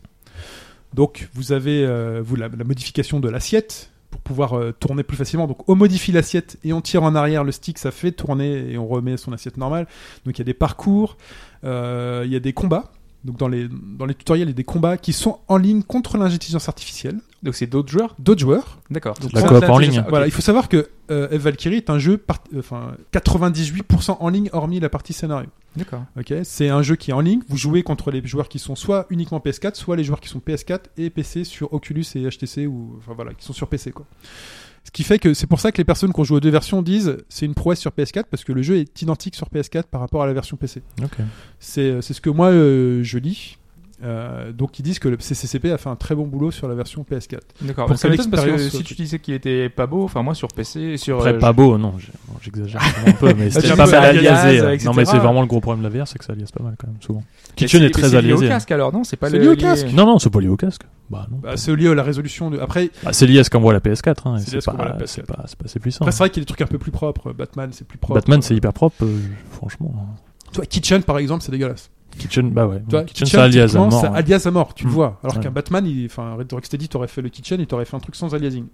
S3: Donc vous avez euh, vous la, la modification de l'assiette pour pouvoir euh, tourner plus facilement. Donc on modifie l'assiette et on tire en arrière le stick, ça fait tourner et on remet son assiette normale. Donc il y a des parcours, euh, il y a des combats. Donc dans les dans les tutoriels, il y a des combats qui sont en ligne contre l'intelligence artificielle,
S6: Donc c'est d'autres joueurs.
S3: d'autres joueurs.
S6: D'accord.
S3: Donc,
S4: La
S3: ça,
S4: coop
S6: c'est
S4: en ligne.
S6: Ok.
S3: voilà, il faut savoir que euh, F Valkyrie est un jeu part- euh, enfin 98% en ligne hormis la partie scénario.
S6: D'accord.
S3: Ok, c'est un jeu qui est en ligne. Vous jouez contre les joueurs qui sont soit uniquement PS4, soit les joueurs qui sont PS4 et PC sur Oculus et HTC ou enfin voilà, qui sont sur PC quoi. Ce qui fait que c'est pour ça que les personnes qui ont joué aux deux versions disent c'est une prouesse sur PS4 parce que le jeu est identique sur PS4 par rapport à la version PC.
S4: Ok.
S3: C'est c'est ce que moi euh, je lis. Euh, donc ils disent que le CCCP a fait un très bon boulot sur la version PS4.
S6: D'accord.
S3: Pour
S6: Ça
S3: quelle
S6: m'étonne parce que
S3: expérience,
S6: si
S3: toi,
S6: tu disais qu'il était pas beau, enfin moi sur PC, sur
S4: Après,
S6: euh,
S4: pas beau, non, j'ai- bon, j'exagère un peu, mais
S3: tu
S4: c'était
S3: peux
S4: pas mal
S6: aliaser,
S4: aliasé. euh,
S6: etc.
S4: Non, mais c'est vraiment le gros problème de la VR, c'est que ça aliase pas mal quand même, souvent.
S6: Mais
S4: Kitchen
S6: c'est-
S4: est
S6: mais
S4: très
S6: c'est lié au
S4: aliasé. hein.
S6: casque alors non C'est pas
S3: C'est
S6: le-
S3: lié au
S6: lié-
S3: casque.
S4: Non, non, c'est pas lié au casque. Bah non.
S3: Bah, c'est lié à la résolution de. Après,
S4: Bah, c'est lié à ce qu'envoie la PS4, hein, et
S3: C'est lié à
S4: c'est
S3: ce qu'on voit
S4: pas,
S3: la PS4.
S4: c'est pas, c'est pas assez puissant. hein.
S3: après c'est vrai qu'il y a des trucs un peu plus propres. Batman c'est plus propre.
S4: Batman, c'est hyper propre, euh, franchement.
S3: Toi, Kitchen par exemple c'est dégueulasse.
S4: Kitchen, bah ouais.
S3: Tu vois,
S4: Kitchen, ça aliase à
S3: typiquement,
S4: mort.
S3: ça
S4: ouais.
S3: alias à mort, tu le
S4: Mm.
S3: vois. Alors
S4: Ouais.
S3: qu'un Batman, il- enfin, Red Rocksteady, t'aurais fait le kitchen et t'aurais fait un truc sans aliasing.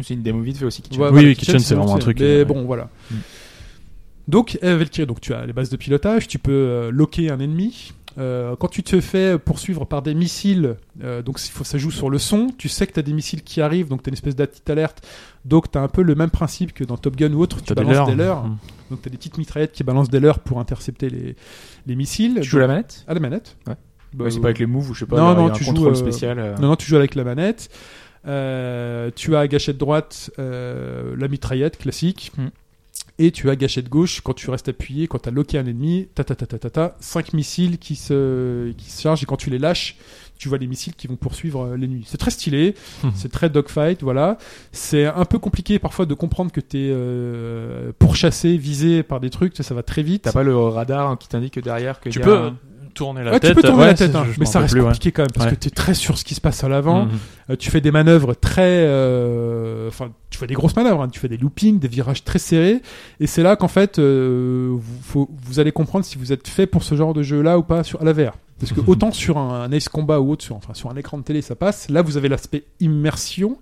S6: C'est une démo vite fait aussi. qui tue.
S3: Ouais,
S4: Oui, oui, kitchen, c'est vraiment un
S3: lancé.
S4: truc,
S3: Mais
S4: euh, ouais.
S3: bon, voilà.
S4: Mm.
S3: Donc, euh, Valkyrie, donc tu as les bases de pilotage, tu peux euh, loquer un ennemi. Euh, quand tu te fais poursuivre par des missiles, euh, donc il faut, ça joue sur le son, tu sais que tu as des missiles qui arrivent, donc tu as une espèce d'attitude alerte, donc tu as un peu le même principe que dans Top Gun ou autre, tu
S4: T'as des
S3: balances
S4: leurres.
S3: des leurs,
S4: Mm.
S3: donc tu as des petites mitraillettes qui balancent des leurs pour intercepter les, les missiles.
S6: Tu joues la manette
S3: à la manette
S6: Bah, C'est pas avec les moves ou je sais pas.
S3: Non,
S6: il y a
S3: non,
S6: un
S3: tu joues,
S6: contrôle
S3: euh,
S6: spécial. euh,
S3: Non, non, tu joues avec la manette. Euh, tu as à gâchette droite euh, la mitraillette classique.
S6: Mm.
S3: Et tu as à gâchette gauche, quand tu restes appuyé, quand tu as loqué un ennemi, ta ta ta ta ta ta, 5 missiles qui se, qui se chargent et quand tu les lâches, tu vois les missiles qui vont poursuivre euh, l'ennemi. C'est très stylé,
S6: Mm.
S4: Mhm.
S3: c'est très dogfight, voilà. C'est un peu compliqué parfois de comprendre que tu es pourchassé, visé par des trucs, tu sais, ça va très vite.
S6: T'as pas le radar hein, qui t'indique derrière que.
S4: Tu
S6: y a
S4: peux
S6: un-
S4: tourner la
S3: Ouais,
S4: tête.
S3: tu peux tourner
S4: ouais,
S3: la tête,
S4: c'est-
S3: hein,
S4: je
S3: mais
S4: m'en
S3: ça reste
S4: rappelle plus, ouais.
S3: compliqué quand même parce
S4: Ouais.
S3: que tu es très sûr ce qui se passe à l'avant.
S4: Mhm.
S3: Euh, tu fais des manœuvres très. euh, Enfin, tu fais des grosses manœuvres, hein. tu fais des loopings, des virages très serrés. Et c'est là qu'en fait, euh, vous, faut- vous allez comprendre si vous êtes fait pour ce genre de jeu-là ou pas sur, à la VR. Parce que autant sur un, un Ace Combat ou autre, sur, enfin, sur un écran de télé, ça passe. Là, vous avez l'aspect immersion.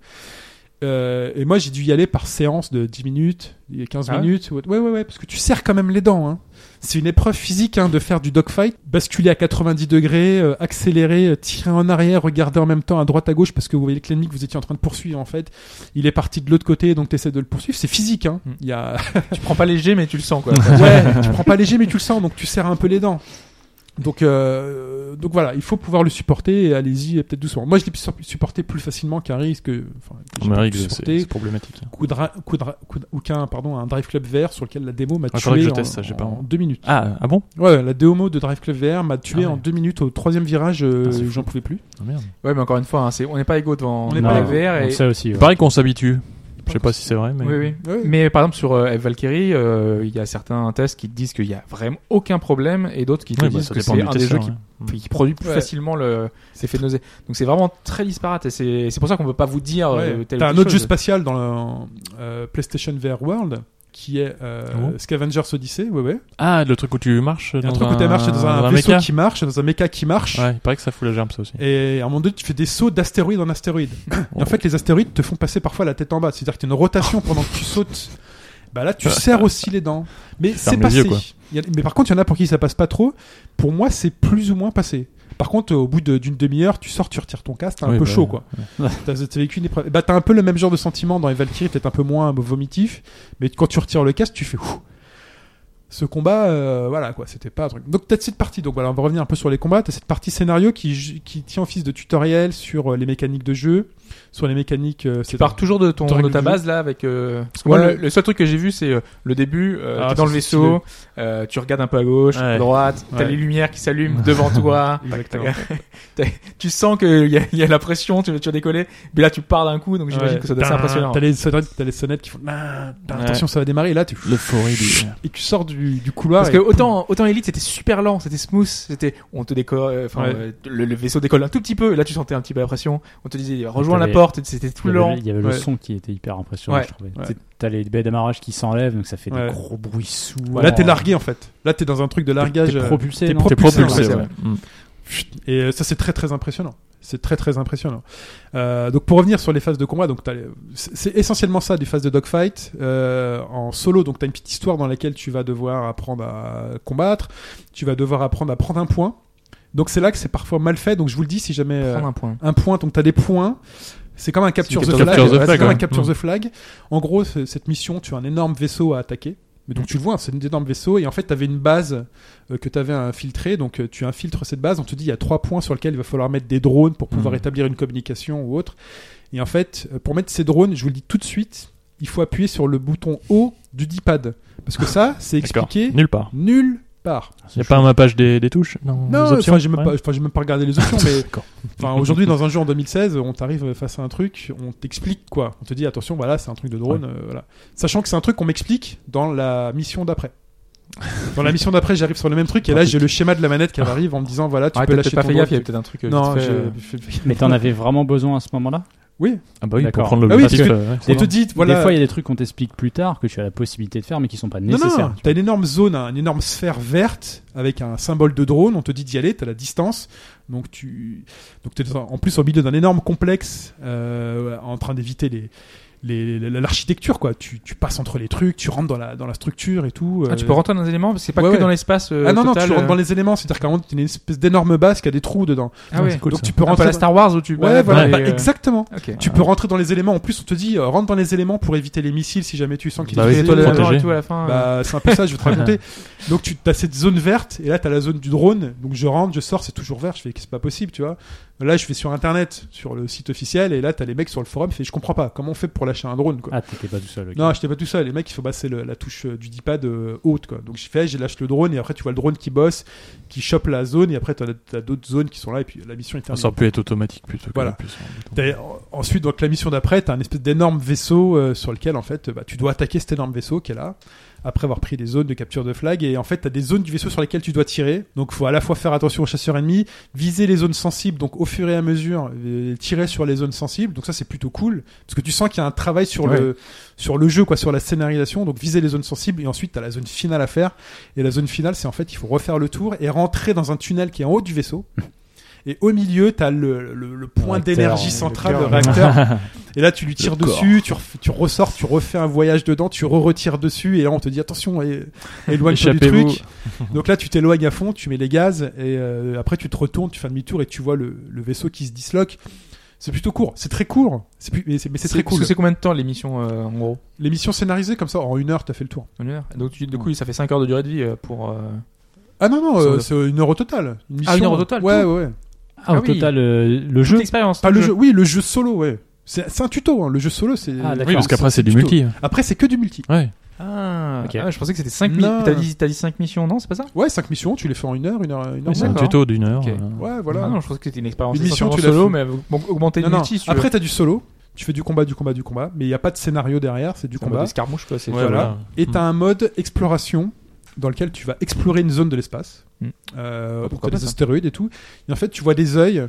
S3: Euh, et moi, j'ai dû y aller par séance de 10 minutes, 15
S6: Ah ouais
S3: minutes. Ouais, ouais, ouais, ouais, parce que tu serres quand même les dents. Hein. C'est une épreuve physique hein, de faire du dogfight, basculer à 90 degrés, euh, accélérer, euh, tirer en arrière, regarder en même temps à droite à gauche parce que vous voyez que l'ennemi que vous étiez en train de poursuivre en fait, il est parti de l'autre côté donc t'essaies de le poursuivre. C'est physique. Hein.
S6: Mm.
S3: Il y a
S6: Tu prends pas léger mais tu le sens quoi.
S3: ouais, tu prends pas léger mais tu le sens donc tu serres un peu les dents. Donc euh, donc voilà, il faut pouvoir le supporter et allez-y et peut-être doucement. Moi je l'ai pu su- supporter plus facilement qu'un risque euh, enfin que j'ai
S4: Mais
S3: pas
S4: Rick,
S3: pu
S4: c'est
S3: supporter.
S4: c'est problématique.
S3: Coup de ra- coup de ra- coup de- ou qu'un pardon un drive club VR sur lequel la démo m'a
S4: Ah,
S3: tué
S4: faudrait que je
S3: en-
S4: teste ça, j'ai pas-
S3: en deux minutes.
S4: Ah, ah bon
S3: Ouais, la démo de Drive Club VR m'a tué
S4: Ah ouais.
S3: en deux minutes au troisième virage, euh,
S4: Putain, c'est fou.
S3: j'en pouvais plus.
S4: Ah, merde.
S6: Ouais, mais encore une fois, hein, c'est- on n'est pas égaux devant
S3: On n'est
S6: devant
S3: pas
S6: la
S3: égaux.
S6: VR.
S5: on
S6: Et...
S5: le sait aussi.
S4: Il
S5: ouais.
S4: paraît qu'on s'habitue. Je sais pas si c'est vrai, mais.
S6: Oui, oui.
S3: Ouais.
S6: Mais par exemple, sur euh, F Valkyrie, euh, il y a certains tests qui te disent qu'il y a vraiment aucun problème et d'autres qui te
S4: Ouais, bah,
S6: disent
S4: ça
S6: que
S4: dépend
S6: c'est
S4: du
S6: un des jeux
S4: testeur,
S6: qui,
S4: ouais.
S6: puis qui produit plus
S3: Ouais.
S6: facilement le l'effet de nausée. Donc c'est vraiment très disparate et c'est c'est pour ça qu'on peut pas vous dire
S3: Ouais.
S6: euh, telle ou
S3: T'as un
S6: telle
S3: autre jeu
S6: chose.
S3: spatial dans le euh, PlayStation VR World qui est euh,
S4: Ah bon
S3: Scavenger's Odyssey. Ouais, ouais.
S4: Ah, le truc où tu marches dans
S3: Un truc où tu marches dans un, vaisseau
S4: méca.
S3: qui marche, dans un mecha qui marche.
S4: Ouais, il paraît que ça fout la germe, ça aussi.
S3: Et à un moment donné, tu fais des sauts d'astéroïde en astéroïde. Et en fait, les astéroïdes te font passer parfois la tête en bas. C'est-à-dire que tu as une rotation pendant que tu sautes. Bah là, tu serres aussi les dents. Mais c'est
S4: fermes Euh. les
S3: passé.
S4: yeux, quoi.
S3: Il y a- mais par contre, il y en a pour qui ça passe pas trop. Pour moi, c'est plus ou moins passé. Par contre, au bout de- d'une demi-heure, tu sors, tu retires ton casque, t'es un
S4: Oui,
S3: peu
S4: bah,
S3: chaud, quoi. T'as t'as vécu une épreuve. Bah, t'as un peu le même genre de sentiment dans les Valkyries, peut-être un peu moins vomitif, mais quand tu retires le casque, tu fais Ouh. Ce combat, euh, voilà quoi, c'était pas un truc. Donc peut-être cette partie. Donc voilà, on va revenir un peu sur les combats. T'as cette partie scénario qui, ju- qui tient office de tutoriel sur euh, les mécaniques de jeu, sur les mécaniques. euh,
S6: Tu
S3: c'est
S6: pars toujours de ton
S3: T'aurais
S6: de
S3: le
S6: ta
S3: jeu.
S6: base là avec. euh, parce que moi,
S3: Ouais.
S6: le, le seul truc que j'ai vu c'est euh, le début. euh,
S3: Ah,
S6: t'es
S3: ça,
S6: dans le
S3: c'est
S6: vaisseau, euh, tu regardes un peu à gauche, à
S4: Ouais.
S6: droite, t'as
S3: Ouais.
S6: les lumières qui s'allument devant toi.
S3: Exactement.
S6: Tu sens qu'il y, a- il y a la pression, tu, tu vas décoller, mais là tu pars d'un coup, donc j'imagine
S3: Ouais.
S6: que ça doit être
S3: Tin,
S6: assez impressionnant.
S3: T'as les sonnettes, t'as les sonnettes qui font. Tin, tin,
S4: Ouais.
S3: Attention, ça va démarrer. Et là, tu
S4: L'euphorie
S3: et tu sors du, du couloir.
S6: Parce
S3: et
S6: que autant autant Elite c'était super lent, c'était smooth, c'était on te décolle, euh, enfin
S3: Ouais.
S6: euh, le, le vaisseau décolle un tout petit peu, et là tu sentais un petit peu la pression, on te disait rejoins la
S5: T'avais-
S6: porte, c'était
S5: Il
S6: tout
S5: y avait,
S6: lent.
S5: le- il y avait le
S3: Ouais.
S5: son qui était hyper impressionnant,
S6: Ouais.
S5: je trouvais.
S3: Ouais.
S5: T'sais, T'as les baies d'amarrage qui s'enlèvent, donc ça fait
S3: Ouais.
S5: des gros bruits sourds.
S3: Là, t'es largué en fait. Là, t'es dans un truc de largage.
S5: T'es
S3: euh,
S5: propulsé,
S3: t'es
S5: non
S3: pro-
S4: T'es
S3: propulsé,
S4: propulsé,
S6: ouais.
S4: ouais. Mm.
S3: Et euh, ça, c'est très très impressionnant. C'est très très impressionnant. Euh, donc pour revenir sur les phases de combat, donc t'as les- c'est c'est essentiellement ça des phases de dogfight Euh, en solo. Donc t'as une petite histoire dans laquelle tu vas devoir apprendre à combattre, tu vas devoir apprendre à prendre un point. Donc c'est là que c'est parfois mal fait. Donc je vous le dis, si jamais euh,
S6: Prendre un point.
S3: un point, donc t'as des points. C'est comme un capture,
S4: C'est
S3: the,
S4: une capture
S3: flag.
S4: the
S3: Ouais,
S4: flag,
S3: c'est comme
S4: ouais.
S3: un capture
S4: Mm.
S3: the flag. En gros, c'est- cette mission, tu as un énorme vaisseau à attaquer. Mais
S4: Mm.
S3: donc tu le vois, hein, c'est un énorme vaisseau. Et en fait, tu avais une base euh, que tu avais à infiltrer. Donc euh, tu infiltres cette base. On te dit, il y a trois points sur lesquels il va falloir mettre des drones pour pouvoir
S4: Mm.
S3: établir une communication ou autre. Et en fait, euh, pour mettre ces drones, je vous le dis tout de suite, il faut appuyer sur le bouton haut du D-pad. Parce que ça, c'est
S4: D'accord.
S3: expliqué
S4: Nulle part.
S3: nulle part.
S4: Y a pas un mappage des, des touches Non,
S3: Non,
S4: des options,
S3: enfin, j'ai même,
S4: ouais.
S3: pas- enfin, j'ai même pas regardé les options, mais
S4: D'accord.
S3: Enfin, aujourd'hui, dans un jeu en 2016, on t'arrive face à un truc, on t'explique quoi. On te dit, attention, voilà, c'est un truc de drone. euh, voilà. Sachant que c'est un truc qu'on m'explique dans la mission d'après. Dans la mission d'après, j'arrive sur le même truc, et là, j'ai le schéma de la manette qui arrive en me disant, voilà, tu
S6: Ah,
S3: peux
S6: t'as peut-être
S3: lâcher
S6: pas
S3: ton
S6: fait
S3: doigt.
S6: gaffe, il y avait peut-être un truc. euh,
S3: Non,
S6: vite fait, euh,
S3: j'ai-
S5: Mais t'en avais vraiment besoin à ce moment-là
S4: Ah bah oui,
S5: D'accord.
S4: pour prendre le
S3: Ah oui,
S4: parce
S3: parce que-
S4: que- ouais, c'est
S3: on
S5: Des-
S3: te dit, voilà. euh,
S5: Des fois, il y a des trucs qu'on t'explique plus tard que tu as la possibilité de faire, mais qui sont pas
S3: Non, non,
S5: nécessaires.
S3: non, t'as une énorme zone, hein, une énorme sphère verte avec un symbole de drone. On te dit d'y aller, t'as la distance. Donc tu, donc t'es dans- en plus au milieu d'un énorme complexe, euh, en train d'éviter les, les, les- l'architecture quoi. Tu, tu passes entre les trucs, tu rentres dans la dans la structure et tout.
S6: Ah,
S3: euh.
S6: tu peux rentrer dans les éléments parce que c'est pas
S3: Ouais,
S6: que
S3: ouais.
S6: dans l'espace. euh,
S3: Ah non non,
S6: total,
S3: tu rentres
S6: euh,
S3: dans les éléments. C'est-à-dire qu'à un moment, t'as une espèce d'énorme base qui a des trous dedans.
S6: Ah ouais.
S4: cool,
S3: donc
S4: ça.
S3: tu peux
S6: Un peu à
S3: rentrer.
S6: la
S3: dans-
S6: Star Wars où tu.
S3: Ouais, voilà,
S6: dans
S3: bah,
S6: les, euh,
S3: exactement.
S6: Ok.
S3: Tu peux rentrer dans les éléments. En plus, on te dit euh, rentre dans les éléments pour éviter les missiles si jamais tu sens qu'il
S4: Bah
S3: y a
S4: oui,
S3: des
S6: Et
S3: étoiles
S6: toi,
S3: à
S6: le
S3: la
S4: protégé.
S6: genre et tout à la fin. euh,
S3: bah, c'est un peu ça, je vais te raconter. donc tu as cette zone verte et là tu as la zone du drone. Donc je rentre, je sors, c'est toujours vert. Je fais c'est pas possible, tu vois. Là je vais sur internet, sur le site officiel et là tu as les mecs sur le forum. Fait je comprends pas comment on fait pour lâcher un drone quoi.
S5: Ah, t'étais pas tout seul. ok.
S3: Non, j'étais pas tout seul. Les mecs, il faut passer le- la touche euh, du D-pad euh, haute, quoi. Donc j'ai fait, j'ai lâché le drone, et après tu vois le drone qui bosse, qui chope la zone, et après t'as as, d'autres zones qui sont là, et puis la mission est terminée.
S4: Ça aurait pu être automatique plutôt que
S3: Voilà.
S4: de plus sur un bouton.
S3: D'ailleurs, ensuite, donc la mission d'après, t'as un espèce d'énorme vaisseau euh, sur lequel en fait, euh, bah, tu dois attaquer cet énorme vaisseau qui est là. Après avoir pris des zones de capture de flag, et en fait, t'as des zones du vaisseau sur lesquelles tu dois tirer. Donc, faut à la fois faire attention aux chasseurs ennemis, viser les zones sensibles, donc au fur et à mesure, euh, tirer sur les zones sensibles. Donc ça, c'est plutôt cool parce que tu sens qu'il y a un travail sur le sur le jeu, quoi, sur la scénarisation. Donc viser les zones sensibles, et ensuite t'as la zone finale à faire. Et la zone finale, c'est en fait, il faut refaire le tour et rentrer dans un tunnel qui est en haut du vaisseau. Et au milieu, t'as le, le, le point
S5: Réacteur,
S3: d'énergie
S5: le
S3: centrale,
S6: cœur.
S3: le réacteur. et là, tu lui tires
S4: Le corps.
S3: dessus, tu, ref- tu ressors, tu refais un voyage dedans, tu re-retires dessus, et là, on te dit attention, é- éloigne-toi du
S4: Échappez-vous.
S3: truc. Donc là, tu t'éloignes à fond, tu mets les gaz, et euh, après, tu te retournes, tu fais un demi-tour, et tu vois le, le vaisseau qui se disloque. C'est plutôt court, c'est très court, c'est plus- mais c'est mais c'est très
S6: parce que
S3: cool.
S6: C'est combien de temps l'émission euh, en gros
S3: L'émission scénarisée comme ça, en une heure, t'as fait le tour.
S6: Une heure Donc tu- du coup, ça fait 5 heures de durée de vie euh, pour. euh,
S3: Ah non, non,
S6: Sans
S3: euh,
S6: doute.
S3: c'est une heure au total. Une
S6: Ah, une
S3: mission,
S6: heure au total,
S3: Ouais,
S6: tout.
S3: ouais, ouais.
S5: Ah,
S6: Ah
S5: au
S6: oui.
S5: total, euh, le
S6: Toute
S5: jeu.
S6: l'expérience.
S3: Pas
S6: tout
S3: le jeu, oui, le jeu solo, ouais. C'est c'est un tuto, hein. le jeu solo, c'est.
S5: Ah,
S4: Oui,
S5: d'accord.
S4: parce qu'après c'est du
S3: plutôt-
S4: multi.
S3: Après, c'est que du multi.
S4: Ouais.
S6: Ah,
S5: Ok.
S6: ah, je pensais que c'était 5
S3: Non.
S6: missions. T'as dit, t'as dit 5 missions, non C'est pas ça
S3: Ouais, 5 missions, tu les fais en une heure, une heure, une heure.
S4: Oui, c'est un
S6: D'accord.
S4: tuto d'une heure.
S6: Ok.
S4: euh,
S3: Ouais, voilà.
S6: Ah non, je pensais que c'était une expérience
S3: Une mission,
S6: essentiellement
S3: tu l'as fait.
S6: solo, mais bon, augmenter
S3: Non,
S6: le
S3: non.
S6: multi. si tu veux.
S3: Après, t'as du solo, tu fais du combat, du combat, du combat, mais il n'y a pas de scénario derrière, c'est du
S6: C'est un mode Hmm.
S3: combat.
S6: escarmouche, quoi. C'est
S4: Ouais,
S3: voilà.
S4: voilà.
S3: Et t'as un mode exploration dans lequel tu vas explorer une zone de l'espace.
S6: Hmm.
S3: Euh,
S6: Ah, pourquoi
S3: t'as
S6: pas
S3: des
S6: ça
S3: astéroïdes et tout. Et en fait, tu vois des œils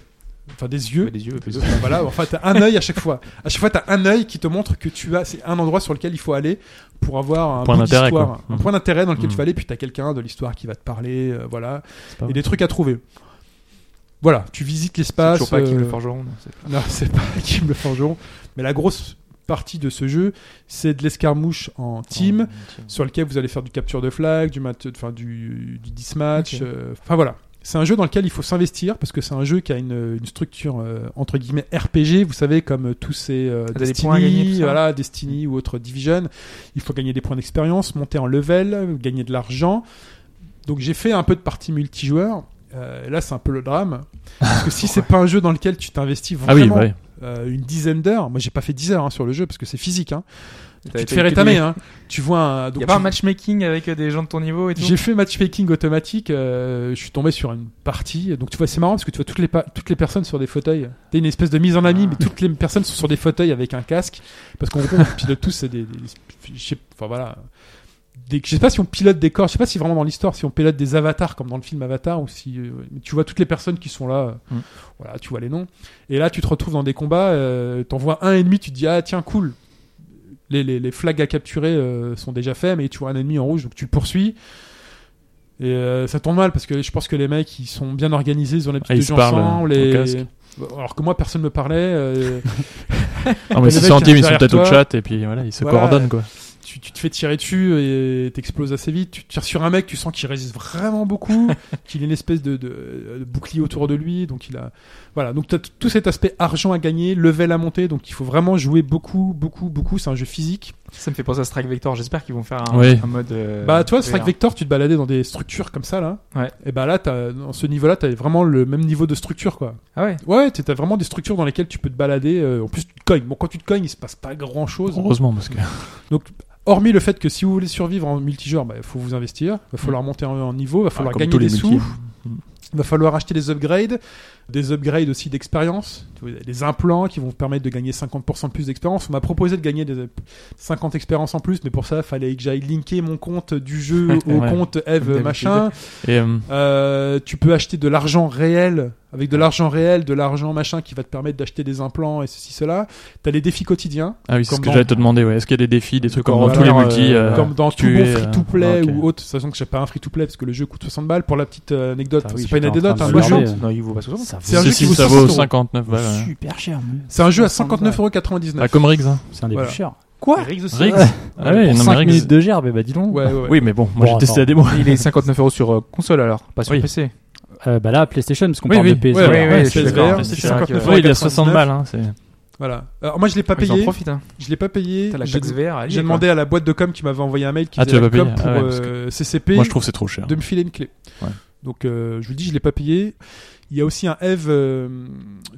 S3: enfin des yeux.
S6: Ouais, des yeux, plutôt.
S3: Enfin, voilà, enfin t'as un œil à chaque fois. À chaque fois t'as un œil qui te montre que tu as, c'est un endroit sur lequel il faut aller pour avoir un
S4: Point
S3: bout
S4: d'intérêt,
S3: d'histoire,
S4: quoi.
S3: un point d'intérêt dans lequel
S4: Mm.
S3: tu vas aller. Puis t'as quelqu'un de l'histoire qui va te parler, euh, voilà, et
S4: pas mal.
S3: des trucs à trouver. Voilà, tu visites
S6: C'est
S3: l'espace.
S6: toujours pas qui
S3: euh,
S6: le forgeron. non, c'est-
S3: non, c'est pas Kim le forgeron. Mais la grosse partie de ce jeu, c'est de l'escarmouche en team, sur lequel vous allez faire du capture de flag, du, mat- enfin, du, du dismatch.
S6: Ok.
S3: euh, Enfin voilà. C'est un jeu dans lequel il faut s'investir parce que c'est un jeu qui a une, une structure euh, entre guillemets RPG. Vous savez comme euh, tous ces euh,
S6: Ah, t'as des points à gagner, tout
S3: Destiny,
S6: ça
S3: voilà, Destiny ou autres Division. Il faut gagner des points d'expérience, monter en level, gagner de l'argent. Donc j'ai fait un peu de partie multijoueur. Euh, et là c'est un peu le drame parce que si c'est pas un jeu dans lequel tu t'investis
S4: Ah oui,
S3: vraiment
S4: ouais.
S3: euh, une dizaine d'heures, moi j'ai pas fait 10 heures hein, sur le jeu parce que c'est physique. Hein.
S6: T'avais
S3: Tu te
S6: fait
S3: fais
S6: une
S3: rétamer.
S6: petite-
S3: Hein. Tu vois un.
S6: Y
S3: donc
S6: a pas
S3: tu-
S6: un matchmaking avec euh, des gens de ton niveau et tout
S3: j'ai fait matchmaking automatique. euh, je suis tombé sur une partie. Donc tu vois, c'est marrant parce que tu vois toutes les, pa- toutes les personnes sur des fauteuils. T'as une espèce de mise en ami,
S6: Ah.
S3: mais toutes les personnes sont sur des fauteuils avec un casque. Parce qu'en gros, on pilote tous c'est des. des- je sais- enfin voilà. Des- je sais pas si on pilote des corps. Je sais pas si vraiment dans l'histoire, si on pilote des avatars comme dans le film Avatar ou si euh, tu vois toutes les personnes qui sont là. euh,
S6: Mm.
S3: Voilà, tu vois les noms. Et là, tu te retrouves dans des combats. Euh, T'en vois un ennemi, tu te dis ah tiens cool. Les, les, les flags à capturer euh, sont déjà faits, mais tu vois un ennemi en rouge, donc tu le poursuis. Et euh, ça tombe mal parce que je pense que les mecs ils sont bien organisés, ils ont l'habitude
S4: Ah, ils
S3: de
S4: se
S3: jouer
S4: parlent,
S3: ensemble.
S4: euh, au
S3: et-
S4: casque.
S3: Alors que moi personne me parlait. euh,
S4: Ah,
S3: le
S4: mais si
S3: mec
S4: c'est en
S3: qui
S4: team,
S3: arrive
S4: ils sont
S3: derrière
S4: peut-être au
S3: toi.
S4: chat et puis voilà, ils se
S3: Voilà.
S4: coordonnent quoi.
S3: tu, tu te fais tirer dessus et t'exploses assez vite. Tu tires sur un mec, tu sens qu'il résiste vraiment beaucoup, qu'il a une espèce de, de- de bouclier autour de lui. Donc il a, voilà. Donc t'as t- tout cet aspect argent à gagner, level à monter. Donc il faut vraiment jouer beaucoup, beaucoup, beaucoup. C'est un jeu physique.
S6: Ça me fait penser à Strike Vector. J'espère qu'ils vont faire un,
S4: Oui.
S6: un mode. euh,
S3: bah toi,
S6: VR.
S3: Strike Vector, tu te baladais dans des structures comme ça là.
S6: Ouais.
S3: Et bah là, t'as- dans ce niveau-là, t'as vraiment le même niveau de structure quoi.
S6: Ah ouais.
S3: Ouais, t'as vraiment des structures dans lesquelles tu peux te balader. euh, en plus, tu te cognes. Bon, quand tu te cognes, il se passe pas grand chose.
S4: Heureusement parce que.
S3: Hormis le fait que si vous voulez survivre en multijoueur, il faut vous investir, il va falloir monter en, en niveau, il va falloir
S4: Mm. Ah, comme
S3: gagner
S4: tous les
S3: des sous,
S4: multi.
S3: il va falloir acheter des upgrades, des upgrades aussi d'expérience, des implants qui vont vous permettre de gagner 50% plus d'expérience. On m'a proposé de gagner des 50 expériences en plus, mais pour ça, il fallait que j'aille linker mon compte du jeu au
S4: Ouais.
S3: compte Eve
S6: d'habitude.
S3: machin.
S4: Et euh,
S3: Euh, tu peux acheter de l'argent réel, avec de l'argent réel, de l'argent machin qui va te permettre d'acheter des implants et ceci, cela. T'as les défis quotidiens.
S4: ah oui, c'est ce
S3: Comme
S4: que
S3: dans-
S4: j'allais te demander. Ouais. Est-ce qu'il y a des défis, des trucs comme dans
S3: Voilà,
S4: tous les
S3: euh,
S4: multi euh,
S3: comme dans tout
S4: tu
S3: bon
S4: es,
S3: free to
S4: euh,
S3: play
S4: ok.
S3: ou autre. Sachant que j'ai pas un free to play parce que le jeu coûte 60 balles. Pour la petite euh, anecdote,
S5: Ah oui,
S3: c'est pas une
S5: j'étais en
S3: anecdote,
S5: train
S3: hein,
S5: de
S3: le
S5: regarder,
S3: jeu.
S5: euh,
S6: Non, il vaut pas 60.
S5: Ça
S3: C'est un
S5: vaut-
S3: jeu
S4: Si,
S3: qui
S4: si,
S3: vaut
S4: ça
S3: 60
S4: vaut
S3: euros.
S4: 59 balles. ouais.
S7: Super cher. mais-
S3: C'est un jeu à
S7: 59
S3: 59,99€.
S4: Ah, comme Riggs. hein.
S5: C'est un des
S3: Voilà.
S5: plus chers.
S7: Quoi
S6: Riggs aussi.
S4: Riggs Ah oui,
S5: Pour
S4: non, mais
S5: 5
S4: Riggs-
S5: minutes de gerbe, eh bah dis donc.
S3: Ouais, ouais, ouais.
S4: Oui, mais bon, moi
S5: Bon,
S4: j'ai testé
S5: attends.
S4: la démo.
S6: Il est 59 euros sur euh, console alors, pas sur
S4: Oui.
S6: PC.
S5: Euh, bah là, PlayStation, parce qu'on
S3: Oui,
S5: parle
S3: oui,
S5: de PS.
S3: ouais,
S5: voilà.
S3: ouais,
S6: je suis
S3: PSVR,
S6: d'accord.
S3: c'est
S6: C'est vrai que-
S3: 59.
S4: Ouais, il est à 60
S3: 99.
S4: balles. hein, c'est-
S3: Voilà. Alors moi je l'ai pas
S6: Ils en
S3: payé.
S6: profitent. hein.
S3: Je l'ai pas payé.
S6: T'as la
S3: J'ai
S6: taxe VR. à
S3: j'ai
S6: lier, quoi.
S3: demandé à la boîte de com qui m'avait envoyé un mail qui
S4: Ah, tu
S3: faisait
S4: l'as
S3: la
S4: pas
S3: com
S4: payé.
S3: pour
S4: Ah ouais, parce
S3: euh, CCP
S4: Moi je trouve que c'est trop cher.
S3: de me filer une clé.
S4: Ouais.
S3: Donc euh, je vous le dis, je l'ai pas payé. Il y a aussi un Eve euh,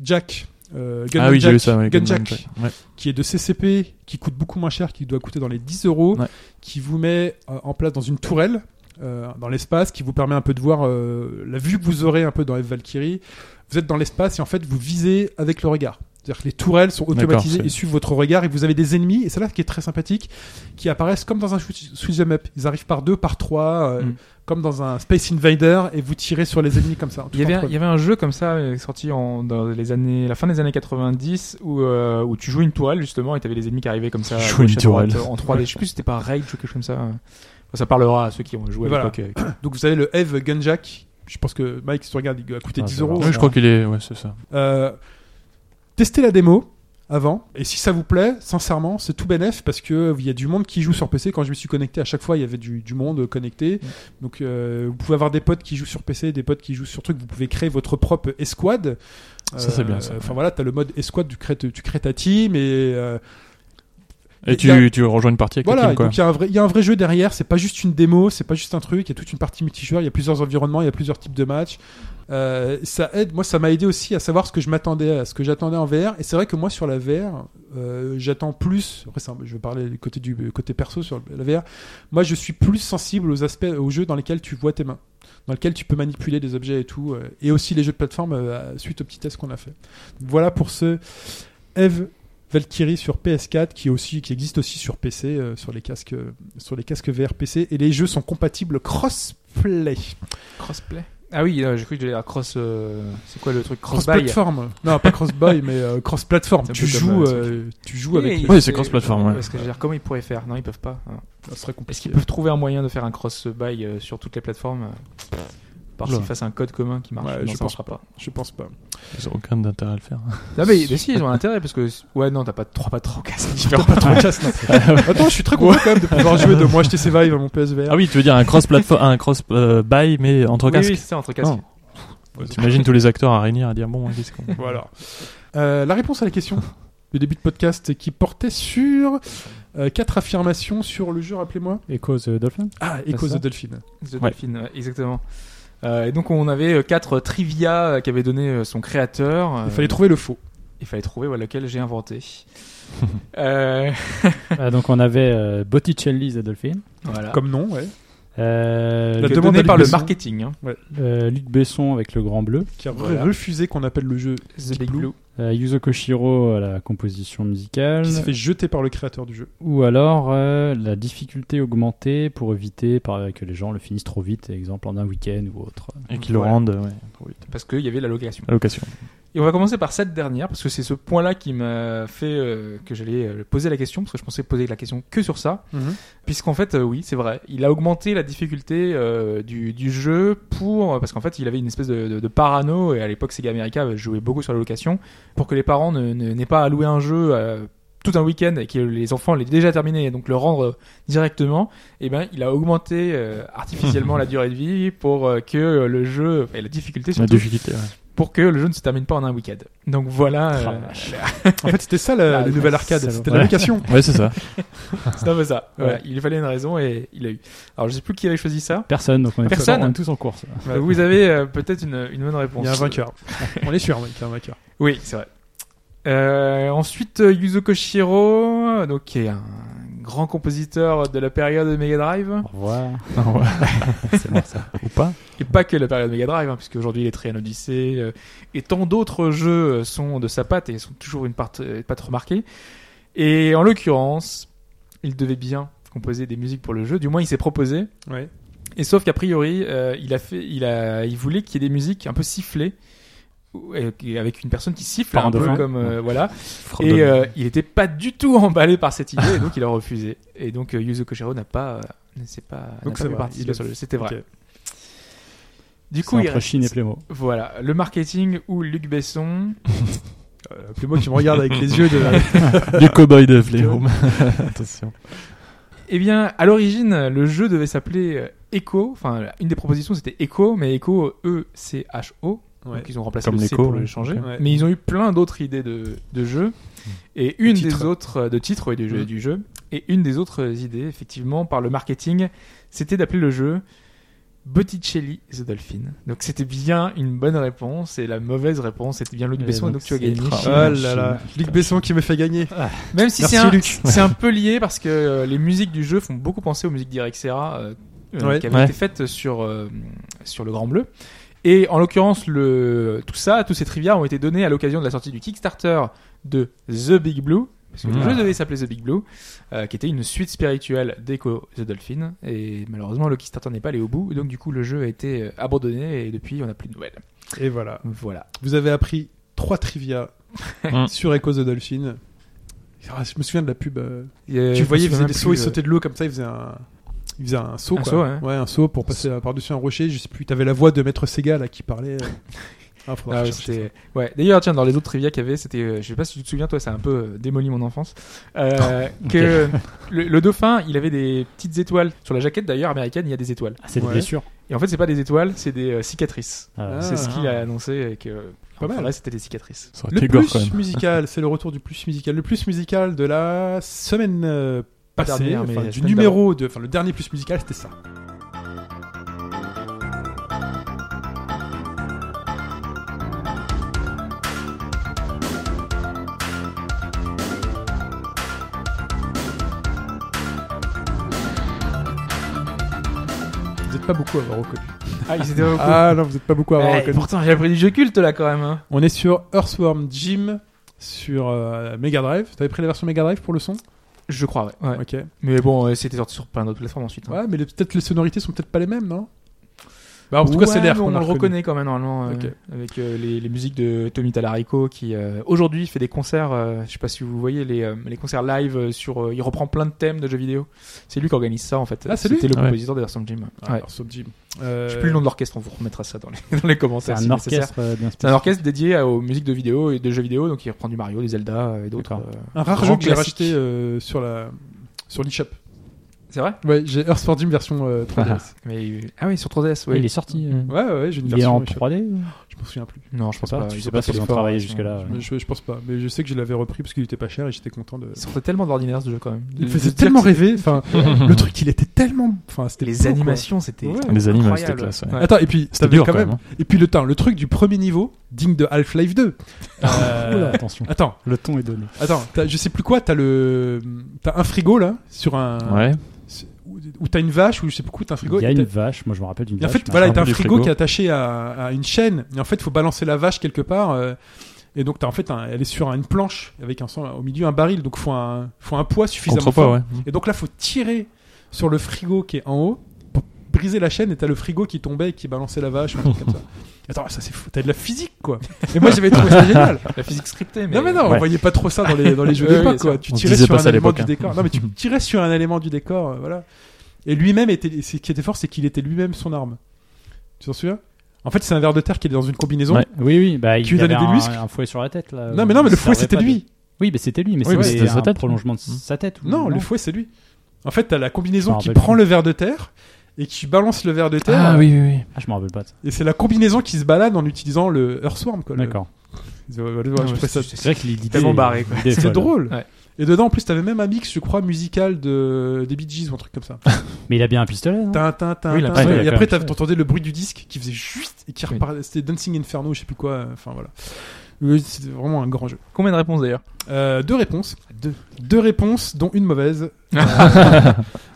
S3: Jack. euh, Gunman
S4: Ah oui, j'ai
S3: Jack,
S4: eu ça. ouais,
S3: Gun
S4: Gunman
S3: Jack,
S4: Jack. Ouais.
S3: qui est de CCP, qui coûte beaucoup moins cher, qui doit coûter dans les 10 euros,
S4: Ouais.
S3: qui vous met euh, en place dans une tourelle, euh, dans l'espace, qui vous permet un peu de voir euh, la vue que vous aurez un peu dans F Valkyrie. Vous êtes dans l'espace et en fait vous visez avec le regard. C'est-à-dire que les tourelles sont
S4: D'accord,
S3: automatisées
S4: c'est-
S3: et suivent votre regard et vous avez des ennemis, et c'est là qui est très sympathique, qui apparaissent comme dans un shoot- shoot'em up. Ils arrivent par deux, par trois, euh,
S6: Mm.
S3: comme dans un Space Invader, et vous tirez sur les ennemis comme ça. tout
S6: Il y, avait
S3: en
S6: un, il y avait un jeu comme ça euh, sorti en, dans les années, la fin des années 90 où, euh, où tu jouais une tourelle justement et t'avais les ennemis qui arrivaient comme ça à
S4: Jouer
S6: gauche,
S4: une
S6: à droite, euh,
S4: tourelle.
S6: en 3D. Je sais plus si c'était pas Raid ou quelque chose comme ça. Enfin, ça parlera à ceux qui ont joué à
S3: Voilà.
S6: l'époque. euh,
S3: Donc vous avez le Eve Gunjack. Je pense que Mike, si tu regardes, il a coûté
S5: Ah,
S3: 10
S5: ça va.
S3: euros.
S4: Ouais, je crois qu'il est. Ouais, c'est ça.
S3: Euh, testez la démo avant et si ça vous plaît sincèrement c'est tout bénef parce que euh, il y a du monde qui joue sur PC quand je me suis connecté à chaque fois il y avait du, du monde connecté
S4: Mm.
S3: donc euh, vous pouvez avoir des potes qui jouent sur PC des potes qui jouent sur truc vous pouvez créer votre propre escouade Euh,
S4: Ça, c'est bien, ça.
S3: enfin voilà t'as le mode escouade tu crées, tu crées ta team et euh,
S4: Et
S3: Et il y
S4: tu, tu rejoins une partie avec
S3: voilà
S4: la team, quoi.
S3: donc il y a un vrai il y a un vrai jeu derrière c'est pas juste une démo c'est pas juste un truc il y a toute une partie multijoueur il y a plusieurs environnements il y a plusieurs types de matchs Euh, ça aide moi ça m'a aidé aussi à savoir ce que je m'attendais à ce que j'attendais en VR et c'est vrai que moi sur la VR euh, j'attends plus après ça, je vais parler du côté du côté perso sur la VR moi je suis plus sensible aux aspects aux jeux dans lesquels tu vois tes mains dans lesquels tu peux manipuler des objets et tout euh, et aussi les jeux de plateforme euh, suite au petit test qu'on a fait voilà pour ce Eve Valkyrie sur PS4 qui est aussi qui existe aussi sur PC euh, sur les casques euh, sur les casques VR PC et les jeux sont compatibles crossplay
S6: Crossplay. Ah oui, euh, j'ai cru que j'allais à cross. euh, c'est quoi le truc cross buy
S3: Cross-platform. Non, pas cross-buy, mais euh, cross-platform.
S6: C'est un
S3: Tu
S6: peu
S3: joues,
S6: comme, euh,
S3: euh, tu joues avec.
S4: Oui, c'est cross-platform, ouais.
S6: Parce que je veux dire, comment ils pourraient faire Non, ils peuvent pas. hein.
S3: Ça serait
S6: Est-ce
S3: compliqué.
S6: qu'ils peuvent trouver un moyen de faire un cross buy euh, sur toutes les plateformes euh, Par
S4: Oula.
S6: s'ils fassent un code commun qui marche.
S3: Ouais,
S6: non,
S3: je
S6: ça
S3: pense
S6: marchera pas.
S3: Je pense pas.
S4: Ils ont aucun intérêt à le faire.
S6: Non, mais, mais si, ils ont intérêt parce que. Ouais, non, t'as pas trois patrons cassés différents.
S3: Pas trop casse, non. Attends, je suis très content quand même de pouvoir jouer, de moi acheter ces vibes à mon PSVR.
S4: Ah oui, tu veux dire un cross platform, un cross euh, buy mais entre
S6: Oui, oui,
S4: casques.
S6: c'est ça, entre casques.
S4: Non. T'imagines tous les acteurs à réunir à dire bon, qu'est-ce qu'on
S3: Voilà. Euh, la réponse à la question du début de podcast qui portait sur euh, quatre affirmations sur le jeu, rappelez-moi.
S5: Echo the euh, Dolphin
S3: Ah,
S6: C'est
S3: Echo
S6: ça
S3: the Delphine.
S6: The
S4: Ouais.
S6: Dolphin, ouais, exactement. Euh, et donc on avait euh, quatre trivia euh, qu'avait donné euh, son créateur. Euh,
S3: Il fallait trouver le faux.
S6: il fallait trouver ouais, lequel j'ai inventé. Euh,
S5: Ah, Donc on avait euh, Botticelli the Dolphin.
S6: voilà.
S3: Comme nom, ouais.
S5: Euh,
S3: La
S6: Que
S5: Luc-
S3: demande
S6: donné
S3: à
S6: par le
S3: Luc Besson.
S6: marketing. hein.
S5: euh, Luc Besson avec le Grand Bleu.
S3: Qui a
S6: Voilà.
S3: refusé qu'on appelle le jeu.
S6: The Big
S3: Blue.
S6: Blue.
S5: Euh, Yuzo Koshiro à la composition musicale.
S3: Qui s'est fait jeter par le créateur du jeu.
S5: Ou alors euh, la difficulté augmentée pour éviter par- que les gens le finissent trop vite, exemple en un week-end ou autre.
S4: Et qu'ils le
S6: Voilà.
S4: rendent, ouais, trop vite.
S6: Parce qu'il y avait la location.
S4: Allocation.
S6: Et on va commencer par cette dernière, parce que c'est ce point-là qui m'a fait euh, que j'allais euh, poser la question, parce que je pensais poser la question que sur ça. Puisqu'en fait, euh, oui, c'est vrai, il a augmenté la difficulté euh, du, du jeu pour. Parce qu'en fait, il avait une espèce de, de- de parano, et à l'époque, Sega America jouait beaucoup sur la location, pour que les parents ne- ne- n'aient pas à louer un jeu euh, tout un week-end et que les enfants l'aient déjà terminé, et donc le rendre euh, directement. Et ben, il a augmenté euh, artificiellement la durée de vie pour euh, que euh, le jeu. Et la difficulté
S4: La
S6: surtout,
S4: difficulté, ouais.
S6: pour que le jeu ne se termine pas en un week-end. Donc voilà.
S5: Ah,
S6: euh,
S3: En fait, c'était ça Oh, la,
S6: Ah,
S3: le nouvel
S6: ouais,
S3: arcade.
S5: salaud.
S3: C'était
S4: Ouais.
S3: la location.
S4: Ouais, c'est ça.
S6: C'est un peu ça. Voilà,
S3: Ouais.
S6: Il fallait une raison et il a eu. Alors je sais plus qui avait choisi ça.
S5: Personne, Hein. donc on est,
S6: Personne.
S5: tous, on est tous en course.
S3: Ouais.
S6: Vous avez euh, peut-être une, une bonne réponse.
S3: Il y a un vainqueur. On est sûr, ouais, qu'il y a un vainqueur.
S6: Oui, c'est vrai. Euh, ensuite, euh, Yuzo Koshiro, euh, donc, qui est un grand compositeur de la période Mega Drive.
S5: Au revoir.
S4: Non, ouais.
S5: C'est moi ça.
S4: Ou pas.
S6: Et pas que la période Mega Drive, hein, puisque aujourd'hui, les Trian Odyssey euh, et tant d'autres jeux euh, sont de sa patte et sont toujours une patte, euh, patte remarquée. Et en l'occurrence, il devait bien composer des musiques pour le jeu, du moins il s'est proposé.
S3: Ouais.
S6: Et sauf qu'a priori, euh, il a fait, il a, il voulait qu'il y ait des musiques un peu sifflées, ou- et- et avec une personne qui siffle
S5: Par
S6: un
S5: un
S6: peu
S5: dauphin.
S6: comme euh, voilà.
S4: Fredonne.
S6: Et euh, il n'était pas du tout emballé par cette idée, et donc il a refusé. Et donc euh, Yuzo Koshiro n'a pas, euh, ne s'est pas, n'a
S3: Donc
S6: pas
S3: ça
S6: pu
S3: va,
S6: participer
S3: il a-
S6: sur le jeu. C'était vrai.
S3: Ok.
S6: Du
S5: C'est
S6: coup, il
S5: entre
S6: reste-
S5: Chine et Plémo.
S6: voilà, le marketing ou Luc Besson.
S3: Euh, Plus moi qui me regarde avec les yeux de.
S4: Du cowboy de Fléau. Attention.
S6: Eh bien, à l'origine, le jeu devait s'appeler euh, Echo. Enfin, une des propositions c'était Echo, mais Echo E C H O.
S3: Ouais.
S6: Donc ils ont remplacé
S4: Comme
S6: le C
S4: l'écho,
S6: pour le
S4: ouais.
S6: changer.
S3: Ouais.
S6: Mais ils ont eu plein d'autres idées de, de jeux. Et une des
S3: titres.
S6: autres euh, de titres ouais, du, jeu,
S3: Mhm.
S6: du jeu. Et une des autres idées, effectivement, par le marketing, c'était d'appeler le jeu Botticelli the Dolphin. Donc c'était bien une bonne réponse et la mauvaise réponse c'était bien Luc
S5: Et
S6: Besson. Et
S5: donc,
S6: donc tu as
S5: c'est
S6: gagné.
S5: ultra-
S3: Oh là là, Luc Besson qui me fait gagner.
S6: Même si
S3: Merci
S6: c'est un,
S3: Luc.
S6: c'est un peu lié parce que euh, les musiques du jeu font beaucoup penser aux musiques d'Irexera euh, euh,
S3: Ouais.
S6: qui avaient
S4: Ouais.
S6: été faites sur, euh, sur le Grand Bleu. Et en l'occurrence, le, tout ça, tous ces trivia ont été donnés à l'occasion de la sortie du Kickstarter de The Big Blue. Parce que le
S3: Ah.
S4: Mmh.
S6: jeu devait s'appeler The Big Blue, euh, qui était une suite spirituelle d'Echo the Dolphin. Et malheureusement, le Kickstarter n'est pas allé au bout. Et donc, du coup, le jeu a été euh, abandonné. Et depuis, on n'a plus de nouvelles.
S3: Et voilà.
S6: Voilà.
S3: Vous avez appris trois trivia
S4: Mm.
S3: sur Echo the Dolphin. Ah, Je me souviens de la pub. euh,
S6: Et, euh,
S3: tu
S6: je me
S3: voyais, il faisait
S6: souviens
S3: des
S6: plus,
S3: sauts, il
S6: euh,
S3: sautait de l'eau comme ça, il faisait un, il faisait un saut.
S6: Un
S3: quoi.
S6: saut, ouais.
S3: un saut pour passer par-dessus un rocher. Je sais plus, t'avais la voix de Maître Sega là qui parlait. euh. Ah, faudra
S6: Ah ouais,
S3: rechercher
S6: c'était- ouais. D'ailleurs, tiens, dans les autres trivia qu'il y avait, c'était, euh, je sais pas si tu te souviens, toi, ça a un peu euh, démoli mon enfance, euh, que le, le dauphin, il avait des petites étoiles sur la jaquette d'ailleurs américaine, il y a des étoiles.
S5: Ah, c'est des
S3: Ouais.
S5: blessures.
S6: Et en fait, c'est pas des étoiles, c'est des euh, cicatrices.
S5: Ah,
S3: Ah.
S6: c'est ce qu'il a annoncé et que
S3: Pas mal.
S6: enfin, là, c'était des cicatrices.
S4: Ça aurait
S3: Le
S4: été gore,
S3: plus
S4: quand même.
S3: musical, c'est le retour du plus musical. Le plus musical de la semaine euh,
S6: Pas
S3: passée,
S6: dernière, mais
S3: enfin,
S6: la
S3: du
S6: semaine
S3: numéro de, enfin le dernier plus musical, c'était ça. Vous n'êtes pas beaucoup à avoir reconnu.
S6: Ah, ils étaient au coup.
S3: Ah non, vous n'êtes pas beaucoup à avoir
S6: Eh,
S3: reconnu.
S6: pourtant, j'ai appris du jeu culte là quand même. hein.
S3: On est sur Earthworm Jim sur euh, Mega Drive. T'avais pris la version Mega Drive pour le son
S6: Je crois, ouais. ouais.
S3: Ok.
S6: Mais bon, euh, c'était sorti sur plein d'autres plateformes ensuite. hein.
S3: Ouais, mais les- peut-être les sonorités sont peut-être pas les mêmes, non Bah, en tout cas, c'est l'air
S6: mais
S3: qu'on
S6: on
S3: a
S6: le
S3: reconnu.
S6: reconnaît quand même normalement euh,
S3: Ok.
S6: avec euh, les, les musiques de Tommy Talarico qui euh, aujourd'hui fait des concerts. euh, je sais pas si vous voyez les, euh, les concerts live euh, sur. euh, il reprend plein de thèmes de jeux vidéo. C'est lui qui organise ça en fait.
S3: Ah, c'est
S6: C'était
S3: lui
S6: le
S4: Ah ouais.
S6: compositeur de Version Jim.
S3: Ah,
S6: Ouais.
S3: alors, Sub Jim.
S6: Je sais
S3: Euh,
S6: plus le nom de l'orchestre. On vous remettra ça dans les, dans les
S5: C'est
S6: commentaires. si
S5: un
S6: nécessaire.
S5: orchestre euh, bien
S6: C'est un
S5: spécifique.
S6: orchestre dédié à- aux musiques de vidéo et de jeux vidéo. Donc il reprend du Mario, des Zelda euh, et d'autres.
S5: D'accord.
S6: euh,
S3: Un rare
S6: grand
S3: jeu que j'ai
S6: classique.
S3: racheté euh, sur la sur l'eShop.
S6: C'est vrai.
S3: Ouais, j'ai Earth for Jim version euh, 3DS.
S6: Mais ah oui sur 3DS.
S5: Ouais,
S6: Oui.
S5: Il est sorti. euh,
S3: ouais, ouais, j'ai une
S5: Il est
S3: version.
S5: en
S3: eShop.
S5: 3D ou
S3: Je m'en souviens plus.
S6: Non, je pense
S5: sais
S6: pas.
S5: pas, je
S6: Ils
S5: sais
S6: ont
S5: pas
S6: fait
S5: s'ils ont
S6: l'effort,
S5: travaillé
S6: ils sont-
S5: jusque-là. Ouais.
S3: Mais Je, je pense pas. Mais je sais que je l'avais repris parce qu'il était pas cher et j'étais content de.
S6: Ils sortaient tellement d'ordinaire ce jeu quand même.
S3: Il me
S6: De-
S3: faisait
S6: de dire
S3: tellement
S6: que
S3: rêver. Enfin, le truc, il était tellement. Enfin, c'était beau,
S6: Les
S3: quoi.
S6: animations, c'était.
S3: Ouais.
S4: Les animaux, c'était
S6: Incroyable.
S4: classe. ouais.
S6: Ouais.
S3: Attends, et puis
S4: C'était
S3: t'avais
S4: dur hein.
S3: quand même. Et puis le temps, le truc du premier niveau, digne de Half-Life 2. Euh,
S5: Oula, attention,
S3: Attends,
S5: le ton est donné.
S3: attends, t'as- je sais plus quoi, t'as le, t'as un frigo là sur un,
S4: Ouais.
S3: où où t'as une vache ou je sais plus quoi, t'as un frigo.
S5: Il y
S3: et
S5: a une
S3: t'as-
S5: vache, moi je me rappelle d'une
S3: Et en
S5: vache.
S3: fait,
S5: mais
S3: voilà,
S5: un
S4: peu
S3: t'as un
S4: du
S3: frigo,
S4: frigo.
S3: qui est attaché à, à une chaîne. Et en fait, il faut balancer la vache quelque part. euh, et donc, t'as en fait, un- elle est sur une planche avec un sang au milieu, un baril. Donc, faut un, faut un poids suffisamment
S4: Contrepoids,
S3: fort.
S4: ouais.
S3: Et donc là, faut tirer sur le frigo qui est en haut pour briser la chaîne. Et t'as le frigo qui tombait et qui balançait la vache. ou un truc comme ça. Attends, ça c'est fou. T'as de la physique, quoi. Et moi, j'avais trouvé ça génial.
S6: La physique scriptée. Mais
S3: Non mais non, on
S4: Ouais.
S3: voyait pas trop ça dans les dans les jeux
S6: Ouais,
S3: d'époque
S6: oui,
S3: quoi.
S6: ça.
S3: Tu
S4: On
S3: tirais
S4: disait
S3: sur
S4: pas
S3: un
S4: ça à
S3: élément
S4: l'époque,
S3: du
S4: hein.
S3: décor. Non mais tu tirais sur un élément du décor, euh, voilà. Et lui-même était ce qui était fort, c'est qu'il était lui-même son arme. Tu t'en souviens En fait, c'est un verre de terre qui est dans une combinaison.
S4: Ouais.
S5: Oui, oui, bah, il
S3: Tu lui
S5: avait
S3: donnais des
S5: un,
S3: muscles
S5: un fouet sur la tête. Là,
S3: Non mais non mais
S5: Il
S3: le fouet
S5: servait
S3: c'était
S5: pas de-
S3: lui.
S5: Oui, mais c'était lui, mais
S4: Oui, mais
S5: c'était
S4: c'était sa
S5: un
S4: tête.
S5: prolongement de sa tête. ou-
S3: Mmh. Non, le fouet c'est lui. En fait, t'as la combinaison
S5: Je me
S3: qui
S5: rappelle
S3: prend
S5: plus.
S3: le verre de terre et qui balance le verre de terre.
S4: Ah oui, oui, oui.
S5: Ah, je me rappelle pas. de ça.
S3: Et c'est la combinaison qui se balade en utilisant le Earthworm quoi. le-
S5: D'accord.
S3: Ouais, ouais, ouais, je trouvais ça
S5: C'est vrai que l'idée
S6: tellement barré, quoi.
S5: l'idée est
S3: C'était
S5: folle. hein.
S3: drôle.
S6: Ouais.
S3: Et dedans, en plus, t'avais même un mix, je crois, musical de des Bee Gees ou un truc comme ça.
S5: Mais il a bien un pistolet. non
S3: Tin, tin, tin,
S6: Ah. Oui,
S3: tin,
S6: la
S3: tin.
S5: pistolet,
S3: et
S5: la
S3: après, t'as-
S5: pistolet.
S3: t'entendais le bruit du disque qui faisait juste et qui
S6: Oui.
S3: repartait. C'était Dancing Inferno, je sais plus quoi. euh, Enfin voilà. Oui, C'était vraiment un grand jeu.
S6: Combien de réponses d'ailleurs
S3: Euh, deux réponses. Deux. réponses, dont une mauvaise. Euh,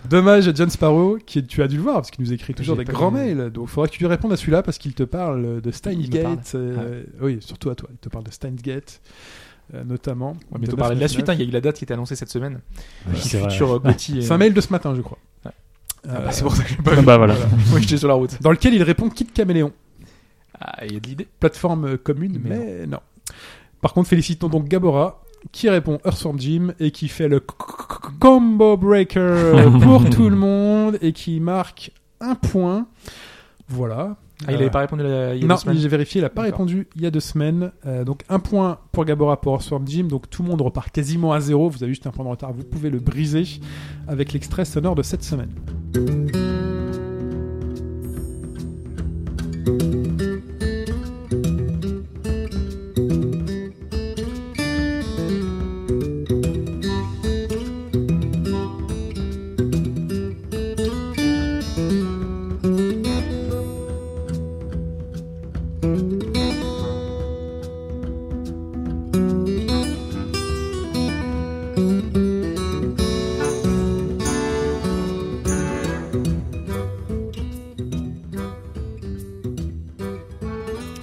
S3: dommage à John Sparrow, qui est- tu as dû le voir, parce qu'il nous écrit toujours
S6: J'ai
S3: des
S6: pas
S3: grands
S6: vu.
S3: mails. Donc faudra que tu lui répondes à celui-là, parce qu'il te parle de Steins
S6: Il me parle.
S3: Gate. euh, Oui, surtout à toi. Il te parle de Steins Gate, euh, notamment.
S6: On va bientôt parler de la suite. hein, Il y a eu la date qui était annoncée cette semaine.
S5: Oui, c'est vrai.
S6: Futur euh, Gotti.
S3: C'est un mail de ce matin, je crois.
S6: Ouais.
S3: Euh,
S6: bah, C'est pour ça que j'ai pas
S4: Ah
S6: vu.
S4: bah voilà.
S6: Moi j'étais sur la route.
S3: dans lequel il répond Kid Caméléon.
S6: Ah, il y a de l'idée.
S3: Plateforme euh, commune,
S6: Mais
S3: mais, non. Par contre, félicitons donc Gabora, qui répond Earthworm Jim et qui fait le c- c- c- combo breaker pour tout le monde et qui marque un point. Voilà.
S6: Ah, il
S3: Euh,
S6: avait pas répondu la... il y a
S3: non,
S6: deux semaines.
S3: j'ai vérifié, il n'a pas
S6: D'accord.
S3: répondu il y a deux semaines. Euh, donc un point pour Gabora pour Earthworm Jim. Donc tout le monde repart quasiment à zéro. Vous avez juste un point de retard. Vous pouvez le briser avec l'extrait sonore de cette semaine.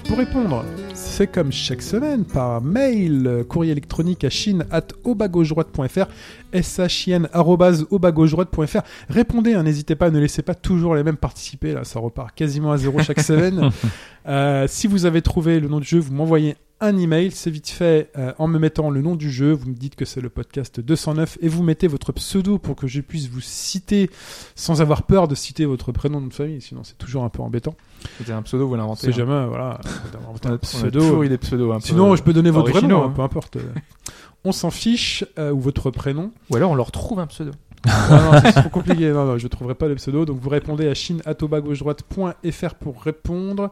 S3: Pour répondre, c'est comme chaque semaine par mail, euh, courrier électronique à chine at obagauche-droite.fr, shin arrobase obagauche-droite.fr. Répondez, hein, n'hésitez pas, ne laissez pas toujours les mêmes participer, là ça repart quasiment à zéro chaque semaine. Euh, si vous avez trouvé le nom du jeu, vous m'envoyez un email, c'est vite fait euh, en me mettant le nom du jeu, vous me dites que c'est le podcast 209 et vous mettez votre pseudo pour que je puisse vous citer sans avoir peur de citer votre prénom de famille, sinon c'est toujours un peu embêtant.
S6: C'était un pseudo, vous l'inventez.
S3: C'est jamais, voilà, d'avoir inventé
S6: Hein. On
S3: un
S6: a, on a toujours
S3: pseudo.
S6: eu des pseudos. un peu-
S3: Sinon, je peux donner votre
S6: originaux,
S3: prénom,
S6: hein.
S3: peu importe. On s'en fiche, euh, ou votre prénom.
S6: Ou alors on leur trouve un pseudo.
S3: Non, non, c'est trop compliqué. Non, non, je ne trouverai pas le pseudo. Donc, vous répondez à chine.atobagauche-droite.fr pour répondre.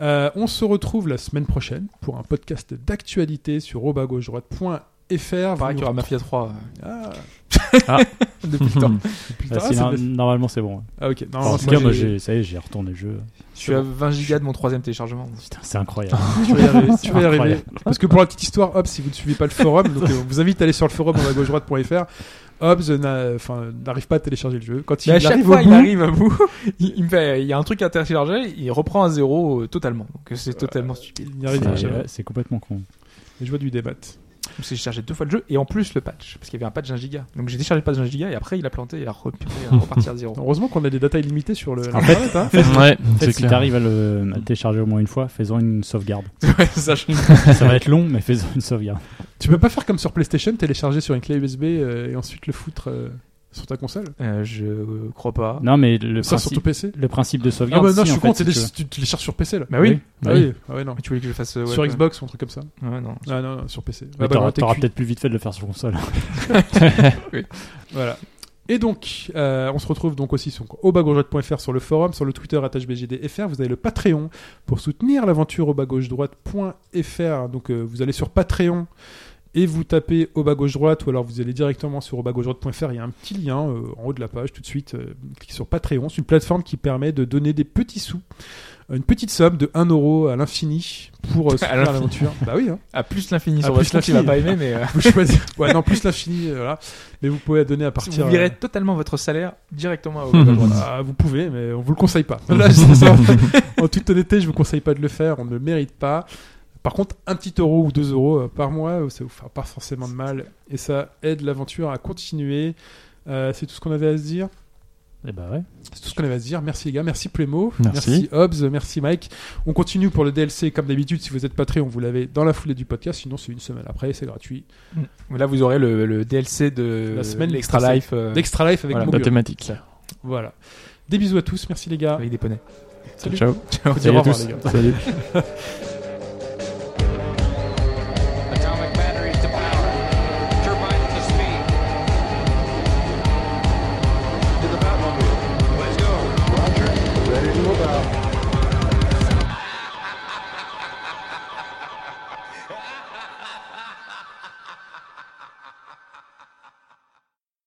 S3: Euh, on se retrouve la semaine prochaine pour un podcast d'actualité sur obagauche-droite.fr.
S6: Il paraît qu'il y aura Mafia euh, 3.
S3: Ah,
S6: Depuis le temps.
S3: putain,
S5: Ah, si,
S3: ça
S5: no-
S3: fait-
S5: Normalement, c'est bon.
S3: Ah, ok. Non,
S5: En
S3: non,
S5: tout
S3: moi,
S5: cas, moi,
S3: j'ai-
S5: j'ai- ça y est, j'ai retourné le jeu.
S6: Je suis à 20 gigas de mon troisième téléchargement.
S5: Putain, c'est incroyable.
S3: Tu vas y arriver, tu vas y
S5: Incroyable.
S3: arriver. Parce que pour la petite histoire, Hobbs, si vous ne suivez pas le forum, donc, euh, on vous invite à aller sur le forum à droitefr Hobbs n'a- enfin, n'arrive pas à télécharger le jeu. Quand il
S6: Mais à chaque
S3: arrive au
S6: fois, il
S3: bout,
S6: arrive à bout. Il, il me fait, il y a un truc à télécharger, il reprend à zéro euh, totalement. Donc c'est totalement stupide.
S3: il n'y
S5: C'est-
S3: arrive
S5: ouais,
S3: jamais.
S5: C'est complètement con.
S3: Les joies du débat.
S6: Parce que j'ai chargé deux fois le jeu et en plus le patch. Parce qu'il y avait un patch d'un giga. Donc j'ai déchargé le patch d'un giga et après il a planté et a repiré, à repartir à zéro.
S3: Heureusement qu'on a des datas illimitées sur le.
S5: En fait-
S3: l'internet, hein.
S4: Ouais,
S5: En fait,
S4: c'est
S5: si
S4: clair.
S5: t'arrives à, le- à
S3: Mm.
S5: le télécharger au moins une fois, faisons une sauvegarde.
S6: ouais, ça, je-
S5: ça va être long, mais faisons une sauvegarde.
S3: Tu peux pas faire comme sur PlayStation, télécharger sur une clé USB euh, et ensuite le foutre euh, sur ta console.
S6: Euh, je crois pas.
S5: Non, mais le,
S3: Ça, sur ton
S5: principe,
S3: PC.
S5: le principe de
S3: Ah
S5: sauvegarde.
S3: bah non, je
S5: si, en
S3: suis
S5: fait,
S3: con,
S5: si
S3: t'es des-
S5: tu veux.
S3: tu tu télécharges sur PC là.
S6: Bah oui.
S5: Oui.
S3: Ah oui, ah ouais, non.
S6: Tu voulais que je fasse euh, ouais,
S3: sur
S6: quoi.
S3: Xbox ou un truc comme ça.
S6: Ouais, non.
S3: Ah non, non, sur PC.
S5: Mais
S3: Ah bah
S5: t'auras-
S3: non, t'es
S5: t'auras
S3: cuit.
S5: peut-être plus vite fait de le faire sur console.
S3: Voilà. Et donc, euh, on se retrouve donc aussi sur aubagourgeoite.fr sur le forum, sur le Twitter @hbgdfr. Vous avez le Patreon pour soutenir l'aventure aubagauche-droite.fr. Donc, euh, vous allez sur Patreon et vous tapez au bas gauche droite ou alors vous allez directement sur aubagauche-droite.fr. Il y a un petit lien euh, en haut de la page tout de suite. euh, cliquez sur Patreon. C'est une plateforme qui permet de donner des petits sous, une petite somme de 1 euro à l'infini pour euh, soutenir
S6: l'infini.
S3: l'aventure. bah oui. hein.
S6: À plus l'infini
S3: À
S6: sur
S3: plus
S6: votre compte, il va pas
S3: l'infini.
S6: aimer, mais euh,
S3: Vous choisissez. Ouais, non, plus l'infini. euh, voilà. Mais vous pouvez la donner à partir.
S6: vous
S3: euh,
S6: virez totalement votre salaire directement à droite.
S3: Ah, vous pouvez, mais on vous le conseille pas. Là, c'est ça. en toute honnêteté, je vous conseille pas de le faire. On ne le mérite pas. Par contre, un petit euro ou deux euros euh, par mois, euh, ça vous fera pas forcément de mal et ça aide l'aventure à continuer. Euh, c'est tout ce qu'on avait à se dire.
S5: Et bah ouais.
S3: C'est tout ce qu'on avait à se dire. Merci les gars, merci Plémo,
S4: Merci.
S3: Hobbs, merci Mike. On continue pour le DLC comme d'habitude. Si vous êtes Patreon, vous l'avez dans la foulée du podcast. Sinon, c'est une semaine après, c'est gratuit.
S6: Là, vous aurez le, le DLC de
S3: La semaine
S6: l'Extra
S3: passée.
S6: Life euh,
S3: D'Extra Life avec
S6: Voilà.
S3: Mogu.
S4: La thématique.
S3: Voilà. Des bisous à tous, merci les gars.
S6: avec des poneys.
S3: Salut.
S4: Ciao.
S6: Ciao.
S3: Au revoir,
S4: tous.
S3: les gars.
S4: Salut.